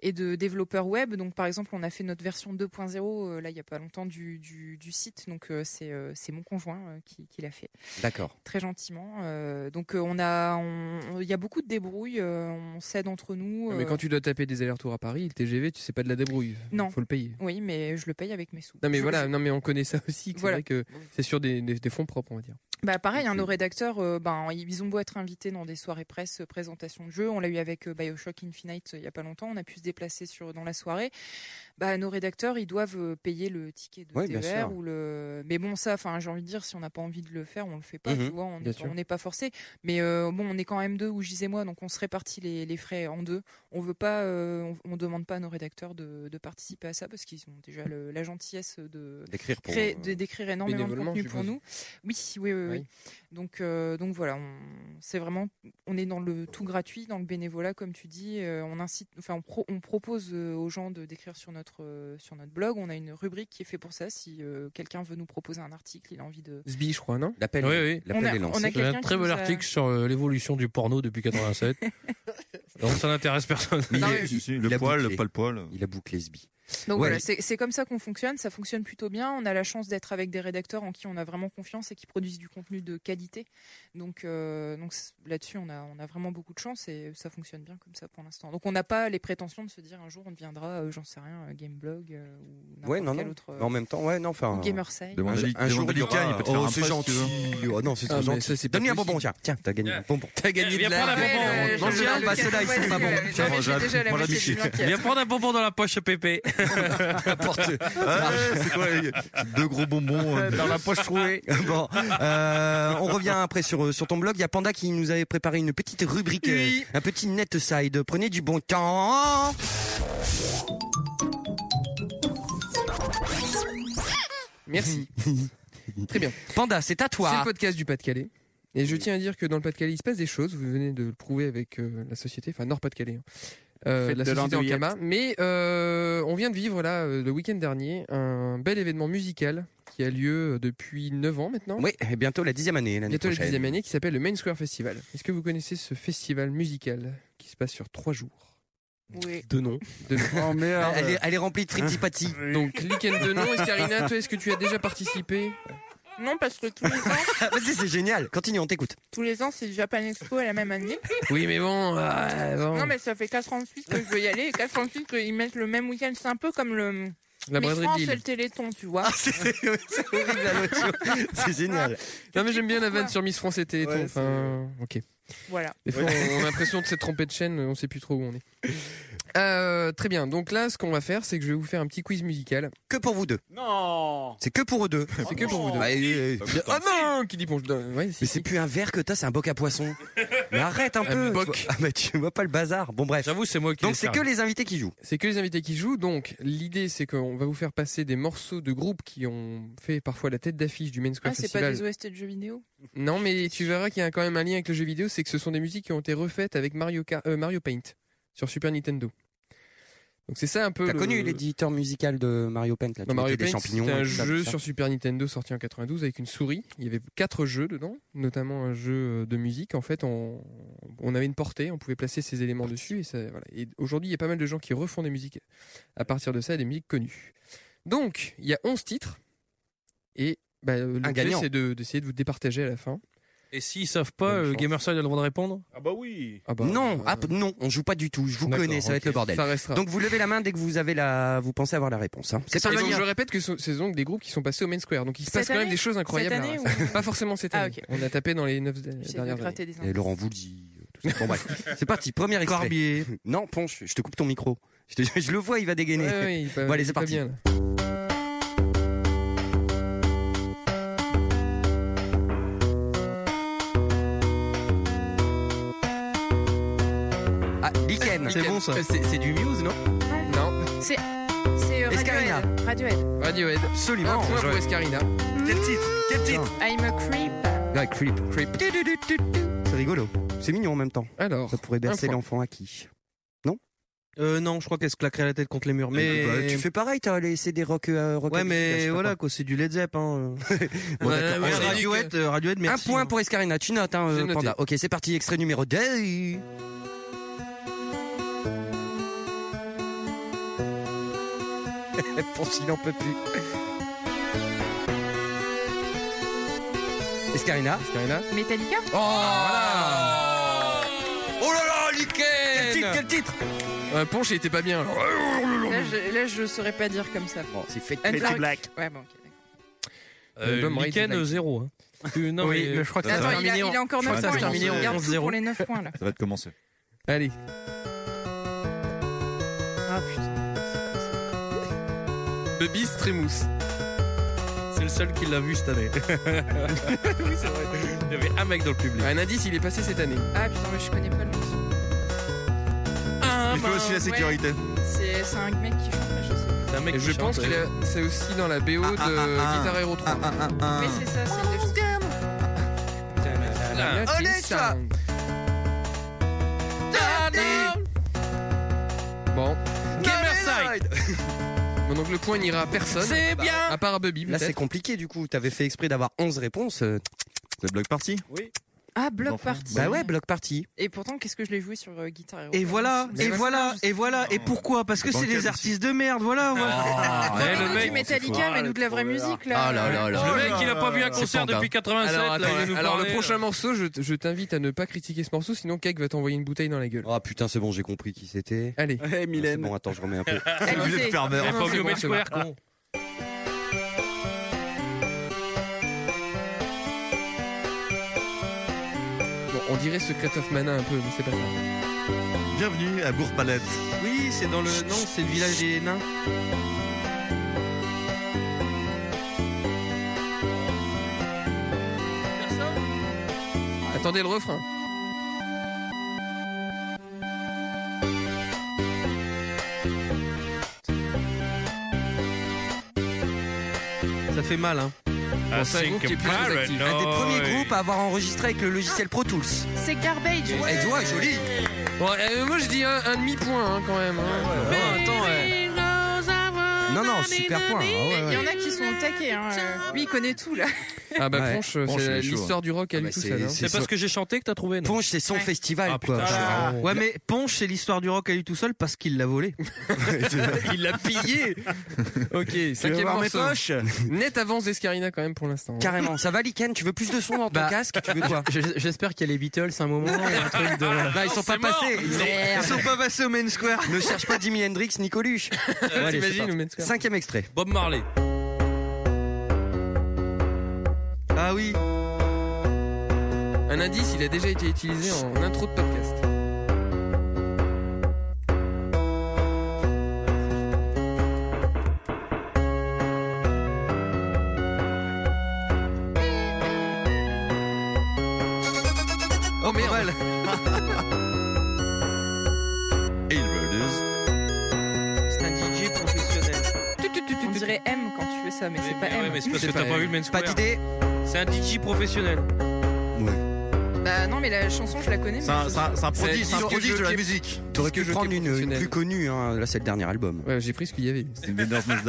Speaker 11: et de développeur web. Donc, par exemple, on a fait notre version 2.0, euh, là, il n'y a pas longtemps, du, du, du site. Donc, euh, c'est euh, c'est mon conjoint euh, qui, qui l'a fait.
Speaker 6: D'accord.
Speaker 11: Très gentiment. Euh, donc, euh, on a, on- on- il y a beaucoup de débrouilles. euh, on s'aide entre nous.
Speaker 8: Ah, Mais
Speaker 11: euh,
Speaker 8: quand tu dois taper des allers-retours à Paris, le TGV, tu sais pas de la débrouille.
Speaker 11: Non.
Speaker 8: Faut le payer.
Speaker 11: Oui, mais je le paye avec mes sous.
Speaker 8: Non mais
Speaker 11: Je-
Speaker 8: voilà,
Speaker 11: je-
Speaker 8: non mais on connaît ça aussi. C'est
Speaker 11: Voilà.
Speaker 8: vrai que c'est sur des, des- des fonds propres, on va dire.
Speaker 11: Bah pareil, hein, nos rédacteurs, euh, ben, ils ont beau être invités dans des soirées presse, euh, présentation de jeux. On l'a eu avec euh, Bioshock Infinite euh, il y a pas longtemps. On a pu se déplacer sur, dans la soirée. Bah, nos rédacteurs, ils doivent euh, payer le ticket de
Speaker 6: Oui, bien
Speaker 11: TER
Speaker 6: sûr.
Speaker 11: ou le. Mais bon, ça, enfin, j'ai envie de dire, si on n'a pas envie de le faire, on le fait pas.
Speaker 6: Mhm,
Speaker 11: tu vois, on
Speaker 6: bien
Speaker 11: est-
Speaker 6: sûr.
Speaker 11: on n'est pas forcé. Mais euh, bon, on est quand même deux, ou et moi, donc on se répartit les, les frais en deux. On veut pas, euh, on, on demande pas à nos rédacteurs de, de participer à ça parce qu'ils ont déjà le- la gentillesse de
Speaker 6: D'écrire pour,
Speaker 11: créer-
Speaker 6: euh,
Speaker 11: de- d'écrire énormément de
Speaker 6: bénévolement,
Speaker 11: contenu
Speaker 6: je
Speaker 11: pour
Speaker 6: suppose.
Speaker 11: nous. Oui, oui, oui. oui.
Speaker 6: Oui.
Speaker 11: Donc, euh, donc voilà, on- c'est vraiment, on est dans le tout gratuit, dans le bénévolat, comme tu dis. euh, on incite, enfin, on, pro- on propose euh, aux gens de d'écrire sur notre euh, sur notre blog. On a une rubrique qui est faite pour ça. Si euh, quelqu'un veut nous proposer un article, il a envie de.
Speaker 8: Sbi, je crois, non
Speaker 6: L'appel
Speaker 12: Oui, oui.
Speaker 11: l'appel On a- est lancé. on a
Speaker 12: J'ai
Speaker 11: quelqu'un
Speaker 12: un
Speaker 11: qui
Speaker 12: très bel
Speaker 11: nous a-
Speaker 12: article sur euh, l'évolution du porno depuis 87. Donc ça n'intéresse personne.
Speaker 11: Non, mais-
Speaker 7: le poil, pas le poil.
Speaker 6: Il a bouclé ce bi.
Speaker 11: Donc voilà, c'est c'est comme ça qu'on fonctionne, ça fonctionne plutôt bien. On a la chance d'être avec des rédacteurs en qui on a vraiment confiance et qui produisent du contenu de qualité. Donc, euh, donc c- là-dessus, on a, on a vraiment beaucoup de chance et ça fonctionne bien comme ça pour l'instant. Donc on n'a pas les prétentions de se dire un jour on deviendra, euh, j'en sais rien, euh, Gameblog euh, ou n'importe
Speaker 6: Ouais, non,
Speaker 11: quel
Speaker 6: non.
Speaker 11: autre. euh,
Speaker 6: Mais en même temps, ouais, non, enfin.
Speaker 11: ou Gamerside.
Speaker 6: Un,
Speaker 11: Demande à Lick-
Speaker 6: un jour,
Speaker 11: demande à
Speaker 6: il y aura-
Speaker 11: Lucas, il peut te faire
Speaker 6: Oh,
Speaker 11: un
Speaker 6: c'est
Speaker 11: prêt, si
Speaker 6: gentil.
Speaker 11: tu
Speaker 6: Oh non, c'est
Speaker 8: Ah,
Speaker 6: trop
Speaker 8: mais ça,
Speaker 6: gentil.
Speaker 8: c'est
Speaker 6: Donne-lui un bonbon, tiens. Tiens, t'as gagné un bonbon.
Speaker 8: T'as gagné
Speaker 12: Viens
Speaker 8: de la-
Speaker 12: prendre un bonbon.
Speaker 8: Mange bien, bah, ceux-là, ils sont pas bons.
Speaker 12: Tiens,
Speaker 8: J'avais-
Speaker 12: mange la-
Speaker 8: j'étais déjà la
Speaker 12: mange la
Speaker 8: moitié
Speaker 12: biche.
Speaker 8: d'une inquiète.
Speaker 12: Viens prendre un bonbon dans la poche pépé.
Speaker 6: N'importe.
Speaker 7: C'est quoi les- Deux gros bonbons euh,
Speaker 6: Dans la poche trouée. bon, euh, on revient après sur, sur ton blog. Il y a Panda qui nous avait préparé une petite rubrique, euh, un petit net side. Prenez du bon temps.
Speaker 8: Merci. Très bien.
Speaker 6: Panda, c'est à toi.
Speaker 8: C'est le podcast du Pas-de-Calais. Et je tiens à dire que dans le Pas-de-Calais, il se passe des choses. Vous venez de le prouver avec euh, la société, enfin Nord-Pas-de-Calais. hein. Euh,
Speaker 9: Fête
Speaker 8: la
Speaker 9: de
Speaker 8: société en
Speaker 9: l'andouillette.
Speaker 8: Kama. Mais euh, on vient de vivre là, euh, le week-end dernier, un bel événement musical qui a lieu euh, depuis 9 ans maintenant.
Speaker 6: Oui, et bientôt la dixième année. l'année
Speaker 8: Bientôt la
Speaker 6: prochaine.
Speaker 8: dixième année qui s'appelle le Main Square Festival. Est-ce que vous connaissez ce festival musical qui se passe sur trois jours
Speaker 11: Oui.
Speaker 8: De nom. De
Speaker 6: Oh, merde. Elle est- elle est remplie de triptypatie.
Speaker 8: Donc, lichen de nom. Et Karina, toi, est-ce que tu as déjà participé
Speaker 22: Non, parce que tous les ans,
Speaker 6: Vas-y, c'est génial. Continue, on t'écoute.
Speaker 22: tous les ans c'est Japan Expo à la même année.
Speaker 8: Oui, mais bon.
Speaker 11: euh,
Speaker 22: Non, mais ça fait 86 que je veux y aller et 86 qu'ils mettent le même week-end. C'est un peu comme le.
Speaker 8: La
Speaker 22: mais
Speaker 8: braderie de
Speaker 22: France
Speaker 8: Lille. Ah,
Speaker 22: et le Téléthon, tu vois.
Speaker 11: Ah,
Speaker 6: c'est horrible la C'est génial.
Speaker 8: Non, mais j'aime bien la vanne sur Miss France et Téléthon. enfin, ok.
Speaker 22: Voilà.
Speaker 8: Des fois, on a l'impression de s'être trompé de chaîne, on sait plus trop où on est. Euh, très bien. Donc là, ce qu'on va faire, c'est que je vais vous faire un petit quiz musical.
Speaker 6: Que pour vous deux.
Speaker 23: Non
Speaker 6: C'est que pour eux deux.
Speaker 8: C'est que pour vous deux.
Speaker 6: Bah, euh, euh,
Speaker 8: Ah non Qui dit bon, je donne- ouais,
Speaker 6: mais c'est plus un verre que t'as, c'est un boc à poisson. Mais arrête un peu. tu vois. Ah, mais tu vois pas le bazar. Bon, bref.
Speaker 12: J'avoue, c'est moi qui.
Speaker 6: Donc,
Speaker 8: ai
Speaker 6: c'est
Speaker 8: servi.
Speaker 6: que les invités qui jouent.
Speaker 8: C'est que les invités qui jouent. Donc, l'idée, c'est qu'on va vous faire passer des morceaux de groupes qui ont fait parfois la tête d'affiche du Main Square
Speaker 11: Ah, c'est pas
Speaker 8: Festival.
Speaker 11: des OST de jeux vidéo
Speaker 8: Non, mais tu verras qu'il y a quand même un lien avec le jeu vidéo, c'est que ce sont des musiques qui ont été refaites avec Mario, Kart- euh, Mario Paint sur Super Nintendo. Donc c'est ça un peu.
Speaker 6: T'as
Speaker 8: le-
Speaker 6: connu l'éditeur musical de Mario Paint là tu
Speaker 8: Non, Mario
Speaker 6: mettais des
Speaker 8: Paint,
Speaker 6: champignons.
Speaker 8: c'était un
Speaker 6: tout ça, tout
Speaker 8: jeu
Speaker 6: ça.
Speaker 8: sur Super Nintendo sorti en 92 avec une souris. Il y avait quatre jeux dedans, notamment un jeu euh, de musique. En fait, on, on avait une portée, on pouvait placer ses éléments dessus. Et, ça- voilà. Et aujourd'hui, il y a pas mal de gens qui refont des musiques à partir de ça, des musiques connues. Donc, il y a 11 titres. Et bah, le but,
Speaker 12: gagnant.
Speaker 8: c'est de- d'essayer de vous départager à la fin.
Speaker 12: Et s'ils savent pas, euh, Gamerside a le droit de répondre
Speaker 23: Ah bah oui
Speaker 8: Ah bah,
Speaker 6: non, ah, non, on joue pas du tout. Je vous
Speaker 8: D'accord,
Speaker 6: connais, ça va
Speaker 8: ok.
Speaker 6: être le bordel.
Speaker 8: Ça restera.
Speaker 6: Donc vous levez la main dès que vous avez la, vous pensez avoir la réponse. hein.
Speaker 8: Et
Speaker 6: C'est pas
Speaker 8: donc,
Speaker 6: gagné.
Speaker 8: je répète que ce sont des groupes qui sont passés au Main Square. Donc il se passe
Speaker 6: Cette
Speaker 8: quand même
Speaker 6: année
Speaker 8: des choses incroyables.
Speaker 6: Cette année
Speaker 8: là. Pas forcément cette
Speaker 6: Ah,
Speaker 8: année. On a tapé dans les 9 dernières années.
Speaker 6: Et Laurent Voulzy, euh, tout ça. Bon, bref. C'est parti, premier extrait.
Speaker 8: Corbier.
Speaker 6: Non, Ponche, je te coupe ton micro. Je, te- je le vois, il va dégainer.
Speaker 8: Ouais, ouais, il est pas-
Speaker 6: bon, allez,
Speaker 8: il
Speaker 6: c'est
Speaker 8: est pas
Speaker 6: parti.
Speaker 8: bien, là.
Speaker 6: Ah, Lichen.
Speaker 8: C'est bon, ça. C'est du Muse, non Non.
Speaker 22: C'est. C'est euh,
Speaker 8: Escarina.
Speaker 22: Radiohead. Radiohead.
Speaker 8: Radiohead.
Speaker 6: Absolument.
Speaker 8: Un point pour
Speaker 6: Ouais.
Speaker 8: Escarina.
Speaker 6: Quel titre Quel titre
Speaker 22: I'm a creep.
Speaker 6: Ouais, creep. Creep. C'est rigolo. C'est mignon en même temps.
Speaker 8: Alors.
Speaker 6: Ça pourrait bercer
Speaker 9: un point.
Speaker 6: l'enfant à qui
Speaker 9: Euh, non, je crois qu'elle se claquerait la tête contre les murs. Mais
Speaker 6: Bah, tu fais pareil, t'as laissé des rock. euh, rock
Speaker 9: Ouais,
Speaker 6: je sais
Speaker 9: mais
Speaker 6: pas
Speaker 9: voilà,
Speaker 6: quoi.
Speaker 9: quoi, c'est du Led Zepp. Hein.
Speaker 6: Bon,
Speaker 9: Ouais,
Speaker 6: d'accord.
Speaker 9: ouais,
Speaker 6: On s'est dit
Speaker 9: Radiohead, euh, Radiohead,
Speaker 6: Un
Speaker 9: merci.
Speaker 6: point pour Escarina, tu notes, hein,
Speaker 9: J'ai
Speaker 6: euh,
Speaker 9: noté.
Speaker 6: Panda. Ok, c'est parti, extrait numéro 2. Pour s'il en peut plus. Escarina.
Speaker 8: Escarina.
Speaker 22: Metallica
Speaker 6: Oh Oh là là, Liken Quel titre, quel titre
Speaker 8: Euh, Ponche, il était pas bien. alors.
Speaker 22: Là je, là, je saurais pas dire comme ça.
Speaker 6: c'est fait
Speaker 22: Unplugged. Ouais, bon.
Speaker 8: Euh,
Speaker 12: Euh,
Speaker 8: Dumb Raider
Speaker 12: Lichen,
Speaker 8: Light.
Speaker 12: euh, zéro. hein.
Speaker 10: Euh, non,
Speaker 8: Oui,
Speaker 10: mais-
Speaker 8: mais je crois que ça
Speaker 11: Attends,
Speaker 8: va
Speaker 11: il a,
Speaker 8: terminer en-
Speaker 11: il a encore
Speaker 8: je
Speaker 11: 9
Speaker 8: crois que ça va
Speaker 11: points.
Speaker 8: terminer
Speaker 11: Il
Speaker 8: en
Speaker 11: regarde tout
Speaker 8: 11-0.
Speaker 11: pour les 9 points là.
Speaker 7: Ça va te commencer.
Speaker 8: Allez.
Speaker 10: Ah putain.
Speaker 8: Le bis Trémousse.
Speaker 12: C'est le seul qui l'a vu cette année.
Speaker 8: oui, c'est vrai.
Speaker 12: Il y avait un mec dans le public.
Speaker 8: Un indice, il est passé cette année.
Speaker 11: Ah putain, mais je connais pas le nom.
Speaker 12: Ah,
Speaker 8: Il fait aussi la sécurité.
Speaker 11: C'est c'est un mec qui chante, mais je sais
Speaker 12: C'est un mec
Speaker 8: Et je pense que c'est aussi dans la BO de Guitar Hero 3.
Speaker 6: Ah.
Speaker 8: ah.
Speaker 11: pas. Mais c'est ça, c'est
Speaker 6: Ah.
Speaker 12: Ah.
Speaker 8: Allez, ça Bon. Gamerside Bon, donc le point n'ira à personne.
Speaker 6: C'est
Speaker 8: Bah,
Speaker 6: Eh bien.
Speaker 8: À part à Bubby.
Speaker 6: Là,
Speaker 8: peut-être.
Speaker 6: c'est compliqué du coup. T'avais fait exprès d'avoir 11 réponses.
Speaker 7: C'est bloc party
Speaker 6: Oui.
Speaker 11: Ah, Block Party.
Speaker 6: Bah ouais, bloc party.
Speaker 11: Et pourtant, qu'est-ce que je l'ai joué sur euh, Guitar Hero
Speaker 19: Et voilà, et voilà, et voilà, et
Speaker 9: Oh,
Speaker 19: pourquoi Parce que c'est des artistes de merde, voilà. voilà.
Speaker 11: Ah, mais nous, du Metallica, mais nous de la vraie musique Oh là.
Speaker 19: Ah là là là.
Speaker 12: Le
Speaker 8: Oh
Speaker 12: mec, il a pas vu un
Speaker 8: C'est
Speaker 12: concert
Speaker 8: Panda.
Speaker 12: depuis 87.
Speaker 8: Alors,
Speaker 12: là,
Speaker 8: attends,
Speaker 12: il va nous
Speaker 8: alors,
Speaker 12: parler,
Speaker 8: le
Speaker 12: là.
Speaker 8: prochain morceau, je, je t'invite à ne pas critiquer ce morceau, sinon Cake va t'envoyer une bouteille dans la gueule.
Speaker 6: Ah putain, c'est bon, j'ai compris qui c'était.
Speaker 8: Allez.
Speaker 6: Eh, Mylène. bon, attends, je remets un peu.
Speaker 8: Élysée.
Speaker 6: Farmer.
Speaker 8: J'ai pas oublié Open Square, con. Bon, on dirait Secret of Mana un peu, mais c'est pas ça.
Speaker 7: Bienvenue à Bourg-Palette.
Speaker 19: Oui, c'est dans le.
Speaker 6: Ah,
Speaker 19: Non, c'est le village des nains.
Speaker 8: Attendez le refrain.
Speaker 19: Ça fait mal, hein.
Speaker 12: Ah,
Speaker 19: c'est un
Speaker 12: c'est
Speaker 19: groupe
Speaker 12: que
Speaker 19: qui est plus
Speaker 12: Pirate
Speaker 19: actif.
Speaker 12: Lord.
Speaker 19: Un des premiers groupes
Speaker 6: à avoir enregistré avec le logiciel Pro Tools.
Speaker 11: C'est Garbage.
Speaker 6: Et
Speaker 8: ouais.
Speaker 6: tu vois, joli.
Speaker 8: Bon, euh, moi je dis un, un demi-point hein, quand même. hein. Bon, attends, ouais.
Speaker 6: Non, non, super point. Ah ouais,
Speaker 11: Il y en
Speaker 6: ouais.
Speaker 11: a qui sont au taquet. hein. Lui, il connaît tout là.
Speaker 8: Ah bah
Speaker 6: Ouais.
Speaker 8: Ponche,
Speaker 6: Ponche, il
Speaker 8: c'est
Speaker 6: est chaud,
Speaker 8: l'histoire
Speaker 6: hein.
Speaker 8: du rock à
Speaker 6: Ah
Speaker 8: lui
Speaker 6: bah,
Speaker 8: tout
Speaker 6: c'est-
Speaker 8: seul. hein.
Speaker 6: c'est parce
Speaker 12: que j'ai chanté que t'as trouvé, non
Speaker 6: Ponche, c'est son festival,
Speaker 9: Ah,
Speaker 6: quoi.
Speaker 19: Ouais, mais Ponche, c'est l'histoire du rock à lui tout seul parce qu'il l'a volé.
Speaker 8: Il l'a pillé. Ok,
Speaker 19: vas
Speaker 8: cinquième
Speaker 19: voir mes
Speaker 8: morceau.
Speaker 19: poches.
Speaker 8: Nette avance d'Escarina quand même pour l'instant. hein.
Speaker 6: Carrément, ça va, Liken Tu veux plus de son dans ton
Speaker 8: Bah,
Speaker 6: casque Tu veux quoi
Speaker 10: je- je- J'espère qu'il y a les Beatles un moment. et un truc de-
Speaker 6: Bah, ils sont pas passés. Ils sont,
Speaker 19: Merde.
Speaker 6: ils sont pas passés au Main Square. ne cherche pas Jimi Hendrix ni Coluche.
Speaker 12: allez, c'est parti.
Speaker 6: Cinquième extrait.
Speaker 12: Bob Marley.
Speaker 6: Ah oui.
Speaker 8: Un indice, il a déjà été utilisé en intro de podcast.
Speaker 6: Oh merde.
Speaker 19: C'est un DJ professionnel.
Speaker 11: On dirait M quand tu fais ça, mais Eh ben, c'est pas
Speaker 12: Ouais,
Speaker 11: M.
Speaker 12: mais c'est parce que t'as pas vu le main square.
Speaker 6: d'idée.
Speaker 12: C'est un DJ professionnel.
Speaker 11: Bah non, mais la chanson, je la connais. mais je-
Speaker 6: Eh, musique. T'aurais pu prendre une, une plus connue, hein. là c'est le dernier album. Bah,
Speaker 8: Ouais, j'ai pris ce qu'il y avait.
Speaker 6: C'est Bender's Must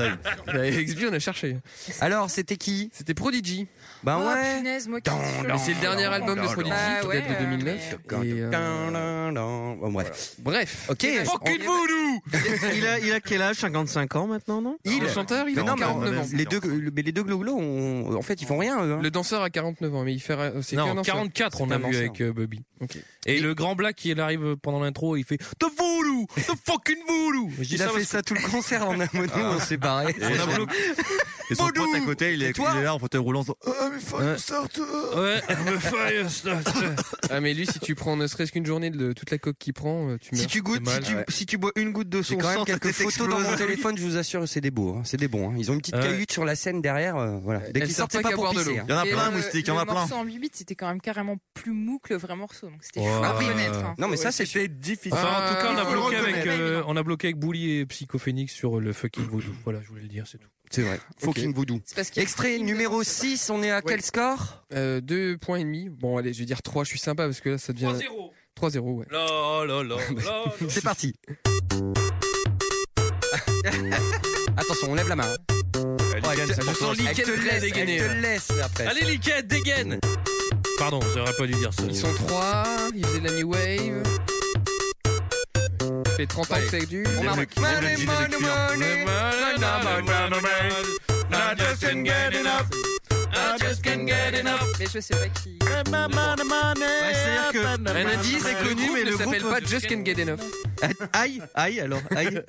Speaker 8: Avec XB, on a cherché.
Speaker 6: Alors, c'était qui
Speaker 8: C'était Prodigy.
Speaker 6: Bah
Speaker 11: Oh,
Speaker 6: ouais.
Speaker 11: punaise, moi qui suis
Speaker 8: Mais c'est le dernier album de Prodigy
Speaker 11: Bah
Speaker 8: qui
Speaker 11: ouais,
Speaker 6: Ah,
Speaker 8: date de 2009. Et, euh,
Speaker 6: Bon, bref.
Speaker 8: Bref.
Speaker 6: Ok.
Speaker 8: Aucune
Speaker 6: nous
Speaker 19: il, a, il a quel âge 55 ans maintenant, non
Speaker 6: Il,
Speaker 8: Le chanteur, il
Speaker 6: mais
Speaker 8: a
Speaker 6: non, mais
Speaker 8: 49 ans.
Speaker 6: Les deux, mais les deux glouglots, ont- en fait, ils font rien. Eux, hein.
Speaker 8: Le danseur a 49 ans, mais il fait. euh, c'est qu'un
Speaker 12: Non,
Speaker 8: danseur.
Speaker 12: 44 on
Speaker 8: C'est
Speaker 12: a
Speaker 8: un
Speaker 12: vu
Speaker 8: danseur.
Speaker 12: avec euh, Bobby. Et, le grand black il arrive pendant l'intro, il fait The voodoo, the fucking voodoo. Je dis
Speaker 6: Il a
Speaker 12: parce
Speaker 6: fait
Speaker 12: que-
Speaker 6: ça tout le concert en amono,
Speaker 12: Ah,
Speaker 6: on s'est barré.
Speaker 7: Et son- Et son pote à côté, il est,
Speaker 6: toi
Speaker 7: il est là en fauteuil roulant. en disant,
Speaker 6: Ah, mais faut
Speaker 7: Ouais.
Speaker 12: Ouais, mais fire start.
Speaker 8: Ah, mais lui, si tu prends ne serait-ce qu'une journée de toute la coque qu'il prend, euh, tu meurs.
Speaker 6: Si tu goûtes, si tu, si tu bois une goutte de son
Speaker 8: J'ai quand même
Speaker 6: sang,
Speaker 8: quelques
Speaker 6: quelques photos dans mon
Speaker 8: explose.
Speaker 6: téléphone, je vous assure, c'est des beaux, hein, c'est des bons. hein. Ils ont une petite
Speaker 8: Ouais.
Speaker 6: cahute sur la scène derrière, euh, voilà. Dès
Speaker 8: Elle
Speaker 6: qu'ils
Speaker 8: sert
Speaker 6: sortent, c'est
Speaker 8: pas
Speaker 6: pas
Speaker 8: qu'à
Speaker 6: pour
Speaker 8: boire de
Speaker 6: pisser.
Speaker 8: l'eau.
Speaker 6: hein.
Speaker 11: Et le- le morceau en 8 bits, c'était quand même carrément plus mou que le vrai morceau. Donc c'était chaud
Speaker 12: Ouais.
Speaker 11: à reconnaître. hein.
Speaker 6: Non, mais ça, c'est
Speaker 12: C'était
Speaker 6: difficile.
Speaker 12: Enfin, en tout cas, on
Speaker 11: Il
Speaker 12: a
Speaker 11: faut
Speaker 12: bloqué
Speaker 11: le
Speaker 12: avec,
Speaker 11: reconnaître.
Speaker 12: euh, on a bloqué avec Bully et Psychophénix sur le fucking voodoo. Voilà, je voulais le dire, c'est tout.
Speaker 6: C'est vrai. Fucking voodoo. Extrait numéro 6, on est à quel score
Speaker 8: Euh, Deux points et demi. Bon, allez, je vais dire 3, je suis sympa parce que là, ça devient.
Speaker 12: 3-0.
Speaker 8: 3-0, ouais.
Speaker 12: Là, là, là, là.
Speaker 6: C'est parti. Attention, on lève la main. Oh, elle te-
Speaker 12: ça, je
Speaker 6: elle
Speaker 12: sens
Speaker 6: te- elle
Speaker 12: Liken
Speaker 6: te
Speaker 12: très
Speaker 6: laisse,
Speaker 12: dégainé,
Speaker 6: elle te
Speaker 12: là.
Speaker 6: laisse, mais après.
Speaker 12: Allez,
Speaker 6: ça-
Speaker 12: Liquet, dégaine Pardon, j'aurais pas dû dire ça.
Speaker 8: Ils sont 3, ils faisaient de la new wave. Ça fait 30 ans que ça dure.
Speaker 12: On marque.
Speaker 8: Money, money, money.
Speaker 11: Mais je sais pas qui.
Speaker 8: Ah, Un indice
Speaker 19: Très
Speaker 8: le
Speaker 19: connu,
Speaker 8: groupe
Speaker 19: mais
Speaker 8: ne
Speaker 19: le
Speaker 8: s'appelle
Speaker 19: groupe
Speaker 8: pas
Speaker 19: de-
Speaker 8: Just Can Get Enough.
Speaker 6: Aïe, aïe, alors, aïe.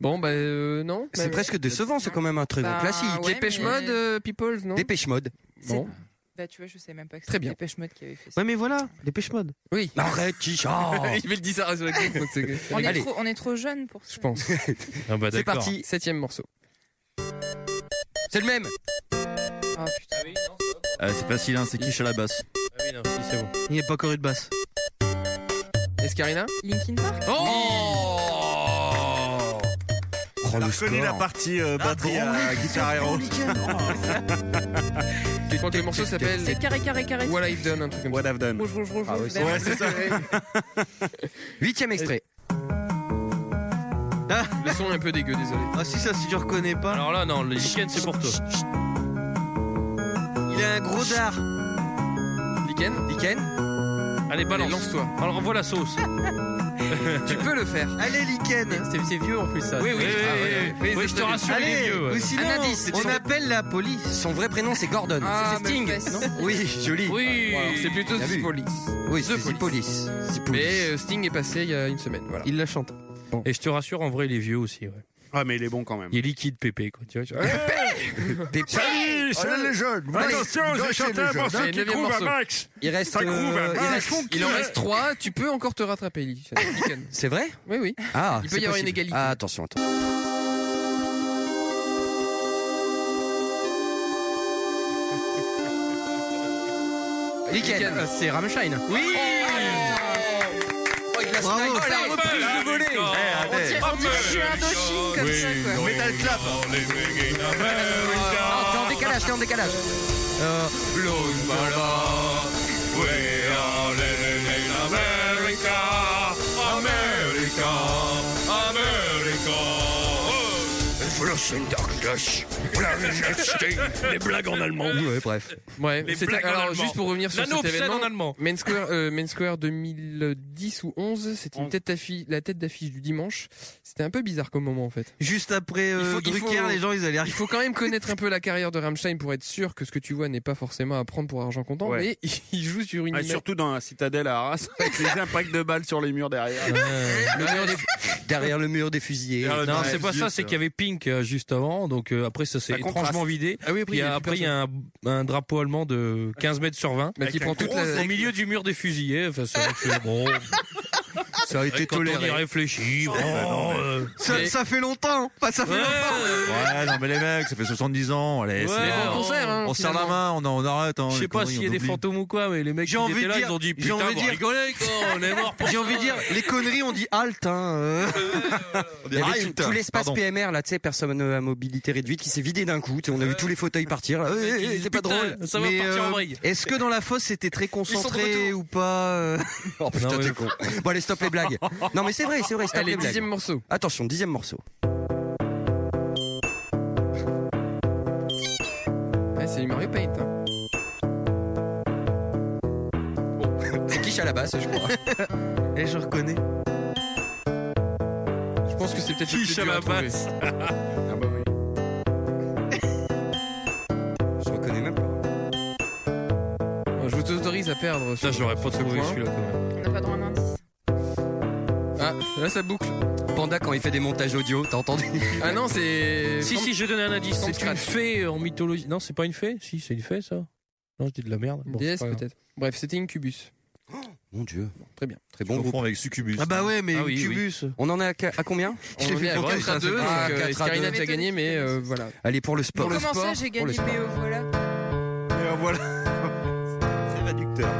Speaker 8: Bon, bah euh, non.
Speaker 6: C'est presque décevant, c'est quand même un très bon
Speaker 8: Bah,
Speaker 6: classique.
Speaker 8: ouais, Dépêche mais- Mode, euh, People, non
Speaker 6: Dépêche Mode.
Speaker 8: Bon.
Speaker 11: Bah, tu vois, je savais même pas que
Speaker 19: Très
Speaker 11: c'était
Speaker 19: bien.
Speaker 11: Dépêche Mode qui avait fait ça.
Speaker 19: Ouais, mais voilà, dépêche mode.
Speaker 6: Oui. Arrête, Tichard
Speaker 8: Il met le 10 à raison avec nous, donc c'est-
Speaker 11: On est,
Speaker 8: Allez,
Speaker 11: trop, on est trop jeune pour ça.
Speaker 8: je pense. c'est
Speaker 11: d'accord.
Speaker 8: parti, septième morceau.
Speaker 6: C'est le même Ah,
Speaker 7: Ah, c'est facile, hein, c'est quiche à la basse.
Speaker 12: Ah oui, non, si, c'est bon.
Speaker 19: Il n'y a pas encore eu de
Speaker 6: Bah,
Speaker 19: basse.
Speaker 8: Escarina
Speaker 11: Linkin Park
Speaker 12: Oh
Speaker 18: On a reconnu la partie euh, batterie à Guitar Hero.
Speaker 8: Je crois que le morceau s'appelle
Speaker 11: C'est carré, carré, carré.
Speaker 8: What I've Done, un truc comme
Speaker 18: ça. What I've Done.
Speaker 11: Rouge, rouge, rouge, rouge, vert.
Speaker 18: ouais, c'est ça.
Speaker 6: Huitième extrait.
Speaker 8: Le son est un peu dégueu, désolé.
Speaker 19: Ah si, ça, si tu reconnais pas.
Speaker 12: Alors là, non, le week c'est pour toi.
Speaker 6: Il a un gros dard.
Speaker 8: Lichen
Speaker 6: Lichen
Speaker 12: Allez, balance.
Speaker 8: lance-toi.
Speaker 12: Alors, renvoie la sauce.
Speaker 6: tu peux le faire. Allez, Lichen
Speaker 10: C'est vieux en plus, ça.
Speaker 12: Oui, oui, oui, oui, oui. Oui, je te rassure, il est
Speaker 6: Allez,
Speaker 12: vieux, ouais.
Speaker 6: ou sinon,
Speaker 12: Un indice,
Speaker 6: on
Speaker 12: c'est-
Speaker 6: appelle la police. Son vrai prénom, c'est Gordon.
Speaker 12: Ah,
Speaker 6: C'est- c'est
Speaker 12: mais
Speaker 6: Sting,
Speaker 12: fesse.
Speaker 6: non Oui, joli.
Speaker 12: Oui.
Speaker 6: Voilà.
Speaker 8: C'est plutôt
Speaker 6: Bien
Speaker 8: The
Speaker 6: vu.
Speaker 8: Police.
Speaker 6: Oui, c'est The Police.
Speaker 8: Mais euh, Sting est passé il y a une semaine, voilà.
Speaker 19: Il la chante.
Speaker 12: Et je te rassure, en vrai, il est vieux aussi. Ouais.
Speaker 18: Ah, mais il est bon quand même.
Speaker 12: Il est liquide, Pépé. Quoi, tu vois, tu vois.
Speaker 6: Salut,
Speaker 12: salut
Speaker 6: les jeunes.
Speaker 12: Attention, j'ai chanté un morceau qui
Speaker 8: neuvième
Speaker 12: groove à
Speaker 8: morceau.
Speaker 12: max.
Speaker 6: Il reste,
Speaker 8: Ça groove à
Speaker 6: euh, il
Speaker 8: max.
Speaker 6: reste-
Speaker 8: Il en reste 3, tu peux encore te rattraper, Lichen. Lichen.
Speaker 6: C'est vrai
Speaker 8: Oui, oui.
Speaker 6: Ah,
Speaker 8: Il peut
Speaker 6: c'est
Speaker 8: y avoir une
Speaker 6: possible.
Speaker 8: égalité.
Speaker 6: Ah, attention, attention.
Speaker 8: Lichen.
Speaker 10: Ah, C'est Rammstein. Oh,
Speaker 6: Oui
Speaker 10: Bravo.
Speaker 6: Oh, la reprise de volée
Speaker 10: Eh, attends.
Speaker 6: On dirait que je suis Indochine comme ça, quoi. Metal clap Ah, t'es en décalage, t'es en décalage. Euh,
Speaker 12: Les blagues en allemand.
Speaker 6: Ouais, bref.
Speaker 8: Ouais,
Speaker 12: Les
Speaker 8: c'était
Speaker 12: blagues en
Speaker 8: Euh, alors
Speaker 12: allemand.
Speaker 8: juste pour revenir sur
Speaker 12: Nano
Speaker 8: cet
Speaker 12: obscène
Speaker 8: événement
Speaker 12: en allemand.
Speaker 8: Main Square euh, Main Square 2010 ou 11, c'était une tête d'affiche la tête d'affiche du dimanche. C'était un peu bizarre comme moment en fait.
Speaker 19: Juste après euh, Drucker, les gens ils allaient
Speaker 8: Il faut quand même connaître un peu la carrière de Rammstein pour être sûr que ce que tu vois n'est pas forcément à prendre pour argent comptant,
Speaker 18: Ouais.
Speaker 8: mais il joue sur une
Speaker 18: Ah,
Speaker 8: image-
Speaker 18: surtout dans la citadelle à Arras, avec les impacts de balles sur les murs derrière.
Speaker 6: Euh, Derrière le mur des fusillés.
Speaker 12: Non, c'est pas ça, c'est qu'il y avait Pink euh, juste avant, donc euh, après ça s'est
Speaker 6: Ça
Speaker 12: étrangement
Speaker 6: contraste.
Speaker 12: vidé.
Speaker 8: Ah oui,
Speaker 12: Puis, euh, après il y a un, un drapeau allemand de 15 mètres sur 20
Speaker 8: Bah, qui
Speaker 12: Avec
Speaker 8: prend
Speaker 12: un
Speaker 8: toute
Speaker 12: gros
Speaker 8: la-
Speaker 12: au milieu du mur des fusillés. Enfin, c'est- c'est- bon.
Speaker 6: Ça a
Speaker 12: été Quand on y
Speaker 6: toléré.
Speaker 12: réfléchit, bon,
Speaker 7: Ah,
Speaker 12: euh,
Speaker 19: Ça,
Speaker 12: mais-
Speaker 19: ça fait
Speaker 9: hein.
Speaker 19: longtemps Enfin, ça fait
Speaker 12: Ouais.
Speaker 19: longtemps
Speaker 7: Ouais, non, mais les mecs, ça fait 70 ans. Allez,
Speaker 12: Ouais,
Speaker 7: c'est
Speaker 12: mais
Speaker 7: bon.
Speaker 12: bon concert, hein,
Speaker 7: on serre la main, on, en- on arrête. Hein,
Speaker 12: Je sais pas s'il y a des fantômes ou quoi, mais les mecs qui
Speaker 19: envie
Speaker 12: étaient
Speaker 19: de
Speaker 12: là,
Speaker 19: dire-
Speaker 12: ils ont dit
Speaker 19: j'ai
Speaker 12: putain,
Speaker 19: envie de
Speaker 12: vous
Speaker 19: dire-
Speaker 12: rigolez, quoi, on est mort pour
Speaker 19: J'ai envie de dire, les conneries on dit halt hein. euh.
Speaker 6: Il y avait tout, tout l'espace PMR là, tu sais, personne euh, à mobilité réduite qui s'est vidé d'un coup. tu sais, On a vu tous les fauteuils partir. là.
Speaker 12: Mais
Speaker 6: Eh,
Speaker 12: qui
Speaker 6: eh,
Speaker 12: disent,
Speaker 6: c'est pas
Speaker 12: putain,
Speaker 6: drôle.
Speaker 12: ça va
Speaker 6: Mais,
Speaker 12: partir en
Speaker 6: euh,
Speaker 12: vrille.
Speaker 19: Est-ce que dans la fosse c'était très concentré ou pas euh
Speaker 6: Oh putain,
Speaker 19: Non,
Speaker 6: t'es
Speaker 19: mais-
Speaker 6: con. Bon, allez, stop les blagues. Non, mais c'est vrai, c'est vrai, stop
Speaker 8: Allez,
Speaker 6: les blagues.
Speaker 8: dixième morceau.
Speaker 6: Attention, dixième morceau.
Speaker 8: Ouais, c'est du Mario Paint. hein.
Speaker 6: C'est quiche à la basse, je crois.
Speaker 19: Et je reconnais.
Speaker 8: Je pense que c'est peut-être le plus
Speaker 12: Fiche à
Speaker 8: dur à
Speaker 12: la
Speaker 8: trouver. Ah bah
Speaker 12: basse.
Speaker 6: Je reconnais même pas.
Speaker 8: Je vous autorise à perdre.
Speaker 12: Ça, je l'aurais pas trouvé
Speaker 8: point.
Speaker 12: celui-là quand même.
Speaker 11: On n'a pas droit à un indice.
Speaker 8: Ah, là ça boucle.
Speaker 6: Panda, quand il fait des montages audio, t'as entendu
Speaker 8: Ah non, c'est.
Speaker 12: Si,
Speaker 8: From-
Speaker 12: si, je vais donner un indice.
Speaker 8: From
Speaker 12: C'est une
Speaker 8: scratch.
Speaker 12: fée en mythologie. Non, c'est pas une fée Si, c'est une fée, ça Non, je dis de la merde. Bon,
Speaker 8: DS
Speaker 12: c'est pas grave.
Speaker 8: peut-être. Bref, c'était Incubus.
Speaker 6: Mon dieu.
Speaker 8: Très bien.
Speaker 6: Très bon groupe.
Speaker 7: Confond avec Succubus.
Speaker 19: Ah bah ouais mais
Speaker 12: Ah oui, oui.
Speaker 19: Cubus
Speaker 6: On en est à, ca- à combien
Speaker 8: On
Speaker 19: Je l'ai
Speaker 8: est
Speaker 19: fait
Speaker 8: à
Speaker 19: pour
Speaker 8: 4
Speaker 19: toi,
Speaker 8: à
Speaker 19: ça,
Speaker 8: 2, donc
Speaker 6: Ah,
Speaker 8: euh,
Speaker 6: 4 à
Speaker 8: Escarina a
Speaker 6: 2.
Speaker 8: déjà gagné, mais euh, voilà.
Speaker 6: Allez, pour le sport.
Speaker 8: Pour le
Speaker 11: Comment
Speaker 8: sport,
Speaker 11: ça, j'ai
Speaker 6: pour le
Speaker 11: gagné,
Speaker 6: sport.
Speaker 11: mais oh, voilà.
Speaker 18: Et voilà. C'est réducteur.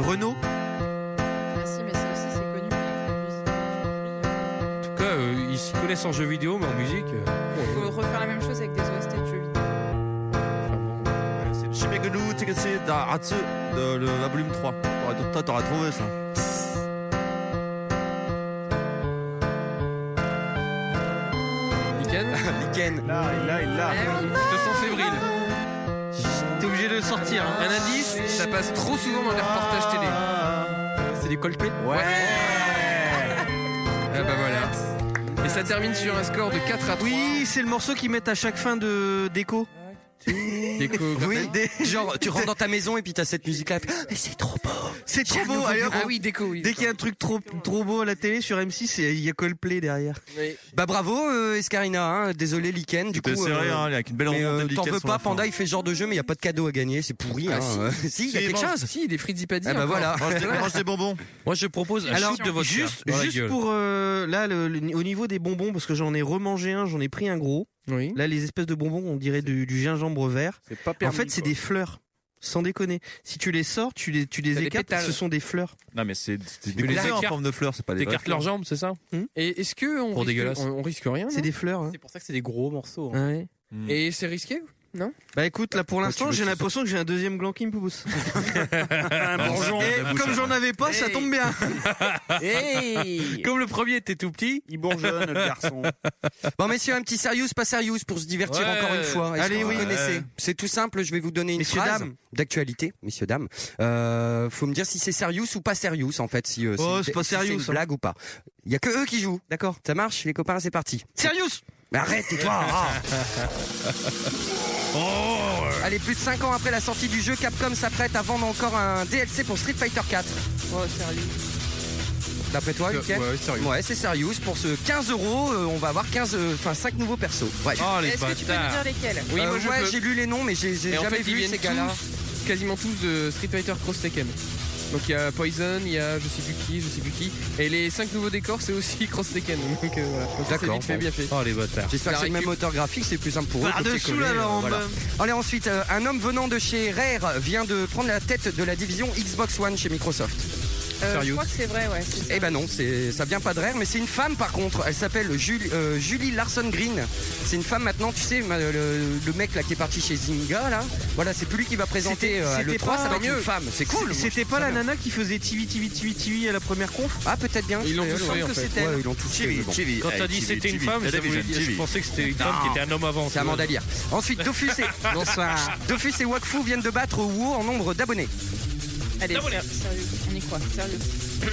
Speaker 19: Renault
Speaker 11: Merci, Ah, mais ça aussi, c'est connu. mais avec la musique
Speaker 12: En tout cas, euh, ils s'y connaissent en jeux vidéo, mais en musique. euh,
Speaker 11: Il faut refaire la même chose avec des OST de jeux vidéo.
Speaker 12: enfin, bon.
Speaker 7: C'est Shimegulu, Teketsu, Daratsu, de le- la volume 3. T'aurais- Toi, t'aurais trouvé ça.
Speaker 8: Lichen,
Speaker 6: Lichen.
Speaker 18: Là, il l'a, il l'a.
Speaker 8: je te sens fébrile.
Speaker 19: T'es obligé de le sortir hein.
Speaker 8: Un indice, ça passe trop souvent dans les reportages télé.
Speaker 19: C'est du Coldplay
Speaker 8: Ah bah voilà. Et ça termine sur un score de 4 à 3.
Speaker 19: Oui c'est le morceau qu'ils mettent à chaque fin de déco
Speaker 8: Des
Speaker 6: Oui, genre tu rentres dans ta maison et puis t'as cette musique là. Mais c'est trop beau.
Speaker 10: C'est trop beau. allez,
Speaker 6: Ah
Speaker 10: on- Dès qu'il y a un truc trop, trop beau à la télé sur M6, il y a Coldplay derrière.
Speaker 6: Bah bravo euh, Escarina, hein. désolé Liken du coup. euh,
Speaker 7: C'était serré, hein, avec une belle
Speaker 6: mais,
Speaker 7: rencontre de
Speaker 6: T'en
Speaker 7: Liken
Speaker 6: veux
Speaker 7: sur
Speaker 6: pas,
Speaker 7: la fin.
Speaker 6: Panda il fait ce genre de jeu mais il y a pas de cadeau à gagner, c'est pourri.
Speaker 8: Ah,
Speaker 6: hein.
Speaker 8: si. Eh
Speaker 6: Euh, si, il y a
Speaker 8: Si,
Speaker 6: quelque
Speaker 8: mange-
Speaker 6: chose.
Speaker 8: si, des frites Zipadi,
Speaker 6: Ah bah
Speaker 8: encore.
Speaker 6: voilà.
Speaker 8: Mange des- mange des
Speaker 7: bonbons.
Speaker 12: Moi je propose un
Speaker 9: Alors,
Speaker 12: shoot de vodka
Speaker 9: juste,
Speaker 12: dans la
Speaker 9: juste
Speaker 12: gueule.
Speaker 9: pour euh, là, le- le- au niveau des bonbons, parce que j'en ai remangé un, j'en ai pris un gros. Là, les espèces de bonbons, on dirait du, du gingembre vert. en
Speaker 10: permis,
Speaker 9: fait, c'est des fleurs. Sans déconner. Si tu les sors, tu les, tu les
Speaker 7: T'as des
Speaker 9: écartes,
Speaker 7: pétales.
Speaker 9: ce sont des fleurs.
Speaker 7: Non, mais c'est c'est
Speaker 9: Tu les
Speaker 7: des fleurs en
Speaker 9: écartes.
Speaker 7: forme de fleurs, c'est pas des
Speaker 9: T'écartes
Speaker 7: vraies fleurs.
Speaker 9: leurs jambes.
Speaker 12: C'est ça
Speaker 9: Hmm
Speaker 8: Et est-ce que on
Speaker 9: Pour
Speaker 8: risque,
Speaker 9: dégueulasse.
Speaker 8: on, on risque rien
Speaker 10: hein.
Speaker 9: C'est des fleurs.
Speaker 24: C'est pour ça que c'est des gros morceaux.
Speaker 10: Ah
Speaker 9: hein.
Speaker 10: Mm.
Speaker 8: Et c'est risqué Non
Speaker 9: Bah écoute, là pour
Speaker 8: Toi,
Speaker 9: l'instant,
Speaker 8: tu veux
Speaker 9: j'ai
Speaker 8: que ce
Speaker 9: l'impression que j'ai un deuxième gland qui me pousse.
Speaker 12: Bonjour.
Speaker 10: Et comme j'en avais pas, ça tombe bien.
Speaker 12: Hey. Comme le premier était tout petit,
Speaker 10: il bourgeonne le garçon.
Speaker 6: Bon messieurs, un petit serious, pas serious pour se divertir
Speaker 12: Ouais.
Speaker 6: encore une fois.
Speaker 12: Allez,
Speaker 6: Allez, oui,
Speaker 12: oui.
Speaker 6: connaissez.
Speaker 8: Euh.
Speaker 12: Ouais.
Speaker 6: C'est tout simple, je vais vous donner une
Speaker 12: Messieurs,
Speaker 6: phrase
Speaker 12: dames.
Speaker 6: d'actualité, messieurs dames. Euh, faut me dire si c'est serious ou pas serious en fait, si, euh,
Speaker 10: Oh,
Speaker 6: si-
Speaker 10: c'est pas
Speaker 6: si c'est
Speaker 10: serious,
Speaker 6: une
Speaker 10: hein.
Speaker 6: blague ou pas. Il y a que eux qui jouent. D'accord. Ça marche, les copains, c'est parti.
Speaker 10: Serious
Speaker 6: Mais arrête, tais-toi. ah.
Speaker 8: Oh.
Speaker 6: Allez, plus de 5 ans après la sortie du jeu, Capcom s'apprête à vendre encore un DLC pour Street Fighter 4.
Speaker 11: Oh, sérieux.
Speaker 6: D'après toi,
Speaker 11: C'est-
Speaker 6: Lucas
Speaker 11: ouais,
Speaker 6: sérieux. Ouais, c'est sérieux. Pour ce 15 euros, euh, on va avoir 15, euh, enfin 5 nouveaux persos. Bref.
Speaker 8: Oh, les Est-ce que tu peux nous bâtards. dire lesquels Oui,
Speaker 6: Euh,
Speaker 8: moi, je
Speaker 6: ouais,
Speaker 8: peux.
Speaker 6: j'ai lu les noms, mais j'ai j'ai
Speaker 8: Et en
Speaker 6: jamais
Speaker 8: fait, ils
Speaker 6: vu
Speaker 8: viennent
Speaker 6: ces gars-là.
Speaker 8: tous- Quasiment tous de Street Fighter Cross Tekken. Donc il y a Poison, il y a je sais plus qui, je sais plus qui. Et les 5 nouveaux décors, c'est aussi Cross Tekken. Donc euh, voilà. Donc ça, c'est
Speaker 6: D'accord,
Speaker 8: vite fait,
Speaker 6: bon.
Speaker 8: bien fait.
Speaker 12: Oh les bâtards.
Speaker 6: J'espère que c'est le même moteur graphique, c'est euh, plus simple pour eux.
Speaker 8: Par-dessous
Speaker 6: copier-coller,
Speaker 8: la lampe.
Speaker 6: Allez, ensuite, euh, un homme venant de chez Rare vient de prendre la tête de la division Xbox One chez Microsoft.
Speaker 11: Euh, je crois que c'est vrai, ouais. c'est ça.
Speaker 6: Eh ben non, c'est ça vient pas de Rare, mais c'est une femme par contre. Elle s'appelle Julie, euh, Julie Larson Green. C'est une femme maintenant, tu sais, ma- le, le mec là qui est parti chez Zynga là. Voilà, c'est plus lui qui va présenter euh, à le 3 ça va être une femme. C'est cool. moi, je
Speaker 10: C'était
Speaker 6: trouve
Speaker 10: pas
Speaker 6: ça
Speaker 10: la
Speaker 6: bien.
Speaker 10: nana qui faisait TV, TV, TV, TV à la première conf
Speaker 6: Ah, peut-être bien.
Speaker 10: Ils l'ont
Speaker 6: Il me
Speaker 10: tous
Speaker 6: semble
Speaker 10: fait, en
Speaker 6: que
Speaker 10: fait.
Speaker 6: c'était elle. eh,
Speaker 10: Ouais, ils l'ont tous fait, mais bon.
Speaker 12: Quand t'as dit c'était une femme, ça voulait dire- je pensais que c'était une femme qui était un homme avant.
Speaker 6: C'est Amanda Lear. Ensuite, Dofus et... Bonsoir. Dofus et Wakfu viennent de battre WoW en nombre d'abonnés.
Speaker 11: Allez, sérieux, on y croit, sérieux.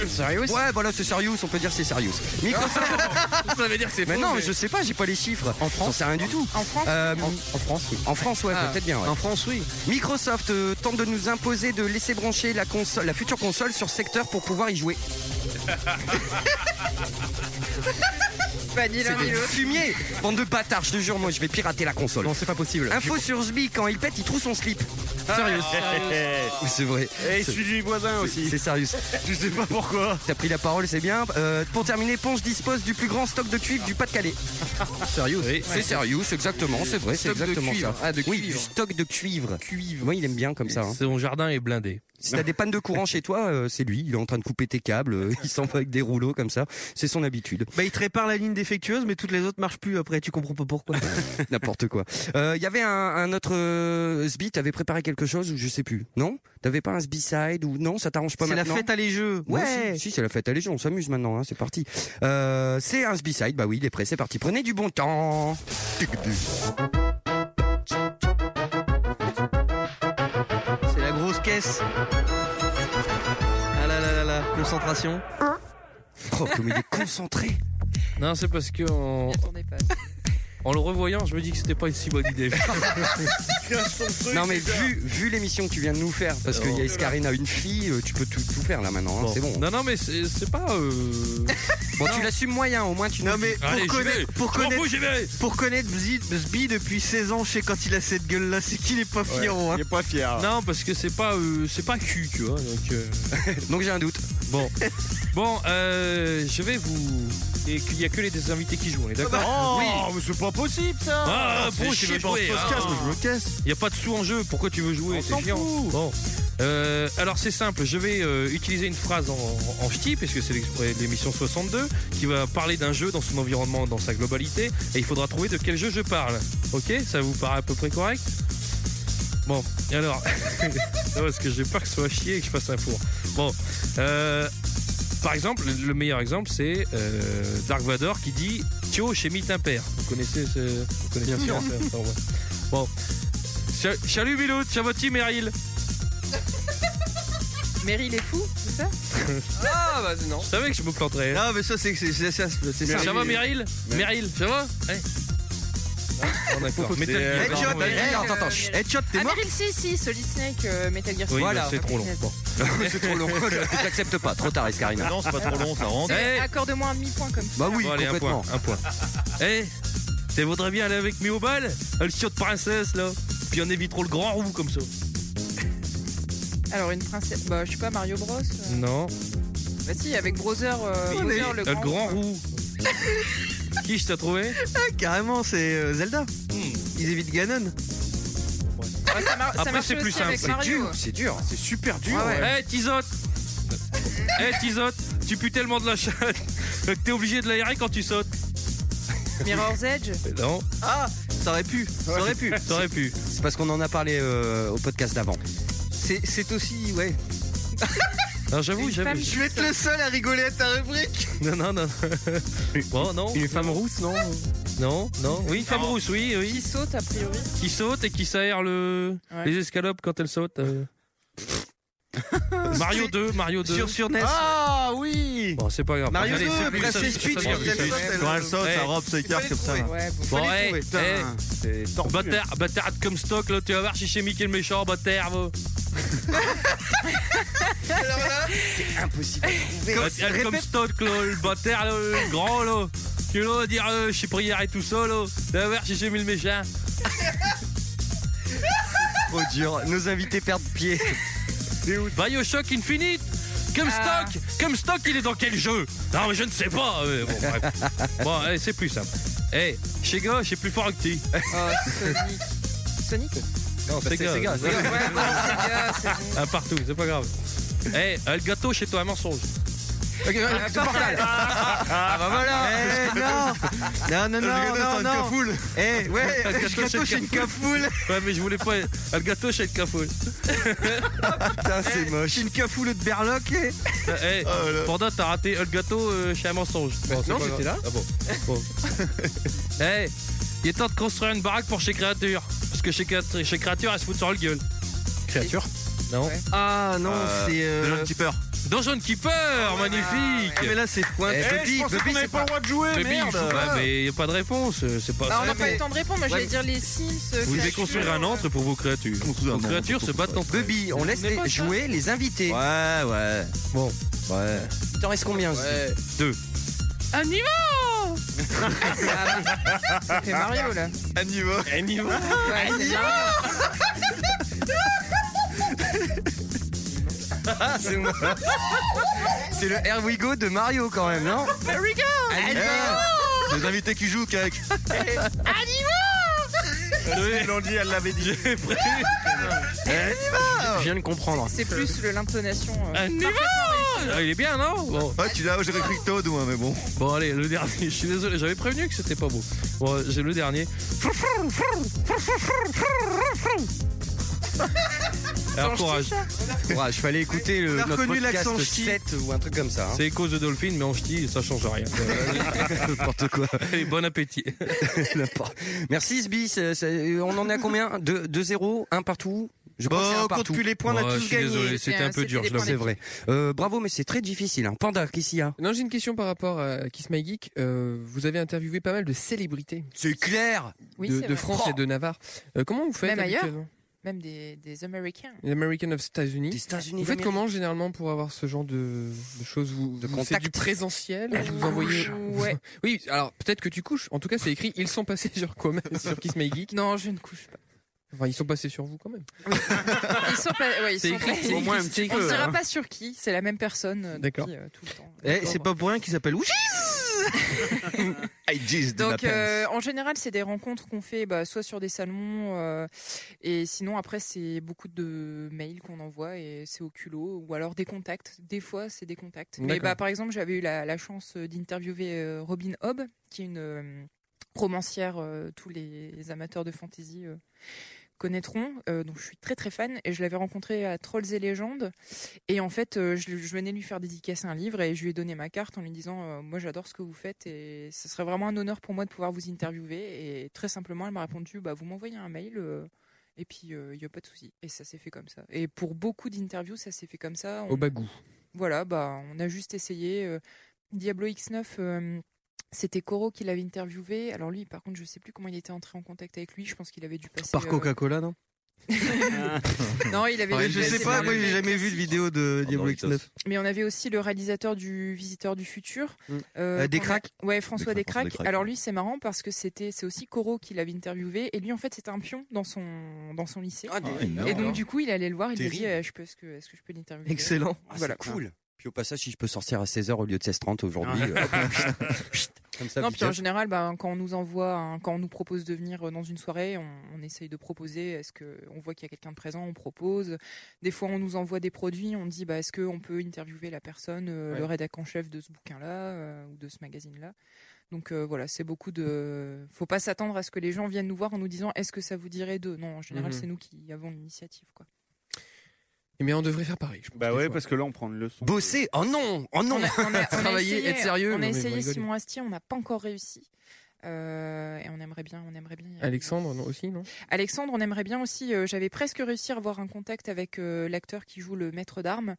Speaker 6: Sérieux Ouais, voilà, c'est sérieux, on peut dire c'est sérieux. Microsoft.
Speaker 12: Ça veut dire que c'est
Speaker 6: Mais
Speaker 12: faux,
Speaker 6: non, mais
Speaker 12: mais-
Speaker 6: je sais pas, j'ai pas les chiffres. En France C'est rien du tout. En France en, France, oui. En France, ouais,
Speaker 10: Ah.
Speaker 6: peut-être bien. ouais.
Speaker 10: En France, oui.
Speaker 6: Microsoft euh, tente de nous imposer de laisser brancher la, console, la future console sur secteur pour pouvoir y jouer.
Speaker 11: Pas ni l'un
Speaker 6: C'est
Speaker 11: ni
Speaker 6: des
Speaker 11: l'autre.
Speaker 6: fumiers Bande de bâtards, je te jure, moi je vais pirater la console. Non, c'est pas possible. Info sur Zbi, quand il pète, il trouve son slip. Sérieux Oui, C'est vrai.
Speaker 10: Et il suit les voisins
Speaker 6: C'est-
Speaker 10: aussi.
Speaker 6: C'est sérieux.
Speaker 10: Je sais pas pourquoi.
Speaker 6: T'as pris la parole, c'est bien. Euh, pour terminer, Ponce dispose du plus grand stock de cuivre du Pas-de-Calais.
Speaker 10: Sérieux
Speaker 6: C'est sérieux, c'est exactement, c'est vrai, c'est
Speaker 12: Stock de
Speaker 6: exactement
Speaker 12: cuivre.
Speaker 6: ça.
Speaker 12: Ah, de
Speaker 6: oui,
Speaker 12: cuivre.
Speaker 6: du stock de cuivre. Cuivre. Moi, il aime bien comme ça. hein.
Speaker 12: Son jardin est blindé.
Speaker 6: Si t'as des pannes de courant chez toi, euh, c'est lui, il est en train de couper tes câbles, euh, il s'en va avec des rouleaux comme ça, c'est son habitude.
Speaker 9: Bah, il te répare la ligne défectueuse, mais toutes les autres marchent plus après. Tu comprends pas pourquoi.
Speaker 6: N'importe quoi. Euh, Il y avait un, un autre euh, SBI, t'avais préparé quelque chose ou je sais plus, non T'avais pas un SBI-side ou non Ça t'arrange pas
Speaker 9: C'est la
Speaker 6: maintenant
Speaker 9: fête à les jeux.
Speaker 6: Ouais,
Speaker 9: Ouais.
Speaker 6: Si, si, c'est la fête à léger, on s'amuse maintenant, hein, c'est parti. Euh, c'est un sbicide, bah oui, il est prêt, c'est parti. Prenez du bon temps.
Speaker 9: C'est la grosse caisse. Ah là là là là, concentration.
Speaker 6: Oh, comme il est concentré.
Speaker 12: Non, c'est parce que en... en le revoyant, je me dis que c'était pas une si bonne idée.
Speaker 6: Non mais vu, vu l'émission que tu viens de nous faire, parce qu'il y a Escarina, une fille, euh, tu peux tout, tout faire là maintenant, hein, c'est bon.
Speaker 12: Non, non, mais c'est c'est pas. euh,
Speaker 6: Bon, tu l'assumes moyen, au moins tu
Speaker 10: Non mais pour
Speaker 12: Allez, j'y vais.
Speaker 10: connaître, pour
Speaker 12: Je m'en
Speaker 10: connaître,
Speaker 12: fous, j'y vais.
Speaker 10: pour connaître Bzi- Zbi depuis 16 ans, je sais quand il a cette gueule là, c'est qu'il est pas fier. hein. Il est pas fier.
Speaker 12: Non, parce que c'est pas, euh, c'est pas cul, tu vois. Donc, euh.
Speaker 6: donc j'ai un doute.
Speaker 12: Bon, bon, euh, je vais vous. Et qu'il y a que les deux invités qui jouent, on est
Speaker 6: Oh,
Speaker 7: Oh,
Speaker 12: d'accord
Speaker 10: mais c'est pas possible ça.
Speaker 12: Ah, bon, tu veux jouer, hein.
Speaker 7: Ah.
Speaker 12: Il y a pas de sous en jeu. Pourquoi tu veux jouer C'est chiant. Bon. Euh, alors c'est simple, je vais euh, utiliser une phrase en, en ch'ti, puisque c'est l'exprès- l'émission 62, qui va parler d'un jeu dans son environnement, dans sa globalité, et il faudra trouver de quel jeu je parle. Ok Ça vous paraît à peu près correct Bon, et alors... Non, parce que j'ai peur que ce soit chier et que je fasse un four. Bon, euh, par exemple, le meilleur exemple, c'est euh, Dark Vador qui dit « Tio, chez mit impair ». Vous connaissez ce... Vous connaissez
Speaker 17: Bien sûr.
Speaker 12: ce- Attends, ouais. Bon. Cha- Salut Miloud, Chavoti Meryl.
Speaker 11: Mary, il est fou, c'est ça
Speaker 8: Ah bah non.
Speaker 12: Je savais que je me planterais. hein.
Speaker 10: Ah mais ça c'est c'est c'est ça.
Speaker 12: ça va Meryl Meryl, ça va d'accord.
Speaker 6: Faut- faut-
Speaker 12: Metal Gear,
Speaker 6: Headshot,
Speaker 12: pardon, ouais.
Speaker 6: Headshot, attends, attends, Oh, chut, Headshot, t'es mort
Speaker 11: Ah, Meryl, si, si, Solid Snake, euh, Metal Gear
Speaker 6: Oui,
Speaker 11: Solid.
Speaker 6: mais c'est trop long. Bon. c'est trop long. Je l'accepte pas. Trop tard, Escarina.
Speaker 17: Non, c'est pas trop long, ça rentre.
Speaker 11: C'est- Accorde-moi un demi-point comme ça.
Speaker 6: Bah oui,
Speaker 12: Bon, allez, un
Speaker 6: complètement.
Speaker 12: point. Un point. Eh, t'es voudrais bien aller avec nous au bal Elle de princesse, là. Puis on évitera le grand roux comme ça.
Speaker 11: Alors, une princesse. Bah, je sais pas, Mario Bros. euh,
Speaker 12: Non.
Speaker 11: Bah, si, avec Browser, euh,
Speaker 12: Oui,
Speaker 11: Browser,
Speaker 12: mais-
Speaker 11: le
Speaker 12: le
Speaker 11: grand.
Speaker 12: grand roux. Qui je t'ai trouvé
Speaker 9: Ah,
Speaker 12: Hmm.
Speaker 9: Carrément, c'est euh, Zelda. Ils évitent Ganon.
Speaker 11: Ouais, Ah, ça mar- ça
Speaker 12: Après,
Speaker 11: marche
Speaker 12: c'est
Speaker 11: aussi
Speaker 12: plus simple.
Speaker 11: avec Mario.
Speaker 9: c'est dur, c'est super
Speaker 12: Eh, Tizotte Eh, Tizotte, tu pues tellement de la chatte que t'es obligé de l'aérer quand tu sautes.
Speaker 11: Mirror's Edge.
Speaker 12: Non.
Speaker 6: Ah, ça aurait pu. Ça aurait pu.
Speaker 12: Ça aurait pu.
Speaker 6: C'est parce qu'on en a parlé euh, au podcast d'avant. C'est aussi, ouais.
Speaker 12: Non, j'avoue, j'avoue.
Speaker 9: Je vais être le seul à rigoler à ta rubrique.
Speaker 12: Non, non, non. Bon, non.
Speaker 9: Une femme rousse, non
Speaker 12: Non, non. Oui, une femme
Speaker 11: Non.
Speaker 12: rousse, oui, oui.
Speaker 11: Qui saute, a priori.
Speaker 12: Qui saute et qui s'aère le...
Speaker 11: Ouais.
Speaker 12: les escalopes quand elle saute. euh. Mario 2, Mario 2.
Speaker 6: Sur- sur
Speaker 9: E
Speaker 6: NES.
Speaker 12: Ah oui Bon, c'est pas grave.
Speaker 6: Mario
Speaker 12: Allez,
Speaker 6: 2,
Speaker 12: c'est plus
Speaker 6: Princess
Speaker 12: ça, c'est
Speaker 6: Peach,
Speaker 12: ça, c'est
Speaker 6: quand
Speaker 12: plus
Speaker 6: elle
Speaker 12: ça.
Speaker 6: saute, elle- Quand elle saute,
Speaker 12: Eh.
Speaker 6: sa robe s'écarte comme ça. Ouais, bon,
Speaker 12: Bon,
Speaker 6: fallait
Speaker 12: eh,
Speaker 6: trouver. Putain,
Speaker 12: eh.
Speaker 6: c'est tordu, hein.
Speaker 12: Bâtard, bâtard de Comstock, là, tu vas voir, chez chez Mickey le méchant, bâtard, va.
Speaker 9: Alors là, c'est impossible à trouver.
Speaker 12: Bah, tiens, comme Stott, là, le bâtard, là, le grand, là. Tu là, à dire, euh, je suis prière et tout ça, là. T'as voir, j'ai mis le méchant.
Speaker 6: Trop dur. Nos invités perdent pied.
Speaker 12: Bioshock Infinite comme
Speaker 6: Ah.
Speaker 12: stock, comme stock, il est dans quel jeu Non, mais je ne sais pas. euh, bon, bref. Bon, allez, c'est plus simple. Eh, chez gars, c'est plus fort que petit.
Speaker 11: Ah, Sonic. Sonic
Speaker 12: Non,
Speaker 6: Bah,
Speaker 12: c'est
Speaker 6: c'est Sega,
Speaker 12: gars.
Speaker 6: Sega. Ouais, bon,
Speaker 11: Sega, c'est
Speaker 12: Ah, partout, c'est pas grave. Eh, euh, le gâteau chez toi, un mensonge.
Speaker 6: Ok, ouais,
Speaker 12: Ah,
Speaker 6: de
Speaker 12: Portal.
Speaker 6: Portal. Ah bah voilà. Eh, non. Non, non,
Speaker 12: Le gâteau,
Speaker 6: non,
Speaker 12: c'est
Speaker 6: non,
Speaker 12: un
Speaker 6: non.
Speaker 12: cafoule.
Speaker 6: Eh, ouais,
Speaker 12: Un
Speaker 6: le gâteau, c'est une cafoule.
Speaker 12: Ouais, mais je voulais pas. Un gâteau chez le cafoule.
Speaker 6: Putain, c'est moche. Une cafoule de berloque.
Speaker 12: Eh, Panda, t'as raté le gâteau euh, chez un mensonge. Bon, c'est
Speaker 6: Ah, non,
Speaker 12: pas
Speaker 6: j'étais
Speaker 12: grave.
Speaker 6: là.
Speaker 12: Ah bon. Bon. Eh, il est temps de construire une baraque pour chez Créature. Parce que chez, Créat- chez Créature, elle se fout sur le gueule. Créature Non.
Speaker 6: Ah non,
Speaker 12: Euh,
Speaker 6: c'est.
Speaker 12: Dungeon
Speaker 6: Keeper.
Speaker 12: Dungeon Keeper, magnifique.
Speaker 6: Mais là, c'est point.
Speaker 12: Eh,
Speaker 6: Bobby,
Speaker 12: je pensais
Speaker 6: Bobby,
Speaker 12: qu'on avait
Speaker 6: c'est
Speaker 12: pas le droit de jouer,
Speaker 6: Bobby,
Speaker 12: merde.
Speaker 6: il faut pas.
Speaker 12: Ouais, mais y a pas de réponse, euh, c'est pas.
Speaker 11: Bah, on n'a
Speaker 12: Ouais,
Speaker 11: pas eu le temps de répondre, mais
Speaker 12: Ouais.
Speaker 11: j'allais dire les Sims. euh,
Speaker 12: Vous devez
Speaker 11: Créatures.
Speaker 12: construire
Speaker 6: hein.
Speaker 12: un antre pour vos créatures. Vos créatures se battent entre elles.
Speaker 6: Bobby, on laisse les- jouer les invités.
Speaker 17: Ouais, ouais.
Speaker 6: Bon.
Speaker 17: Ouais.
Speaker 6: Il t'en reste combien aussi
Speaker 12: Deux.
Speaker 11: Un niveau Ça fait Mario là.
Speaker 6: Un niveau.
Speaker 12: Un niveau.
Speaker 11: Ouais, c'est
Speaker 6: niveau.
Speaker 11: Mario.
Speaker 6: Ah, c'est moi. C'est le Here We Go de Mario quand même, non
Speaker 11: Here we go
Speaker 6: Allez,
Speaker 17: C'est euh, les invités qui jouent, Kak.
Speaker 12: Ils l'ont dit, elle l'avait dit. J'ai prévu.
Speaker 11: Eh,
Speaker 7: Ah,
Speaker 6: Je viens de comprendre.
Speaker 11: C'est plus le- l'intonation. euh,
Speaker 12: Un niveau Ah, Il est bien, non Bon.
Speaker 17: Ouais, tu l'as, j'aurais cru que Toad, moi, mais bon.
Speaker 12: Bon, allez, le dernier. Je suis désolé, j'avais prévenu que c'était pas beau. Bon, euh, j'ai le dernier. Alors, courage.
Speaker 6: Courage, fallait écouter le,
Speaker 12: On a
Speaker 6: notre
Speaker 12: reconnu l'accent
Speaker 6: podcast
Speaker 12: ch'ti.
Speaker 6: 7 ou un truc comme ça. hein.
Speaker 12: C'est cause de Dolphin, mais en ch'ti, ça change rien.
Speaker 6: N'importe quoi.
Speaker 12: Allez, bon appétit.
Speaker 6: N'importe. Merci Sbi, c'est- c'est- on en est à combien 2-0, 1 partout je crois
Speaker 9: Bon,
Speaker 6: que c'est
Speaker 9: on
Speaker 6: un
Speaker 9: compte
Speaker 6: partout.
Speaker 9: plus les points, on
Speaker 12: Oh,
Speaker 9: a Ouais, tous je suis gagné. désolé,
Speaker 12: c'était un peu C'était dur, des je l'avoue.
Speaker 6: C'est vrai. Euh, bravo, mais c'est très difficile. Hein. Panda, qu'est-ce qu'il y a
Speaker 8: Non, j'ai une question par rapport à Kiss My Geek. Euh, vous avez interviewé pas mal de célébrités.
Speaker 6: C'est clair Oh.
Speaker 11: Oui,
Speaker 8: De,
Speaker 11: c'est
Speaker 8: de
Speaker 11: vrai.
Speaker 8: France et de Navarre. Euh, comment vous faites
Speaker 11: Même ailleurs
Speaker 8: habituellement
Speaker 11: Même des, des Américains.
Speaker 8: Les American of États-Unis. Vous faites
Speaker 11: d'Amérique.
Speaker 8: comment généralement pour avoir ce genre de, de choses vous, vous- C'est
Speaker 11: contact.
Speaker 8: du présentiel
Speaker 11: Ah, je
Speaker 8: Vous
Speaker 11: couche.
Speaker 8: envoyez
Speaker 11: Ouais.
Speaker 8: Oui, alors peut-être que tu couches. En tout cas, c'est écrit. Ils sont passés sur quoi même Sur Kiss My Geek
Speaker 11: Non, je ne couche pas.
Speaker 8: Enfin, ils sont passés sur vous quand même.
Speaker 11: Ils sont pas. Ouais, ils
Speaker 8: C'est
Speaker 11: sont
Speaker 8: écrit,
Speaker 11: pas-
Speaker 8: c'est Au moins écrit, un petit
Speaker 11: On
Speaker 8: peu,
Speaker 11: dira
Speaker 8: hein.
Speaker 11: pas sur qui, c'est la même personne. euh,
Speaker 8: D'accord.
Speaker 11: depuis, euh, tout le temps.
Speaker 6: Eh, c'est pas pour rien qu'il s'appelle Oujiz I jizz dans ma
Speaker 11: Donc, euh,
Speaker 6: pants.
Speaker 11: en général, c'est des rencontres qu'on fait bah, soit sur des salons, euh, et sinon, après, c'est beaucoup de mails qu'on envoie, et c'est au culot, ou alors des contacts. Des fois, c'est des contacts. Mais
Speaker 8: D'accord.
Speaker 11: bah, par exemple, j'avais eu la, la chance euh, d'interviewer euh, Robin Hobb, qui est une euh, romancière, euh, tous les amateurs de fantasy euh, connaîtront, euh, donc je suis très très fan, et je l'avais rencontrée à Trolls et Légendes, et en fait, euh, je, je venais lui faire dédicacer un livre, et je lui ai donné ma carte en lui disant, euh, moi j'adore ce que vous faites, et ce serait vraiment un honneur pour moi de pouvoir vous interviewer, et très simplement, elle m'a répondu, bah vous m'envoyez un mail, euh, et puis il n'y a pas de souci, et ça s'est fait comme ça. Et pour beaucoup d'interviews, ça s'est fait comme ça.
Speaker 8: Au bagou.
Speaker 11: Voilà, bah on a juste essayé. euh, Diablo X9, euh, C'était Coro qui l'avait interviewé. Alors lui, par contre, je sais plus comment il était entré en contact avec lui. Je pense qu'il avait dû passer.
Speaker 9: Par
Speaker 11: euh,
Speaker 9: Coca-Cola, non
Speaker 6: Ah.
Speaker 11: Non, il avait
Speaker 25: Ouais,
Speaker 11: dû
Speaker 25: je sais
Speaker 11: passer
Speaker 25: pas,
Speaker 11: par
Speaker 25: moi
Speaker 11: le
Speaker 25: j'ai
Speaker 11: mec
Speaker 25: jamais vu de vidéo de Diablo X9.
Speaker 11: Mais on avait aussi le réalisateur du Visiteur du futur.
Speaker 25: Mm. Euh,
Speaker 11: qu'on a-
Speaker 25: Descraques
Speaker 11: Ouais,
Speaker 25: Descraques,
Speaker 11: François
Speaker 25: François
Speaker 11: Descraques.
Speaker 25: Descraques,
Speaker 11: Alors lui, c'est marrant parce que c'était, c'est aussi Coro qui l'avait interviewé. Et lui, en fait, c'était un pion dans son, dans son lycée.
Speaker 6: Ah, des- Ah,
Speaker 11: et donc,
Speaker 6: énorme.
Speaker 11: du coup, il allait le voir, il lui a dit,
Speaker 6: Terrible.
Speaker 11: euh, je peux, est-ce que, est-ce que je peux l'interviewer
Speaker 6: Excellent. Ah, c'est
Speaker 11: Voilà.
Speaker 6: cool. Puis au passage, si je peux sortir à 16h au lieu de 16h30 aujourd'hui.
Speaker 11: Ah.
Speaker 6: euh, chut, comme ça,
Speaker 11: non,
Speaker 6: vite
Speaker 11: puis en
Speaker 6: fait.
Speaker 11: général, bah, quand on nous envoie, un- quand on nous propose de venir euh, dans une soirée, on, on essaye de proposer. Est-ce que on voit qu'il y a quelqu'un de présent, on propose. Des fois, on nous envoie des produits, on dit, bah, est-ce qu'on peut interviewer la personne, euh,
Speaker 26: Ouais.
Speaker 11: le rédac en chef de ce bouquin-là euh, ou de ce magazine-là. Donc euh, voilà, c'est beaucoup de. Faut pas s'attendre à ce que les gens viennent nous voir en nous disant, est-ce que ça vous dirait d'eux Non, en général,
Speaker 8: Mhm.
Speaker 11: c'est nous qui avons l'initiative, quoi.
Speaker 8: Eh bien, on devrait faire pareil.
Speaker 27: Bah ouais, parce que là, on prend une leçon. Bosser
Speaker 25: Oh non Oh
Speaker 11: On a- on a- on a
Speaker 25: Travailler,
Speaker 11: essayé-
Speaker 25: être sérieux, non,
Speaker 11: On a
Speaker 25: mais
Speaker 11: essayé
Speaker 25: vous rigolez.
Speaker 11: Simon Astier, on n'a pas encore réussi. Euh, et on aimerait bien, on aimerait bien. y arriver.
Speaker 8: Alexandre, non, aussi, non
Speaker 11: Alexandre, on aimerait bien aussi. euh, J'avais presque réussi à avoir un contact avec euh, l'acteur qui joue le maître d'armes.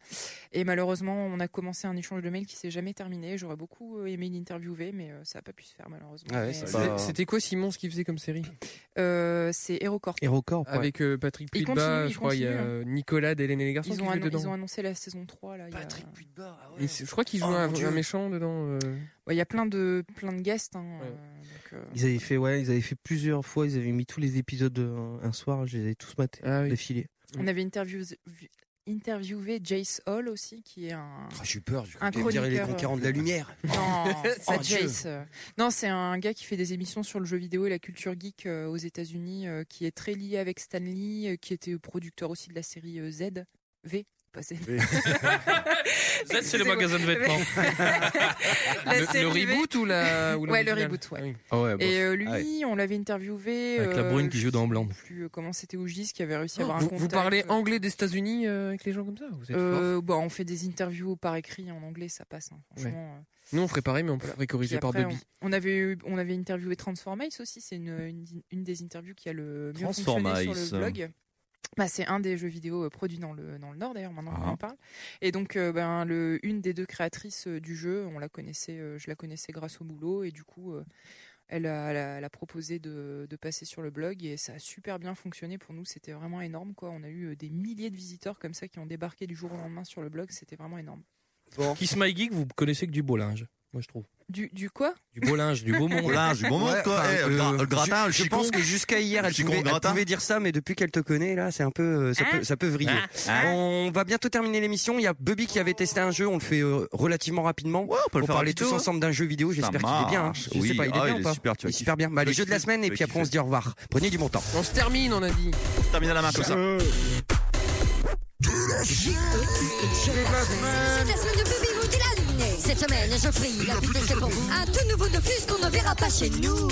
Speaker 11: Et malheureusement, on a commencé un échange de mails qui s'est jamais terminé. J'aurais beaucoup euh, aimé l'interviewer, mais euh, ça n'a pas pu se faire malheureusement. Mais,
Speaker 8: C'est-
Speaker 11: euh,
Speaker 8: C'était quoi Simon ce qu'il faisait comme série
Speaker 11: euh, C'est HeroCorp.
Speaker 8: Avec euh, Patrick
Speaker 11: Il
Speaker 8: Pidba,
Speaker 11: continue, il
Speaker 8: je crois, il y a
Speaker 11: continue.
Speaker 8: euh, Nicolas d'Hélène et les garçons
Speaker 11: Ils
Speaker 8: qui
Speaker 11: ont,
Speaker 8: jouent
Speaker 11: annon-
Speaker 8: dedans.
Speaker 11: ils ont annoncé la saison 3 là. Patrick Pudba,
Speaker 8: Et c'est- je crois qu'il joue
Speaker 11: Oh,
Speaker 8: un, un méchant dedans. euh.
Speaker 11: Il y a plein de plein de guests. hein, euh, donc, euh,
Speaker 9: Ils avaient fait, ouais, ils avaient fait plusieurs fois, ils avaient mis tous les épisodes euh, un soir, je les avais tous matés,
Speaker 13: Ah
Speaker 9: défilés.
Speaker 6: Mm.
Speaker 11: On avait interviewé, interviewé Jace Hall aussi, qui est un.
Speaker 6: Ah, J'ai eu peur, j'ai cru
Speaker 11: un
Speaker 6: que t'allais me dire les
Speaker 11: chroniqueur,
Speaker 6: conquérants de la
Speaker 11: euh,
Speaker 6: lumière.
Speaker 11: Non, ça,
Speaker 6: Oh, Dieu.
Speaker 11: Jace. euh, Non, c'est un gars qui fait des émissions sur le jeu vidéo et la culture geek euh, aux États-Unis, euh, qui est très lié avec Stan Lee, euh, qui était producteur aussi de la série euh, Z, V. Pas Z.
Speaker 12: Z, c'est le
Speaker 11: Excusez-moi.
Speaker 12: magasin de vêtements.
Speaker 11: La
Speaker 8: Le- le
Speaker 11: série V.
Speaker 8: reboot ou la- ou
Speaker 11: Ouais, le
Speaker 8: l'original
Speaker 11: reboot, ouais.
Speaker 8: Ah oui.
Speaker 12: Ah ouais, bon.
Speaker 11: Et euh, lui,
Speaker 12: Ah ouais.
Speaker 11: on l'avait interviewé.
Speaker 12: Avec la
Speaker 11: euh,
Speaker 12: brune qui joue dans Blanc.
Speaker 11: plus, euh, comment c'était Ougis qui avait réussi à avoir un
Speaker 8: Vous,
Speaker 11: contact.
Speaker 8: vous parlez anglais des États-Unis euh, avec les gens comme ça Vous êtes
Speaker 11: Euh,
Speaker 8: fort.
Speaker 11: bah, on fait des interviews par écrit en anglais, ça passe. hein, franchement, euh.
Speaker 8: Nous, on ferait pareil, mais on ferait corriger
Speaker 11: Puis
Speaker 8: par
Speaker 11: après,
Speaker 8: Bobby.
Speaker 11: On, on avait eu- on avait interviewé Transformice aussi. C'est une, une- une des interviews qui a le mieux fonctionné sur
Speaker 12: Transformice.
Speaker 11: le blog. Bah, c'est un des jeux vidéo euh, produits dans le dans le Nord d'ailleurs. Maintenant qu'on
Speaker 12: Ah.
Speaker 11: en parle. Et donc euh, ben le une des deux créatrices euh, du jeu, on la connaissait, euh, je la connaissais grâce au boulot et du coup. euh, elle a, elle a- elle a proposé de, de passer sur le blog et ça a super bien fonctionné pour nous. C'était vraiment énorme. Quoi. On a eu euh, des milliers de visiteurs comme ça qui ont débarqué du jour au lendemain sur le blog. C'était vraiment énorme.
Speaker 12: Kiss My Geek, vous connaissez que du beau linge, moi je trouve.
Speaker 11: Du, du quoi
Speaker 12: Du beau linge, du beau monde.
Speaker 6: Ouais, enfin, euh, je- Je pense que jusqu'à hier, elle
Speaker 12: chicon
Speaker 6: pouvait, elle
Speaker 12: gratin.
Speaker 6: pouvait dire ça, mais depuis qu'elle te connaît, là, c'est un peu, euh, ça,
Speaker 25: Hein
Speaker 11: Ah.
Speaker 6: peut, ça peut vriller.
Speaker 9: Ah,
Speaker 25: Hein Hein
Speaker 6: on va bientôt terminer l'émission. Il y a Bobby qui avait testé un jeu. On le fait euh, relativement rapidement.
Speaker 25: le
Speaker 6: on
Speaker 25: faire
Speaker 6: parler
Speaker 25: rapidement,
Speaker 6: tous
Speaker 25: hein.
Speaker 6: ensemble d'un jeu vidéo.
Speaker 25: Ça
Speaker 6: J'espère qu'il est bien. hein.
Speaker 25: marche.
Speaker 6: Je sais
Speaker 25: Oui.
Speaker 6: pas, il est
Speaker 25: Ah,
Speaker 6: bien
Speaker 25: il
Speaker 6: ou
Speaker 25: est
Speaker 6: pas
Speaker 25: super, tu vas
Speaker 6: Il est super bien. Bah,
Speaker 25: Tu
Speaker 6: les
Speaker 25: vas
Speaker 6: jeux de la
Speaker 25: kiffer,
Speaker 6: semaine, et
Speaker 25: tu vas
Speaker 6: puis après on
Speaker 25: kiffer.
Speaker 6: se dit au revoir. Prenez du bon temps.
Speaker 8: On se termine, on a dit.
Speaker 7: Termine à la main comme ça.
Speaker 4: C'est la semaine de Bobby Woodland. Cette semaine, je frie la vitesse pour vous. Un tout nouveau Dofus qu'on ne verra pas chez nous.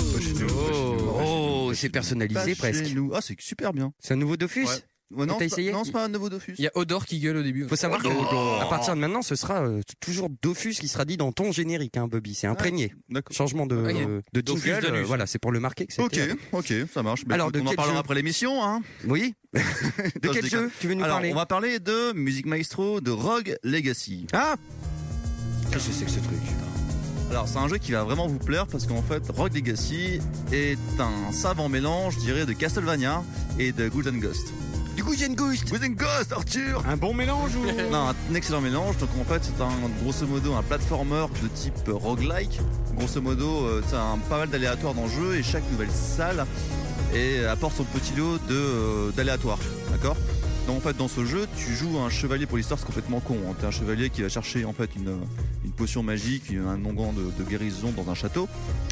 Speaker 6: Oh, c'est personnalisé
Speaker 7: Pas chez
Speaker 6: presque.
Speaker 7: nous. Ah, c'est super bien.
Speaker 6: C'est un nouveau Dofus
Speaker 7: Ouais. Ouais, non,
Speaker 6: T'as
Speaker 7: c'est pas-
Speaker 6: essayé
Speaker 7: non, c'est pas un nouveau Dofus.
Speaker 8: Il y a Odor qui gueule au début.
Speaker 6: Faut savoir
Speaker 7: Odor.
Speaker 6: que à partir de maintenant, ce sera euh, t- toujours Dofus qui sera dit dans ton générique, hein, Bobby. C'est imprégné.
Speaker 7: Ah,
Speaker 6: Changement de,
Speaker 7: Ok.
Speaker 6: euh, de
Speaker 7: Dofus
Speaker 6: jingle.
Speaker 7: Danus.
Speaker 6: euh, voilà, c'est pour le marquer. Que
Speaker 7: Ok,
Speaker 6: c'était-
Speaker 7: ok, ça marche.
Speaker 6: Alors,
Speaker 7: Alors,
Speaker 6: de
Speaker 7: on en
Speaker 6: quel
Speaker 7: parlera
Speaker 6: jeu
Speaker 7: après l'émission, hein
Speaker 6: Oui.
Speaker 7: de
Speaker 6: quel jeu tu veux nous
Speaker 7: Alors,
Speaker 6: parler
Speaker 7: On va parler de Musique Maestro de Rogue Legacy.
Speaker 6: Ah
Speaker 7: Qu'est-ce que c'est que ce truc Alors, c'est un jeu qui va vraiment vous plaire parce qu'en fait, Rogue Legacy est un savant mélange, je dirais, de Castlevania et de Golden Ghost.
Speaker 6: Du coup, j'ai une Ghost
Speaker 7: Golden Ghost, Arthur
Speaker 6: Un bon mélange ou
Speaker 7: Non, un excellent mélange. Donc, en fait, c'est un grosso modo un platformer de type euh, roguelike. Grosso modo, euh, c'est un pas mal d'aléatoires dans le jeu et chaque nouvelle salle et apporte son petit lot de, euh, d'aléatoires. D'accord donc en fait dans ce jeu tu joues un chevalier pour l'histoire c'est complètement con. hein. T'es un chevalier qui va chercher en fait une, euh, une potion magique, une- un onguent de, de guérison dans un château.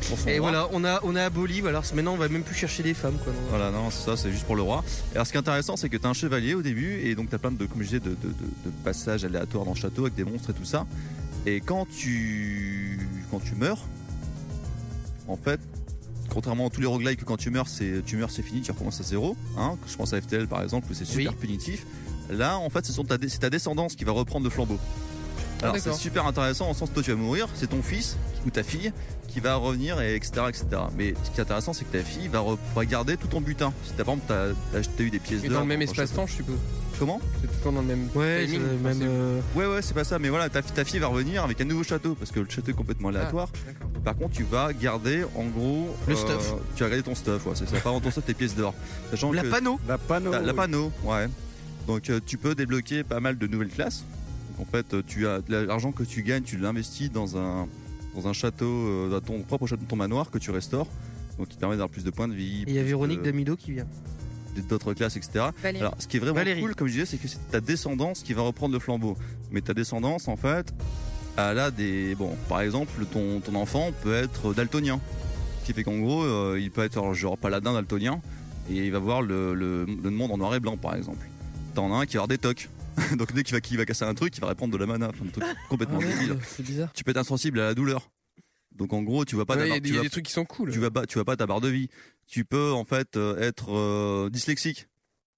Speaker 7: pour son
Speaker 11: Ah.
Speaker 9: Et
Speaker 7: roi.
Speaker 9: voilà, on a, on a aboli, voilà, c'est- maintenant on va même plus chercher des femmes, quoi. non.
Speaker 7: Voilà, non, ça c'est juste pour le roi. Et alors ce qui est intéressant, c'est que t'as un chevalier au début, et donc t'as plein de, comme je disais, de, de- de- de passages aléatoires dans le château avec des monstres et tout ça. Et quand tu, quand tu meurs, en fait, contrairement à tous les roguelikes, que quand tu meurs, c'est, tu meurs, c'est fini, tu recommences à zéro. hein. je pense à FTL par exemple, où c'est super punitif. Là, en fait, ce sont ta, dé- c'est ta descendance qui va reprendre le flambeau.
Speaker 8: Ah,
Speaker 7: Alors c'est
Speaker 25: D'accord.
Speaker 7: super intéressant en sens que toi tu vas mourir, c'est ton fils ou ta fille qui va revenir et etc etc. Mais ce qui est intéressant c'est que ta fille va, re- va garder tout ton butin. Si t'as par exemple t'as t'as- t'as eu des pièces
Speaker 8: Et
Speaker 7: d'or
Speaker 8: dans le même
Speaker 7: dans ton
Speaker 8: espace-temps,
Speaker 7: château.
Speaker 8: je suppose.
Speaker 7: Comment
Speaker 8: C'est- exactement dans le même euh,
Speaker 7: Ouais,
Speaker 8: timing.
Speaker 7: c'est-
Speaker 8: Enfin,
Speaker 7: c'est-
Speaker 8: c'est-
Speaker 7: ouais, ouais, c'est pas ça. Mais voilà, ta, fi- ta fille va revenir avec un nouveau château parce que le château est complètement aléatoire. Par contre, tu vas garder en gros euh,
Speaker 13: Le stuff.
Speaker 7: Tu vas garder ton stuff, ouais, c'est ça. Par contre, ton stuff, tes pièces d'or. Sachant
Speaker 13: La
Speaker 7: que-
Speaker 13: panneau.
Speaker 7: La panneau. La,
Speaker 13: oui.
Speaker 7: panneau, ouais. Donc, euh, tu peux débloquer pas mal de nouvelles classes. Donc, en fait, euh, tu as de l'argent que tu gagnes, tu l'investis dans un dans un château, euh, dans ton propre château, ton manoir que tu restaures. Donc, qui te permet d'avoir plus de points de vie.
Speaker 19: Et Il y a
Speaker 7: plus
Speaker 19: Véronique
Speaker 7: de-
Speaker 19: Damido qui vient.
Speaker 7: d'autres classes, etc.
Speaker 19: Valérie.
Speaker 7: Alors, ce qui est vraiment
Speaker 19: Valérie.
Speaker 7: cool, comme je disais, c'est que c'est ta descendance qui va reprendre le flambeau. Mais ta descendance, en fait, elle a des. Bon, par exemple, ton, ton enfant peut être daltonien. Ce qui fait qu'en gros, euh, il peut être genre paladin daltonien et il va voir le, le- le monde en noir et blanc, par exemple. T'en as un qui va avoir des tocs. Donc, dès qu'il va, qu'il va casser un truc, il va répandre de la mana. Enfin, un truc complètement
Speaker 12: Ah
Speaker 7: débile.
Speaker 8: C'est bizarre.
Speaker 7: Tu peux être insensible à la douleur. Donc en gros, tu vas pas.
Speaker 8: Ouais,
Speaker 7: ta
Speaker 8: y
Speaker 7: barre-
Speaker 8: a des-
Speaker 7: tu
Speaker 8: y a
Speaker 7: vas-
Speaker 8: des trucs qui sont cool.
Speaker 7: Tu vas pas, tu vas pas ta barre de vie. Tu peux en fait euh, être euh, dyslexique.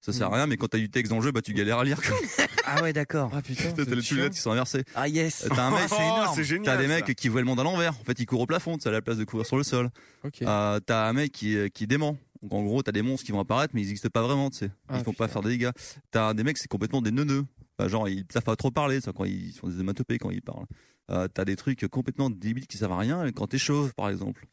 Speaker 7: Ça
Speaker 8: Hmm.
Speaker 7: sert à rien, mais quand t'as du texte dans le jeu, bah tu galères à lire. quoi.
Speaker 13: Ah ouais, d'accord. Ah
Speaker 8: putain.
Speaker 7: T'as les lettres qui sont inversées.
Speaker 13: Ah yes.
Speaker 7: Euh, T'as un mec,
Speaker 13: Oh, c'est génial,
Speaker 7: T'as des
Speaker 13: ça.
Speaker 7: mecs qui voient le monde à l'envers. En fait, ils courent au plafond, tu sais, à la place de courir sur le sol.
Speaker 8: Ok.
Speaker 7: Euh, t'as un mec qui, euh, qui dément. Donc en gros, t'as des monstres qui vont apparaître, mais ils n'existent pas vraiment, tu sais. Ils
Speaker 8: Ah,
Speaker 7: font pas faire des dégâts. T'as des mecs, c'est complètement des neuneux. Enfin, genre, ils savent pas trop parler, ça, quand ils ils sont des hématopées quand ils parlent. Euh, t'as des trucs complètement débiles qui servent à rien quand t'es chauve, par exemple.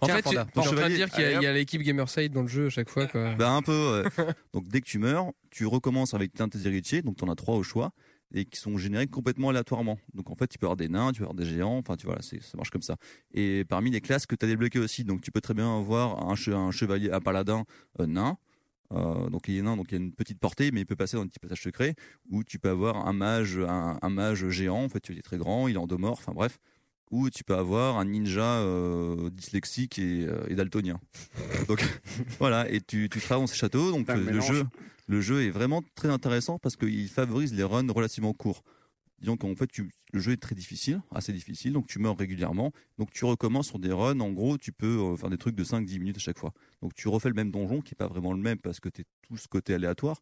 Speaker 8: En
Speaker 7: Tiens,
Speaker 8: fait, tu es
Speaker 7: Panda.
Speaker 8: en train de
Speaker 7: Chevalier.
Speaker 8: dire qu'il y a-
Speaker 13: euh,
Speaker 7: Allez,
Speaker 8: il y a
Speaker 7: hop.
Speaker 8: l'équipe Gamerside dans le jeu à chaque fois. Quoi.
Speaker 7: Bah un peu. ouais. donc dès que tu meurs, tu recommences avec un de tes héritiers, donc t'en as trois au choix et qui sont générés complètement aléatoirement. Donc en fait, tu peux avoir des nains, tu peux avoir des géants, enfin tu vois, c'est- ça marche comme ça. Et parmi les classes que tu as débloquées aussi, donc tu peux très bien avoir un, che- un chevalier, un paladin euh, nain. Euh, donc il est nain, donc il a une petite portée, mais il peut passer dans un petit passage secret. Ou tu peux avoir un mage, un, un mage géant, en fait il est très grand, il est endomorphe, enfin bref. Ou tu peux avoir un ninja euh, dyslexique et, euh, et daltonien. Donc voilà, et tu, tu travailles dans ces châteaux, donc
Speaker 18: Putain,
Speaker 7: euh, le
Speaker 18: mélange.
Speaker 7: jeu, le jeu est vraiment très intéressant parce qu'il favorise les runs relativement courts. Disons qu'en fait, tu- le jeu est très difficile, assez difficile, donc tu meurs régulièrement. Donc tu recommences sur des runs, en gros, tu peux euh, faire des trucs de 5-10 minutes à chaque fois. Donc tu refais le même donjon qui n'est pas vraiment le même parce que tu es tout ce côté aléatoire.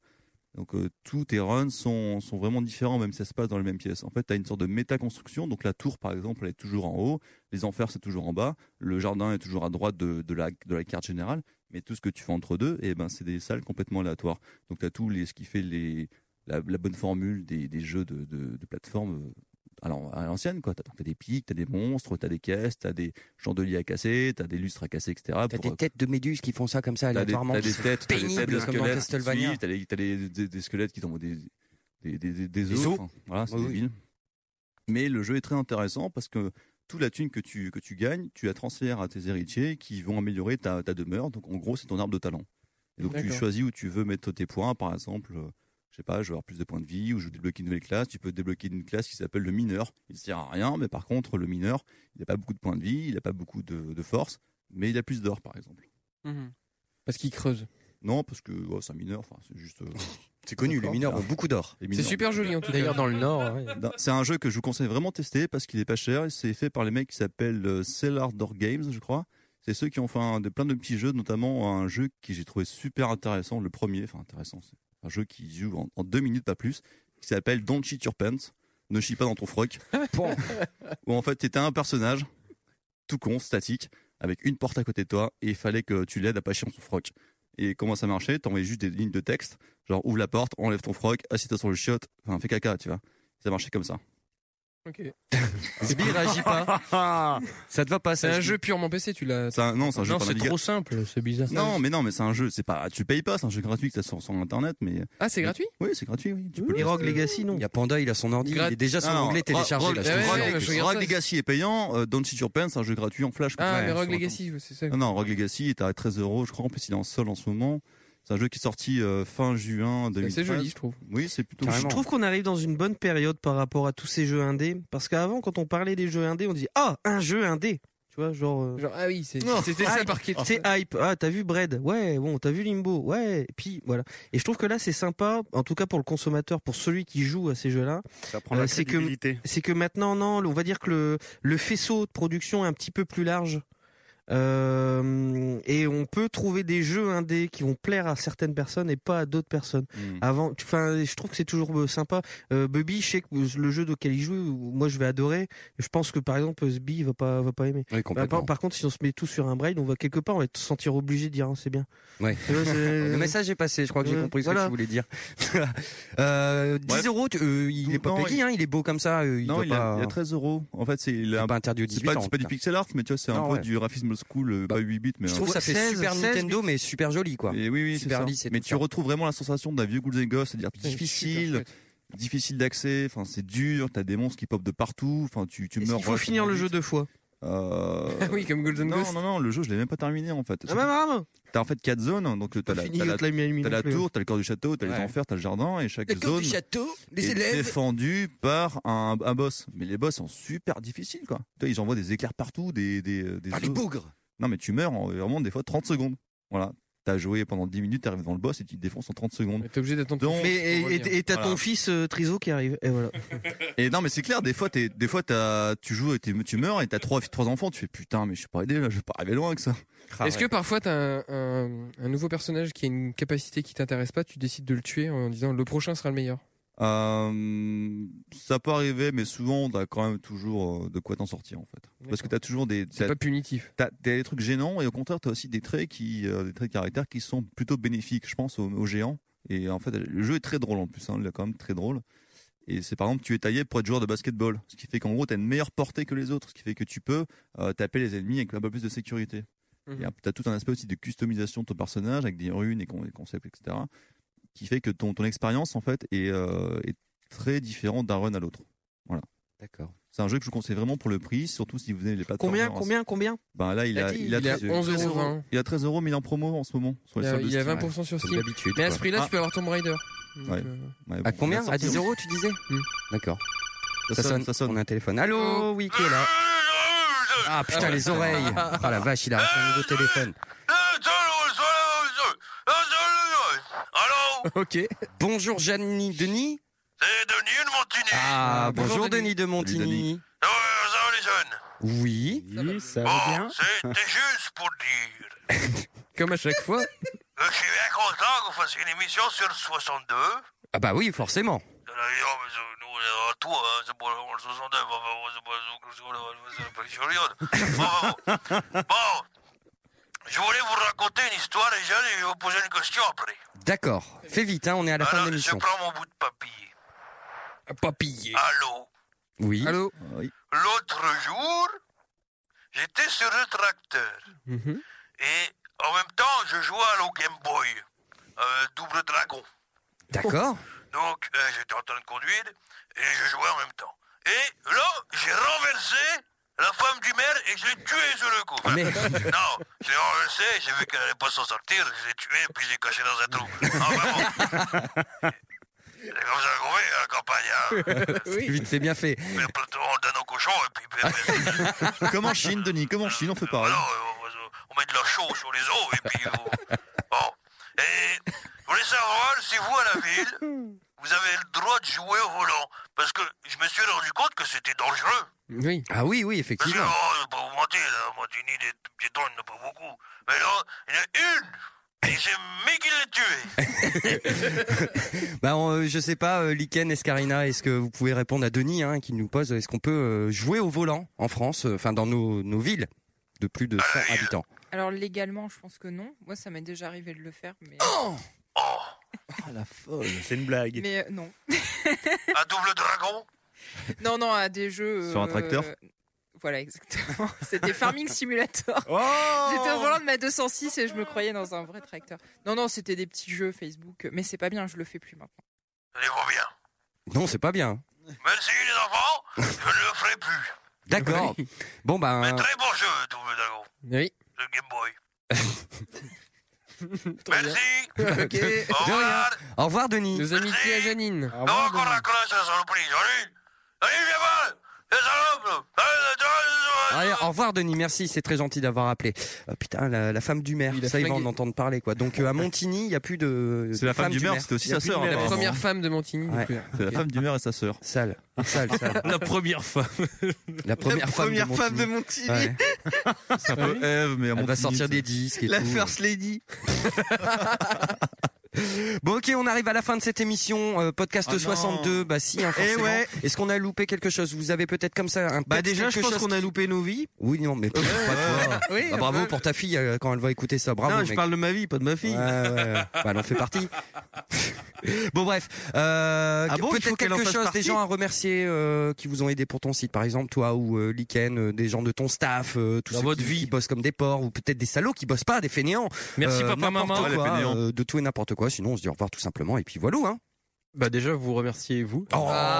Speaker 7: Donc euh, tous tes runs sont, sont vraiment différents, même si ça se passe dans les mêmes pièces. En fait, tu as une sorte de méta-construction. Donc la tour, par exemple, elle est toujours en haut, les enfers, c'est toujours en bas, le jardin est toujours à droite de, de la, de la carte générale. Mais tout ce que tu fais entre deux, eh ben, c'est des salles complètement aléatoires. Donc tu as tout les, ce qui fait les, la, la bonne formule des, des jeux de, de, de plateforme euh, à l'an- à l'ancienne. Tu as, des pics, tu as des monstres, tu as des caisses, tu as des chandeliers à casser, tu as des lustres à casser, etc.
Speaker 13: T'as
Speaker 7: pour- euh,
Speaker 13: des têtes de méduses qui font ça comme ça
Speaker 7: T'as des,
Speaker 13: aléatoirement.
Speaker 7: t'as des têtes, t'as des têtes de
Speaker 13: Pénible, comme dans
Speaker 7: squelettes qui te
Speaker 13: Castlevania.
Speaker 7: suivent, t'as des, t'as des- des- des squelettes qui t'envoient des, des, des, des- des
Speaker 13: Des
Speaker 7: os.
Speaker 13: os.
Speaker 7: enfin, Voilà, c'est
Speaker 13: Oui, oui.
Speaker 7: débile. Mais le jeu est très intéressant parce que toute la thune que tu, que tu gagnes, tu la transfères à tes héritiers qui vont améliorer ta, ta demeure. Donc en gros, c'est ton arbre de talent. Et donc tu
Speaker 8: D'accord.
Speaker 7: choisis où tu veux mettre tes points. Par exemple, euh, je sais pas, je veux avoir plus de points de vie ou je veux débloquer une nouvelle classe. Tu peux débloquer une classe qui s'appelle le mineur. Il ne sert à rien, mais par contre, le mineur, il n'a pas beaucoup de points de vie, il n'a pas beaucoup de, de force, mais il a plus d'or, par exemple.
Speaker 10: Mhm.
Speaker 8: Parce qu'il creuse.
Speaker 7: Non, parce que oh, c'est un mineur, enfin, c'est juste.
Speaker 13: C'est connu, les mineurs ont beaucoup d'or.
Speaker 8: C'est super joli en tout cas. D'ailleurs, dans le Nord.
Speaker 7: Bah, C'est un jeu que je vous conseille vraiment de tester parce qu'il est pas cher. et C'est fait par les mecs qui s'appellent euh, Cellar Door Games, je crois. C'est ceux qui ont fait un- de, plein de petits jeux, notamment un jeu que j'ai trouvé super intéressant, le premier, enfin intéressant, c'est un jeu qui se joue en, en deux minutes, pas plus, qui s'appelle Don't Cheat Your Pants, ne chie pas dans ton froc, Bon. où en fait t'étais un personnage, tout con, statique, avec une porte à côté de toi, et il fallait que tu l'aides à pas chier dans son froc. Et comment ça marchait T'envoyais juste des lignes de texte, genre ouvre la porte, enlève ton froc, assis-toi sur le chiotte, enfin fais caca, tu vois. Ça marchait comme ça.
Speaker 8: Ok.
Speaker 13: Sbi réagit pas.
Speaker 7: Ça te va pas
Speaker 8: C'est un jeu purement PC, tu l'as.
Speaker 7: C'est un- non, c'est un jeu pour naviga-
Speaker 8: simple, c'est bizarre.
Speaker 7: Non, mais non, mais c'est un jeu, c'est pas, tu payes pas, c'est un jeu gratuit que t'as sur, sur internet, mais.
Speaker 8: Ah, c'est gratuit
Speaker 7: Oui, c'est gratuit, oui. Tu
Speaker 13: Et Rogue Legacy, non Il y a Panda, il a son ordi, il est déjà son
Speaker 7: Ah,
Speaker 13: anglais
Speaker 7: non,
Speaker 13: téléchargé.
Speaker 7: Rogue,
Speaker 13: là, je te
Speaker 7: Rogue-
Speaker 13: vois,
Speaker 7: Rogue-
Speaker 13: mec.
Speaker 7: Rogue Legacy est payant, euh, Don't Cheat Your Pants, c'est un jeu gratuit en flash.
Speaker 8: Ah,
Speaker 7: Ouais,
Speaker 8: mais Rogue
Speaker 7: sur-
Speaker 8: Legacy, oui, c'est ça.
Speaker 7: Non, non, Rogue Legacy est à 13 euros, je crois. En plus, il est en sol en ce moment. C'est un jeu qui est sorti euh, fin juin 2013.
Speaker 19: assez joli, je trouve.
Speaker 7: Oui, c'est plutôt.
Speaker 19: Je trouve qu'on arrive dans une bonne période par rapport à tous ces jeux indés. Parce qu'avant, quand on parlait des jeux indés, on disait Ah, un jeu indé Tu vois, genre. euh,
Speaker 8: Genre, ah oui, c'est-
Speaker 19: Non,
Speaker 8: c'était ça
Speaker 19: hype,
Speaker 8: par kit.
Speaker 19: C'est hype. Ah, t'as vu Bread Ouais, bon, t'as vu Limbo Ouais, et puis voilà. Et je trouve que là, c'est sympa, en tout cas pour le consommateur, pour celui qui joue à ces jeux-là. Euh,
Speaker 18: prend la
Speaker 19: c'est que,
Speaker 18: crédibilité.
Speaker 19: c'est que maintenant, non, on va dire que le, le faisceau de production est un petit peu plus large.
Speaker 9: Euh, et on peut trouver des jeux indés qui vont plaire à certaines personnes et pas à d'autres personnes.
Speaker 6: Hmm.
Speaker 9: Avant, enfin, je trouve que c'est toujours euh, sympa. Euh, Bubby, je sais que le jeu auquel il joue, moi je vais adorer. Je pense que par exemple, Sbi il va pas, va pas aimer.
Speaker 6: Oui, complètement.
Speaker 9: par, par contre, si on se met tous sur un braille, on va quelque part, on va se sentir obligé de dire Ah, c'est bien.
Speaker 6: Ouais.
Speaker 9: Tu vois, c'est-
Speaker 6: Le message est passé, je crois que j'ai
Speaker 9: Ouais,
Speaker 6: compris ce
Speaker 9: voilà.
Speaker 6: que tu voulais dire. euh, 10
Speaker 9: Bref.
Speaker 6: euros, tu- euh, il est pas
Speaker 7: Non,
Speaker 6: Peggy,
Speaker 7: il-
Speaker 6: hein, il est beau comme ça. euh, il
Speaker 7: non,
Speaker 6: doit
Speaker 7: il a,
Speaker 6: pas-
Speaker 7: il a 13 euros. En fait, c'est il a-
Speaker 6: pas interdit aux
Speaker 7: c'est
Speaker 6: 18
Speaker 7: pas-
Speaker 6: ans, en
Speaker 7: C'est pas du
Speaker 6: tout cas.
Speaker 7: pixel art, mais tu vois, c'est un
Speaker 6: Non,
Speaker 7: peu
Speaker 6: ouais.
Speaker 7: du graphisme old school, euh, pas 8 bits, mais.
Speaker 6: Je
Speaker 7: un-
Speaker 6: trouve que ça fait
Speaker 7: 16,
Speaker 6: super
Speaker 7: 16
Speaker 6: Nintendo, mais super joli quoi.
Speaker 7: Et oui, oui, c'est
Speaker 6: super
Speaker 7: ça.
Speaker 6: lisse et
Speaker 7: Mais
Speaker 6: tout
Speaker 7: tu
Speaker 6: ça.
Speaker 7: retrouves vraiment la sensation d'un vieux Ghouls and Ghosts, c'est-à-dire difficile, difficile d'accès, enfin c'est dur, t'as des monstres qui popent de partout, enfin tu, tu meurs.
Speaker 9: Il faut finir le jeu deux fois.
Speaker 7: Euh...
Speaker 9: Oui, comme Golden
Speaker 7: non,
Speaker 9: Ghost.
Speaker 7: Non, non, le jeu, je l'ai même pas terminé en fait.
Speaker 9: Ah bah, bravo
Speaker 7: T'as en fait quatre zones, donc euh, t'as la,
Speaker 9: fini,
Speaker 7: t'as la,
Speaker 9: l'autre l'a mis à lui
Speaker 7: t'as
Speaker 9: non
Speaker 7: la
Speaker 9: plus, hein.
Speaker 7: tour, t'as le corps du château, t'as
Speaker 9: Ouais.
Speaker 7: les enfers, t'as le jardin, et chaque zone est défendue par un, un boss. Mais les boss sont super difficiles quoi. Tu vois, Ils envoient des éclairs partout, des. des, euh, des
Speaker 9: Ah,
Speaker 7: os. Non, mais tu meurs en euh, vraiment des fois 30 secondes. Voilà. T'as joué pendant 10 minutes, t'arrives devant le boss et tu te défonces en 30 secondes.
Speaker 8: T'es obligé d'attendre
Speaker 7: Donc-
Speaker 9: Mais- et- et et t'as ton
Speaker 7: Voilà.
Speaker 9: fils euh, Triso qui arrive. Et voilà.
Speaker 7: Et non, mais c'est clair, des fois, t'es- des fois t'as- tu joues et t'es- tu meurs et t'as trois, trois enfants, tu fais putain, mais je suis pas aidé là, je vais pas arriver loin avec ça.
Speaker 8: Est-ce que parfois t'as un, un- un nouveau personnage qui a une capacité qui t'intéresse pas, tu décides de le tuer en disant le prochain sera le meilleur
Speaker 7: Euh, ça peut arriver, mais souvent, t'as quand même toujours euh, de quoi t'en sortir en fait. Parce que t'as toujours des.
Speaker 8: C'est
Speaker 7: t'as-
Speaker 8: pas punitif.
Speaker 7: T'as t'as des trucs gênants et au contraire, t'as aussi des traits qui, euh, des traits de caractère qui sont plutôt bénéfiques. Je pense aux, aux géants. Et en fait, le jeu est très drôle en plus. hein, il est quand même très drôle. Et c'est par exemple, tu es taillé pour être joueur de basketball, ce qui fait qu'en gros, t'as une meilleure portée que les autres, ce qui fait que tu peux euh, taper les ennemis avec un peu plus de sécurité.
Speaker 8: Mhm.
Speaker 7: Et t'as tout un aspect aussi de customisation de ton personnage avec des runes et con- et concepts, etc., qui fait que ton, ton expérience en fait est, euh, est très différente d'un run à l'autre. Voilà.
Speaker 6: D'accord.
Speaker 7: C'est un jeu que je vous conseille vraiment pour le prix, surtout si vous aimez les plateformes.
Speaker 9: Combien, combien, combien
Speaker 7: Ben là, il
Speaker 9: Il a
Speaker 7: a,
Speaker 9: dit,
Speaker 7: il a,
Speaker 9: il est à
Speaker 7: 13
Speaker 9: 11,20 euros.
Speaker 7: Il a 13 euros, mais il est en promo en ce moment. Sur
Speaker 8: hein. Il
Speaker 7: les
Speaker 8: y a,
Speaker 7: soldes Ah. de
Speaker 8: il y a
Speaker 7: Steam.
Speaker 8: 20% sur Steam. Mais à ce prix-là, tu peux avoir Tomb Raider. Donc,
Speaker 7: Ouais.
Speaker 8: euh, Hmm.
Speaker 7: Ouais,
Speaker 6: Ah. À
Speaker 7: bon,
Speaker 6: combien
Speaker 7: la
Speaker 6: À
Speaker 7: sortie,
Speaker 6: 10
Speaker 7: oui.
Speaker 6: euros, tu disais D'accord.
Speaker 7: Ça sonne, ça
Speaker 6: On a un téléphone. Allô, oui, qui est là Ah putain, les oreilles Ah la vache, il a un nouveau téléphone. Ok. Bonjour, Jeanne Denis. Ah, bonjour, Denis de Montigny. Oui.
Speaker 16: ça
Speaker 6: va bien
Speaker 16: Oh, C'était juste pour dire
Speaker 8: Comme à chaque fois.
Speaker 16: que je suis bien content qu'on fasse une émission sur 62.
Speaker 6: Ah bah oui, forcément.
Speaker 16: Euh, non, mais c'est- Nous, on est à tout, hein, c'est pour le 62. bon, bon, c'est pour le- c'est pour le- c'est pour le choriode. Bon, bon, bon. Bon, je voulais vous raconter une histoire, les jeunes, et je vais vous poser une question après.
Speaker 6: D'accord. Fais vite, hein, on est à la fin de
Speaker 16: Alors, je
Speaker 6: l'émission.
Speaker 16: prends mon bout de papier.
Speaker 6: Papillé.
Speaker 16: Allô
Speaker 6: Oui.
Speaker 8: Allô
Speaker 7: Ah
Speaker 16: L'autre jour, j'étais sur le tracteur.
Speaker 6: Mhm.
Speaker 16: Et en même temps, je jouais à la Game Boy, euh, Double Dragon.
Speaker 6: D'accord.
Speaker 16: Donc, euh, j'étais en train de conduire et je jouais en même temps. Et là, j'ai renversé la femme du maire et je l'ai tuée sur le coup. Non, je l'ai renversée, j'ai vu qu'elle n'allait pas s'en sortir, je l'ai tuée et puis je l'ai cachée dans un trou. Ah, vraiment. C'est comme ça qu'on fait à la campagne. Hein.
Speaker 6: C'est Vite fait, bien fait.
Speaker 16: Mais plutôt, on donne aux cochons et puis ben, bah,
Speaker 7: Comme en Chine, Denis, comme en Chine, on fait pareil.
Speaker 16: Euh, on met de la chaux sur les os et puis euh, on... bon. Et je voulais savoir si vous à la ville, vous avez le droit de jouer au volant parce que je me suis rendu compte que c'était dangereux.
Speaker 8: Oui.
Speaker 6: Ah oui, oui,
Speaker 16: Parce que
Speaker 6: effectivement.
Speaker 16: oh, je vais pas vous mentir, là, moi Dini des piétons il n'y en a pas beaucoup, mais là il y en a une et j'ai mis qu'il l'a tuée.
Speaker 6: Bah, on, euh, je sais pas, euh, Liken, Escarina, est-ce que vous pouvez répondre à Denis hein, qui nous pose est-ce qu'on peut euh, jouer au volant en France, euh, enfin dans nos, nos villes de plus de 100 habitants
Speaker 11: Alors légalement, je pense que non. Moi, ça m'est déjà arrivé de le faire, mais
Speaker 28: Ah, la folle, c'est une blague.
Speaker 11: mais euh, non.
Speaker 16: Un double dragon
Speaker 11: Non, non, à des jeux.
Speaker 28: Sur un
Speaker 11: euh,
Speaker 28: tracteur
Speaker 11: Voilà, exactement. C'était Farming Simulator.
Speaker 28: Oh
Speaker 11: J'étais au volant de ma 206 et je me croyais dans un vrai tracteur. Non, non, c'était des petits jeux Facebook, mais c'est pas bien, je le fais plus maintenant.
Speaker 6: Non, c'est pas bien.
Speaker 16: Merci les enfants, je ne le ferai plus.
Speaker 6: D'accord. Bon bah
Speaker 16: Mais très bon jeu double dragon,
Speaker 8: Oui.
Speaker 16: le Game Boy.
Speaker 8: Très bien.
Speaker 16: Merci.
Speaker 8: Ok.
Speaker 16: Au revoir.
Speaker 6: Au revoir Denis.
Speaker 8: Nos amitiés à Janine.
Speaker 16: Non, encore la classe, la saloperie, salut Allez, viens voir Les salopes là. Allez,
Speaker 6: Allez, au revoir Denis, merci, c'est très gentil d'avoir appelé. Euh, putain, la, la femme du maire,
Speaker 8: a
Speaker 6: ça il va en
Speaker 8: flingué.
Speaker 6: entendre parler quoi. Donc euh, à Montigny, il y a plus de
Speaker 7: C'est la femme du maire, c'était aussi sa sœur,
Speaker 8: La
Speaker 7: apparemment.
Speaker 8: première femme de Montigny.
Speaker 6: Ouais.
Speaker 8: donc,
Speaker 6: Oh.
Speaker 8: euh,
Speaker 7: C'est la femme du maire et sa sœur.
Speaker 6: Sale, sale, sale.
Speaker 12: La première femme.
Speaker 6: La première femme de Montigny. Ouais.
Speaker 7: C'est un peu Ève, eh, mais à
Speaker 6: Elle va
Speaker 7: Montigny,
Speaker 6: sortir
Speaker 7: ça.
Speaker 6: des disques et
Speaker 13: La
Speaker 6: tout.
Speaker 13: First Lady.
Speaker 6: Bon, ok, on arrive à la fin de cette émission, euh, podcast
Speaker 13: Ah non.
Speaker 6: 62. Bah si, hein,
Speaker 13: Eh
Speaker 6: forcément.
Speaker 13: ouais.
Speaker 6: Est-ce qu'on a loupé quelque chose Vous avez peut-être comme ça un.
Speaker 13: Bah
Speaker 6: peut-être
Speaker 13: déjà, je
Speaker 6: quelque
Speaker 13: pense
Speaker 6: chose
Speaker 13: qu'on a
Speaker 6: qui-
Speaker 13: loupé nos vies.
Speaker 6: Oui, non, mais peut-être pas toi.
Speaker 13: Oui,
Speaker 6: Bah, bravo pour ta fille euh, quand elle va écouter ça. Bravo.
Speaker 13: Non, je parle de
Speaker 6: ma vie, pas de ma fille. Bah, elle en fait partie. bon, bref. Euh,
Speaker 13: Ah bon, il faut
Speaker 6: peut-être
Speaker 13: qu'elle en
Speaker 6: quelque
Speaker 13: fasse
Speaker 6: chose,
Speaker 13: partie
Speaker 6: des gens à remercier euh, qui vous ont aidé pour ton site, par exemple, toi ou euh, Liken, euh, des gens de ton staff, euh, tous
Speaker 5: Dans
Speaker 6: ceux
Speaker 5: votre
Speaker 6: qui, qui bossent comme des porcs, ou peut-être des salauds qui bossent pas, des fainéants. Euh,
Speaker 5: Merci, papa,
Speaker 6: n'importe
Speaker 5: maman. Ouais, les
Speaker 6: quoi,
Speaker 5: fainéants.
Speaker 6: euh, de tout et n'importe quoi. Sinon, on se dit au revoir tout simplement, et puis voilà, hein. Oh.
Speaker 10: Bah déjà, vous Ah. remerciez vous.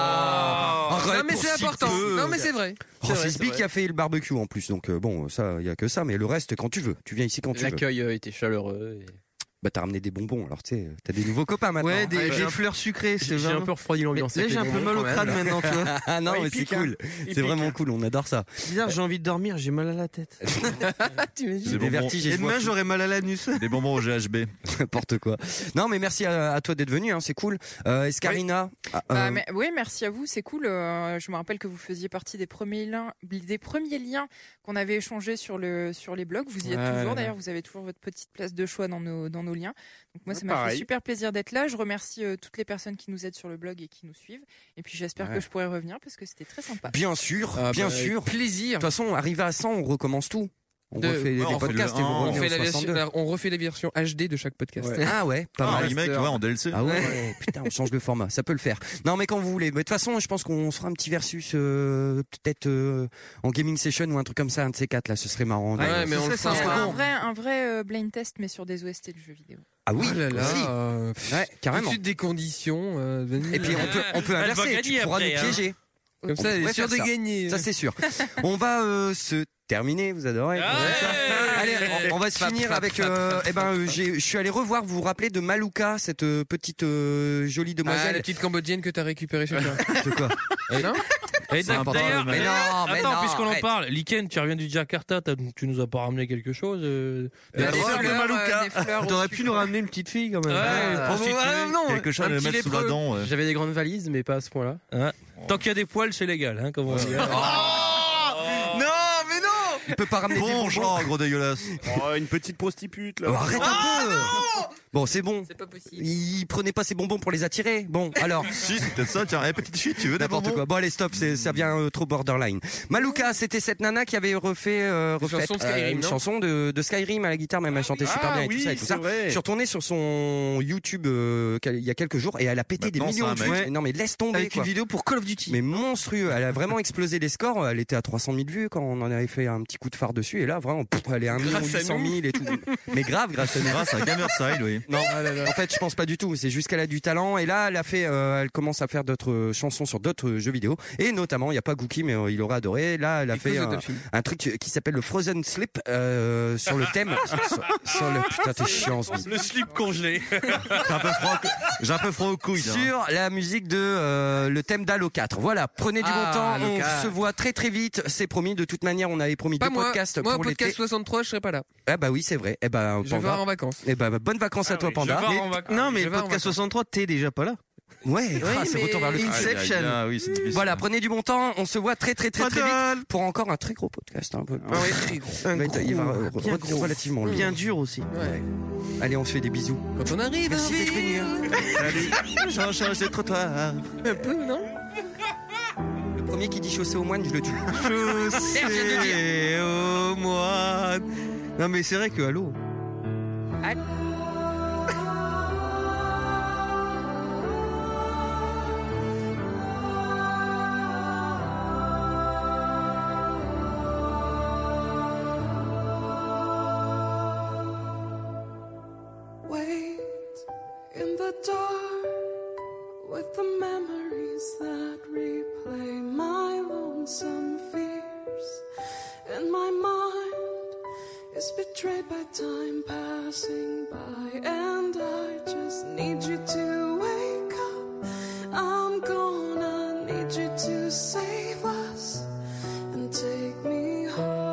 Speaker 8: Ah. non, mais c'est important. Non, mais c'est vrai.
Speaker 6: Oh,
Speaker 8: C'est vrai,
Speaker 6: c'est
Speaker 8: c'est
Speaker 6: Sbi
Speaker 8: vrai.
Speaker 6: qui a fait le barbecue en plus, donc euh, bon, ça, il y a que ça, mais le reste, quand tu veux, tu viens ici quand tu veux.
Speaker 10: L'accueil euh, était chaleureux. et-
Speaker 6: Bah, t'as ramené des bonbons, alors tu sais, t'as des nouveaux copains maintenant.
Speaker 10: Ouais, des-
Speaker 6: Ah,
Speaker 10: des
Speaker 6: bah.
Speaker 10: fleurs sucrées, c'est
Speaker 6: J'ai- j'ai
Speaker 10: vraiment- Mais là, j'ai un peu mal au crâne maintenant, tu vois.
Speaker 6: ah non,
Speaker 10: Ouais, il
Speaker 6: mais c'est
Speaker 10: pique, hein.
Speaker 6: cool.
Speaker 10: Il
Speaker 6: C'est
Speaker 10: pique,
Speaker 6: vraiment
Speaker 10: hein.
Speaker 6: cool, on adore ça.
Speaker 19: C'est Bizarre, j'ai envie de dormir, j'ai mal à la tête.
Speaker 6: J'ai des vertiges.
Speaker 19: Et demain, j'aurai
Speaker 6: mal à l'anus. Des bonbons au GHB. N'importe quoi. Non, mais merci à, à toi d'être venu, hein, c'est cool. Euh, Escarina. ah,
Speaker 11: Bah,
Speaker 6: euh,
Speaker 11: mais- oui, merci à vous, c'est cool. Euh, je me rappelle que vous faisiez partie des premiers liens, des premiers liens qu'on avait échangés sur le sur les blogs. Vous y êtes
Speaker 20: Ouais,
Speaker 11: toujours
Speaker 20: ouais,
Speaker 11: d'ailleurs.
Speaker 20: ouais.
Speaker 11: Vous avez toujours votre petite place de choix dans nos dans nos liens. Donc moi,
Speaker 20: Ouais,
Speaker 11: ça m'a fait
Speaker 20: pareil.
Speaker 11: super plaisir d'être là. Je remercie euh, toutes les personnes qui nous aident sur le blog et qui nous suivent. Et puis j'espère
Speaker 6: Ouais.
Speaker 11: que je pourrai revenir parce que c'était très sympa.
Speaker 6: Bien sûr,
Speaker 11: Ah,
Speaker 6: bien
Speaker 11: bah, avec
Speaker 6: sûr.
Speaker 8: Plaisir.
Speaker 6: De toute façon, arrivé à 100, on recommence tout. On refait les
Speaker 8: on
Speaker 6: podcasts
Speaker 8: fait
Speaker 6: et
Speaker 8: le-
Speaker 6: vous
Speaker 8: on,
Speaker 6: revenez
Speaker 8: fait
Speaker 6: au
Speaker 8: la version,
Speaker 6: 62.
Speaker 8: la- on refait la version HD de chaque podcast.
Speaker 6: Ouais. Ah ouais, pas mal. Ah ouais, ouais, putain, on change le format, ça peut le faire. Non, mais quand vous voulez. Mais de toute façon, je pense qu'on se fera un petit versus, euh, peut-être euh, en gaming session ou un truc comme ça, un de ces quatre là, ce serait marrant.
Speaker 8: Ouais, mais on le
Speaker 11: Ouais,
Speaker 8: fera.
Speaker 11: un vrai un vrai euh, blind test mais sur des OST de jeux vidéo.
Speaker 6: Ah oui,
Speaker 8: Oh là là,
Speaker 6: aussi.
Speaker 8: euh,
Speaker 6: Ouais, carrément.
Speaker 8: Tout de suite des conditions. euh, vanille.
Speaker 6: Et puis on peut, on peut inverser, tu pourras
Speaker 8: hein.
Speaker 6: nous piéger.
Speaker 8: Comme ça,
Speaker 6: On
Speaker 8: elle
Speaker 6: pourrait
Speaker 8: est sûre de
Speaker 6: faire ça.
Speaker 8: gagner.
Speaker 6: Ça, c'est sûr. on va euh, se terminer, vous adorez.
Speaker 8: Ah
Speaker 6: vous adorez ça Allez, on, on va se
Speaker 13: Frappe,
Speaker 6: finir
Speaker 13: frappe,
Speaker 6: avec.
Speaker 13: frappe,
Speaker 6: euh,
Speaker 13: frappe,
Speaker 6: eh ben, euh, j'ai- je suis allé revoir, vous vous rappelez de Malouka, cette euh, petite euh, jolie
Speaker 8: Ah,
Speaker 6: demoiselle.
Speaker 8: la petite cambodgienne que t'as récupérée chez toi.
Speaker 6: De quoi
Speaker 5: Et
Speaker 8: non
Speaker 6: C'est
Speaker 5: d'ailleurs-
Speaker 6: important,
Speaker 5: d'ailleurs,
Speaker 6: le mec. Mais non, mais
Speaker 5: attends,
Speaker 6: non,
Speaker 5: puisqu'on en
Speaker 6: arrête.
Speaker 5: parle, Liken, tu reviens du Jakarta, t'as- tu nous as pas ramené quelque chose euh, des
Speaker 10: des
Speaker 5: drogues
Speaker 10: fleurs, euh, des fleurs au
Speaker 5: T'aurais
Speaker 10: sucre.
Speaker 5: pu nous ramener une petite fille quand même. Ouais,
Speaker 10: Ah,
Speaker 5: une
Speaker 10: bon,
Speaker 5: prostituée.
Speaker 10: ah, non, un petit lépreux. J'avais des grandes valises, mais pas à ce point-là. Oh,
Speaker 5: Tant qu'il y a des poils, c'est légal, hein, comme on dit.
Speaker 10: Non, mais non
Speaker 6: Il peut pas ramener des bonbons.
Speaker 7: Oh, gros dégueulasse.
Speaker 15: une petite prostitute là.
Speaker 6: Oh, arrête un peu Bon, c'est bon. C'est pas possible. Il prenait pas ses bonbons pour les attirer. Bon, alors.
Speaker 7: si, c'est peut-être ça. Tiens, petite chute, tu veux des
Speaker 6: N'importe
Speaker 7: bonbons
Speaker 6: quoi. Bon, allez, stop, c'est- ça vient euh, trop borderline. Malouka, c'était cette nana qui avait refait, euh,
Speaker 13: Une
Speaker 6: refait
Speaker 13: chanson de Skyrim,
Speaker 6: une
Speaker 13: non
Speaker 6: chanson de, de Skyrim à la guitare, même elle chantait super
Speaker 13: Ah
Speaker 6: bien et
Speaker 13: oui,
Speaker 6: tout ça et tout
Speaker 13: c'est
Speaker 6: ça.
Speaker 13: vrai.
Speaker 6: Je suis retourné sur son YouTube euh, quel- il y a quelques jours et elle a pété
Speaker 13: Maintenant,
Speaker 6: des millions de
Speaker 13: c'est un mec.
Speaker 6: vues. Non mais laisse tomber.
Speaker 13: Avec une
Speaker 6: vidéo pour Call of Duty. Mais monstrueux, elle a vraiment explosé les scores. Elle était à 300 000 vues quand on en avait fait un petit coup de phare dessus et là vraiment, pff, elle est à 1
Speaker 13: Grâce à
Speaker 6: 800
Speaker 13: nous.
Speaker 6: 000 et tout. Mais grave, grâce à nous.
Speaker 13: Grâce à Gamerside,
Speaker 7: oui.
Speaker 6: Non, en fait, je pense pas du tout. C'est juste qu'elle a du talent. Et là, elle a fait, euh, elle commence à faire d'autres euh, chansons sur d'autres euh, jeux vidéo. Et notamment, il y a pas Gookie, mais euh, il aurait adoré. Là, elle a fait
Speaker 13: cause de
Speaker 6: un,
Speaker 13: Dolphin.
Speaker 6: un truc qui s'appelle le Frozen Sleep euh, sur le thème. sur, sur le putain, t'es chiant. ce
Speaker 5: Le slip congelé.
Speaker 6: un peu froid. J'ai un peu froid aux couilles. Sur la musique de euh, le thème d'Halo 4. Voilà, prenez du
Speaker 8: Ah,
Speaker 6: bon temps.
Speaker 8: Halo
Speaker 6: On
Speaker 8: 4.
Speaker 6: se voit très très vite. C'est promis. De toute manière, on avait promis
Speaker 8: Pas
Speaker 6: deux
Speaker 8: moi.
Speaker 6: podcasts
Speaker 8: moi,
Speaker 6: pour l'été.
Speaker 8: podcast 63, je serais pas là.
Speaker 6: Ah bah oui, c'est vrai. Eh ben,
Speaker 8: Je vais
Speaker 6: Panda.
Speaker 8: voir en vacances.
Speaker 6: Eh ben, bonnes vacances à toi, Panda.
Speaker 8: Ah je vais
Speaker 6: Mais-
Speaker 8: en vacances. Non, mais Je le vais en podcast vacances.
Speaker 6: 63, t'es déjà pas là. Ouais,
Speaker 8: Oui,
Speaker 6: ah, c'est
Speaker 8: mais
Speaker 6: retour vers le futur.
Speaker 8: Inception. Aïe, aïe, aïe, Ah, oui, c'est difficile.
Speaker 6: voilà, prenez du bon temps. On se voit très, très, très, très vite pour encore un très gros podcast. hein, Paul.
Speaker 8: Ah
Speaker 6: Il va être- il va re-
Speaker 19: bien
Speaker 6: re-
Speaker 19: gros.
Speaker 6: relativement long.
Speaker 19: Bien dur aussi.
Speaker 6: Ouais. Allez, on se fait des bisous.
Speaker 8: Quand on arrive, hein.
Speaker 6: Merci d'être venu.
Speaker 19: J'en
Speaker 6: change de trottoir.
Speaker 8: Un peu, non
Speaker 6: Le premier qui dit chaussée au moine, je le tue.
Speaker 13: Chaussée au moine. Non mais c'est vrai que allô.
Speaker 17: Wait in the dark with the memories that replay my lonesome fears. And my mind is betrayed by time passing by, and I just need you to wake up. I'm gonna need you to save us and take me home.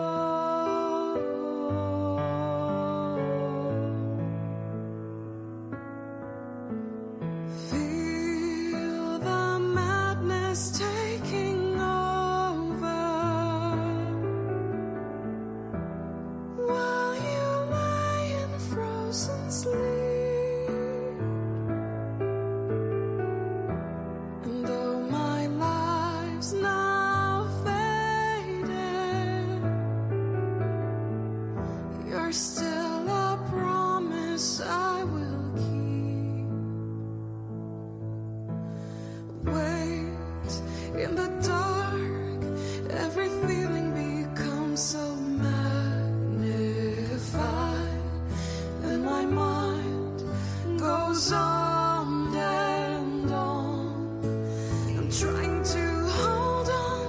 Speaker 17: Feel the madness taking over. are still a promise I will keep. Wait in the dark, every feeling becomes so magnified, and my mind goes on and on. I'm trying to hold on,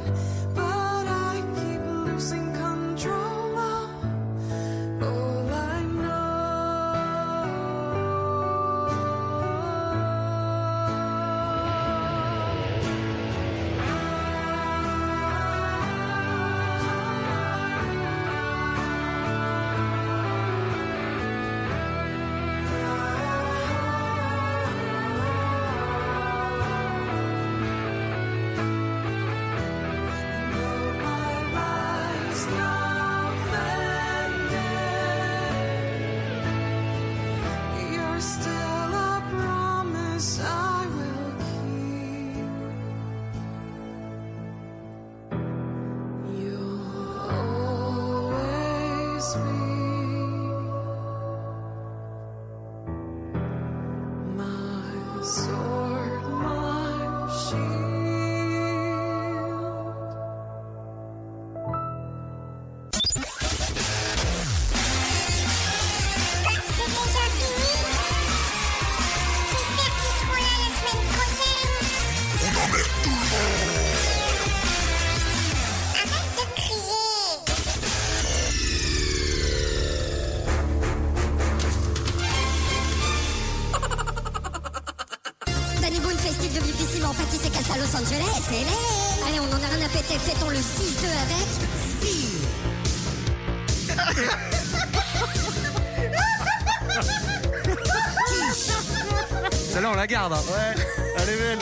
Speaker 17: but I keep losing control of all I Life's not ended. You're still a promise I will keep. You'll always be my sword, my shield.
Speaker 4: Danny Boone festive de vivissime en pâtisse et casse à Los Angeles. Et les- Allez, on en a rien à péter, fêtons le 6-2 avec
Speaker 6: Celle-là, on la garde. Ouais. Elle est belle.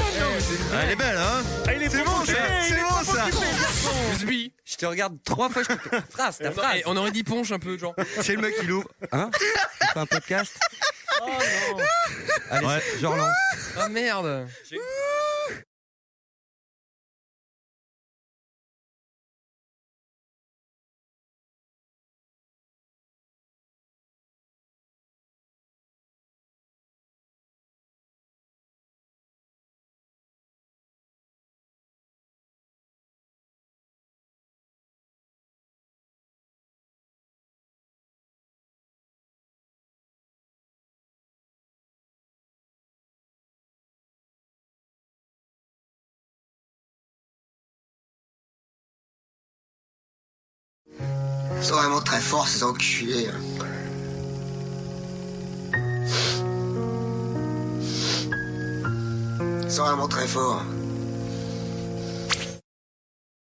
Speaker 7: Elle est belle, hein
Speaker 6: C'est bon, ça. C'est bon, ça.
Speaker 8: Sbi.
Speaker 6: Je te regarde trois fois. Je te... Phrase, ta
Speaker 8: Eh,
Speaker 6: phrase.
Speaker 8: On aurait dit ponche un peu, genre.
Speaker 6: C'est le mec qui l'ouvre. Hein On fait un podcast.
Speaker 8: Oh non.
Speaker 6: Allez, je relance.
Speaker 8: Ah merde.
Speaker 29: Ils sont vraiment très forts, ces enculés. hein. Ils sont vraiment très forts.